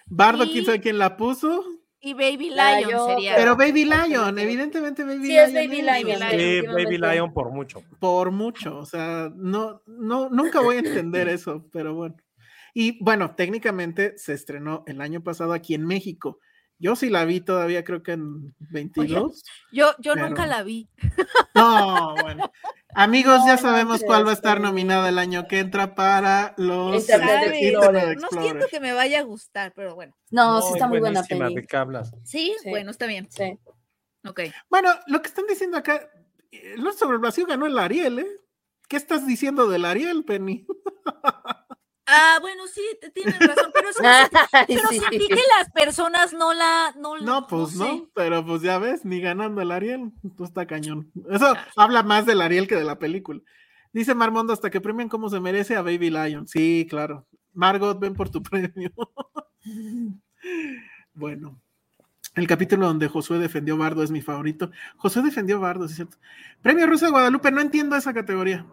Speaker 2: Bardo, quién
Speaker 4: Y-
Speaker 2: sabe quién la puso.
Speaker 4: y Baby
Speaker 3: La
Speaker 4: Lion
Speaker 3: yo,
Speaker 4: sería.
Speaker 2: Pero Baby
Speaker 3: Ay,
Speaker 2: Lion,
Speaker 3: no.
Speaker 2: evidentemente Baby
Speaker 3: Sí,
Speaker 2: Lion.
Speaker 3: es Baby
Speaker 2: es,
Speaker 3: Lion.
Speaker 2: o sea,
Speaker 5: Sí, Baby
Speaker 3: definitivamente.
Speaker 5: Lion por mucho.
Speaker 2: Por mucho, o sea, no, no, nunca voy a entender eso, pero bueno. Y bueno, técnicamente se estrenó el año pasado aquí en México. Yo sí la vi todavía, creo que en 22.
Speaker 4: yo yo nunca
Speaker 2: Pero-
Speaker 4: la vi.
Speaker 2: No, bueno. Amigos,
Speaker 3: No
Speaker 2: ya sabemos
Speaker 3: manches,
Speaker 2: cuál va a estar
Speaker 3: Penny.
Speaker 2: nominada el año que entra para los
Speaker 3: Internet
Speaker 2: este,
Speaker 3: Explorer.
Speaker 2: Internet
Speaker 4: No
Speaker 2: Explorer.
Speaker 4: siento que me vaya a gustar, pero bueno.
Speaker 3: No,
Speaker 5: No,
Speaker 3: sí
Speaker 5: es
Speaker 3: está muy buena
Speaker 5: buenísima,
Speaker 3: peli.
Speaker 5: ¿De qué hablas?
Speaker 4: ¿Sí?
Speaker 3: Sí.
Speaker 4: bueno, está bien.
Speaker 3: Sí.
Speaker 4: Ok.
Speaker 2: Bueno, lo que están diciendo acá, eh, Lord sobre el vacío ganó el Ariel, ¿eh? ¿Qué estás diciendo del Ariel, Penny?
Speaker 4: Ah, bueno, sí, te- tienes razón, pero, eso-
Speaker 3: *laughs* Ay,
Speaker 4: pero
Speaker 3: Ah, sí.
Speaker 4: sentí que las personas no la, *laughs* no,
Speaker 2: No, pues no,
Speaker 4: sé.
Speaker 2: pero pues ya ves, ni ganando el Ariel, tú está cañón. Eso
Speaker 4: Ah,
Speaker 2: habla más del Ariel que de la película. Dice Marmondo, hasta que premien como se merece a Baby Lion. Sí, claro. Margot, ven por tu *laughs* premio. bueno, el capítulo donde Josué defendió a Bardo es mi favorito. Josué defendió a Bardo, sí es cierto. Premio Rosa de Guadalupe, no entiendo esa categoría.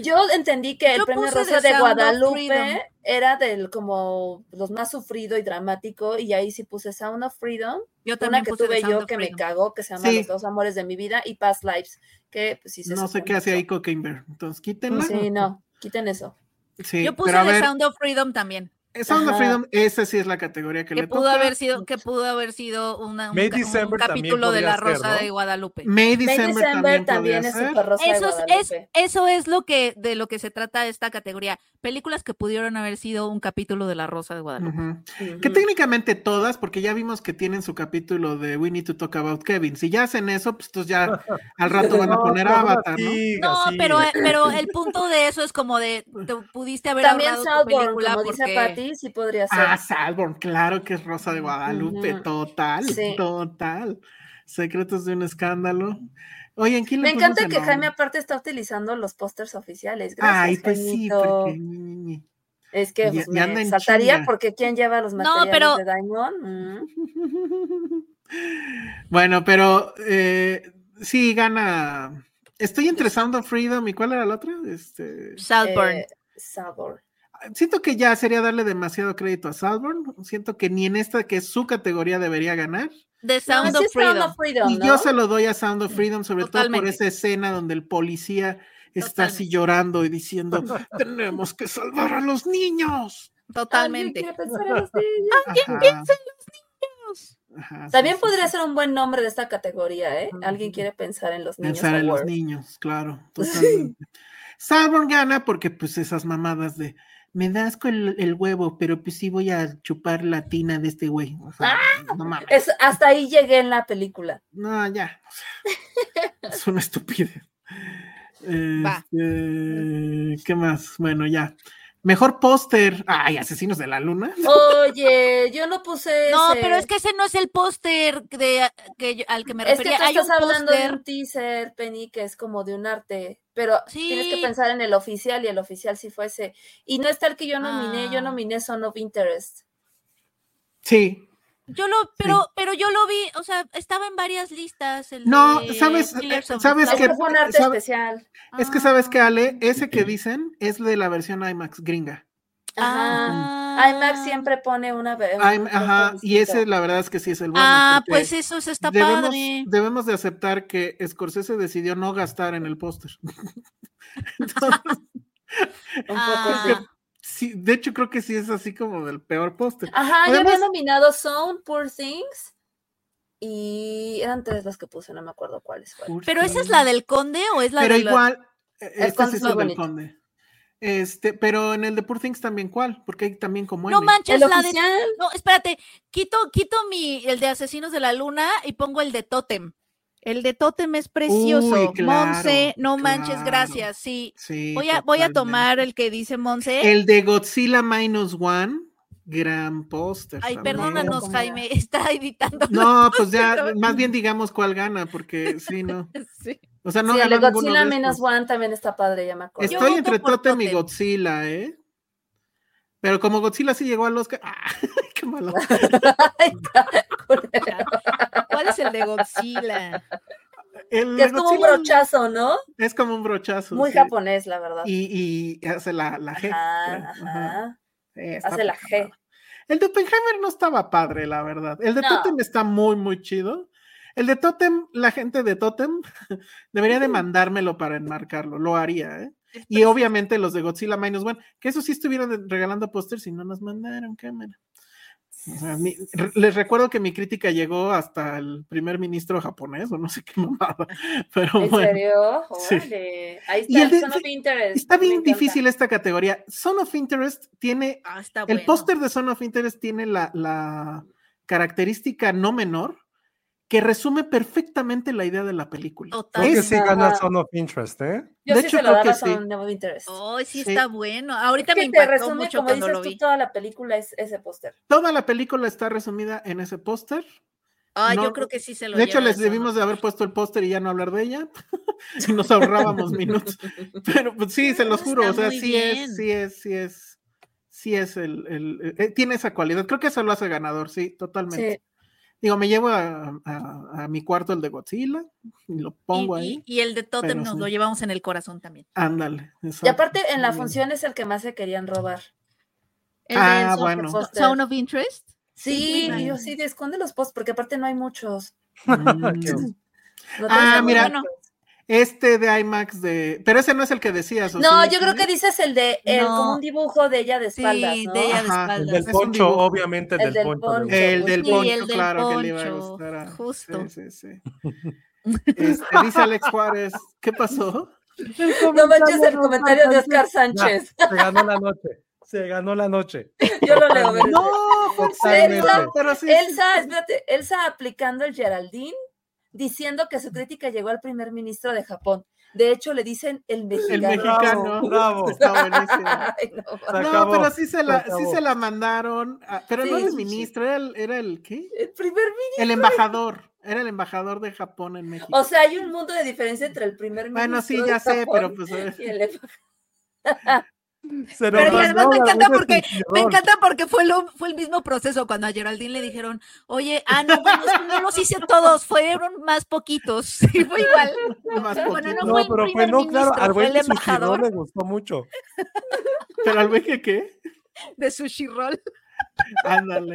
Speaker 3: Yo entendí que
Speaker 4: Yo
Speaker 3: el premio
Speaker 4: puse
Speaker 3: Rosa
Speaker 4: The
Speaker 3: de
Speaker 4: Sound of Freedom.
Speaker 3: Guadalupe era del como los más sufrido y dramático y ahí sí puse Sound of Freedom,
Speaker 4: Yo
Speaker 3: una
Speaker 4: también
Speaker 3: que
Speaker 4: puse The
Speaker 3: tuve
Speaker 4: Sound
Speaker 3: yo
Speaker 4: of
Speaker 3: que me
Speaker 4: Freedom.
Speaker 3: cagó que se llama
Speaker 2: Sí.
Speaker 3: Los dos amores de mi vida y Past Lives, que pues sí se
Speaker 2: No sé
Speaker 3: supone
Speaker 2: qué hace
Speaker 3: que-
Speaker 2: ahí Cocaine Entonces, quítenla.
Speaker 3: Sí, no, quiten eso.
Speaker 2: Sí,
Speaker 4: Yo puse
Speaker 2: pero a
Speaker 4: The
Speaker 2: ver,
Speaker 4: Sound of Freedom también,
Speaker 2: Sound of
Speaker 3: Ajá.
Speaker 2: Freedom, esa sí es la categoría que,
Speaker 4: que
Speaker 2: le
Speaker 4: pudo
Speaker 2: toca.
Speaker 4: haber sido, que pudo haber sido una, un,
Speaker 5: May
Speaker 4: ca- un
Speaker 5: December también
Speaker 4: capítulo de
Speaker 5: podría
Speaker 4: la
Speaker 5: ser,
Speaker 4: Rosa
Speaker 5: ¿no?
Speaker 4: de Guadalupe.
Speaker 2: May
Speaker 3: May
Speaker 2: December,
Speaker 3: December
Speaker 2: también,
Speaker 3: también es
Speaker 2: podría ser.
Speaker 3: súper Rosa de
Speaker 4: Eso es, es,
Speaker 3: Guadalupe.
Speaker 4: eso es lo que, de lo que se trata esta categoría. Películas que pudieron haber sido un capítulo de la Rosa de Guadalupe.
Speaker 2: Ujú.
Speaker 3: Ujú.
Speaker 2: Que técnicamente todas, porque ya vimos que tienen su capítulo de We Need to Talk About Kevin. Si ya hacen eso, pues entonces
Speaker 3: *laughs*
Speaker 2: ya al rato van a
Speaker 5: No,
Speaker 2: poner
Speaker 5: no,
Speaker 2: Avatar, ¿no?
Speaker 5: así,
Speaker 4: No,
Speaker 5: así.
Speaker 4: pero, eh,
Speaker 2: *laughs*
Speaker 4: pero el punto de eso es como de, te pudiste haber
Speaker 3: También
Speaker 4: ahorrado tu
Speaker 3: Saltburn,
Speaker 4: película
Speaker 3: como dice
Speaker 4: porque-
Speaker 3: Patty, sí podría ser.
Speaker 2: Ah, Salborn, claro que es Rosa de Guadalupe,
Speaker 3: Ujú.
Speaker 2: total,
Speaker 3: Sí.
Speaker 2: total. Secretos de un escándalo. Oye, ¿en quién le
Speaker 3: Me encanta
Speaker 2: pusimos
Speaker 3: que
Speaker 2: el
Speaker 3: Jaime
Speaker 2: nombre?
Speaker 3: aparte está utilizando los pósters oficiales. Gracias,
Speaker 2: Ay, pues sí,
Speaker 3: Jaimito.
Speaker 2: porque ñi, ñi, ñi.
Speaker 3: Es que
Speaker 2: Ya-
Speaker 3: pues,
Speaker 2: ya
Speaker 3: me
Speaker 2: anda en
Speaker 3: saltaría
Speaker 2: chinga.
Speaker 3: porque quién lleva los
Speaker 4: No,
Speaker 3: materiales
Speaker 4: pero-
Speaker 3: de Daimon. Mm.
Speaker 2: *laughs* Bueno, pero eh, sí gana. Estoy entre Sound of Freedom y ¿cuál era la otra? Este,
Speaker 4: Saltburn.
Speaker 3: Eh, Sabor.
Speaker 2: siento que ya sería darle demasiado crédito a Salborn. Siento que ni en esta, que es su categoría, debería ganar.
Speaker 4: The Sound, of,
Speaker 3: Así es
Speaker 4: Freedom.
Speaker 3: Sound of Freedom,
Speaker 2: y
Speaker 3: ¿no?
Speaker 2: yo se lo doy a Sound of Freedom, sobre todo por
Speaker 4: Totalmente.
Speaker 2: esa escena donde el policía está así llorando y diciendo: Tenemos que salvar a los niños.
Speaker 3: Alguien
Speaker 4: Totalmente.
Speaker 3: quiere pensar en los niños.
Speaker 2: Ajá, ajá, *laughs* sí,
Speaker 3: Ah, También
Speaker 2: sí,
Speaker 3: podría
Speaker 2: sí.
Speaker 3: ser un buen nombre de esta categoría, ¿eh? Alguien quiere pensar en los niños.
Speaker 2: Pensar en los
Speaker 3: Award.
Speaker 2: niños,
Speaker 4: *laughs*
Speaker 2: claro. totalmente. Salborn gana porque, pues, esas mamadas de. Me das con el, el huevo, pero pues sí voy a chupar la tina de este güey. O sea,
Speaker 4: ¡Ah!
Speaker 2: no mames.
Speaker 3: Es, hasta ahí llegué en la película.
Speaker 2: No, ya.
Speaker 4: *laughs*
Speaker 2: o sea, es una estupidez.
Speaker 4: Va.
Speaker 2: Este, ¿Qué más? Bueno, ya. Mejor póster. Ay, Asesinos de la Luna.
Speaker 3: Oye, yo no puse.
Speaker 4: *laughs* No,
Speaker 3: ese.
Speaker 4: pero es que ese no es el póster de- que yo- al que me
Speaker 3: Es que
Speaker 4: refería.
Speaker 3: tú
Speaker 4: Hay un
Speaker 3: estás hablando de
Speaker 4: póster.
Speaker 3: un teaser, Penny, que es como de un arte, pero
Speaker 4: Sí.
Speaker 3: tienes que pensar en el oficial y el oficial si fuese. Y no está el que yo nominé, yo
Speaker 4: Ah.
Speaker 3: nominé Son of Interest.
Speaker 2: Sí.
Speaker 4: Yo lo, pero, pero yo lo vi, o sea, estaba en varias listas. el
Speaker 2: No,
Speaker 4: de
Speaker 2: ¿sabes? Eh,
Speaker 4: Killers of the
Speaker 2: ¿Sabes
Speaker 3: Es
Speaker 2: que-
Speaker 3: que
Speaker 4: Flower.
Speaker 3: fue un arte
Speaker 2: sabe-
Speaker 3: especial.
Speaker 2: Es que sabes
Speaker 3: Ah,
Speaker 4: Ah.
Speaker 2: que, Ale, ese que dicen es de la versión IMAX gringa.
Speaker 3: Ajá.
Speaker 4: Ah.
Speaker 3: IMAX siempre pone una. ve- un
Speaker 2: Im-
Speaker 3: foto
Speaker 2: ajá. Y
Speaker 3: distinto.
Speaker 2: ese, la verdad es que sí es el bueno.
Speaker 4: Ah,
Speaker 2: porque
Speaker 4: pues eso se está
Speaker 2: debemos,
Speaker 4: padre.
Speaker 2: debemos de aceptar que Scorsese decidió no gastar en el póster. *laughs*
Speaker 3: Un poco
Speaker 4: Ah,
Speaker 3: sí.
Speaker 2: Sí, de hecho, creo que sí es así como del peor póster.
Speaker 3: Ajá, yo había
Speaker 2: Además-
Speaker 3: nominado Sound, Poor Things. Y eran tres las que puse, no me acuerdo cuáles fueron.
Speaker 4: pero esa es la del conde o es la
Speaker 2: pero
Speaker 4: de la-
Speaker 2: igual eh,
Speaker 3: El
Speaker 2: esta
Speaker 3: conde
Speaker 2: sí
Speaker 3: es
Speaker 2: es la
Speaker 3: muy
Speaker 2: del
Speaker 3: bonito.
Speaker 2: conde este pero en el de Poor Things también cuál porque hay también como
Speaker 4: No
Speaker 2: N.
Speaker 4: manches,
Speaker 3: El
Speaker 4: la de.
Speaker 3: oficial.
Speaker 4: No, espérate, quito, quito mi, el de Asesinos de la Luna y pongo el de Totem. El de Totem es precioso.
Speaker 2: Uy, claro,
Speaker 4: Monse, no manches,
Speaker 2: claro.
Speaker 4: gracias. Sí.
Speaker 2: Sí,
Speaker 4: Voy a, voy a
Speaker 2: totalmente.
Speaker 4: tomar el que dice Monse.
Speaker 2: el de Godzilla minus one gran póster
Speaker 4: Ay,
Speaker 2: también.
Speaker 4: perdónanos,
Speaker 3: Como-
Speaker 4: Jaime, *laughs* está editando.
Speaker 2: no pues ya
Speaker 4: Póster,
Speaker 2: más bien digamos cuál gana porque sí no
Speaker 4: *laughs* Sí.
Speaker 2: o sea Ah, no
Speaker 3: sí,
Speaker 2: ganó
Speaker 3: el de
Speaker 2: ninguno
Speaker 3: Godzilla
Speaker 2: de estos.
Speaker 3: menos One también está padre, ya me acuerdo.
Speaker 4: Yo
Speaker 2: estoy
Speaker 4: voto
Speaker 2: entre
Speaker 4: por
Speaker 2: Totem y
Speaker 4: Totem.
Speaker 2: Godzilla eh pero como Godzilla sí llegó al Oscar ¡ah! *laughs* qué
Speaker 3: *laughs*
Speaker 2: malo
Speaker 3: Ay, está culero.
Speaker 4: ¿Cuál es el de Godzilla?
Speaker 2: El de
Speaker 3: que es como un
Speaker 2: Godzilla
Speaker 3: brochazo, ¿no?
Speaker 2: es como un brochazo
Speaker 3: Muy
Speaker 2: sí.
Speaker 3: japonés, la verdad.
Speaker 2: y, y hace la, la G.
Speaker 3: Ajá,
Speaker 2: ¿verdad? Ajá.
Speaker 3: ajá.
Speaker 2: Sí, está
Speaker 3: Hace la
Speaker 2: poca
Speaker 3: G.
Speaker 2: madre. El de Oppenheimer no estaba padre, la verdad. El de
Speaker 3: No.
Speaker 2: Totem está muy, muy chido. El de Totem, la gente de Totem *laughs* debería de mandármelo para enmarcarlo, lo haría, ¿eh? Y obviamente los de Godzilla Minus One, que eso sí estuvieron de- regalando póster si no nos mandaron cámara. O sea, mi- re- les recuerdo que mi crítica llegó hasta el primer ministro japonés, o no sé qué *laughs* mamada, pero
Speaker 3: ¿En
Speaker 2: bueno.
Speaker 3: serio?
Speaker 2: sí.
Speaker 3: Órale. Ahí
Speaker 2: Y
Speaker 3: está,
Speaker 2: el de-
Speaker 3: Son of Interest.
Speaker 2: Está
Speaker 3: me
Speaker 2: bien
Speaker 3: encanta.
Speaker 2: difícil esta categoría. Son of Interest tiene
Speaker 4: Ah, está
Speaker 2: El
Speaker 4: bueno.
Speaker 2: póster de Zone of Interest tiene la, la característica no menor que resume perfectamente la idea de la película.
Speaker 1: Creo que sí
Speaker 4: Totalmente.
Speaker 3: Esa-
Speaker 1: gana Son of Interest, ¿eh?
Speaker 3: Yo
Speaker 2: de
Speaker 3: sí
Speaker 2: hecho,
Speaker 3: se lo
Speaker 2: creo que
Speaker 3: daba
Speaker 2: sí.
Speaker 3: Son of Interest.
Speaker 4: Ay, sí,
Speaker 2: Sí.
Speaker 4: está bueno. Ahorita
Speaker 3: Es
Speaker 4: me
Speaker 3: que te
Speaker 4: impactó
Speaker 3: resume,
Speaker 4: mucho
Speaker 3: como
Speaker 4: cuando lo
Speaker 3: dices tú,
Speaker 4: vi.
Speaker 3: toda la película es ese póster.
Speaker 2: Toda la película está resumida en ese póster.
Speaker 4: Ah,
Speaker 2: No,
Speaker 4: yo creo que sí se lo
Speaker 2: De hecho,
Speaker 4: lleva
Speaker 2: les
Speaker 4: eso, ¿no?
Speaker 2: debimos de haber puesto el póster y ya no hablar de ella.
Speaker 4: *laughs*
Speaker 2: *laughs* y nos ahorrábamos minutos. Pero pues, sí, se los
Speaker 4: Está
Speaker 2: juro. O sea,
Speaker 4: muy
Speaker 2: sí
Speaker 4: bien.
Speaker 2: es, sí es, sí es. Sí es el, el- eh, tiene esa cualidad. Creo que eso lo hace ganador, sí, totalmente.
Speaker 3: Sí.
Speaker 2: Digo, me llevo a, a- a mi cuarto el de Godzilla y lo pongo
Speaker 4: Y-
Speaker 2: ahí.
Speaker 4: y, y el de Totem
Speaker 2: pero
Speaker 4: nos
Speaker 2: sí.
Speaker 4: lo llevamos en el corazón también.
Speaker 2: Ándale.
Speaker 3: Y
Speaker 2: exacto.
Speaker 3: aparte, en la
Speaker 2: Muy bien.
Speaker 3: función es el que más se querían robar.
Speaker 4: El
Speaker 2: Ah,
Speaker 4: de Sound-
Speaker 2: bueno.
Speaker 4: Sound, of Interest.
Speaker 3: Sí,
Speaker 2: muy
Speaker 3: y yo
Speaker 2: bueno.
Speaker 3: sí, de esconde los posts, porque aparte no hay muchos.
Speaker 2: *laughs* Mm. Ah,
Speaker 3: No
Speaker 4: Pues,
Speaker 3: tienes que
Speaker 2: mira.
Speaker 3: poner muchos.
Speaker 2: este de IMAX de. Pero ese no es el que decías. ¿o
Speaker 3: No,
Speaker 2: sí,
Speaker 3: yo creo
Speaker 2: Penny?
Speaker 3: que dices el de el, como
Speaker 4: No.
Speaker 3: un dibujo de ella de
Speaker 4: Sí,
Speaker 3: espaldas, ¿no?
Speaker 4: de ella de
Speaker 2: Ajá,
Speaker 1: El
Speaker 4: espaldas.
Speaker 1: del
Speaker 2: es un
Speaker 1: poncho,
Speaker 2: dibujo.
Speaker 1: obviamente, el,
Speaker 3: El del
Speaker 1: del poncho.
Speaker 3: poncho.
Speaker 2: El del
Speaker 4: Sí,
Speaker 2: poncho,
Speaker 4: el del
Speaker 2: claro que le iba a
Speaker 4: poncho,
Speaker 2: gustar. a-
Speaker 4: justo.
Speaker 2: Sí, sí, sí.
Speaker 3: *laughs*
Speaker 2: Este, dice Alex Juárez, ¿qué
Speaker 3: *laughs*
Speaker 2: pasó?
Speaker 3: *laughs* No manches el comentario de Oscar
Speaker 1: Ya,
Speaker 3: Sánchez. *laughs*
Speaker 1: se ganó la noche. Se ganó la noche.
Speaker 3: Yo lo leo. ven.
Speaker 2: No, fue
Speaker 3: Totalmente.
Speaker 2: Elsa, pero sí,
Speaker 3: Elsa, espérate, Elsa aplicando el Geraldine, diciendo que su crítica llegó al primer ministro de Japón. De hecho, le dicen el mexicano.
Speaker 2: el mexicano.
Speaker 1: Bravo,
Speaker 2: Está buenísimo.
Speaker 3: *laughs* Ay, no,
Speaker 1: Se
Speaker 2: No,
Speaker 1: acabó,
Speaker 2: pero sí se la,
Speaker 1: se
Speaker 2: sí
Speaker 1: acabó.
Speaker 2: se la mandaron. a- pero
Speaker 3: Sí,
Speaker 2: no era el
Speaker 3: sí, sí.
Speaker 2: ministro, era el, era el ¿qué?
Speaker 3: el primer ministro.
Speaker 2: El embajador. Era el embajador de Japón en México.
Speaker 3: O sea, hay un mundo de diferencia entre el primer ministro.
Speaker 2: bueno, sí,
Speaker 3: de
Speaker 2: ya sé, pero
Speaker 3: Japón
Speaker 2: pues. eh. *laughs*
Speaker 3: y *laughs* el embajador.
Speaker 1: Se lo
Speaker 4: Pero y además
Speaker 1: mandó
Speaker 4: me
Speaker 1: a
Speaker 4: encanta
Speaker 1: un
Speaker 4: porque-
Speaker 1: vestidor.
Speaker 4: Me encanta porque fue, lo, fue el mismo proceso cuando a Geraldine le dijeron, oye, ah, no, bueno, es que no los hice todos, fueron más poquitos. *laughs* Sí, fue igual.
Speaker 2: más
Speaker 4: Bueno,
Speaker 2: poquito.
Speaker 4: no fue el
Speaker 1: pero
Speaker 4: primer
Speaker 1: no, claro,
Speaker 4: ministro,
Speaker 1: al
Speaker 4: fue
Speaker 1: buen
Speaker 4: el
Speaker 1: Tsuchiro
Speaker 4: embajador.
Speaker 1: le gustó mucho.
Speaker 2: ¿Pero al güey que qué?
Speaker 4: de sushi roll.
Speaker 2: Ándale.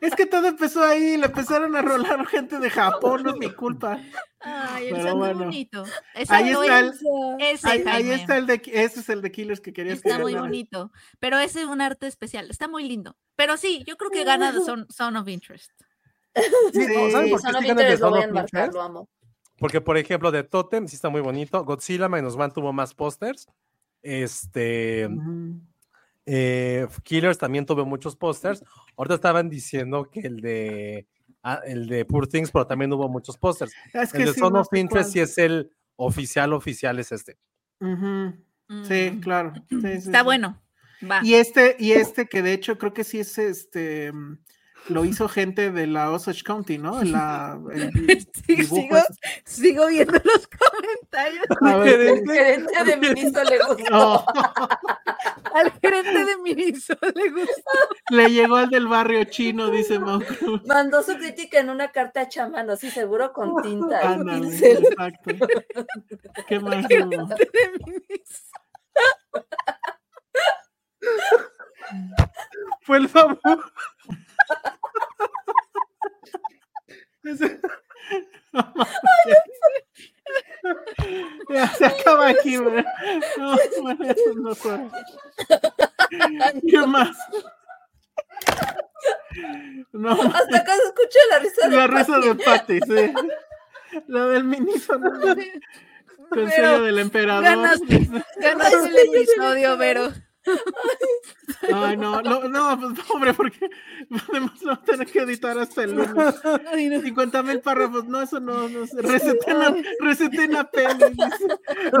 Speaker 2: Es que todo empezó ahí, le empezaron a rolar gente de Japón, no es mi culpa.
Speaker 4: Ay,
Speaker 2: Pero
Speaker 4: el sándwich
Speaker 2: bueno.
Speaker 4: bonito. Ese
Speaker 2: Ahí
Speaker 4: no
Speaker 2: está
Speaker 4: es-
Speaker 2: el,
Speaker 4: ese,
Speaker 2: ahí, ahí
Speaker 4: Jaime.
Speaker 2: está el de, ese es el de Killers que querías que
Speaker 4: Está muy
Speaker 2: ganara.
Speaker 4: bonito, pero ese es un arte especial, está muy lindo. Pero sí, yo creo que gana The Son, Son of Interest.
Speaker 7: Sí,
Speaker 2: Sí,
Speaker 7: ¿saben por qué
Speaker 3: Son
Speaker 7: sí
Speaker 3: of
Speaker 7: ganan de
Speaker 3: Interest lo
Speaker 7: Son
Speaker 3: voy a
Speaker 7: of
Speaker 3: enmarcar,
Speaker 7: Interest?
Speaker 3: lo amo.
Speaker 1: Porque, por ejemplo, de Totem sí está muy bonito. Godzilla Minus One tuvo más pósters. Este.
Speaker 2: Ujú.
Speaker 1: eh, Killers también tuvo muchos pósters. Ahorita estaban diciendo que el de. ah, el de Poor Things, pero también hubo muchos pósters.
Speaker 2: Es
Speaker 1: el de
Speaker 2: sí,
Speaker 1: Son
Speaker 2: no
Speaker 1: of
Speaker 2: sé
Speaker 1: Interest sí
Speaker 2: cuál.
Speaker 1: es el oficial, oficial es este.
Speaker 2: Ujú.
Speaker 4: Mm.
Speaker 2: Sí, claro. Sí, sí,
Speaker 4: Está
Speaker 2: sí.
Speaker 4: bueno. Va.
Speaker 2: Y este, y este que de hecho creo que sí es este mm, lo hizo gente de la Osage County, ¿no? La,
Speaker 4: *laughs*
Speaker 2: el
Speaker 1: *laughs*
Speaker 2: di-
Speaker 4: *laughs* Sí,
Speaker 2: dibujo
Speaker 4: sigo,
Speaker 2: ese.
Speaker 4: sigo viendo los comentarios.
Speaker 2: A ver,
Speaker 1: *laughs*
Speaker 2: *laughs* oh,
Speaker 3: El gerente de ministro le gustó.
Speaker 2: no,
Speaker 4: Al gerente de Miniso *laughs* le gusta.
Speaker 2: le llegó al del barrio chino, dice Mau Cruz.
Speaker 3: Mandó su crítica en una carta a chamano, sí,
Speaker 2: *laughs*
Speaker 3: seguro con tinta y
Speaker 2: Ándale,
Speaker 3: pincel.
Speaker 2: exacto.
Speaker 4: *laughs*
Speaker 2: ¿Qué más? Hugo?
Speaker 4: de Miniso.
Speaker 2: Fue el famoso. Ese- No mames. Ya se acaba aquí, güey. No, bueno, eso no fue. ¿Qué más? No,
Speaker 3: Hasta acá se escucha la risa de
Speaker 2: la risa
Speaker 3: *laughs* Patty.
Speaker 2: de Patty, sí. La del ministro, el sello del emperador.
Speaker 4: ganaste. Ganaste el episodio, Vero.
Speaker 2: Ay, no, no, no, pues, hombre, porque podemos no tener que editar hasta el lunes.
Speaker 4: Ay,
Speaker 2: *laughs*
Speaker 4: no.
Speaker 2: 50 mil párrafos, no, eso no, no sé. Receten a, receten a Penny, dice.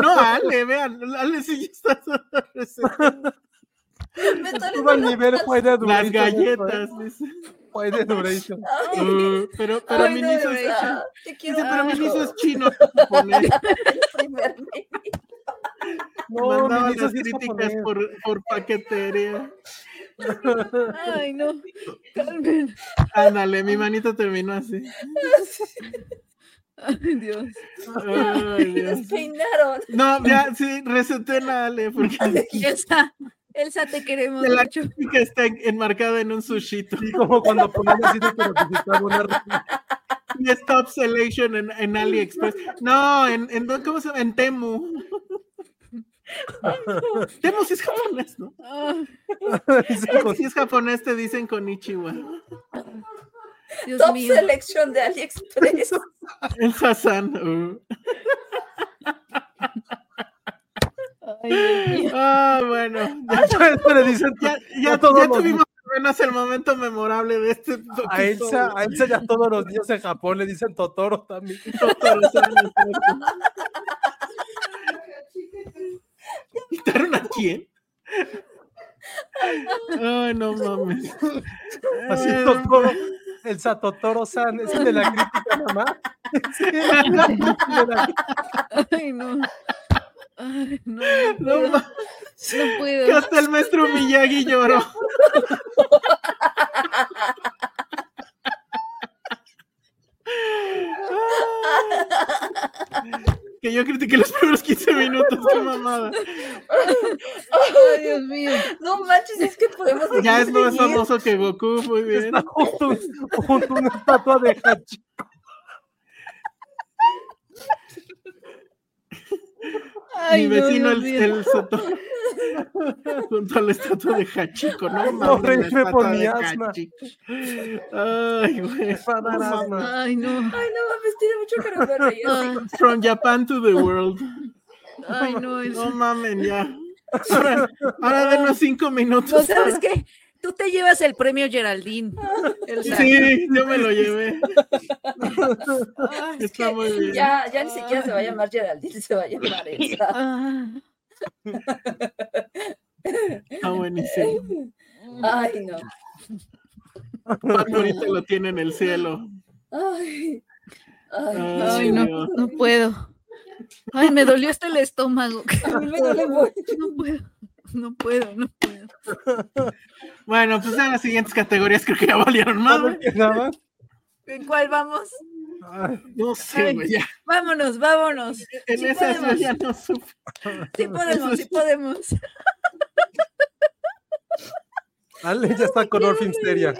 Speaker 2: No, Ale, vean, Ale sí ya está
Speaker 7: *laughs*
Speaker 2: recetando.
Speaker 3: Me está
Speaker 1: Tuvo el nivel Puede
Speaker 2: Las
Speaker 1: Duration,
Speaker 2: galletas, dice.
Speaker 1: Puede Duration.
Speaker 2: Uh, pero pero
Speaker 4: Ay, no,
Speaker 2: Miniso
Speaker 4: de
Speaker 2: es,
Speaker 4: verdad.
Speaker 2: chino.
Speaker 3: Te quiero
Speaker 2: Dice, pero
Speaker 3: mucho.
Speaker 2: Miniso es
Speaker 7: *laughs*
Speaker 2: chino. japonés.
Speaker 3: Primer meme.
Speaker 7: No,
Speaker 2: Mandaba
Speaker 7: Miniso
Speaker 2: las
Speaker 7: sí es
Speaker 2: críticas
Speaker 7: japonés.
Speaker 2: por, por paquetería.
Speaker 4: Ay, no. Calmen.
Speaker 2: Ándale, mi manito terminó así.
Speaker 4: Ay, Dios.
Speaker 2: Ay,
Speaker 4: *laughs*
Speaker 2: Dios.
Speaker 3: Despeinaron.
Speaker 2: No, ya, sí, receten a Ale, porque *laughs*
Speaker 4: Elsa, Elsa, te queremos
Speaker 2: De la-
Speaker 4: mucho.
Speaker 2: que está enmarcada en un sushito.
Speaker 1: Sí, *laughs* como cuando ponían así de que necesitaba una. *laughs*
Speaker 2: Y es Top Selection en, en AliExpress. No, en, en dónde- ¿cómo se llama? En Temu. Temu sí es japonés, ¿no?
Speaker 4: Ah,
Speaker 1: Sí, con-
Speaker 2: Si es japonés te dicen con Ichiwa.
Speaker 4: Dios
Speaker 3: Top
Speaker 4: mío.
Speaker 3: selection
Speaker 2: *laughs*
Speaker 3: de AliExpress.
Speaker 2: El Sasan. uh.
Speaker 4: Ay, Dios mío.
Speaker 2: Ah, bueno. Ya,
Speaker 1: *laughs* Ya
Speaker 2: *laughs*
Speaker 1: después le dicen,
Speaker 2: ya,
Speaker 1: ya
Speaker 2: ya,
Speaker 1: todos
Speaker 2: ya
Speaker 1: los-
Speaker 2: tuvimos al menos el momento memorable de este.
Speaker 1: A Elsa, a Elsa ya todos los días en Japón le dicen Totoro
Speaker 2: *laughs*
Speaker 1: también.
Speaker 2: ¿Quitaron a quién? Ay, no mames.
Speaker 1: Así
Speaker 2: Ay, no
Speaker 1: Totoro. Elsa Totoro San, es el de la crítica mamá. Sí, *laughs* el de la-
Speaker 4: Ay, no. Ay, no. No
Speaker 2: No
Speaker 4: puedo.
Speaker 2: mames.
Speaker 4: No
Speaker 2: que
Speaker 4: puedo.
Speaker 2: hasta el maestro Miyagi lloró. que yo critiqué los primeros 15 minutos, qué mamada.
Speaker 4: Ay, Dios mío.
Speaker 3: No manches, es que podemos
Speaker 2: Ya es
Speaker 3: seguir,
Speaker 2: más
Speaker 3: seguir.
Speaker 2: famoso que Goku, muy bien.
Speaker 1: Está junto, junto una estatua de Hachi.
Speaker 4: Ay,
Speaker 2: Mi
Speaker 4: no,
Speaker 2: vecino,
Speaker 4: Dios
Speaker 2: el,
Speaker 4: mío.
Speaker 2: el soto. *laughs* Junto a la estatua de Hachiko, *laughs* no
Speaker 1: Pobre,
Speaker 2: mames.
Speaker 1: me
Speaker 2: la estatua
Speaker 1: ponía
Speaker 2: de
Speaker 1: asma.
Speaker 2: Hachiko. Ay, güey.
Speaker 1: Va a dar
Speaker 2: No
Speaker 1: asma.
Speaker 2: mames.
Speaker 4: Ay, no.
Speaker 3: Ay, no mames, tiene mucho que no me reí.
Speaker 4: Ay,
Speaker 2: From Japan to the world.
Speaker 4: ay, no,
Speaker 2: No
Speaker 4: Elsa.
Speaker 2: mamen, ya. Ahora, ahora denos cinco
Speaker 4: No,
Speaker 2: minutos.
Speaker 4: pues, ¿sabes qué? Tú te llevas el premio Geraldine. Elsa.
Speaker 2: Sí, yo me lo llevé.
Speaker 4: Ay, *laughs* es
Speaker 2: Está
Speaker 4: que-
Speaker 2: muy bien.
Speaker 3: Ya, ya ni siquiera se va a llamar Geraldine, *laughs* se va a llamar Elsa.
Speaker 4: Ah.
Speaker 2: Está buenísimo.
Speaker 3: Ay, no.
Speaker 2: Pato ahorita lo tiene en el cielo.
Speaker 3: Ay. Ay,
Speaker 4: Ay, no,
Speaker 2: Dios.
Speaker 4: no puedo. Ay, me dolió hasta el estómago.
Speaker 3: a mí me duele mucho.
Speaker 4: No puedo, no puedo, no puedo.
Speaker 2: Bueno, pues ya las siguientes categorías creo que ya valieron más.
Speaker 1: ¿Saben qué daban?
Speaker 4: ¿En cuál vamos?
Speaker 2: No sé, güey. ya.
Speaker 4: Vámonos, vámonos.
Speaker 2: En
Speaker 4: Sí
Speaker 2: esas
Speaker 4: podemos.
Speaker 2: güey, ya no supe.
Speaker 4: Sí podemos, sí podemos.
Speaker 1: Ale ya está con Orfinsteria.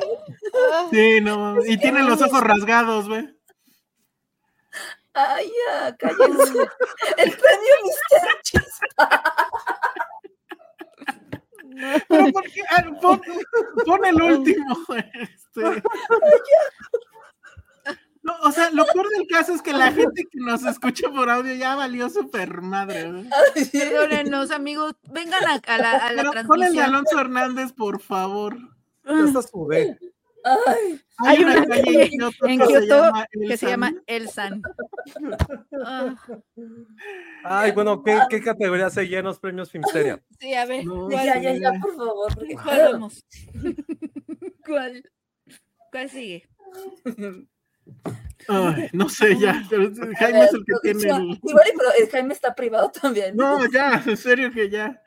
Speaker 4: Ah,
Speaker 2: Sí, no. mames. Y tiene los ojos rasgados, güey.
Speaker 3: Ay, ya,
Speaker 2: *laughs*
Speaker 3: cállense. El premio Mr. Chispa.
Speaker 2: Pero ¿por qué? Ah, Pon, pon
Speaker 4: *laughs*
Speaker 2: el último, güey, *laughs* este. No, o sea, lo peor del caso es que la gente que nos escucha por audio ya valió super madre. güey.
Speaker 4: Perdónenos, amigos. Vengan a, a la, a la
Speaker 2: Pero pon el de
Speaker 4: transmisión.
Speaker 2: Alonso Hernández, por favor.
Speaker 1: Ya está sudé.
Speaker 3: Ay,
Speaker 4: Hay una calle en
Speaker 2: que se
Speaker 4: Kioto
Speaker 2: llama
Speaker 4: Que se
Speaker 2: Elsan.
Speaker 4: llama El San. Ah,
Speaker 1: Ay, bueno, ¿qué, qué categoría seguía en los premios Filmsteria? *laughs*
Speaker 4: sí, a ver.
Speaker 2: No,
Speaker 4: ¿cuál-
Speaker 3: ya, ya, ya, por favor. porque-
Speaker 4: ¿Cuál vamos? *laughs* ¿Cuál? ¿Cuál sigue?
Speaker 2: Ay, no sé, ya. pero Jaime
Speaker 3: Eh,
Speaker 2: es el que tiene
Speaker 3: producción.
Speaker 2: el.
Speaker 3: Igual, y, pero el Jaime está privado también.
Speaker 2: No, ya, en serio que ya.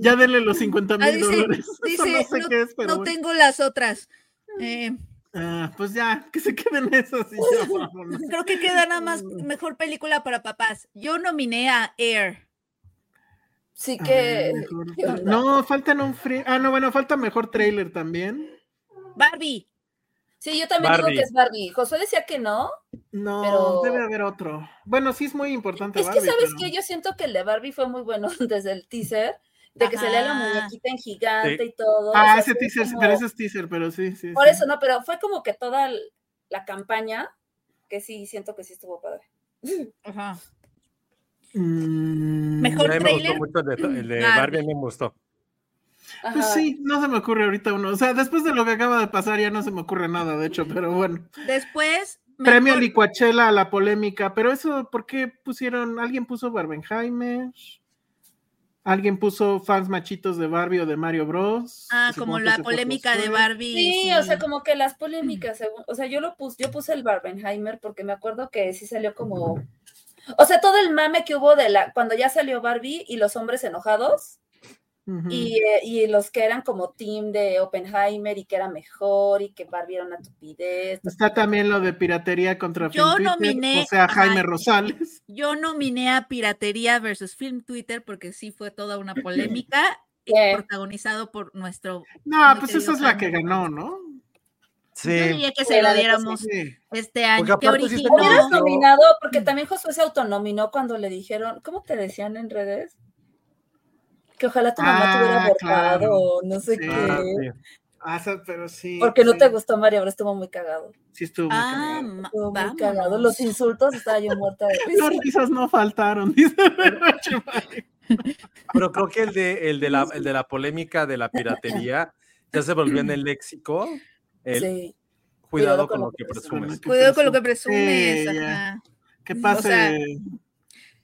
Speaker 2: Ya denle los 50
Speaker 4: Ah,
Speaker 2: mil
Speaker 4: dice-
Speaker 2: dólares. *laughs* Eso
Speaker 4: dice,
Speaker 2: no sé
Speaker 4: no-
Speaker 2: qué es, pero.
Speaker 4: No
Speaker 2: bueno.
Speaker 4: tengo las otras. Eh,
Speaker 2: Ah, pues ya, que se queden esas y
Speaker 4: *laughs*
Speaker 2: ya vámonos.
Speaker 4: creo que queda
Speaker 2: *laughs*
Speaker 4: nada más mejor película para papás. Yo nominé a Air.
Speaker 3: Sí
Speaker 2: Ay,
Speaker 3: que. *laughs*
Speaker 2: mejor
Speaker 3: Ah, ¿qué
Speaker 2: tra-
Speaker 3: onda?
Speaker 2: no, faltan un free. Ah, no, bueno, falta mejor trailer también.
Speaker 4: Barbie.
Speaker 3: Sí, yo también
Speaker 1: Barbie.
Speaker 3: digo que es Barbie. Josué decía que no.
Speaker 2: No,
Speaker 3: Pero-
Speaker 2: debe haber otro. Bueno, sí es muy importante.
Speaker 3: Es que,
Speaker 2: Barbie,
Speaker 3: ¿sabes
Speaker 2: pero-
Speaker 3: que Yo siento que el de Barbie fue muy bueno *laughs* desde el teaser, de que se lea la
Speaker 4: Ajá.
Speaker 3: muñequita en gigante
Speaker 1: Sí.
Speaker 3: y todo. o
Speaker 2: Ah,
Speaker 3: sea,
Speaker 2: ese
Speaker 3: fue
Speaker 2: teaser,
Speaker 3: como-
Speaker 2: pero ese es teaser, pero sí, sí.
Speaker 3: Por
Speaker 2: sí.
Speaker 3: eso no, pero fue como que toda l- la campaña, que sí, siento que sí estuvo padre.
Speaker 4: Ajá.
Speaker 2: Mm,
Speaker 1: A
Speaker 4: Mejor
Speaker 1: mí me gustó
Speaker 4: tráiler.
Speaker 1: mucho el de, el de
Speaker 4: Barbie.
Speaker 1: Barbie, a mí me gustó.
Speaker 3: Ajá.
Speaker 2: Pues sí, no se me ocurre ahorita uno. O sea, después de lo que acaba de pasar ya no se me ocurre nada, de hecho, pero bueno.
Speaker 4: Después.
Speaker 2: Premio
Speaker 4: mejor-
Speaker 2: Licuachela a la polémica, pero eso, ¿por qué pusieron? ¿Alguien puso Barbenheimer? ¿Alguien puso fans machitos de Barbie o de Mario Bros?
Speaker 4: Ah,
Speaker 2: Supongo
Speaker 4: como
Speaker 2: que
Speaker 4: la
Speaker 2: ese fue
Speaker 4: polémica de
Speaker 2: Josué.
Speaker 4: Barbie.
Speaker 3: Sí, o sea, como que las polémicas, según- o sea, yo lo puse, yo puse el Barbenheimer porque me acuerdo que sí salió como, o sea, todo el mame que hubo de la, cuando ya salió Barbie y los hombres enojados
Speaker 2: Ujú.
Speaker 3: y, eh, y los que eran como team de Oppenheimer y que era mejor y que Barbie era una estupidez.
Speaker 2: Está también lo de piratería contra
Speaker 4: Yo
Speaker 2: Film Twitter,
Speaker 4: nominé
Speaker 2: o sea,
Speaker 4: a-
Speaker 2: Jaime Rosales.
Speaker 4: Yo nominé a Piratería versus Film Twitter porque sí fue toda una polémica y
Speaker 3: Eh.
Speaker 4: protagonizado por nuestro.
Speaker 2: No,
Speaker 4: Muy
Speaker 2: pues esa
Speaker 4: querido
Speaker 2: es la que
Speaker 4: Jaime
Speaker 2: ganó, ¿no?
Speaker 4: Yo
Speaker 1: Sí,
Speaker 4: diría que se lo
Speaker 3: Era de
Speaker 4: diéramos
Speaker 2: Sí.
Speaker 4: este año.
Speaker 1: Porque
Speaker 4: Que
Speaker 1: aparte sí se
Speaker 4: originó-
Speaker 3: Hubieras
Speaker 1: yo-
Speaker 3: nominado,
Speaker 2: Mm.
Speaker 3: porque también Josué se autonominó cuando le dijeron, ¿cómo te decían en redes? Que ojalá tu mamá te hubiera
Speaker 2: Ah,
Speaker 3: abortado,
Speaker 2: claro.
Speaker 3: o no sé
Speaker 2: Sí.
Speaker 3: qué.
Speaker 1: ah, sí.
Speaker 2: Ah, esa- pero sí.
Speaker 3: Porque no
Speaker 2: sí,
Speaker 3: te gustó Mario, ahora estuvo muy cagado.
Speaker 2: Sí estuvo muy
Speaker 4: Ah,
Speaker 2: cagado.
Speaker 4: ma-
Speaker 3: Estuvo muy
Speaker 4: vámonos.
Speaker 3: cagado. Los insultos estaba yo muerta de risa.
Speaker 2: Las risas no faltaron, *laughs* dice Nacho Valle.
Speaker 5: Pero creo que el de, el de, la, el de la polémica de la piratería ya se volvió en el léxico. El
Speaker 3: Sí.
Speaker 5: cuidado con lo que presumes.
Speaker 4: Cuidado con lo que presumes.
Speaker 2: Sí, ya.
Speaker 4: ajá.
Speaker 2: Que
Speaker 4: O
Speaker 2: pase
Speaker 4: sea,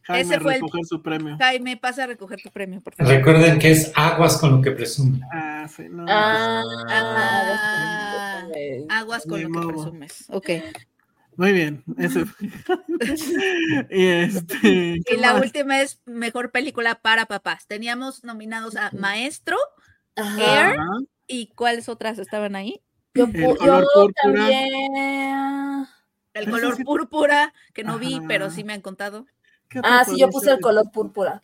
Speaker 2: Jaime
Speaker 4: ese fue el-
Speaker 2: recoger su premio.
Speaker 4: Jaime, pasa a recoger tu premio, por favor.
Speaker 6: Recuerden que es aguas con lo que presume.
Speaker 2: Ah, sí, no.
Speaker 3: Ah,
Speaker 4: Ah.
Speaker 3: ya sé, ya sé.
Speaker 4: Aguas con
Speaker 2: Ni
Speaker 4: lo que
Speaker 2: modo.
Speaker 4: presumes. Ok.
Speaker 2: Muy bien, ese
Speaker 3: *laughs*
Speaker 2: fue. y este. ¿qué
Speaker 4: Y la
Speaker 2: más?
Speaker 4: última es mejor película para papás. Teníamos nominados a Maestro
Speaker 3: Ajá.
Speaker 4: Air.
Speaker 2: Ajá.
Speaker 4: y cuáles otras estaban ahí.
Speaker 3: Yo,
Speaker 2: Ah, El
Speaker 3: pu-
Speaker 2: color
Speaker 3: yo
Speaker 2: púrpura.
Speaker 3: también.
Speaker 4: El
Speaker 2: Pero eso
Speaker 4: color
Speaker 2: sí-
Speaker 4: púrpura, que no vi, pero
Speaker 2: Ajá.
Speaker 4: sí me han contado.
Speaker 2: ¿Qué otra
Speaker 3: Ah, sí,
Speaker 2: podría
Speaker 3: yo puse
Speaker 2: ser?
Speaker 3: el color púrpura.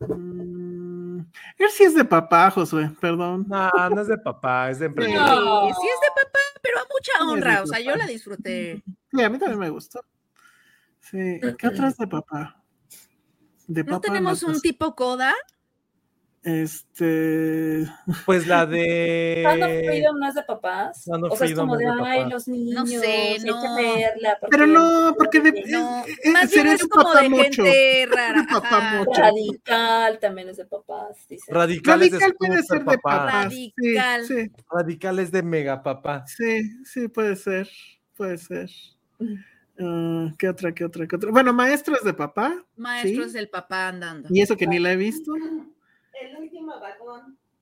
Speaker 2: Mm, Él sí es de papá, Josué, perdón.
Speaker 5: No, no es de papá, es de emprendedor.
Speaker 2: No.
Speaker 4: Sí, sí es de papá, pero a
Speaker 2: Sí,
Speaker 4: mucha
Speaker 2: es de
Speaker 4: honra. O sea, yo
Speaker 2: papá.
Speaker 4: la disfruté.
Speaker 2: Sí, a mí también me gustó. Sí, ¿qué otras de papá? De
Speaker 4: ¿No
Speaker 2: papá
Speaker 4: tenemos un
Speaker 2: pues,
Speaker 4: tipo coda?
Speaker 2: Este.
Speaker 5: Pues
Speaker 4: *laughs*
Speaker 5: la
Speaker 1: Eh,
Speaker 3: Sound of
Speaker 5: de.
Speaker 3: Freedom no es de papás.
Speaker 5: Sound of
Speaker 3: o sea, es como de,
Speaker 5: Freedom es de
Speaker 3: ay,
Speaker 5: papás.
Speaker 3: los niños.
Speaker 4: sé,
Speaker 3: hay que
Speaker 4: no.
Speaker 3: verla, porque
Speaker 2: Pero no, porque de.
Speaker 4: No.
Speaker 2: eh, eh,
Speaker 4: Más bien
Speaker 2: sería
Speaker 4: es
Speaker 2: un
Speaker 4: como de
Speaker 2: papamocho.
Speaker 4: gente rara. ajá.
Speaker 2: Papamocho.
Speaker 3: Radical también es de papás. Dice. *laughs*
Speaker 5: Radicales
Speaker 2: Radical puede
Speaker 5: de
Speaker 2: ser de
Speaker 5: papá.
Speaker 2: papás. sí,
Speaker 4: Radical.
Speaker 2: sí.
Speaker 5: Radicales de mega papá.
Speaker 2: Sí, sí, puede ser, puede ser.
Speaker 3: Mm.
Speaker 2: Ah, ¿Qué otra, qué otra, qué otra? Bueno, maestro es de papá,
Speaker 4: Maestro
Speaker 2: Sí.
Speaker 4: es el papá andando.
Speaker 2: y eso que ni la he visto.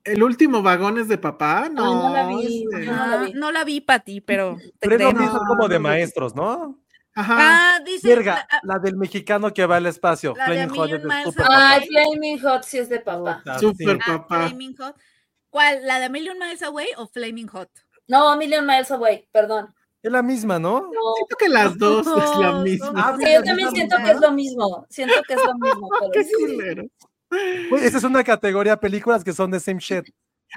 Speaker 2: El último vagón es de papá, no.
Speaker 3: no la vi.
Speaker 2: este,
Speaker 3: Ajá.
Speaker 4: Ah,
Speaker 3: no la vi.
Speaker 4: no la vi, Pati, pero te
Speaker 5: Pero
Speaker 4: creemos.
Speaker 5: no, son como de
Speaker 2: No, no, no.
Speaker 5: maestros, ¿no?
Speaker 2: Ajá.
Speaker 4: Ah, dice.
Speaker 5: Verga,
Speaker 4: ah,
Speaker 5: la del mexicano que va al espacio.
Speaker 4: La de A
Speaker 5: Flaming Hot
Speaker 4: Million
Speaker 5: es de
Speaker 4: Miles
Speaker 5: super
Speaker 4: Away.
Speaker 5: papá.
Speaker 3: Ay, Flaming Hot sí es de papá.
Speaker 5: Puta,
Speaker 2: Super
Speaker 5: sí.
Speaker 4: ah,
Speaker 2: papá.
Speaker 4: Flaming Hot. ¿Cuál? ¿La de A Million Miles Away o Flaming Hot?
Speaker 3: No, Million Miles Away, perdón.
Speaker 1: Es la misma, ¿no?
Speaker 2: Siento que las dos es la
Speaker 4: No,
Speaker 2: misma.
Speaker 1: Ah,
Speaker 3: Sí, yo también siento que es
Speaker 1: ¿no?
Speaker 3: lo mismo. Siento que es lo mismo.
Speaker 2: Qué
Speaker 3: Pero sí.
Speaker 2: culero.
Speaker 4: Pues
Speaker 1: Güey, Esa es una categoría películas que son de same shit.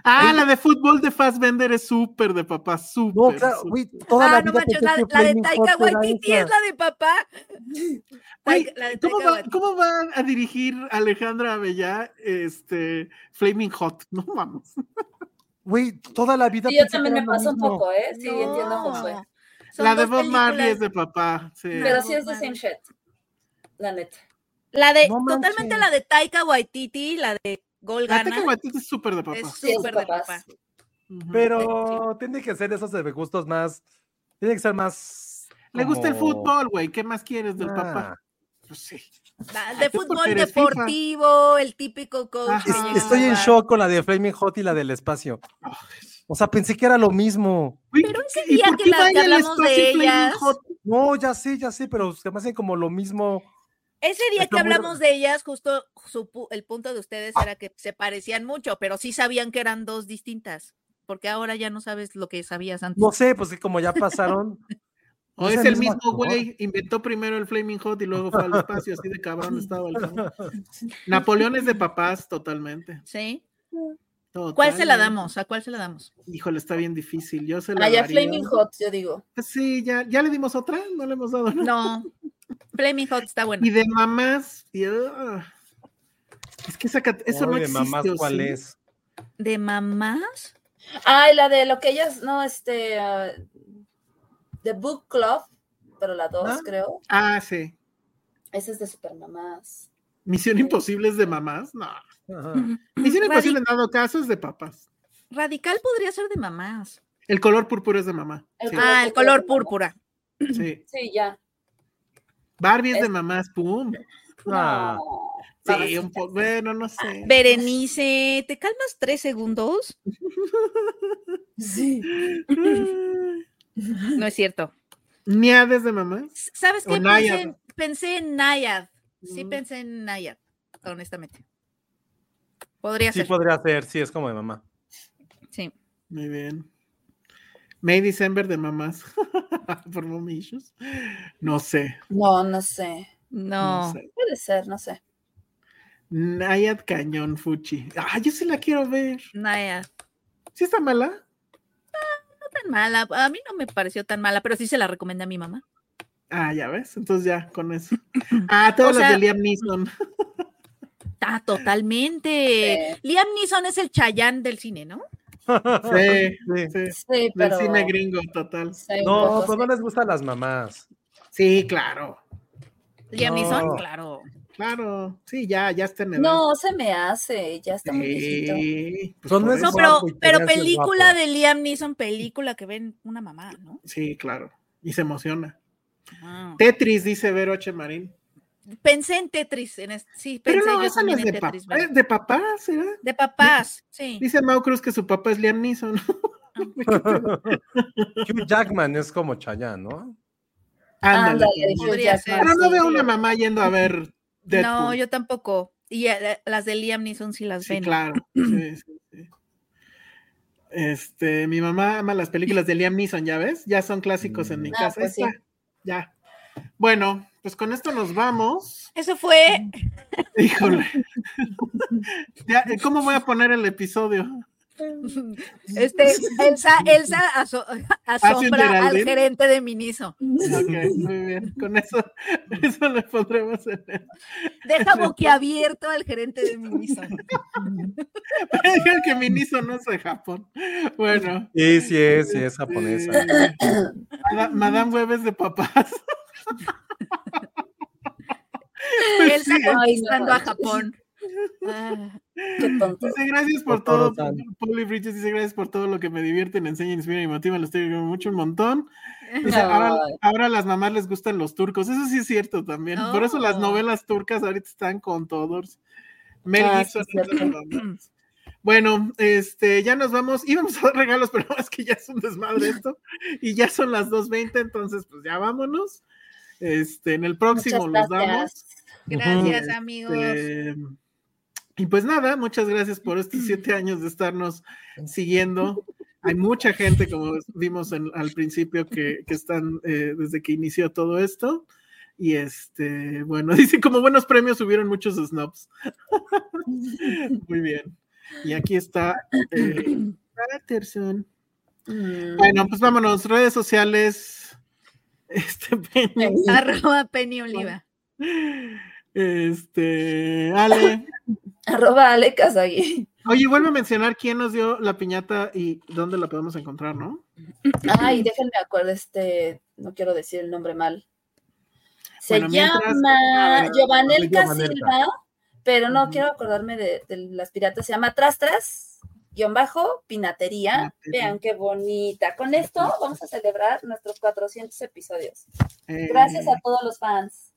Speaker 2: Ah, la de fútbol de Fassbender es súper de papá,
Speaker 1: No,
Speaker 2: súper.
Speaker 1: claro,
Speaker 2: súper.
Speaker 1: güey, toda
Speaker 4: ah,
Speaker 1: la
Speaker 4: no
Speaker 1: vida
Speaker 4: manches,
Speaker 1: pensé
Speaker 4: la,
Speaker 1: que
Speaker 4: la de
Speaker 1: Flaming
Speaker 4: Taika
Speaker 1: Hot era
Speaker 4: Waititi
Speaker 1: esa.
Speaker 4: es la de papá.
Speaker 2: Güey,
Speaker 4: Taika- la de
Speaker 2: ¿cómo,
Speaker 4: Taika
Speaker 2: va, cómo va a dirigir Alejandra Avellá este, Flaming Hot? No mames.
Speaker 1: Güey, toda la vida
Speaker 3: Sí, yo
Speaker 1: pensé que
Speaker 3: también
Speaker 1: era
Speaker 3: me
Speaker 1: lo
Speaker 3: pasa un
Speaker 1: mismo.
Speaker 3: poco, ¿eh? Sí,
Speaker 4: No.
Speaker 3: entiendo, Josué.
Speaker 4: Son
Speaker 2: La de
Speaker 4: dos
Speaker 2: Bob Marley
Speaker 4: películas-
Speaker 2: es de papá. Sí.
Speaker 3: Pero sí es de
Speaker 4: Madre.
Speaker 3: same shit. La neta.
Speaker 4: La de,
Speaker 1: No
Speaker 4: totalmente
Speaker 1: manches.
Speaker 4: la de Taika Waititi, la de Gol
Speaker 2: La Teca
Speaker 4: Gana,
Speaker 2: Guatita es súper de papá.
Speaker 4: es
Speaker 3: Sí, es
Speaker 4: súper de
Speaker 3: papás.
Speaker 4: papá.
Speaker 2: Ujú.
Speaker 1: Pero tiene que ser esos de gustos más. Tiene que ser más.
Speaker 2: Le gusta el
Speaker 1: como-
Speaker 2: fútbol, güey. ¿Qué más quieres del
Speaker 1: Ah,
Speaker 2: papá? Pues sí.
Speaker 4: La-
Speaker 2: Ay,
Speaker 4: De
Speaker 2: tú porque
Speaker 4: fútbol
Speaker 2: eres FIFA.
Speaker 4: deportivo, el típico coach. que
Speaker 1: Es-
Speaker 2: Ajá.
Speaker 4: llega a
Speaker 1: estoy en
Speaker 4: jugar.
Speaker 1: shock con la de Flaming Hot y la del espacio. O sea, pensé que era lo mismo.
Speaker 2: Güey,
Speaker 4: Pero ese
Speaker 2: ¿y
Speaker 4: día
Speaker 2: por
Speaker 4: que
Speaker 2: qué
Speaker 4: la-
Speaker 2: va
Speaker 4: que
Speaker 2: ella al
Speaker 4: hablamos de
Speaker 2: espacio y Flaming
Speaker 4: ellas,
Speaker 2: Hot?
Speaker 1: No, ya sé, ya sé, pero se me hacen como lo mismo.
Speaker 4: Ese día
Speaker 1: Está
Speaker 4: que
Speaker 1: muy-
Speaker 4: hablamos de ellas, justo su pu- el punto de ustedes era que se parecían mucho, pero sí sabían que eran dos distintas, porque ahora ya no sabes lo que sabías antes.
Speaker 1: No sé, pues que como ya
Speaker 5: *laughs*
Speaker 1: pasaron.
Speaker 2: O
Speaker 1: Es
Speaker 2: es
Speaker 1: el
Speaker 2: el
Speaker 1: mismo
Speaker 2: mismo
Speaker 1: actor.
Speaker 2: güey, inventó primero el Flaming Hot y luego fue al espacio, así de cabrón estaba el cabrón. Napoleón es de papás, totalmente.
Speaker 4: ¿Sí? ¿Cuál se la damos? ¿A cuál se la damos?
Speaker 2: totalmente. Híjole, está bien difícil. Yo se la daría-
Speaker 3: Allá Ah,
Speaker 2: Ah,
Speaker 3: Flaming Hot, yo digo.
Speaker 2: Sí, ya, ya le dimos otra, no le hemos dado nada. *laughs*
Speaker 4: No. Flaming Hot está bueno.
Speaker 2: Y de mamás, y, ah, es que esa, cat- eso no
Speaker 5: Oye,
Speaker 2: existe.
Speaker 5: mamás,
Speaker 2: ¿o
Speaker 5: ¿cuál
Speaker 2: sí?
Speaker 5: es?
Speaker 4: ¿De mamás?
Speaker 3: Ay, la de lo que ellas, no, este. ah, The Book Club, pero la dos,
Speaker 1: Ah.
Speaker 3: creo.
Speaker 2: Ah, sí.
Speaker 3: Esa es de Supermamás.
Speaker 2: Misión Imposible es de mamás. No.
Speaker 1: Ajá.
Speaker 2: Misión
Speaker 4: Radi-
Speaker 2: Imposible en dado caso es de papás.
Speaker 4: Radical podría ser de mamás.
Speaker 2: El color púrpura es de mamá.
Speaker 3: El
Speaker 2: Sí,
Speaker 3: color-
Speaker 4: Ah, el color púrpura.
Speaker 2: sí.
Speaker 3: Sí, ya.
Speaker 2: Barbie es de
Speaker 3: Es-
Speaker 2: mamás, pum.
Speaker 1: Ah,
Speaker 3: No.
Speaker 2: Sí, un poco. Bueno, no
Speaker 4: Ah,
Speaker 2: sé.
Speaker 4: Berenice, ¿te calmas tres segundos?
Speaker 3: Sí.
Speaker 2: Mm.
Speaker 4: No es cierto.
Speaker 2: Niades de mamá.
Speaker 4: S- ¿Sabes
Speaker 2: O
Speaker 4: qué?
Speaker 2: Nayad.
Speaker 4: Pensé en, pensé en Nayad. Sí,
Speaker 2: Mm.
Speaker 4: pensé en Nayad, honestamente. Podría
Speaker 5: *laughs* Sí,
Speaker 4: ser.
Speaker 5: podría ser, sí, es como de mamá.
Speaker 4: sí.
Speaker 2: Muy bien. May December de mamás. *laughs* Por mommy issues. No sé.
Speaker 3: No, no sé.
Speaker 2: No.
Speaker 4: No.
Speaker 2: sé.
Speaker 3: Puede ser, no sé.
Speaker 2: Nayad Cañón Fuchi. Ah, yo sí la quiero ver.
Speaker 4: Nayad.
Speaker 2: ¿Sí está mala?
Speaker 4: No tan mala. A mí no me pareció tan mala, pero sí se la recomendé a mi mamá.
Speaker 2: Ah, ya ves. Entonces ya, con eso. Ah, todas
Speaker 4: O
Speaker 2: las
Speaker 4: sea-
Speaker 2: de Liam Neeson.
Speaker 4: Ah, totalmente. Liam Neeson es el chayán del cine, ¿no?
Speaker 2: Sí,
Speaker 1: Sí.
Speaker 2: sí.
Speaker 3: Sí,
Speaker 2: Del
Speaker 3: pero.
Speaker 2: cine gringo, total.
Speaker 3: sí, un
Speaker 1: No,
Speaker 3: poco,
Speaker 1: pues
Speaker 3: sí.
Speaker 1: no les gustan las mamás. *laughs*
Speaker 2: Sí, claro.
Speaker 4: Liam Neeson,
Speaker 1: No.
Speaker 4: claro.
Speaker 2: Claro. Sí, ya, ya está en edad.
Speaker 3: No, se me hace, ya está muy viejito.
Speaker 2: Sí, pues
Speaker 1: Son
Speaker 2: por
Speaker 1: nuestros-
Speaker 4: No,
Speaker 2: eso.
Speaker 4: pero,
Speaker 1: guapo y
Speaker 4: pero
Speaker 1: quería ser
Speaker 4: película
Speaker 1: guapo.
Speaker 4: de Liam Neeson, película que ven una mamá, ¿no?
Speaker 2: Sí, claro. Y se emociona.
Speaker 4: Ah.
Speaker 2: Tetris, dice Vero H. Marín.
Speaker 4: Pensé en Tetris, en es- sí, pensé
Speaker 2: Pero no,
Speaker 4: yo
Speaker 2: esa no
Speaker 4: también
Speaker 2: es
Speaker 4: en
Speaker 2: de papá.
Speaker 4: Tetris. ¿verdad?
Speaker 2: ¿Es ¿De papá será?
Speaker 4: De papás, sí.
Speaker 2: Dice Mau Cruz que su papá es Liam Neeson. *laughs*
Speaker 5: Hugh Jackman es como Chayanne, ¿no?
Speaker 2: Ándale.
Speaker 3: Ándale, Hugh
Speaker 4: Podría
Speaker 3: Jackman,
Speaker 4: ser.
Speaker 2: Pero no
Speaker 3: sí.
Speaker 2: veo una mamá yendo a ver Deadpool.
Speaker 4: No, yo tampoco. Y eh, las de Liam Neeson sí las
Speaker 2: Sí,
Speaker 4: ven.
Speaker 2: claro. Sí, sí, sí. Este, mi mamá ama las películas de Liam Neeson, ¿ya ves? Ya son clásicos en mi
Speaker 4: Mm.
Speaker 3: Ah,
Speaker 2: casa.
Speaker 3: pues sí.
Speaker 2: Esta, Ya. Bueno, pues con esto nos vamos. *laughs*
Speaker 4: Eso fue
Speaker 2: Híjole. *laughs* Ya, ¿Cómo voy a poner el episodio?
Speaker 4: *laughs* este Elsa, Elsa aso- *laughs* asombra al
Speaker 2: Geraldine.
Speaker 4: gerente de Miniso.
Speaker 2: Ok, muy bien. Con eso, eso le pondremos en el- *laughs*
Speaker 4: Deja boquiabierto al gerente de Miniso.
Speaker 2: Pues Dijeron que Miniso no es de Japón. Bueno.
Speaker 5: Sí, sí es, sí es japonesa.
Speaker 2: eh, Mada- Madame Web es de papás. *laughs*
Speaker 4: Elsa
Speaker 2: Sí, ¿eh?
Speaker 4: conquistando
Speaker 3: Ay,
Speaker 4: a
Speaker 3: no.
Speaker 2: *laughs*
Speaker 4: Japón. Ah,
Speaker 3: Qué tonto.
Speaker 2: Dice gracias por,
Speaker 5: Por todo,
Speaker 2: todo.
Speaker 5: Tan.
Speaker 2: Polly Bridges dice gracias por todo lo que me divierte, me enseña, inspira y motiva. Lo estoy viviendo mucho, un montón. Dice, ahora,
Speaker 3: Ay.
Speaker 2: ahora a las mamás les gustan los turcos. Eso sí es cierto también. Por eso las
Speaker 4: Oh.
Speaker 2: novelas turcas ahorita están con todos. Mel
Speaker 3: Ah,
Speaker 2: Gibson
Speaker 3: sí es
Speaker 2: es
Speaker 3: cierto.
Speaker 2: la mamá. Bueno, este, ya nos vamos. Íbamos a dar regalos, *laughs* pero es que ya es un desmadre esto. Y ya son las 2.20, entonces pues ya vámonos. Este, en el próximo los
Speaker 3: Muchas
Speaker 2: damos.
Speaker 3: gracias.
Speaker 4: gracias,
Speaker 2: Este,
Speaker 4: amigos.
Speaker 2: Eh, y pues nada, muchas gracias por estos siete años de estarnos siguiendo. Hay mucha gente, como vimos en- al principio, que, que están eh, desde que inició todo esto. Y este, bueno, *laughs* dice, como buenos premios subieron muchos snobs. Muy bien. Y aquí está eh, Patterson.
Speaker 3: Mm.
Speaker 2: Bueno, pues vámonos, redes sociales. *laughs* Este, *laughs* Penny.
Speaker 4: Arroba Penny Oliva.
Speaker 2: Este, Ale.
Speaker 3: *laughs* Arroba Ale Casagui.
Speaker 2: Oye, vuelve a mencionar quién nos dio la piñata y dónde la podemos encontrar, ¿no? *clears throat*
Speaker 3: Ay, déjenme acuerdo, este, no quiero decir el nombre mal. Se
Speaker 2: Bueno, mientras-
Speaker 3: llama
Speaker 2: Ah,
Speaker 3: Giovanelka
Speaker 1: Giovanelka.
Speaker 3: Silva, pero no
Speaker 2: Ujú.
Speaker 3: quiero acordarme de, de las piratas. Se llama Trastras, guión bajo, pinatería.
Speaker 2: Pinatería.
Speaker 3: Vean qué bonita. Con esto vamos a celebrar nuestros 400 episodios.
Speaker 2: Eh,
Speaker 3: Gracias a todos los fans.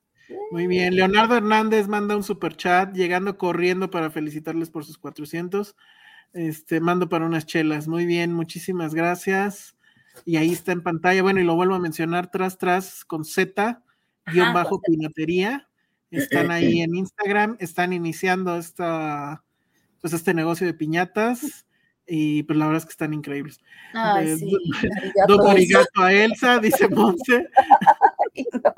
Speaker 2: Muy bien, Leonardo Hernández manda un super chat, llegando corriendo para felicitarles por sus 400. Este, mando para unas chelas. Muy bien, muchísimas gracias. Y ahí está en pantalla. Bueno, y lo vuelvo a mencionar, tras tras con Z, guión
Speaker 3: Ajá,
Speaker 2: bajo
Speaker 3: con
Speaker 2: pinatería. Están ahí en Instagram, están iniciando esta, pues este negocio de piñatas. Y pues la verdad es que están increíbles.
Speaker 3: Ay,
Speaker 2: Eh, *laughs*
Speaker 3: sí.
Speaker 2: do-
Speaker 3: arigato.
Speaker 2: Doble arigato a Elsa, dice Monse.
Speaker 3: Ay, no.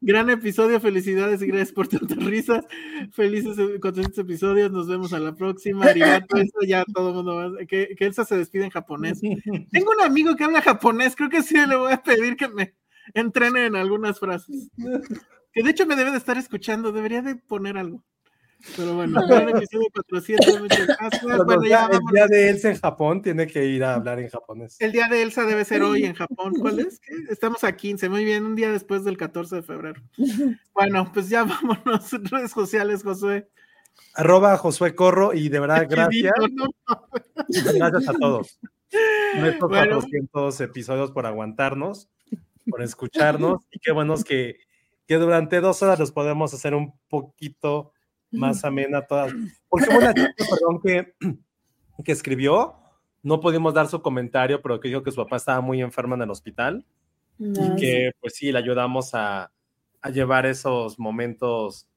Speaker 2: Gran episodio, felicidades y gracias por tantas risas. Felices eh, 400 episodios, nos vemos a la *laughs* próxima. Arigato, eso ya todo el mundo va. Que, que Elsa se despide en japonés. *laughs* Tengo un amigo que habla japonés, creo que sí le voy a pedir que me entrene en algunas frases. Que de hecho me debe de estar escuchando, debería de poner algo. Pero *laughs* bueno, gran episodio 400, muchas gracias.
Speaker 1: Cuando
Speaker 2: Bueno,
Speaker 1: sea
Speaker 2: ya
Speaker 1: el
Speaker 2: vámonos.
Speaker 1: día de Elsa en Japón tiene que ir a hablar en japonés.
Speaker 2: El día de Elsa debe ser hoy en Japón. ¿Cuál es? ¿Qué? Estamos a 15, muy bien, un día después del 14 de febrero. Bueno, pues ya *laughs* vámonos. Redes sociales, Josué.
Speaker 1: Arroba Josué Corro y de
Speaker 2: *laughs*
Speaker 1: verdad, Ah, gracias.
Speaker 2: Chidito, ¿no?
Speaker 1: Gracias a todos. Por estos
Speaker 2: Bueno.
Speaker 1: 400 episodios por aguantarnos, por escucharnos y qué buenos que, que durante dos horas los podemos hacer un poquito más amena todas. Porque hubo una chica, perdón, que, que escribió, no pudimos dar su comentario, pero que dijo que su papá estaba muy enfermo en el hospital y
Speaker 3: *laughs* No, sí.
Speaker 1: que pues sí, le ayudamos a, a llevar esos momentos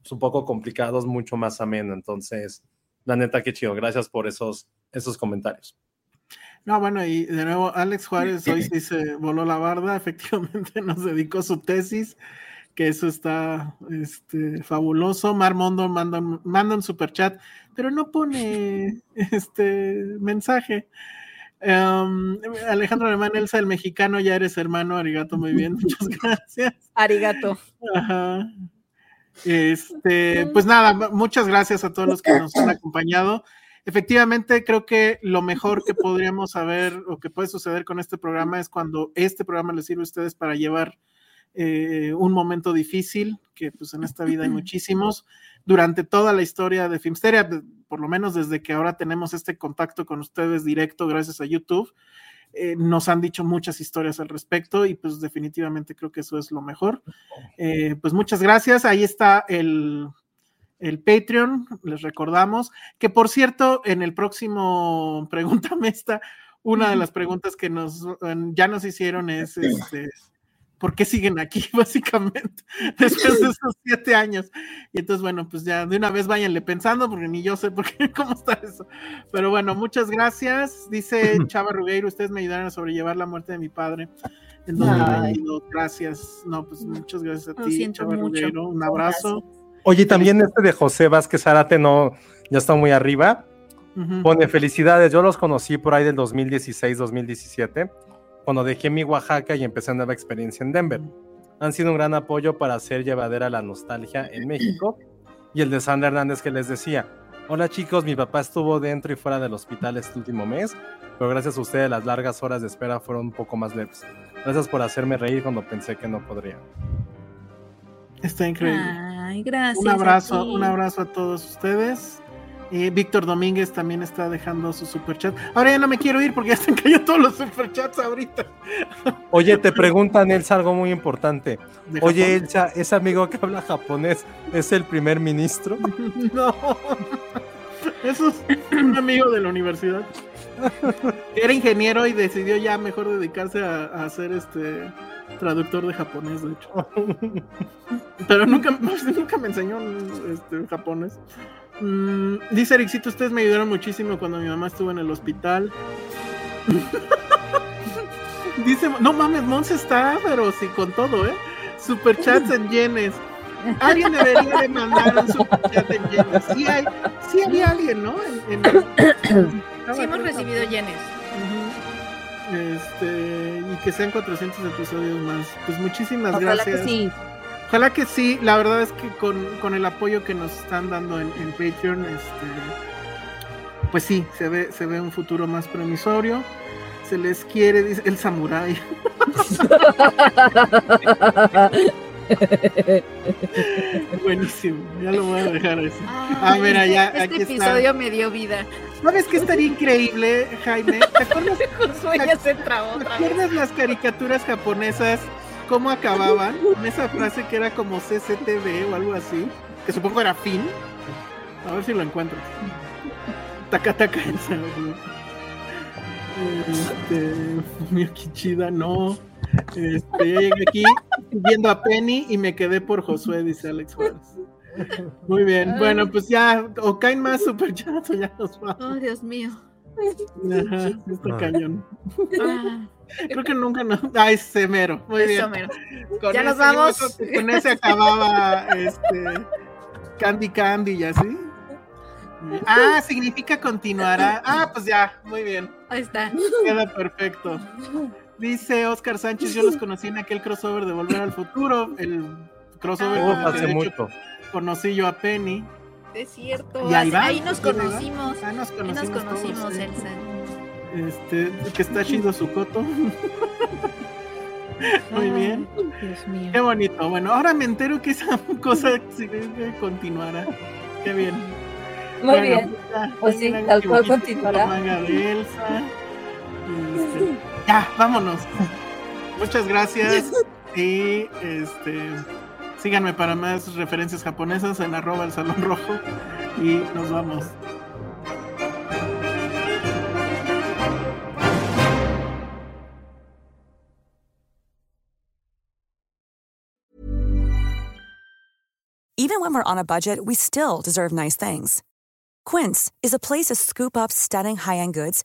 Speaker 1: pues, un poco complicados mucho más ameno. Entonces, la neta, qué chido. Gracias por esos, esos comentarios.
Speaker 2: No, bueno, y de nuevo, Alex Juárez hoy sí se voló la barda, *laughs* efectivamente nos dedicó su tesis, que eso está este, fabuloso. Marmondo manda, un- manda un superchat, pero no pone *laughs* este mensaje. Em, Alejandro Alemán, Elsa, el mexicano, ya eres hermano, arigato, muy bien, *laughs* muchas gracias.
Speaker 4: Arigato.
Speaker 2: Ajá. Este, pues nada, mu- muchas gracias a todos los que nos han acompañado. Efectivamente, creo que lo mejor que podríamos saber o que puede suceder con este programa es cuando este programa les sirve a ustedes para llevar eh, un momento difícil, que pues en esta vida hay muchísimos, durante toda la historia de Filmsteria, de- por lo menos desde que ahora tenemos este contacto con ustedes directo gracias a YouTube, eh, nos han dicho muchas historias al respecto y pues definitivamente creo que eso es lo mejor. Eh, pues muchas gracias. Ahí está el, el Patreon, les recordamos. Que por cierto, en el próximo *laughs* Pregúntame esta, una de las preguntas que nos eh, ya nos hicieron es este, ¿por qué siguen aquí? *laughs* Básicamente, después de esos siete años. Y entonces, bueno, pues ya de una vez váyanle pensando, porque ni yo sé por qué, *laughs* cómo está eso. Pero bueno, muchas gracias. Dice Chava Rugueiro, ustedes me ayudaron a sobrellevar la muerte de mi padre. En
Speaker 3: Ay.
Speaker 2: 2022. gracias. No, pues muchas gracias a
Speaker 4: Lo
Speaker 2: ti,
Speaker 4: siento
Speaker 2: Chava
Speaker 4: mucho.
Speaker 2: Rugueiro. Un abrazo.
Speaker 1: Oye, y también este de José Vázquez Arate no, ya está muy arriba.
Speaker 2: Ujú.
Speaker 1: Pone felicidades, yo los conocí por ahí del 2016-2017, cuando dejé mi Oaxaca y empecé una nueva experiencia en Denver. Han sido un gran apoyo para hacer llevadera la nostalgia en México. Y el de Sandra Hernández que les decía, hola chicos, mi papá estuvo dentro y fuera del hospital este último mes, pero gracias a ustedes las largas horas de espera fueron un poco más leves. Gracias por hacerme reír cuando pensé que no podría.
Speaker 2: Está increíble.
Speaker 4: Ay, gracias.
Speaker 2: un
Speaker 4: a
Speaker 2: abrazo,
Speaker 4: ti.
Speaker 2: un abrazo a todos ustedes. Eh, Víctor Domínguez también está dejando su superchat. Ahora ya no me quiero ir porque ya *laughs* están cayendo todos los superchats ahorita.
Speaker 1: Oye, te preguntan, Elsa, algo muy importante.
Speaker 2: De
Speaker 1: Oye, Elsa, ese amigo que habla japonés es el primer ministro.
Speaker 2: Japón. no. Eso es un amigo de la universidad. Era ingeniero y decidió ya mejor dedicarse a, a ser este traductor de japonés, de *laughs* hecho. Pero nunca, nunca me enseñó este, japonés. Mm, dice Ericito, ustedes me ayudaron muchísimo cuando mi mamá estuvo en el hospital. *laughs* dice, no mames, Monse está, pero sí con todo, ¿eh? Superchats en yenes. Alguien debería de mandar un superchat en yenes. Sí hay, sí había alguien, ¿no? En- en-
Speaker 4: Sí hemos recibido yenes.
Speaker 2: Ujú. Este, y que sean 400 episodios más. Pues muchísimas
Speaker 3: Ojalá
Speaker 2: gracias.
Speaker 3: que sí.
Speaker 2: Ojalá que sí, la verdad es que con, con el apoyo que nos están dando en, en Patreon, este, pues sí, se ve, se ve un futuro más promisorio. Se les quiere, dice el
Speaker 3: *laughs*
Speaker 2: samurái. Buenísimo, ya lo voy a dejar así. Ah, mira, ya,
Speaker 4: Este
Speaker 2: aquí está.
Speaker 4: episodio me dio *laughs* vida.
Speaker 2: ¿Sabes qué estaría increíble, Jaime? ¿Te
Speaker 3: *laughs*
Speaker 2: acuerdas,
Speaker 4: Josué se trabó
Speaker 2: te
Speaker 4: otra vez.
Speaker 2: acuerdas las caricaturas japonesas? ¿Cómo
Speaker 4: *laughs*
Speaker 2: acababan? Con esa frase que era como CCTV o algo así, que supongo era fin. A ver si lo encuentro. Taca, taca, en serio. Este, mira qué chida, no. Este, ya llegué aquí viendo a Penny y me quedé por Josué, dice Alex Juárez. Muy bien, bueno, pues ya, o caen más superchats o ya nos vamos.
Speaker 4: Oh, Dios mío.
Speaker 2: Ajá, está
Speaker 8: Ah.
Speaker 2: cañón.
Speaker 4: Ah,
Speaker 2: Creo que nunca no. Ay, ese mero. Muy
Speaker 4: eso,
Speaker 2: bien.
Speaker 4: mero.
Speaker 2: Con
Speaker 4: Ya nos
Speaker 2: ese- yo
Speaker 4: vamos.
Speaker 2: creo que Con ese acababa este Candy Candy y así. Ah, significa continuará. Ah, pues ya, muy bien.
Speaker 4: Ahí está.
Speaker 2: Queda perfecto. Dice Oscar Sánchez, yo los conocí en aquel crossover de Volver al Futuro, el crossover
Speaker 4: Ah.
Speaker 2: con el
Speaker 5: Uf,
Speaker 2: que
Speaker 5: Oh, hace
Speaker 2: de hecho
Speaker 5: mucho.
Speaker 2: conocí yo a Penny.
Speaker 4: Es cierto.
Speaker 2: Y ahí va,
Speaker 4: ahí nos
Speaker 2: ¿sí, verdad?
Speaker 4: conocimos.
Speaker 2: Ah, nos
Speaker 4: Ahí nos
Speaker 2: conocimos, todos,
Speaker 4: conocimos,
Speaker 2: sí.
Speaker 4: Elsa.
Speaker 2: Este, que está Shido Sukoto. Muy bien.
Speaker 4: Dios mío.
Speaker 2: Qué bonito. Bueno, ahora me entero que esa *laughs* cosa sí que continuará. ¿eh? Qué bien.
Speaker 3: Muy
Speaker 2: Bueno,
Speaker 3: bien.
Speaker 2: ya,
Speaker 3: Pues
Speaker 2: ya
Speaker 3: sí,
Speaker 2: eran
Speaker 3: tal cual
Speaker 2: dibujitos
Speaker 3: continuará.
Speaker 2: con manga de Elsa. Y, este, ya, vámonos. Muchas
Speaker 3: *laughs*
Speaker 2: gracias. Y este síganme para más referencias japonesas en arroba el salón rojo. Y nos vamos.
Speaker 9: Even when we're on a budget, we still deserve nice things. Quince is a place to scoop up stunning high end goods